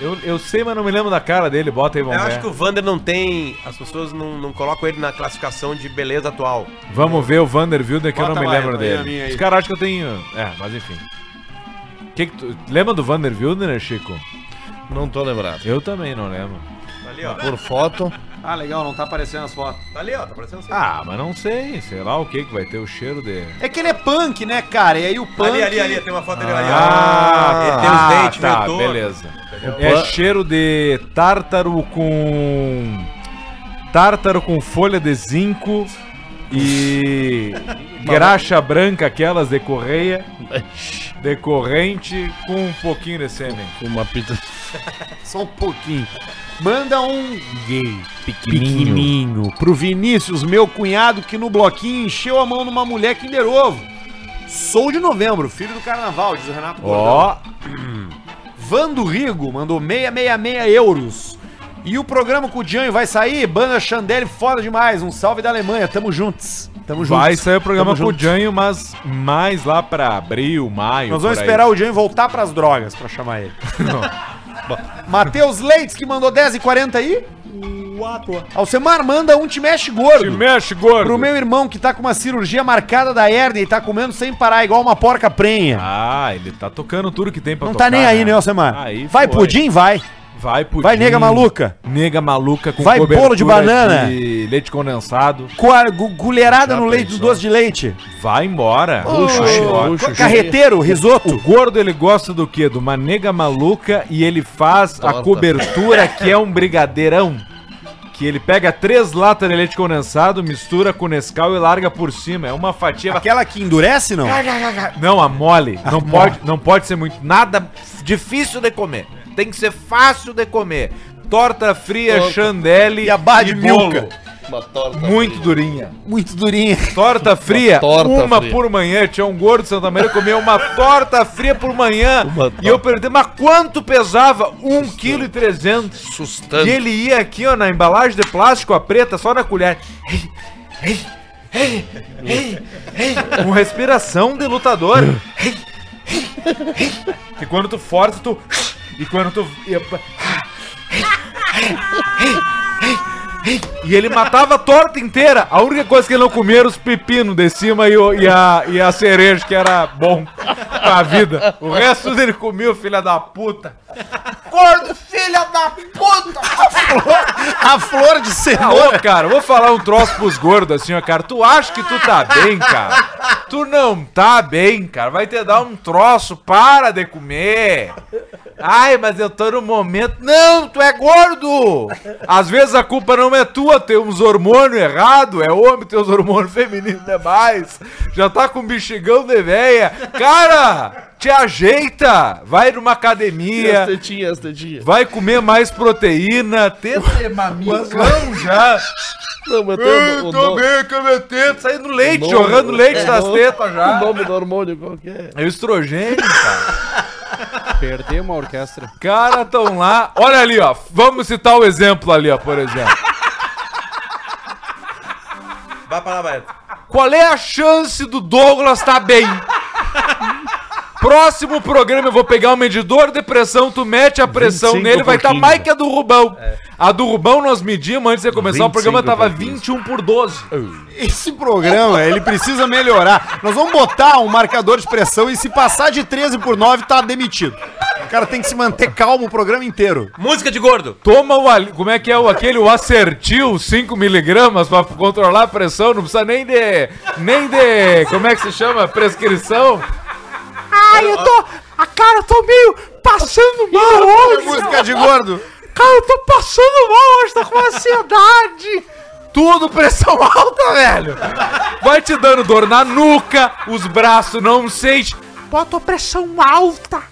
[SPEAKER 3] Eu, eu sei, mas não me lembro da cara dele. Bota aí, vamos
[SPEAKER 2] Eu
[SPEAKER 3] ver.
[SPEAKER 2] acho que o Vander não tem. As pessoas não, não colocam ele na classificação de beleza atual.
[SPEAKER 3] Vamos ver o Vander Wilder né, que eu
[SPEAKER 2] Bota
[SPEAKER 3] não me
[SPEAKER 2] lá, põe
[SPEAKER 3] lembro
[SPEAKER 2] a
[SPEAKER 3] dele.
[SPEAKER 2] minha aí.
[SPEAKER 3] Os caras acham que eu tenho. É, mas enfim. Que que tu- Lembra do Vander Wilder, Chico?
[SPEAKER 11] Não tô lembrado.
[SPEAKER 3] Eu também não lembro.
[SPEAKER 2] ali, ó.
[SPEAKER 11] Por foto.
[SPEAKER 1] Ah, legal, não tá aparecendo as fotos.
[SPEAKER 2] Tá ali, ó, tá parecendo assim.
[SPEAKER 3] Ah, mas não sei. Sei lá o que que vai ter o cheiro dele.
[SPEAKER 1] É que ele é punk, né, cara? E aí o punk.
[SPEAKER 2] Ali, ali, ali, tem uma foto dele ali, ó.
[SPEAKER 3] Ah,
[SPEAKER 2] ele tem os dentes,
[SPEAKER 3] tá,
[SPEAKER 2] meio torto.
[SPEAKER 3] beleza.
[SPEAKER 2] Entendeu?
[SPEAKER 3] É cheiro de tártaro com. Tártaro com folha de zinco e. graxa branca, aquelas de correia. Decorrente com um pouquinho de sêmen.
[SPEAKER 11] Uma pita.
[SPEAKER 1] Só um pouquinho. Manda um gay
[SPEAKER 3] pequenininho.
[SPEAKER 1] pequenininho pro Vinícius, meu cunhado, que no bloquinho encheu a mão numa mulher Kinder Ovo. Sou de novembro, filho do carnaval, diz o Renato
[SPEAKER 3] Ó.
[SPEAKER 1] Vando Rigo mandou 666 euros. E o programa com o Dianho vai sair? Banda Chandelle foda demais. Um salve da Alemanha. Tamo juntos. Tamo juntos.
[SPEAKER 3] Vai sair o programa
[SPEAKER 1] Tamo
[SPEAKER 3] com o
[SPEAKER 1] juntos.
[SPEAKER 3] Janho, mas mais lá pra abril, maio.
[SPEAKER 1] Nós vamos esperar o Janho voltar pras drogas pra chamar ele. Matheus Leites, que mandou 10 e 40 aí. Alcemar, manda um te mexe gordo. Te
[SPEAKER 3] mexe gordo.
[SPEAKER 1] Pro meu irmão que tá com uma cirurgia marcada da hérnia e tá comendo sem parar, igual uma porca prenha.
[SPEAKER 3] Ah, ele tá tocando tudo que tem pra
[SPEAKER 1] Não
[SPEAKER 3] tocar.
[SPEAKER 1] tá nem aí, né, Alcemar?
[SPEAKER 3] Aí
[SPEAKER 1] vai
[SPEAKER 3] foi. Hum.
[SPEAKER 1] pudim? Vai.
[SPEAKER 3] Vai pudim.
[SPEAKER 1] Vai, nega maluca.
[SPEAKER 3] Nega maluca com
[SPEAKER 1] Vai, bolo de
[SPEAKER 3] cobertura
[SPEAKER 1] banana.
[SPEAKER 3] de leite condensado.
[SPEAKER 1] Com a gu- Colherada
[SPEAKER 3] Já
[SPEAKER 1] no leite, no
[SPEAKER 3] pensou?
[SPEAKER 1] doce de leite.
[SPEAKER 3] Vai embora.
[SPEAKER 1] Luxo,
[SPEAKER 3] Vai
[SPEAKER 1] cheiro,
[SPEAKER 3] embora.
[SPEAKER 1] luxo, Carreteiro,
[SPEAKER 3] O-
[SPEAKER 1] risoto.
[SPEAKER 3] O gordo ele gosta do quê? De uma nega maluca e ele faz a
[SPEAKER 11] Torta.
[SPEAKER 3] cobertura que é um brigadeirão. Que ele pega três latas de leite condensado, mistura com Nescau e larga por cima. É uma fatia.
[SPEAKER 1] Aquela que endurece, não?
[SPEAKER 3] Não, a mole. Não,
[SPEAKER 1] Ah,
[SPEAKER 3] pode, não pode ser muito. Nada difícil de comer. Tem que ser fácil de comer. Torta fria,
[SPEAKER 11] Torta.
[SPEAKER 3] chandelle
[SPEAKER 1] e a barra de milka.
[SPEAKER 11] Uma torta.
[SPEAKER 3] Muito durinha.
[SPEAKER 1] Muito durinha.
[SPEAKER 3] Torta fria,
[SPEAKER 11] Uma torta
[SPEAKER 3] uma
[SPEAKER 11] fria.
[SPEAKER 3] por manhã. Tinha um gordo de Santa Maria que comia uma torta fria por manhã. E eu perguntei, mas quanto pesava? 1,3kg.
[SPEAKER 11] Sustante.
[SPEAKER 3] E ele ia aqui, ó, na embalagem de plástico, a preta, só na colher. Com respiração de lutador. e quando tu força, tu. E quando tu. E ele matava a torta inteira. A única coisa que ele não comia era os pepinos de cima e, o- e a, e a cereja, que era bom pra vida. O resto tudo ele comia, filha da puta.
[SPEAKER 25] Gordo, filha da puta!
[SPEAKER 1] A flor de
[SPEAKER 3] Ah, ô, cara, eu vou falar um troço pros gordos assim, ó, cara. Tu acha que tu tá bem, cara? Tu não tá bem, cara. Vai te dar um troço, para de comer. Ai, mas eu tô no momento. Não, tu é gordo! Às vezes a culpa não é tua, tem uns hormônios errados, é homem, tem uns hormônios femininos demais. Já tá com bexigão de véia. Cara, te ajeita! Vai numa academia.
[SPEAKER 11] Tetinha, tetinha.
[SPEAKER 3] Vai comer mais proteína, teta é mamicão já.
[SPEAKER 11] Não, mas tem
[SPEAKER 3] Eu
[SPEAKER 11] o- o
[SPEAKER 3] tô
[SPEAKER 11] no-
[SPEAKER 3] bem com a minha teta, saindo
[SPEAKER 11] o
[SPEAKER 3] leite,
[SPEAKER 11] nome-
[SPEAKER 3] jorrando leite
[SPEAKER 11] é,
[SPEAKER 3] das
[SPEAKER 11] o-
[SPEAKER 3] tetas
[SPEAKER 11] O
[SPEAKER 3] já.
[SPEAKER 11] nome do hormônio qual que é?
[SPEAKER 3] É o estrogênio, cara.
[SPEAKER 27] Perdeu uma orquestra.
[SPEAKER 3] Cara, tão lá. Olha ali, ó. Vamos citar o exemplo ali, ó, por exemplo.
[SPEAKER 2] Vai pra lá, Barreto.
[SPEAKER 3] Qual é a chance do Douglas tá bem? Próximo programa eu vou pegar o medidor de pressão, tu mete a pressão
[SPEAKER 11] 25
[SPEAKER 3] nele, vai estar tá
[SPEAKER 11] pouquinho.
[SPEAKER 3] mais que a do Rubão. A do Rubão nós medimos antes de começar o programa,
[SPEAKER 11] 25
[SPEAKER 3] tava
[SPEAKER 11] pouquinho.
[SPEAKER 3] 21 por 12.
[SPEAKER 1] Esse programa, ele precisa melhorar. Nós vamos botar um marcador de pressão e se passar de 13 por 9, tá demitido. cara tem que se manter calmo o programa inteiro.
[SPEAKER 2] Música de gordo.
[SPEAKER 3] Toma o. ali- Como é que é o, aquele? O assertil 5mg pra controlar a pressão. Não precisa nem de. Nem de. Como é que se chama? Prescrição.
[SPEAKER 14] Ai, eu tô. Ah, cara, eu tô meio passando mal hoje.
[SPEAKER 1] música de gordo.
[SPEAKER 14] Cara, eu tô passando mal hoje, tô com ansiedade.
[SPEAKER 3] Tudo pressão alta, velho. Vai te dando dor na nuca, os braços não sente.
[SPEAKER 14] Pô, tô pressão alta.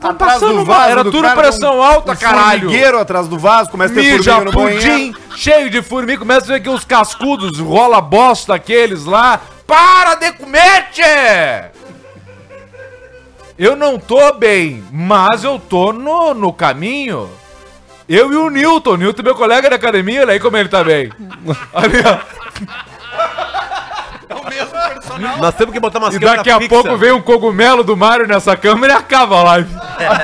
[SPEAKER 14] Tô
[SPEAKER 1] Atrás do
[SPEAKER 14] passando
[SPEAKER 1] vaso
[SPEAKER 14] mal.
[SPEAKER 3] Era
[SPEAKER 1] do
[SPEAKER 3] tudo
[SPEAKER 1] cara,
[SPEAKER 3] pressão
[SPEAKER 1] um-
[SPEAKER 3] alta,
[SPEAKER 1] um
[SPEAKER 3] caralho.
[SPEAKER 1] formigueiro atrás do vaso, começa a ter
[SPEAKER 3] Mija
[SPEAKER 1] formiga no banheiro.
[SPEAKER 3] pudim, cheio de formiga, começa a ver que os cascudos rola bosta aqueles lá. Para de comer, tchê! Eu não tô bem, mas eu tô no, no caminho. Eu e o Newton, o Newton é meu colega da academia, olha aí como ele tá bem. Ali, ó.
[SPEAKER 2] Nós temos que botar umas
[SPEAKER 3] E daqui a pouco vem um cogumelo do Mario nessa câmera e acaba a live.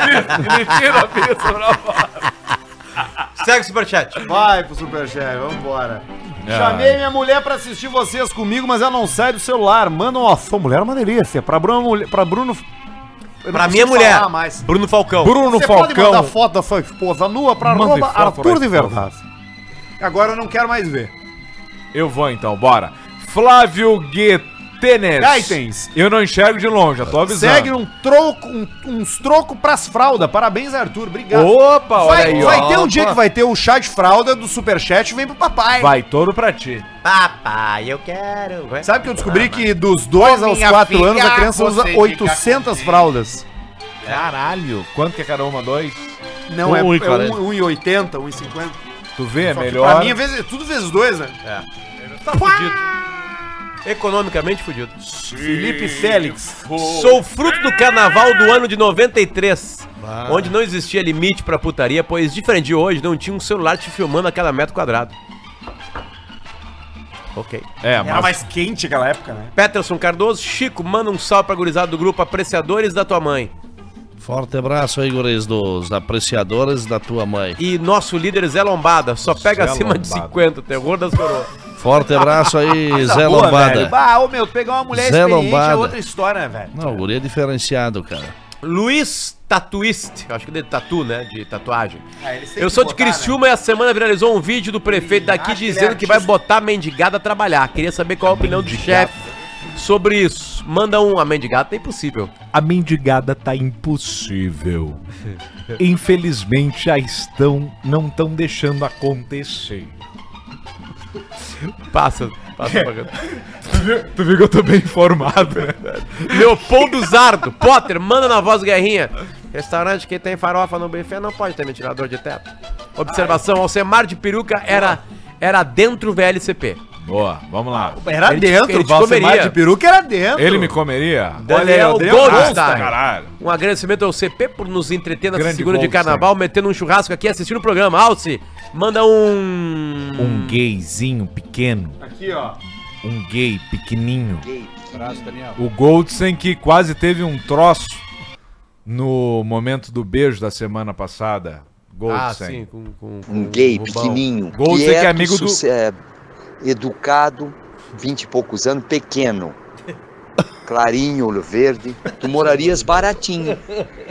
[SPEAKER 1] Ele tira a pizza pra
[SPEAKER 2] Segue o superchat.
[SPEAKER 1] Vai pro superchat, vambora.
[SPEAKER 3] Ah.
[SPEAKER 1] Chamei minha mulher pra assistir vocês comigo, mas ela não sai do celular. Manda uma. Sua mulher é uma delícia. Pra Bruno. Pra, Bruno, Eu não
[SPEAKER 2] Pra minha
[SPEAKER 1] consigo
[SPEAKER 2] mulher,
[SPEAKER 1] falar mais.
[SPEAKER 2] Bruno Falcão.
[SPEAKER 3] Bruno
[SPEAKER 1] Você pode
[SPEAKER 3] Falcão.
[SPEAKER 1] mandar foto da sua esposa nua pra
[SPEAKER 3] Manda
[SPEAKER 1] arroba
[SPEAKER 3] foto pra
[SPEAKER 1] Arthur de
[SPEAKER 3] esposa.
[SPEAKER 1] Verdade. Agora eu não quero mais ver.
[SPEAKER 3] Tá Eu vou então, bora. Flávio Guetenes.
[SPEAKER 1] Gaitens.
[SPEAKER 3] Eu não enxergo de longe, já tô avisando.
[SPEAKER 1] Segue um troco, um, uns troco pras fraldas. Parabéns, Arthur. Obrigado.
[SPEAKER 3] Opa, olha
[SPEAKER 1] vai,
[SPEAKER 3] aí,
[SPEAKER 1] vai
[SPEAKER 3] ó.
[SPEAKER 1] ter um dia
[SPEAKER 3] Opa.
[SPEAKER 1] que vai ter o chá de fralda do superchat vem pro papai.
[SPEAKER 3] Vai todo pra ti.
[SPEAKER 2] Papai, eu quero.
[SPEAKER 1] Sabe que eu descobri que dos 2
[SPEAKER 3] Ô,
[SPEAKER 1] aos
[SPEAKER 3] minha
[SPEAKER 1] 4
[SPEAKER 3] filha,
[SPEAKER 1] anos a criança
[SPEAKER 3] você
[SPEAKER 1] usa
[SPEAKER 3] fica
[SPEAKER 1] 800 fraldas.
[SPEAKER 3] Caralho, quanto que é cada uma? Dois?
[SPEAKER 1] Não, é, é
[SPEAKER 3] 1,40.
[SPEAKER 1] 1,80, 1,50.
[SPEAKER 3] Tu vê, é
[SPEAKER 1] Só que
[SPEAKER 3] melhor.
[SPEAKER 1] um Pra mim, é vezes- é tudo vezes dois, né?
[SPEAKER 2] Tá fudido. Economicamente fudido.
[SPEAKER 1] Felipe Félix.
[SPEAKER 2] Sou fruto do carnaval do ano de 93, onde não existia limite pra putaria, pois diferente de hoje, não tinha um celular te filmando a cada metro quadrado. Ok.
[SPEAKER 3] É,
[SPEAKER 1] Era mais quente aquela época, né?
[SPEAKER 2] Peterson Cardoso, Chico, manda um salve pra gurizada do grupo Apreciadores da Tua Mãe.
[SPEAKER 11] Forte abraço aí, guris dos apreciadores da tua mãe.
[SPEAKER 2] E nosso líder Zé Lombada, só pega
[SPEAKER 11] Zé
[SPEAKER 2] acima de
[SPEAKER 11] Lombada.
[SPEAKER 2] 50, terror das coroas.
[SPEAKER 11] Forte abraço aí,
[SPEAKER 1] Coisa
[SPEAKER 11] Zé
[SPEAKER 1] boa,
[SPEAKER 11] Lombada.
[SPEAKER 1] velho. Bah, ô meu, pegar uma mulher
[SPEAKER 11] Zé
[SPEAKER 1] experiente é
[SPEAKER 11] Lombada.
[SPEAKER 1] outra história, né, velho?
[SPEAKER 11] Não, o guri é diferenciado, cara.
[SPEAKER 2] Luiz Tatuist, eu acho que é de tatu, né? De tatuagem.
[SPEAKER 11] É,
[SPEAKER 3] É,
[SPEAKER 1] Ah, ele sempre
[SPEAKER 2] Eu sou de
[SPEAKER 3] né?
[SPEAKER 1] botar,
[SPEAKER 2] Criciúma e a semana viralizou um vídeo do prefeito daqui dizendo que vai botar a mendigada a trabalhar. Queria saber qual a opinião do chefe sobre isso. Manda um. A mendigada é impossível.
[SPEAKER 14] A mendigada tá impossível. Infelizmente já estão, não estão deixando acontecer.
[SPEAKER 2] Passa, passa pra cá.
[SPEAKER 3] Tu viu que eu tô bem informado, né?
[SPEAKER 2] Leopoldo Zardo, Potter, manda na voz do Guerrinha. Restaurante que tem farofa no buffet não pode ter ventilador de teto. Observação: Alcemar de peruca era, era dentro VLCP.
[SPEAKER 3] Boa, vamos lá.
[SPEAKER 1] Era
[SPEAKER 2] Ele te-
[SPEAKER 1] dentro,
[SPEAKER 2] ele
[SPEAKER 1] o
[SPEAKER 2] te
[SPEAKER 1] Valsemar
[SPEAKER 2] comeria.
[SPEAKER 1] de peruca era dentro.
[SPEAKER 3] Ele me comeria?
[SPEAKER 2] Daniel
[SPEAKER 1] Olha aí, Adriano
[SPEAKER 2] Goldstein.
[SPEAKER 1] Costa,
[SPEAKER 3] caralho.
[SPEAKER 2] Um agradecimento ao CP por nos entreter nessa
[SPEAKER 3] Grande
[SPEAKER 2] segunda de
[SPEAKER 3] Goldstein.
[SPEAKER 2] carnaval, metendo um churrasco aqui, assistindo o programa. Alce, manda um.
[SPEAKER 14] Um gayzinho pequeno,
[SPEAKER 1] Aqui, ó.
[SPEAKER 14] um gay pequenininho.
[SPEAKER 27] Abraço, Daniel.
[SPEAKER 3] O Goldsen que quase teve um troço no momento do beijo da semana passada.
[SPEAKER 2] Ah,
[SPEAKER 3] Goldsen.
[SPEAKER 2] sim, com, com, com
[SPEAKER 5] um gay
[SPEAKER 2] Rubão.
[SPEAKER 5] pequenininho,
[SPEAKER 3] Gold, você que é amigo do-
[SPEAKER 5] suce- é, educado, vinte e poucos anos, pequeno, clarinho, olho verde, tu morarias baratinho,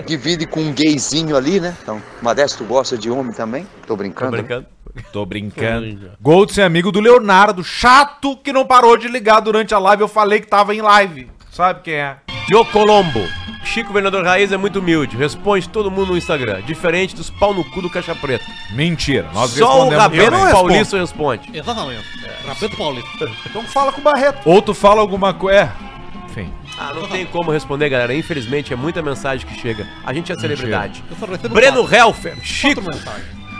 [SPEAKER 5] divide com um gayzinho ali, né? Então, Modesto gosta de homem também, tô brincando. né?
[SPEAKER 14] Tô brincando.
[SPEAKER 3] Goldsen é amigo do Leonardo, chato que não parou de ligar durante a live. Eu falei que tava em live. Sabe quem é?
[SPEAKER 2] Gio Colombo. Chico Vendedor Raiz é muito humilde, responde todo mundo no Instagram, diferente dos pau no cu do Caixa Preta.
[SPEAKER 3] Mentira, nós
[SPEAKER 2] Só o
[SPEAKER 3] respondemos
[SPEAKER 2] Rabelo
[SPEAKER 3] também.
[SPEAKER 2] Paulista responde.
[SPEAKER 15] Exatamente. Rabeto Paulista.
[SPEAKER 1] Então fala com o Barreto.
[SPEAKER 3] Ou tu fala alguma coisa. É. Enfim.
[SPEAKER 2] Ah, não tem como responder, galera. Infelizmente, é muita mensagem que chega. A gente é celebridade.
[SPEAKER 15] Eu só recebo
[SPEAKER 2] Breno
[SPEAKER 15] quatro.
[SPEAKER 2] Helfer, Chico.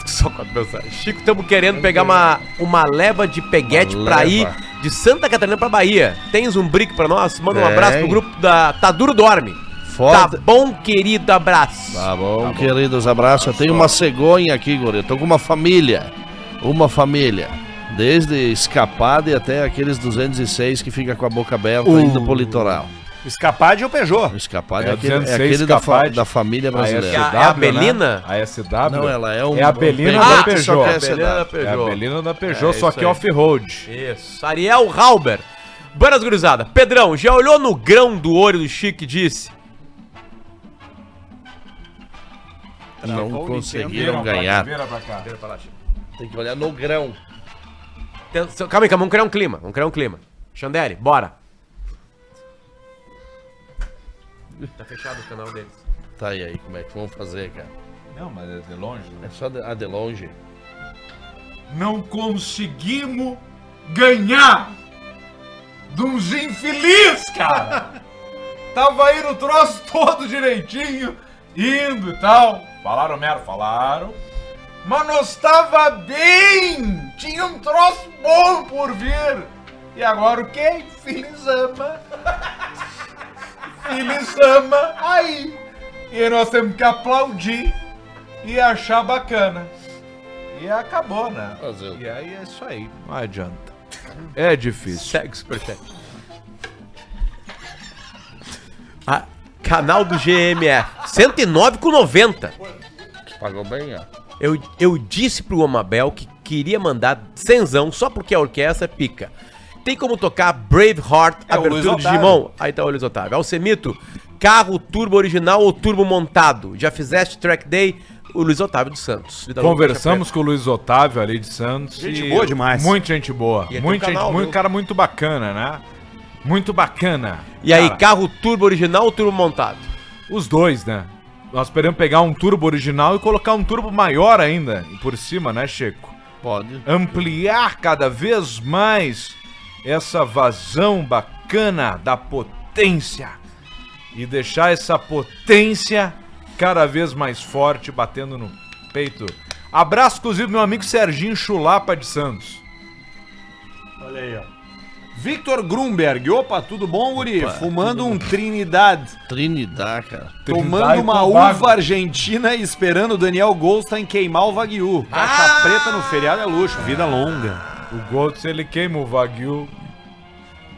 [SPEAKER 2] Só quatro mensagens. Chico, estamos querendo pegar uma, uma leva de peguete
[SPEAKER 11] Uma
[SPEAKER 2] pra
[SPEAKER 11] leva.
[SPEAKER 2] ir de Santa Catarina pra Bahia. Tens um brick pra nós? Manda um
[SPEAKER 11] Tem.
[SPEAKER 2] abraço pro grupo da Tá Duro Dorme.
[SPEAKER 11] Foda.
[SPEAKER 2] Tá bom, querido, abraço.
[SPEAKER 11] Tá bom, queridos, abraço. Eu tenho uma cegonha aqui, guri. Eu tô com uma família. Uma família. Desde escapada e até aqueles 206 que fica com a boca aberta
[SPEAKER 1] Uh.
[SPEAKER 11] indo pro litoral.
[SPEAKER 1] Escapade ou Peugeot?
[SPEAKER 11] Escapade
[SPEAKER 3] É
[SPEAKER 11] é, aquele, é
[SPEAKER 3] 206
[SPEAKER 11] aquele da, fa-
[SPEAKER 3] Escapade.
[SPEAKER 11] da família brasileira.
[SPEAKER 2] SW, É a Belina?
[SPEAKER 3] né? A SW?
[SPEAKER 11] Não, ela é um-
[SPEAKER 3] É a Belina
[SPEAKER 11] um
[SPEAKER 3] da
[SPEAKER 11] Peugeot,
[SPEAKER 3] Peugeot.
[SPEAKER 11] só que é
[SPEAKER 2] Belina da
[SPEAKER 3] É a
[SPEAKER 2] Peugeot.
[SPEAKER 3] Belina da Peugeot,
[SPEAKER 2] É
[SPEAKER 3] só
[SPEAKER 2] isso
[SPEAKER 3] que
[SPEAKER 2] aí.
[SPEAKER 3] off-road.
[SPEAKER 2] Isso. Ariel Halber. Buenas gurizada. Pedrão, já olhou no grão do olho do Chico e disse:
[SPEAKER 11] Não
[SPEAKER 2] Travou o
[SPEAKER 11] conseguiram
[SPEAKER 2] Nintendo.
[SPEAKER 11] ganhar.
[SPEAKER 2] Vira pra cá. Vira pra lá, Chico.
[SPEAKER 11] Tem que olhar no grão.
[SPEAKER 2] Então, so- Calma aí, calma, vamos criar um clima. Vamos criar um clima. Xandere, bora. Tá fechado o canal deles.
[SPEAKER 11] Tá, e aí, como é que vão fazer, cara?
[SPEAKER 3] Não, mas é de longe, né?
[SPEAKER 11] É só de, a de longe.
[SPEAKER 3] Não conseguimos ganhar de uns infeliz, cara! Tava indo o troço todo direitinho, indo e tal. Falaram, mero, falaram. Mas nós tava bem! Tinha um troço bom por vir! E agora o quê? Filizama! Filizama aí! E nós temos que aplaudir e achar bacana. E acabou, né? E aí é isso aí. Não adianta. É difícil.
[SPEAKER 2] Segue Superchat. Ah, canal do GMF. 109,90.
[SPEAKER 11] Pagou bem, ó.
[SPEAKER 2] Eu, eu disse pro Amabel que queria mandar cenzão só porque a orquestra é pica. Tem como tocar Braveheart,
[SPEAKER 1] É, o Luiz
[SPEAKER 2] abertura do
[SPEAKER 1] Otávio.
[SPEAKER 2] Digimon? Aí tá o Luiz Otávio. Alcemito, carro turbo original ou turbo montado? Já fizeste track day? O Luiz Otávio dos Santos. Vida louca,
[SPEAKER 3] Conversamos com o Luiz Otávio ali de Santos.
[SPEAKER 2] um Gente
[SPEAKER 3] e-
[SPEAKER 2] boa demais.
[SPEAKER 3] Muito gente boa.
[SPEAKER 2] E ele
[SPEAKER 3] muito
[SPEAKER 2] tem um
[SPEAKER 3] gente,
[SPEAKER 2] canal,
[SPEAKER 3] muito,
[SPEAKER 2] viu?
[SPEAKER 3] cara muito bacana, né? Muito bacana.
[SPEAKER 2] E aí,
[SPEAKER 3] cara?
[SPEAKER 2] carro turbo original ou turbo montado?
[SPEAKER 3] Os dois, né? Nós esperamos pegar um turbo original e colocar um turbo maior ainda e por cima, né, Chico?
[SPEAKER 11] Pode.
[SPEAKER 3] Ampliar cada vez mais essa vazão bacana da potência e deixar essa potência cada vez mais forte batendo no peito. Abraço, inclusive, meu amigo Serginho Chulapa de Santos.
[SPEAKER 1] Olha aí, ó. Victor Grunberg, opa, tudo bom, Guri?
[SPEAKER 11] Opa,
[SPEAKER 1] Fumando um Trinidad.
[SPEAKER 11] Trinidad, cara.
[SPEAKER 1] Tomando uma uva argentina e esperando o Daniel Goldstein queimar o Wagyu. Caixa preta no feriado é luxo, vida longa.
[SPEAKER 3] O Goldstein, ele queima o Wagyu.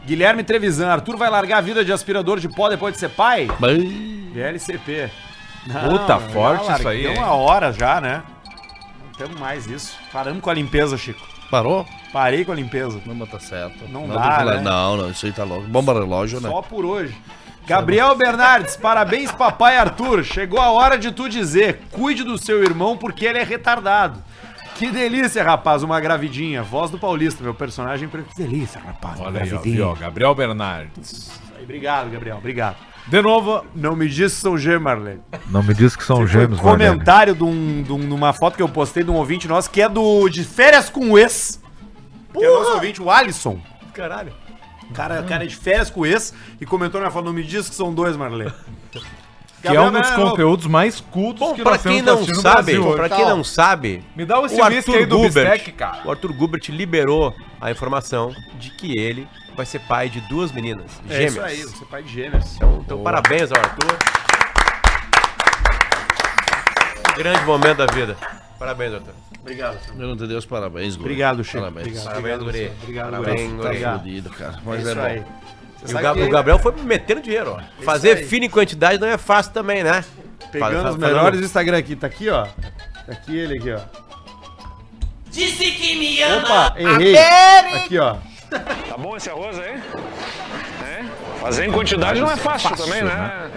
[SPEAKER 1] Guilherme Trevisan, Arthur vai largar a vida de aspirador de pó depois de ser pai? BLCP.
[SPEAKER 3] Puta, forte isso aí,
[SPEAKER 1] Deu
[SPEAKER 3] hein?
[SPEAKER 1] uma hora já, né? Não temos mais isso. Paramos com a limpeza, Chico.
[SPEAKER 11] Parou?
[SPEAKER 1] Parei com a limpeza.
[SPEAKER 11] Não, mas tá certo.
[SPEAKER 1] Não,
[SPEAKER 11] Não,
[SPEAKER 1] dá,
[SPEAKER 11] não,
[SPEAKER 1] né?
[SPEAKER 11] não, não, isso aí tá louco. Bomba relógio, né?
[SPEAKER 1] Só por hoje. Gabriel Bernardes, parabéns papai Arthur. Chegou a hora de tu dizer, cuide do seu irmão porque ele é retardado. Que delícia, rapaz, uma gravidinha. Voz do Paulista, meu personagem. pre- Que delícia, rapaz. uma
[SPEAKER 3] Olha aí, ó,
[SPEAKER 1] gravidinha.
[SPEAKER 3] viu, ó, Gabriel Bernardes.
[SPEAKER 1] Obrigado, Gabriel, obrigado.
[SPEAKER 3] De novo,
[SPEAKER 1] não me disse São G, Marlene.
[SPEAKER 3] Não me diz que são gêmeos, Marlene.
[SPEAKER 1] Comentário de, um, de um- numa foto que eu postei de um ouvinte nosso que é do de férias com o ex. Que é o nosso ouvinte, o Alisson.
[SPEAKER 2] Caralho.
[SPEAKER 1] O cara, o cara é de férias com o ex e comentou na foto, não me diz que são dois, Marlene.
[SPEAKER 3] Que é um dos conteúdos mais cultos
[SPEAKER 2] Bom,
[SPEAKER 3] que
[SPEAKER 2] pra
[SPEAKER 3] nós
[SPEAKER 2] quem
[SPEAKER 3] temos
[SPEAKER 2] não
[SPEAKER 3] assistindo no
[SPEAKER 2] sabe,
[SPEAKER 3] Brasil hoje.
[SPEAKER 2] pra quem não
[SPEAKER 1] Tá.
[SPEAKER 2] sabe,
[SPEAKER 3] Me dá esse whisky aí do Bistec, cara.
[SPEAKER 2] o Arthur Gubert liberou a informação de que ele vai ser pai de duas meninas,
[SPEAKER 1] É
[SPEAKER 2] gêmeas.
[SPEAKER 1] isso aí, você é pai de gêmeas.
[SPEAKER 2] Então, então parabéns ao Arthur. Um grande momento da vida. Parabéns, Arthur.
[SPEAKER 1] Obrigado, senhor.
[SPEAKER 11] Pelo amor de Deus, parabéns, Guri.
[SPEAKER 1] Obrigado, Chico.
[SPEAKER 11] Parabéns. Tá
[SPEAKER 1] Obrigado,
[SPEAKER 2] Parabéns,
[SPEAKER 1] obrigado,
[SPEAKER 2] Guri.
[SPEAKER 1] senhor. Obrigado,
[SPEAKER 2] Parabéns,
[SPEAKER 1] Guri.
[SPEAKER 2] Guri.
[SPEAKER 1] Obrigado.
[SPEAKER 11] Fudido, cara. Mas
[SPEAKER 1] É
[SPEAKER 11] é,
[SPEAKER 1] isso
[SPEAKER 11] bom.
[SPEAKER 1] aí. Você
[SPEAKER 2] E o,
[SPEAKER 1] sabe
[SPEAKER 2] Gab-
[SPEAKER 1] que
[SPEAKER 2] o Gabriel foi metendo dinheiro, ó.
[SPEAKER 1] Isso
[SPEAKER 2] Fazer
[SPEAKER 1] aí.
[SPEAKER 2] fino em quantidade não é fácil também, né?
[SPEAKER 1] Pegando
[SPEAKER 2] Faz-
[SPEAKER 1] os
[SPEAKER 2] faz-
[SPEAKER 1] melhores do Instagram aqui, tá aqui, ó. Tá aqui ele aqui, ó.
[SPEAKER 14] Disse que me
[SPEAKER 1] Opa, errei. Aqui, ó.
[SPEAKER 17] Tá bom esse arroz aí? Né? Fazer em quantidade não é fácil, também, né?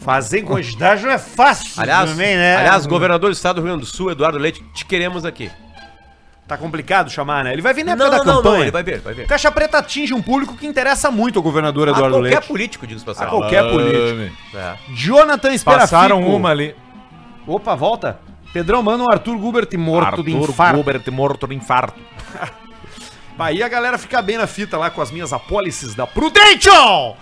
[SPEAKER 1] Fazer em quantidade não é fácil
[SPEAKER 2] Aliás,
[SPEAKER 1] também, né?
[SPEAKER 2] aliás, governador do estado do Rio Grande do Sul, Eduardo Leite, te queremos aqui.
[SPEAKER 1] Tá complicado chamar, né? Ele vai vir na época
[SPEAKER 2] Não,
[SPEAKER 1] da
[SPEAKER 2] não, não,
[SPEAKER 1] campanha.
[SPEAKER 2] não, ele vai ver, vai ver.
[SPEAKER 1] Caixa Preta atinge um público que interessa muito ao governador
[SPEAKER 2] A
[SPEAKER 1] Eduardo
[SPEAKER 2] qualquer
[SPEAKER 1] Leite.
[SPEAKER 2] político, diz passagem.
[SPEAKER 1] A qualquer político. Jonathan Esperafico.
[SPEAKER 3] Passaram uma ali.
[SPEAKER 1] Opa, volta. Pedrão, manda um Arthur Gubert morto de infarto.
[SPEAKER 3] Gubert morto de infarto.
[SPEAKER 1] Aí a galera fica bem na fita lá com as minhas apólices da Prudential.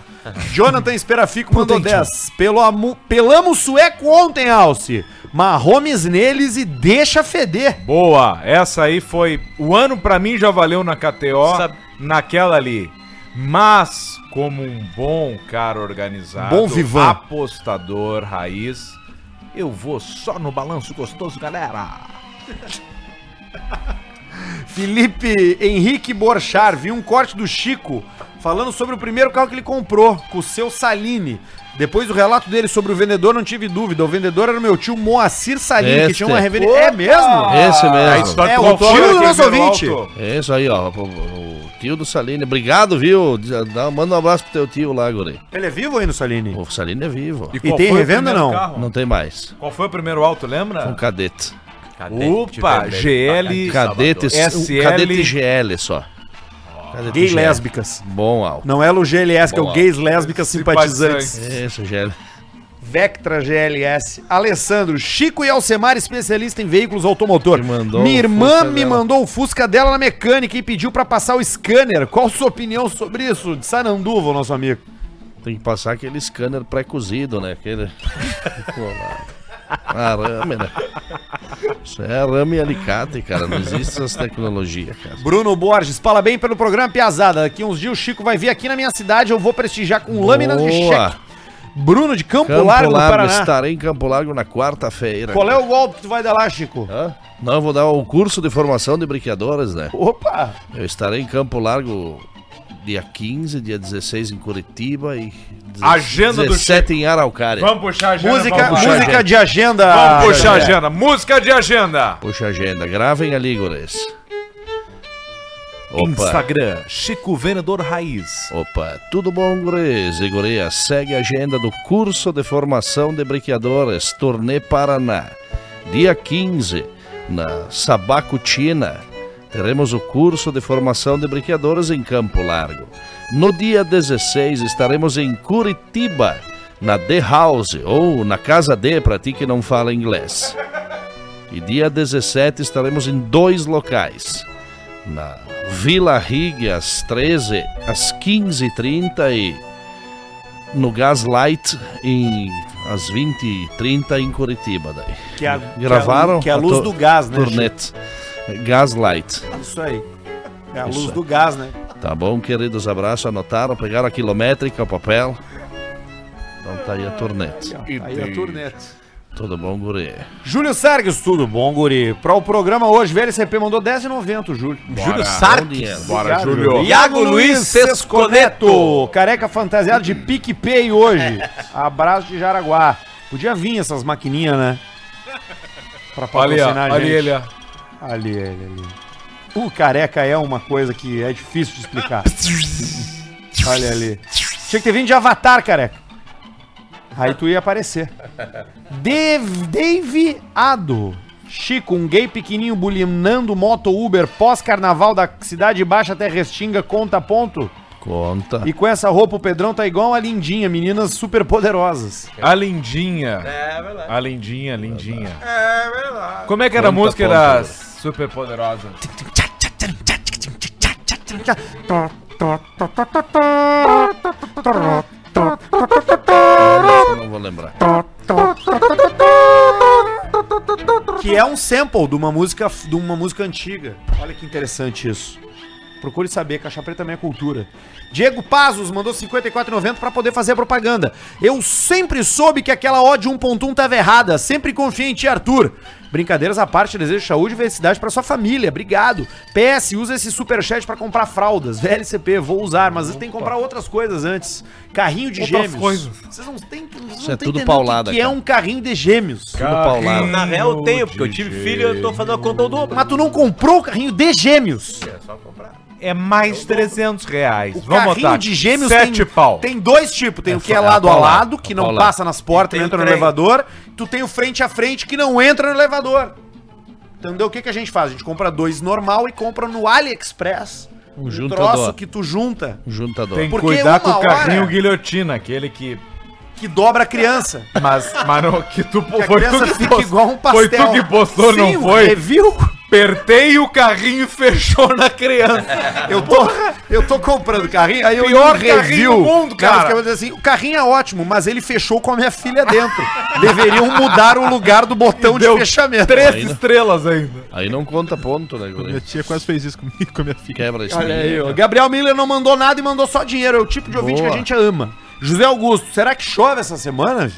[SPEAKER 1] Jonathan Esperafico mandou 10. Pelo amu... Pelamos sueco ontem, Alce. Marromes neles e deixa feder.
[SPEAKER 3] Boa, essa aí foi. O ano pra mim já valeu na KTO, naquela ali. Mas, como um bom cara organizado,
[SPEAKER 1] Bom vivan.
[SPEAKER 3] apostador raiz, eu vou só no balanço gostoso, galera.
[SPEAKER 1] Felipe Henrique Borchar, vi um corte do Chico falando sobre o primeiro carro que ele comprou, com o seu Saline. Depois do relato dele sobre o vendedor, não tive dúvida. O vendedor era o meu tio Moacir Saline, que
[SPEAKER 11] Este.
[SPEAKER 1] tinha uma revenda. É mesmo?
[SPEAKER 11] Esse mesmo.
[SPEAKER 1] É o tio do nosso ouvinte.
[SPEAKER 11] É isso aí, ó. O, o- o Tio do Saline. Obrigado, viu? Dá- Manda um abraço pro teu tio lá, Guri.
[SPEAKER 1] Ele é vivo ainda, o Saline?
[SPEAKER 11] O Saline é vivo.
[SPEAKER 1] E qual E tem foi o Ah. revenda, primeiro não? carro?
[SPEAKER 11] Não tem mais.
[SPEAKER 3] Qual foi o primeiro alto, lembra?
[SPEAKER 11] Um cadete.
[SPEAKER 3] Opa, GL,
[SPEAKER 11] Cadete,
[SPEAKER 3] SL,
[SPEAKER 11] um cadete GL só. Cadete
[SPEAKER 1] Gay
[SPEAKER 3] é.
[SPEAKER 11] GL.
[SPEAKER 1] lésbicas.
[SPEAKER 11] Bom alto.
[SPEAKER 1] Não é o GLS, que é o
[SPEAKER 11] Bom,
[SPEAKER 1] gays lésbicas simpatizantes.
[SPEAKER 11] Isso, GL.
[SPEAKER 1] Vectra GLS. Alessandro, Chico e Alcemar, especialista em veículos automotor.
[SPEAKER 11] mandou
[SPEAKER 1] Minha
[SPEAKER 11] o
[SPEAKER 1] irmã
[SPEAKER 11] Fusca
[SPEAKER 1] me
[SPEAKER 11] dela.
[SPEAKER 1] mandou o Fusca dela na mecânica e pediu pra passar o scanner. Qual sua opinião sobre isso? De Saranduva, o nosso amigo.
[SPEAKER 11] Tem que passar aquele scanner pré-cozido, né? Aquele. Colado. Arame, né? Isso é arame e alicate, cara. Não existe essas tecnologias, cara.
[SPEAKER 1] Bruno Borges, fala bem pelo programa Piazada. Daqui uns dias o Chico vai vir aqui na minha cidade, eu vou prestigiar com lâminas de cheque. Bruno de Campo,
[SPEAKER 11] Campo
[SPEAKER 1] Largo,
[SPEAKER 11] Largo,
[SPEAKER 1] do Paraná.
[SPEAKER 11] estarei em Campo Largo na quarta-feira.
[SPEAKER 1] Qual é o golpe que tu vai dar lá, Chico?
[SPEAKER 11] Não, eu vou dar o curso de formação de brinqueadores, né?
[SPEAKER 1] Opa!
[SPEAKER 11] Eu estarei em Campo Largo dia 15, dia 16 em Curitiba e deze-
[SPEAKER 3] Agenda do
[SPEAKER 11] 17 em Araucária.
[SPEAKER 3] Vamos puxar a agenda.
[SPEAKER 1] Música-
[SPEAKER 3] vamos puxar a
[SPEAKER 1] música de agenda.
[SPEAKER 3] Vamos puxar a
[SPEAKER 11] Xavier.
[SPEAKER 3] agenda. Música de agenda.
[SPEAKER 11] Puxa a agenda, gravem ali, gores. Opa.
[SPEAKER 3] Instagram, Chico Vendedor Raiz.
[SPEAKER 11] Opa, tudo bom, gurês e gurias? Segue a agenda do curso de formação de brinqueadores Turnê Paraná. Dia 15, na Sabacutina, teremos o curso de formação de brinqueadores em Campo Largo. No dia 16, estaremos em Curitiba, na The House, ou na Casa D, para ti que não fala inglês. E dia 17 estaremos em dois locais. Na Vila Rig, às 13, às 15h30 e no Gaslight em, às 20h30 em Curitiba. Daí.
[SPEAKER 1] Que é a-
[SPEAKER 11] Gravaram?
[SPEAKER 1] que a luz
[SPEAKER 11] to-
[SPEAKER 1] do gás, né,
[SPEAKER 11] Turnete. Gaslight.
[SPEAKER 1] Isso aí. É a
[SPEAKER 11] Isso
[SPEAKER 1] luz
[SPEAKER 11] aí.
[SPEAKER 1] do gás, né?
[SPEAKER 11] Tá bom, queridos, abraço. Anotaram, pegaram a quilométrica, o papel. Então tá aí a turnete.
[SPEAKER 1] Aí a turnete.
[SPEAKER 11] Tudo bom, guri?
[SPEAKER 1] Júlio Sargues, tudo bom, guri? Para o programa hoje, VLCP mandou 10,90, Júlio.
[SPEAKER 3] Júlio Sarques. Bora,
[SPEAKER 1] Obrigado,
[SPEAKER 3] Júlio.
[SPEAKER 1] Iago Luiz Sesconeto. Careca fantasiado de PicPay hoje. Abraço de Jaraguá. Podia vir essas maquininhas, né? Pra
[SPEAKER 3] Olha ali, ó,
[SPEAKER 1] patrocinar a
[SPEAKER 3] olha
[SPEAKER 1] gente.
[SPEAKER 3] ele, ó.
[SPEAKER 1] Ali ele, ali. O careca é uma coisa que é difícil de explicar. Olha ali. Tinha que ter vindo de avatar, careca. Aí tu ia aparecer. Dev- Dave Ado. Chico, um gay pequenininho bulinando moto Uber pós-carnaval da cidade baixa até Restinga, conta ponto.
[SPEAKER 11] Conta.
[SPEAKER 1] E com essa roupa o Pedrão tá igual a Lindinha, meninas super poderosas.
[SPEAKER 3] A lindinha. É verdade. A lindinha, lindinha. É verdade. Como é que era a
[SPEAKER 11] Conta
[SPEAKER 3] música
[SPEAKER 11] ponto,
[SPEAKER 3] das super poderosas?
[SPEAKER 11] Essa eu não vou lembrar.
[SPEAKER 1] Que é um sample de uma música, de uma música antiga. Olha que interessante isso. Procure saber, Caixa Preta também é cultura. Diego Pazos mandou 54,90 pra poder fazer a propaganda. Eu sempre soube que aquela O de 1.1 tava errada. Sempre confiei em ti, Arthur. Brincadeiras à parte, desejo saúde e felicidade pra sua família. Obrigado. PS, usa esse superchat pra comprar fraldas. VLCP, vou usar, mas tem que comprar outras coisas antes. Carrinho de
[SPEAKER 3] Outras
[SPEAKER 1] gêmeos.
[SPEAKER 3] coisas.
[SPEAKER 1] Vocês não têm
[SPEAKER 11] Isso é tudo paulada,
[SPEAKER 1] que, que é
[SPEAKER 11] cara.
[SPEAKER 1] um carrinho de gêmeos.
[SPEAKER 11] Tudo paulado.
[SPEAKER 2] Na real eu tenho, porque eu tive filho e eu tô fazendo a conta ao dobro.
[SPEAKER 1] Mas tu não comprou o carrinho de gêmeos.
[SPEAKER 3] É mais 300 reais.
[SPEAKER 1] O carrinho de gêmeos
[SPEAKER 3] Sete
[SPEAKER 1] tem,
[SPEAKER 3] pau.
[SPEAKER 1] tem dois tipos. Tem o que é
[SPEAKER 3] É a
[SPEAKER 1] lado a
[SPEAKER 3] paulada,
[SPEAKER 1] lado, que
[SPEAKER 3] a
[SPEAKER 1] não
[SPEAKER 3] paulada.
[SPEAKER 1] passa nas portas, não entra no
[SPEAKER 3] trem.
[SPEAKER 1] elevador. Tu tem o frente a frente, que não entra no elevador. Entendeu? O que, que a gente faz? A gente compra dois normal e compra no AliExpress.
[SPEAKER 11] Um
[SPEAKER 1] troço
[SPEAKER 11] juntador.
[SPEAKER 1] que tu junta,
[SPEAKER 11] Um juntador.
[SPEAKER 3] Tem que
[SPEAKER 1] Porque
[SPEAKER 3] cuidar com
[SPEAKER 1] uma
[SPEAKER 3] o carrinho
[SPEAKER 1] hora-
[SPEAKER 3] guilhotina, aquele que.
[SPEAKER 1] que dobra a criança.
[SPEAKER 3] Mas, mano, que tu
[SPEAKER 1] Que a
[SPEAKER 3] foi
[SPEAKER 1] criança
[SPEAKER 3] tu que
[SPEAKER 1] fica
[SPEAKER 3] post-
[SPEAKER 1] igual um
[SPEAKER 3] Foi
[SPEAKER 1] pastel.
[SPEAKER 3] tu que postou,
[SPEAKER 1] Sim,
[SPEAKER 3] não
[SPEAKER 1] o
[SPEAKER 3] foi?
[SPEAKER 1] review.
[SPEAKER 3] Apertei o carrinho e fechou na criança.
[SPEAKER 1] Eu tô, eu tô comprando carrinho, aí eu
[SPEAKER 3] Pior
[SPEAKER 1] li um
[SPEAKER 3] carrinho do mundo,
[SPEAKER 1] Não,
[SPEAKER 3] cara.
[SPEAKER 1] os caras dizem assim, o carrinho é ótimo, mas ele fechou com a minha filha dentro. Deveriam mudar o lugar do botão de
[SPEAKER 3] Deu
[SPEAKER 1] fechamento.
[SPEAKER 3] Três
[SPEAKER 11] Ainda.
[SPEAKER 3] estrelas ainda.
[SPEAKER 11] Aí não conta ponto, né, guri?
[SPEAKER 27] Minha tia quase fez isso comigo, com a minha filha.
[SPEAKER 11] Quebra isso.
[SPEAKER 1] Olha aí, ó. Gabriel Miller não mandou nada e mandou só dinheiro. É o tipo de ouvinte
[SPEAKER 11] Boa.
[SPEAKER 1] que a gente ama. José Augusto, será que chove essa semana?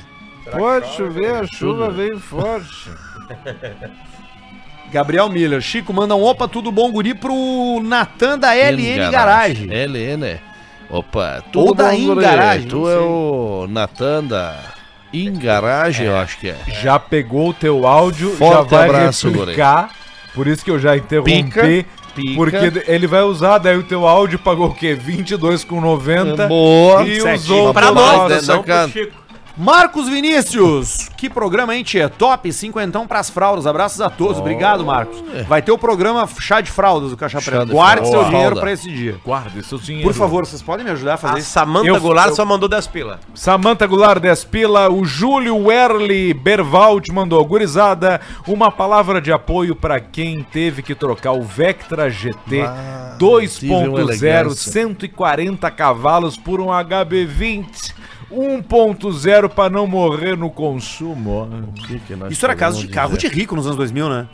[SPEAKER 27] Pode chover, a chuva veio forte.
[SPEAKER 1] Gabriel Miller, Chico, manda um opa, tudo bom, guri, pro Natan da LN Garage.
[SPEAKER 11] Garage. LN. Opa,
[SPEAKER 1] Ou
[SPEAKER 11] tudo
[SPEAKER 1] da
[SPEAKER 11] bom, guri?
[SPEAKER 1] Ingarage, não
[SPEAKER 11] Tu é o Natan da Ingarage, eu acho que é.
[SPEAKER 3] Já pegou o teu áudio,
[SPEAKER 11] Forte
[SPEAKER 3] já vai
[SPEAKER 11] abraço,
[SPEAKER 3] replicar. Por isso que eu já interrompi
[SPEAKER 11] Pica. pica.
[SPEAKER 3] Porque ele vai usar, daí o teu áudio pagou o quê? 22 com 90.
[SPEAKER 11] Boa.
[SPEAKER 3] E
[SPEAKER 11] Sete.
[SPEAKER 3] usou
[SPEAKER 11] Pra
[SPEAKER 3] toda
[SPEAKER 11] nós,
[SPEAKER 3] hora.
[SPEAKER 11] né? Não pro
[SPEAKER 3] Sacana.
[SPEAKER 11] Chico.
[SPEAKER 1] Marcos Vinícius, que programa, hein, tia? Top, cinquentão pras fraldas. Abraços a todos. Obrigado, Marcos.
[SPEAKER 3] É.
[SPEAKER 1] Vai ter o programa Chá de Fraldas do Caixa Preta. Guarde seu dinheiro pra esse dia.
[SPEAKER 3] Guarde seu dinheiro.
[SPEAKER 1] Por favor, vocês podem me ajudar a fazer
[SPEAKER 2] A Samanta Goulart só mandou 10 pila.
[SPEAKER 3] Samanta Goulart 10 pila, o Júlio Werli Bervalt mandou gurizada, uma palavra de apoio para quem teve que trocar o Vectra GT
[SPEAKER 11] Ah, tive uma
[SPEAKER 3] 2.0
[SPEAKER 11] elegância.
[SPEAKER 3] 140 cavalos por um HB20 1.0 para não morrer no consumo.
[SPEAKER 1] Isso era caso de carro de rico nos anos 2000, né?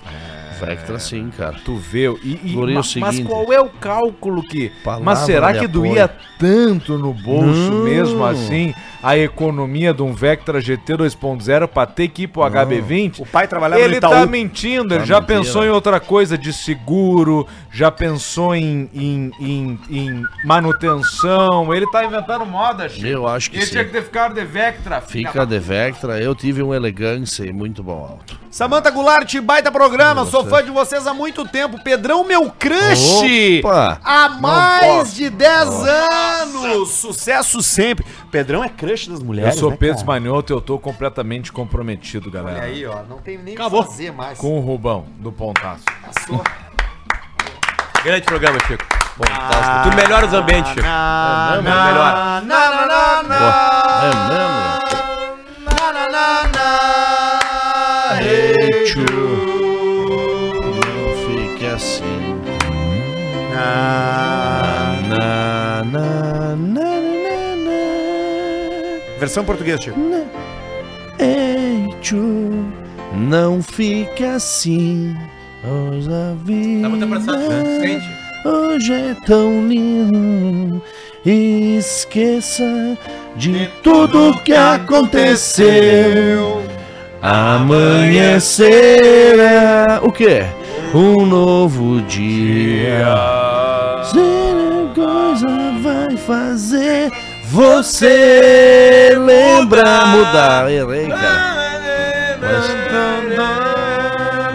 [SPEAKER 11] Vectra sim, cara.
[SPEAKER 3] Tu vê. E, e-
[SPEAKER 11] Porém,
[SPEAKER 3] ma-
[SPEAKER 11] o
[SPEAKER 3] mas
[SPEAKER 11] seguinte,
[SPEAKER 3] qual é o cálculo que.
[SPEAKER 11] Palavra
[SPEAKER 3] Mas será
[SPEAKER 11] de
[SPEAKER 3] que
[SPEAKER 11] apoio.
[SPEAKER 3] doía tanto no bolso
[SPEAKER 11] Não.
[SPEAKER 3] mesmo assim a economia de um Vectra GT 2.0 pra ter que ir pro HB20?
[SPEAKER 1] O pai trabalhava
[SPEAKER 3] ele
[SPEAKER 1] no
[SPEAKER 3] tá
[SPEAKER 1] Itaú.
[SPEAKER 3] mentindo, ele
[SPEAKER 11] Tá
[SPEAKER 3] já
[SPEAKER 11] mentira.
[SPEAKER 3] pensou em outra coisa de seguro, já pensou em, em, em, em manutenção, ele tá inventando moda, Chico.
[SPEAKER 11] Eu acho que
[SPEAKER 3] Ele
[SPEAKER 11] sim.
[SPEAKER 3] tinha que ter ficado de Vectra. filha
[SPEAKER 11] Fica de Vectra, eu tive um elegância e muito bom alto.
[SPEAKER 1] Samanta Goulart, baita programa. Sou
[SPEAKER 11] Nossa.
[SPEAKER 1] fã de vocês há muito tempo. Pedrão, meu crush.
[SPEAKER 11] Opa.
[SPEAKER 1] Há
[SPEAKER 11] Não
[SPEAKER 1] mais
[SPEAKER 11] posso.
[SPEAKER 1] de 10 anos. Sucesso sempre. Pedrão é crush das
[SPEAKER 3] Eu
[SPEAKER 1] mulheres.
[SPEAKER 3] sou
[SPEAKER 1] né,
[SPEAKER 3] Pedro
[SPEAKER 1] cara?
[SPEAKER 3] Esmanhoto, eu tô completamente comprometido, galera.
[SPEAKER 1] ó. Não tem nem o
[SPEAKER 3] Acabou.
[SPEAKER 1] fazer mais.
[SPEAKER 3] Com o Rubão, do Pontaço.
[SPEAKER 2] Grande programa, Chico.
[SPEAKER 1] Ah,
[SPEAKER 2] Fantástico. Tu melhora os ambientes, Chico.
[SPEAKER 1] na,
[SPEAKER 2] É mesmo, melhora.
[SPEAKER 11] É mesmo? Tchu. Não fique assim. Na, na, na, na,
[SPEAKER 1] Versão portuguesa, Chico.
[SPEAKER 11] Ei, tchu, não fique assim. Hoje a vida.
[SPEAKER 2] Dá muita pressão, né? Sente.
[SPEAKER 11] Hoje é tão lindo. Esqueça de tudo que aconteceu. Amanhecerá. O que? Um novo dia. Será coisa vai fazer você lembrar. Mudar. Errei, cara. Mas...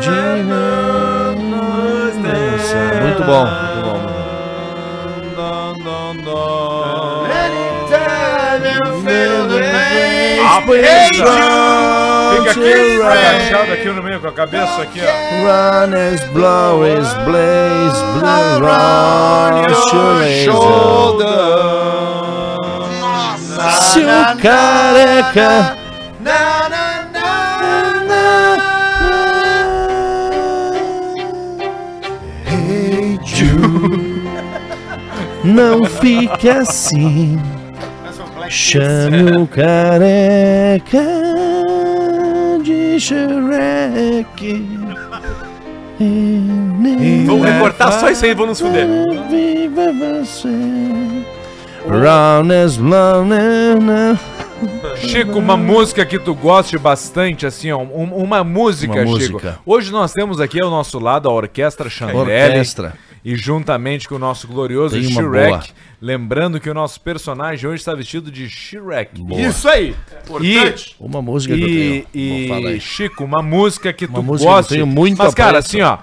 [SPEAKER 11] De Nossa, muito bom. Muito bom. muito bom.
[SPEAKER 3] Fica aqui, agachado aqui no meio com a cabeça aqui, ó.
[SPEAKER 11] Run is blow is blaze blow round your Se o careca hate you, não fique assim. Chame o careca de Shrek.
[SPEAKER 3] É.
[SPEAKER 2] Vamos recortar só isso aí, vamos nos fuder.
[SPEAKER 11] Viva você. Round as long as
[SPEAKER 3] Chico, uma música que tu goste bastante, assim, ó. um- uma música,
[SPEAKER 11] Uma
[SPEAKER 3] Chico.
[SPEAKER 11] música.
[SPEAKER 3] Hoje nós temos aqui ao nosso lado a Orquestra Chandelle.
[SPEAKER 11] Orquestra.
[SPEAKER 3] E juntamente com o nosso glorioso
[SPEAKER 11] Tem uma boa.
[SPEAKER 3] Shrek. Lembrando que o nosso personagem hoje está vestido de Shrek.
[SPEAKER 11] Boa.
[SPEAKER 1] Isso aí.
[SPEAKER 3] E,
[SPEAKER 11] Uma música que eu
[SPEAKER 3] e,
[SPEAKER 11] tenho.
[SPEAKER 3] e,
[SPEAKER 11] Vou falar aí.
[SPEAKER 3] Chico, uma música que
[SPEAKER 11] Uma
[SPEAKER 3] tu
[SPEAKER 11] música que eu
[SPEAKER 3] goste.
[SPEAKER 11] tenho muito
[SPEAKER 3] Mas, cara,
[SPEAKER 11] apreço.
[SPEAKER 3] assim, ó.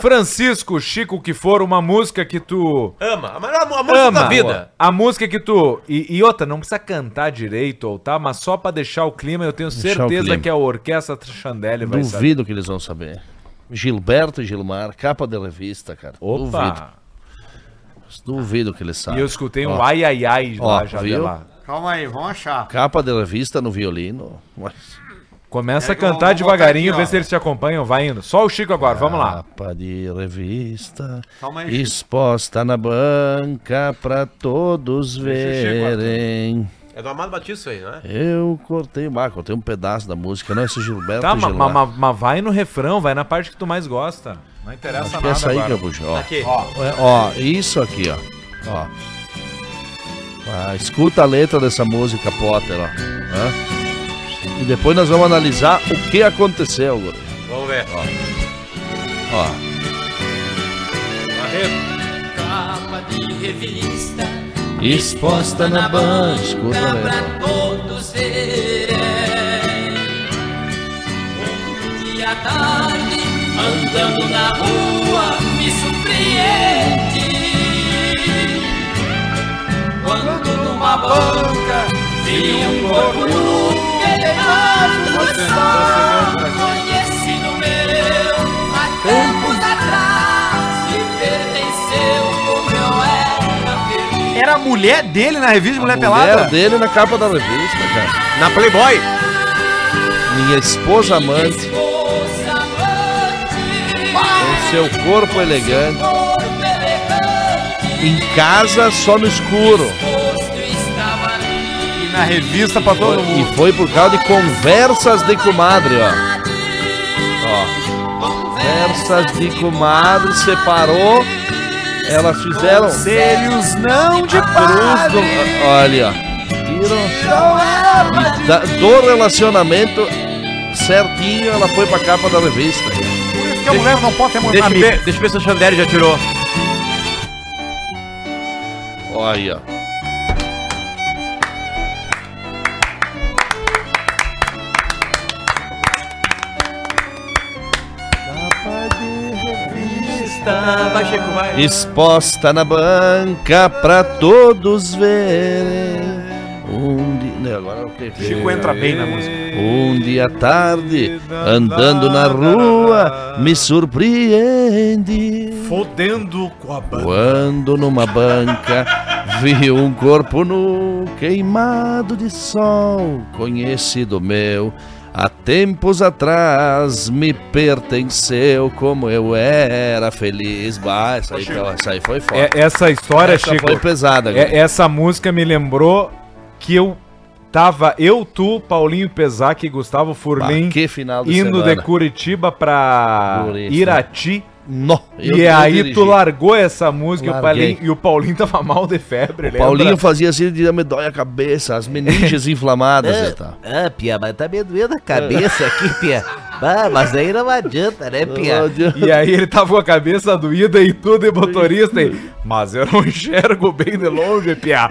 [SPEAKER 3] Francisco, Chico, que for uma música que tu
[SPEAKER 2] Ama. A melhor a música da vida.
[SPEAKER 3] a música que tu. E, e outra, não precisa cantar direito ou tá, mas só pra deixar o clima, eu tenho
[SPEAKER 11] Deixar o
[SPEAKER 3] certeza
[SPEAKER 11] clima.
[SPEAKER 3] que a orquestra Chandelle vai saber.
[SPEAKER 11] Duvido que eles vão saber. Gilberto e Gilmar, capa de revista, cara. Duvido.
[SPEAKER 3] Opa!
[SPEAKER 11] Duvido que eles
[SPEAKER 3] E
[SPEAKER 11] sabem.
[SPEAKER 3] eu escutei um
[SPEAKER 11] Ó,
[SPEAKER 3] ai ai ai
[SPEAKER 11] ó,
[SPEAKER 3] lá já de
[SPEAKER 11] viu?
[SPEAKER 3] lá.
[SPEAKER 1] Calma aí, vamos achar.
[SPEAKER 11] Capa de revista no violino. Mas-
[SPEAKER 3] Começa a
[SPEAKER 1] Pega É que eu
[SPEAKER 3] cantar
[SPEAKER 1] vou
[SPEAKER 3] devagarinho,
[SPEAKER 1] botar aqui,
[SPEAKER 3] vê
[SPEAKER 1] ó.
[SPEAKER 3] se eles te acompanham, vai indo. Só o Chico agora, vamos lá.
[SPEAKER 11] Capa de revista
[SPEAKER 1] Calma aí, Chico.
[SPEAKER 11] exposta na banca pra todos verem.
[SPEAKER 2] É do Amado Batista isso aí, né?
[SPEAKER 11] Eu cortei, ah, cortei um pedaço da música, não, esse Gilberto
[SPEAKER 3] Tá,
[SPEAKER 11] e
[SPEAKER 3] mas
[SPEAKER 11] Gilmar.
[SPEAKER 3] vai no refrão, vai na parte que tu mais gosta. Não interessa
[SPEAKER 11] Acho que é
[SPEAKER 3] nada.
[SPEAKER 11] essa aí que
[SPEAKER 3] agora.
[SPEAKER 11] eu vou ó. É,
[SPEAKER 2] Aqui.
[SPEAKER 11] Ó, ó, isso aqui, ó. Ó. Ah, escuta a letra dessa música, Potter, ó. Hã? E depois nós vamos analisar o que aconteceu, guri.
[SPEAKER 2] Vamos ver.
[SPEAKER 11] Ó.
[SPEAKER 13] Capa de revista
[SPEAKER 11] Exposta na banca, escuta a
[SPEAKER 13] pra
[SPEAKER 11] letra.
[SPEAKER 13] todos verem. Um dia à tarde, andando na rua, me surpreende. banca vi um corpo nu elevado no sol. Conheci no meu há tempos atrás e pertenceu como eu era feliz.
[SPEAKER 1] Era a mulher dele na revista É Mulher, Pelada?
[SPEAKER 11] Mulher É dele na capa da revista, cara.
[SPEAKER 2] Na Playboy.
[SPEAKER 11] Minha esposa amante. Com seu corpo elegante. Em casa, só no escuro.
[SPEAKER 1] Na revista pra todo
[SPEAKER 11] E
[SPEAKER 1] mundo.
[SPEAKER 11] foi por causa de conversas de comadre, ó. Ó. Conversas de comadre, separou. Elas fizeram.
[SPEAKER 1] Conselhos não de
[SPEAKER 11] cruz do. Olha, ó. Tiram. E da- do relacionamento certinho, ela foi pra capa da revista.
[SPEAKER 1] Porque a mulher não pode ter
[SPEAKER 2] Deixa eu
[SPEAKER 1] amiga.
[SPEAKER 2] ver, deixa eu ver se o Xandério já tirou.
[SPEAKER 11] Olha, ó.
[SPEAKER 2] Vai, Chico, vai.
[SPEAKER 11] Exposta na banca pra todos verem. Um dia. Não, agora ok.
[SPEAKER 1] Chico entra Tá bem na música.
[SPEAKER 11] Um dia à tarde, andando na rua, me surpreende.
[SPEAKER 27] Fodendo com a banda.
[SPEAKER 11] Quando numa banca vi um corpo nu, queimado de sol, conhecido meu. Há tempos atrás me pertenceu como eu era feliz. Bah, essa aí, tá- essa aí foi forte.
[SPEAKER 3] É, essa história,
[SPEAKER 11] Essa
[SPEAKER 3] Chico.
[SPEAKER 11] foi pesada,
[SPEAKER 3] é-
[SPEAKER 11] galera.
[SPEAKER 3] essa música me lembrou que eu tava eu, tu, Paulinho Pesac e Gustavo Furlim
[SPEAKER 11] que final de
[SPEAKER 3] indo
[SPEAKER 11] semana.
[SPEAKER 3] de Curitiba pra
[SPEAKER 11] Curitiba.
[SPEAKER 3] Irati.
[SPEAKER 11] Nó, eu-
[SPEAKER 3] e
[SPEAKER 11] eu
[SPEAKER 3] aí
[SPEAKER 11] dirigi.
[SPEAKER 3] tu largou essa música o
[SPEAKER 11] Larguei.
[SPEAKER 3] Paulinho, e o Paulinho tava mal de febre,
[SPEAKER 11] O Paulinho fazia assim, dizia, me dói a cabeça, as meninges inflamadas
[SPEAKER 3] É.
[SPEAKER 11] e tal.
[SPEAKER 7] Ah, Pia, mas tá me doendo a cabeça aqui, Pia. Ah, mas aí não adianta, né,
[SPEAKER 3] É
[SPEAKER 7] Pia?
[SPEAKER 3] E aí ele tava com a cabeça doída e tudo, e motorista e... Mas eu não enxergo bem de longe, piá.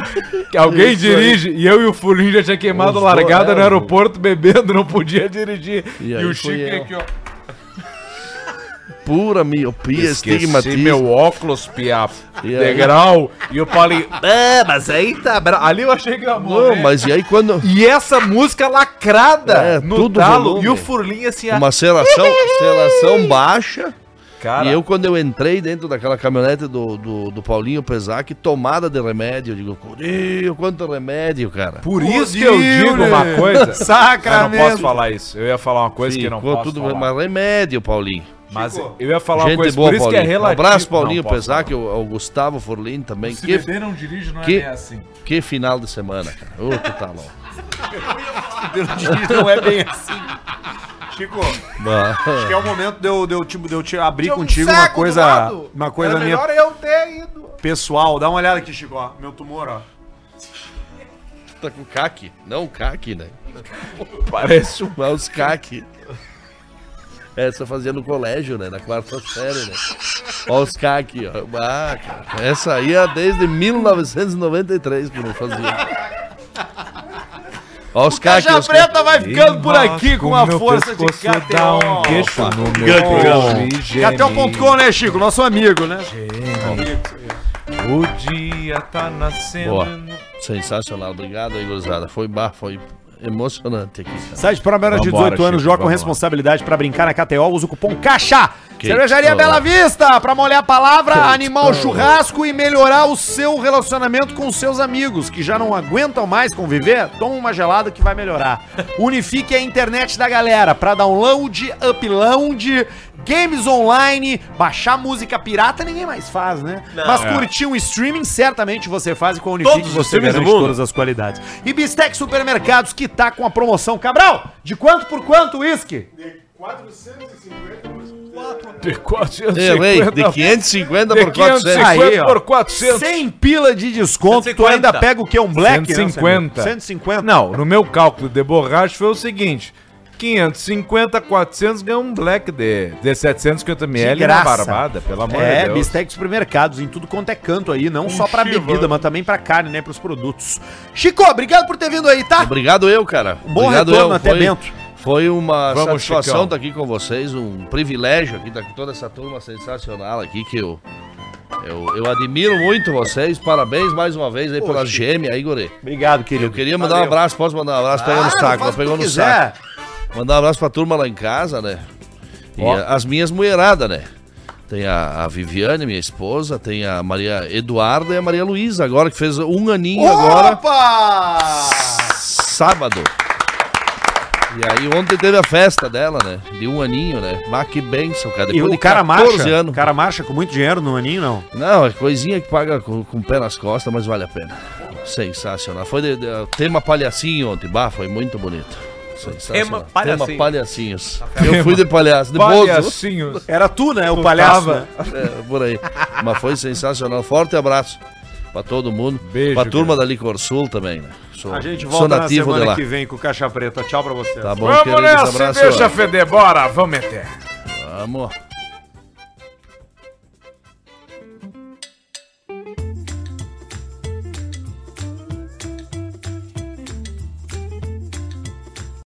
[SPEAKER 3] Que alguém
[SPEAKER 11] Isso aí.
[SPEAKER 3] dirige. E eu e o Fulinho já tinha queimado
[SPEAKER 11] Os
[SPEAKER 3] largada
[SPEAKER 11] dois,
[SPEAKER 3] no
[SPEAKER 11] é,
[SPEAKER 3] aeroporto bebendo, não podia dirigir. E,
[SPEAKER 11] aí
[SPEAKER 3] o
[SPEAKER 11] fui
[SPEAKER 3] Chico é
[SPEAKER 11] eu.
[SPEAKER 3] aqui, ó.
[SPEAKER 11] Pura miopia,
[SPEAKER 3] Esqueci
[SPEAKER 11] estigmatismo.
[SPEAKER 3] meu óculos, piá.
[SPEAKER 11] E aí?
[SPEAKER 3] Degrau. E o Paulinho... Ah, mas aí tá... bra-" Ali eu achei que ia
[SPEAKER 11] Não, mas e aí quando...
[SPEAKER 3] E essa música lacrada
[SPEAKER 11] É,
[SPEAKER 3] no
[SPEAKER 11] tudo
[SPEAKER 3] talo.
[SPEAKER 11] volume.
[SPEAKER 3] E o Furlinho assim... ó.
[SPEAKER 11] Uma selação, selação baixa.
[SPEAKER 3] Cara.
[SPEAKER 11] E eu, quando eu entrei dentro daquela caminhonete do, do, do Paulinho Pesac, tomada de remédio, eu digo, Curio, quanto remédio, cara.
[SPEAKER 3] Por isso que eu digo
[SPEAKER 11] né?
[SPEAKER 3] uma coisa. Eu não posso falar isso. Eu ia falar uma coisa que eu não
[SPEAKER 11] Ficou
[SPEAKER 3] posso
[SPEAKER 11] tudo
[SPEAKER 3] falar.
[SPEAKER 11] mas remédio, Paulinho.
[SPEAKER 3] Mas eu ia falar uma
[SPEAKER 11] Gente
[SPEAKER 3] coisa,
[SPEAKER 11] boa,
[SPEAKER 3] por isso que é
[SPEAKER 11] Paulinho.
[SPEAKER 3] relativo.
[SPEAKER 11] Um abraço, Paulinho
[SPEAKER 3] Não posso
[SPEAKER 11] Pesac, ao, ao Gustavo Forlin também.
[SPEAKER 3] Se beber, não dirige, não é bem assim.
[SPEAKER 11] Que final de semana, cara. Ô, tu tá louco.
[SPEAKER 1] Não é bem assim. Chico, acho que é o momento de eu, de eu, tipo, de eu te abrir contigo uma
[SPEAKER 3] cego do
[SPEAKER 1] coisa,
[SPEAKER 3] lado.
[SPEAKER 1] uma coisa
[SPEAKER 3] Era
[SPEAKER 1] minha
[SPEAKER 3] melhor eu ter ido.
[SPEAKER 1] pessoal. Dá uma olhada aqui, Chico. ó. Meu tumor, ó.
[SPEAKER 11] Tá com caque. Não, caque, né?
[SPEAKER 3] Parece
[SPEAKER 11] um mouse caque. Essa fazia no colégio, né? Na quarta série, né? Ó os caque, ó. Ah, cara. Essa aí é desde 1993 que não fazia. Ó os caque, ó
[SPEAKER 1] Caixa
[SPEAKER 11] os caque.
[SPEAKER 1] Preta vai ficando por aqui com a força de
[SPEAKER 3] dá
[SPEAKER 1] KTO.
[SPEAKER 3] um queixo no meu peito e geme.
[SPEAKER 1] KTO.com, né, Chico? Nosso amigo, né?
[SPEAKER 3] O dia tá nascendo.
[SPEAKER 11] Boa. Sensacional. Obrigado aí, gurizada. Foi bar, foi emocionante aqui. cara.
[SPEAKER 1] Site para maiores de
[SPEAKER 11] Vambora,
[SPEAKER 1] 18 anos,
[SPEAKER 11] Chico,
[SPEAKER 1] joga com
[SPEAKER 11] vambora.
[SPEAKER 1] responsabilidade para brincar na KTO, usa o cupom CAXA.
[SPEAKER 11] Que
[SPEAKER 1] Cervejaria
[SPEAKER 11] isso,
[SPEAKER 3] Tá.
[SPEAKER 1] Bela
[SPEAKER 11] olá.
[SPEAKER 1] Vista, para molhar a palavra, animal
[SPEAKER 11] olá.
[SPEAKER 1] churrasco e melhorar o seu relacionamento com seus amigos que já não aguentam mais conviver, toma uma gelada que vai melhorar. Unifique a internet da galera para download, upload, games online, baixar música pirata ninguém mais faz, né?
[SPEAKER 3] Não.
[SPEAKER 1] Mas
[SPEAKER 3] É.
[SPEAKER 1] curtir um streaming certamente você faz e com a Unifique
[SPEAKER 3] Todos os
[SPEAKER 1] você
[SPEAKER 3] streams do
[SPEAKER 1] garante
[SPEAKER 3] mundo.
[SPEAKER 1] todas as qualidades. E Bistec Supermercados que tá com a promoção Cabral, de quanto por quanto uísque?
[SPEAKER 3] De 450
[SPEAKER 11] Errei, É, de 550 por 400.
[SPEAKER 1] Aí, ó.
[SPEAKER 3] por 400.
[SPEAKER 1] 100 pila de desconto, tu
[SPEAKER 3] 150.
[SPEAKER 1] ainda pega o que? Um black? né,
[SPEAKER 3] 150.
[SPEAKER 1] Samir? 150.
[SPEAKER 3] Não, no meu cálculo de borracha foi o seguinte: 550, 400 ganha um black de, de 750 ml na barbada, pelo amor
[SPEAKER 1] é,
[SPEAKER 3] de Deus.
[SPEAKER 1] Bistec Supermercados, em tudo quanto é canto aí, não só pra
[SPEAKER 3] Chiva.
[SPEAKER 1] bebida, mas também pra carne, né, pros produtos. Chico, obrigado por ter vindo aí, tá? Um
[SPEAKER 11] Obrigado eu, cara.
[SPEAKER 1] Bom
[SPEAKER 11] Obrigado
[SPEAKER 1] retorno
[SPEAKER 11] eu.
[SPEAKER 1] até
[SPEAKER 11] foi,
[SPEAKER 1] Bento.
[SPEAKER 11] Foi uma
[SPEAKER 1] Vamos,
[SPEAKER 11] satisfação tá
[SPEAKER 1] Chicão.
[SPEAKER 11] estar aqui com vocês, um privilégio aqui estar com toda essa turma sensacional aqui que eu Eu, eu admiro muito vocês, parabéns mais uma vez aí pela gêmea aí, Guri. Obrigado, querido. Eu queria mandar
[SPEAKER 1] Valeu.
[SPEAKER 11] um abraço, posso mandar um abraço? Pegou no
[SPEAKER 1] Claro,
[SPEAKER 11] saco,
[SPEAKER 1] faz
[SPEAKER 11] nós
[SPEAKER 1] o
[SPEAKER 11] pegou
[SPEAKER 1] que
[SPEAKER 11] no
[SPEAKER 1] quiser.
[SPEAKER 11] saco. Mandar um abraço pra turma lá em casa, né? E
[SPEAKER 1] Ó.
[SPEAKER 11] a- as minhas mulheradas, né? Tem a, a Viviane, minha esposa, tem a Maria Eduarda e a Maria Luísa, agora que fez um aninho agora, sábado. E aí ontem teve a festa dela, né? De um aninho, né? Mas que bênção, cara.
[SPEAKER 1] E
[SPEAKER 11] Depois
[SPEAKER 1] o
[SPEAKER 11] de
[SPEAKER 1] cara
[SPEAKER 11] 14
[SPEAKER 1] marcha?
[SPEAKER 11] anos.
[SPEAKER 1] O cara marcha com muito dinheiro no aninho, não?
[SPEAKER 11] Não, é coisinha que paga com, com o pé nas costas, mas vale a pena. Sensacional. Foi de, de, tema palhacinho ontem, bah, foi muito bonito. Sensacional.
[SPEAKER 2] Tema palhacinho.
[SPEAKER 11] Tema palhacinhos.
[SPEAKER 1] Tema
[SPEAKER 11] Eu fui de palhaço, de bozo.
[SPEAKER 3] Palhacinhos.
[SPEAKER 1] Era tu, né? O palhaço. né?
[SPEAKER 11] É, por aí. Mas foi sensacional. Forte abraço pra todo mundo. Beijo. Pra turma da Licor Sul também, né? Sou,
[SPEAKER 1] A gente
[SPEAKER 11] sou
[SPEAKER 1] volta na
[SPEAKER 11] nativo de
[SPEAKER 1] semana
[SPEAKER 11] lá.
[SPEAKER 1] que vem com o Caixa Preta. Tchau pra vocês.
[SPEAKER 11] Tá bom,
[SPEAKER 3] Vamos
[SPEAKER 11] queridos,
[SPEAKER 3] nessa,
[SPEAKER 11] abraço.
[SPEAKER 3] deixa feder, bora, vamos meter.
[SPEAKER 11] Vamos.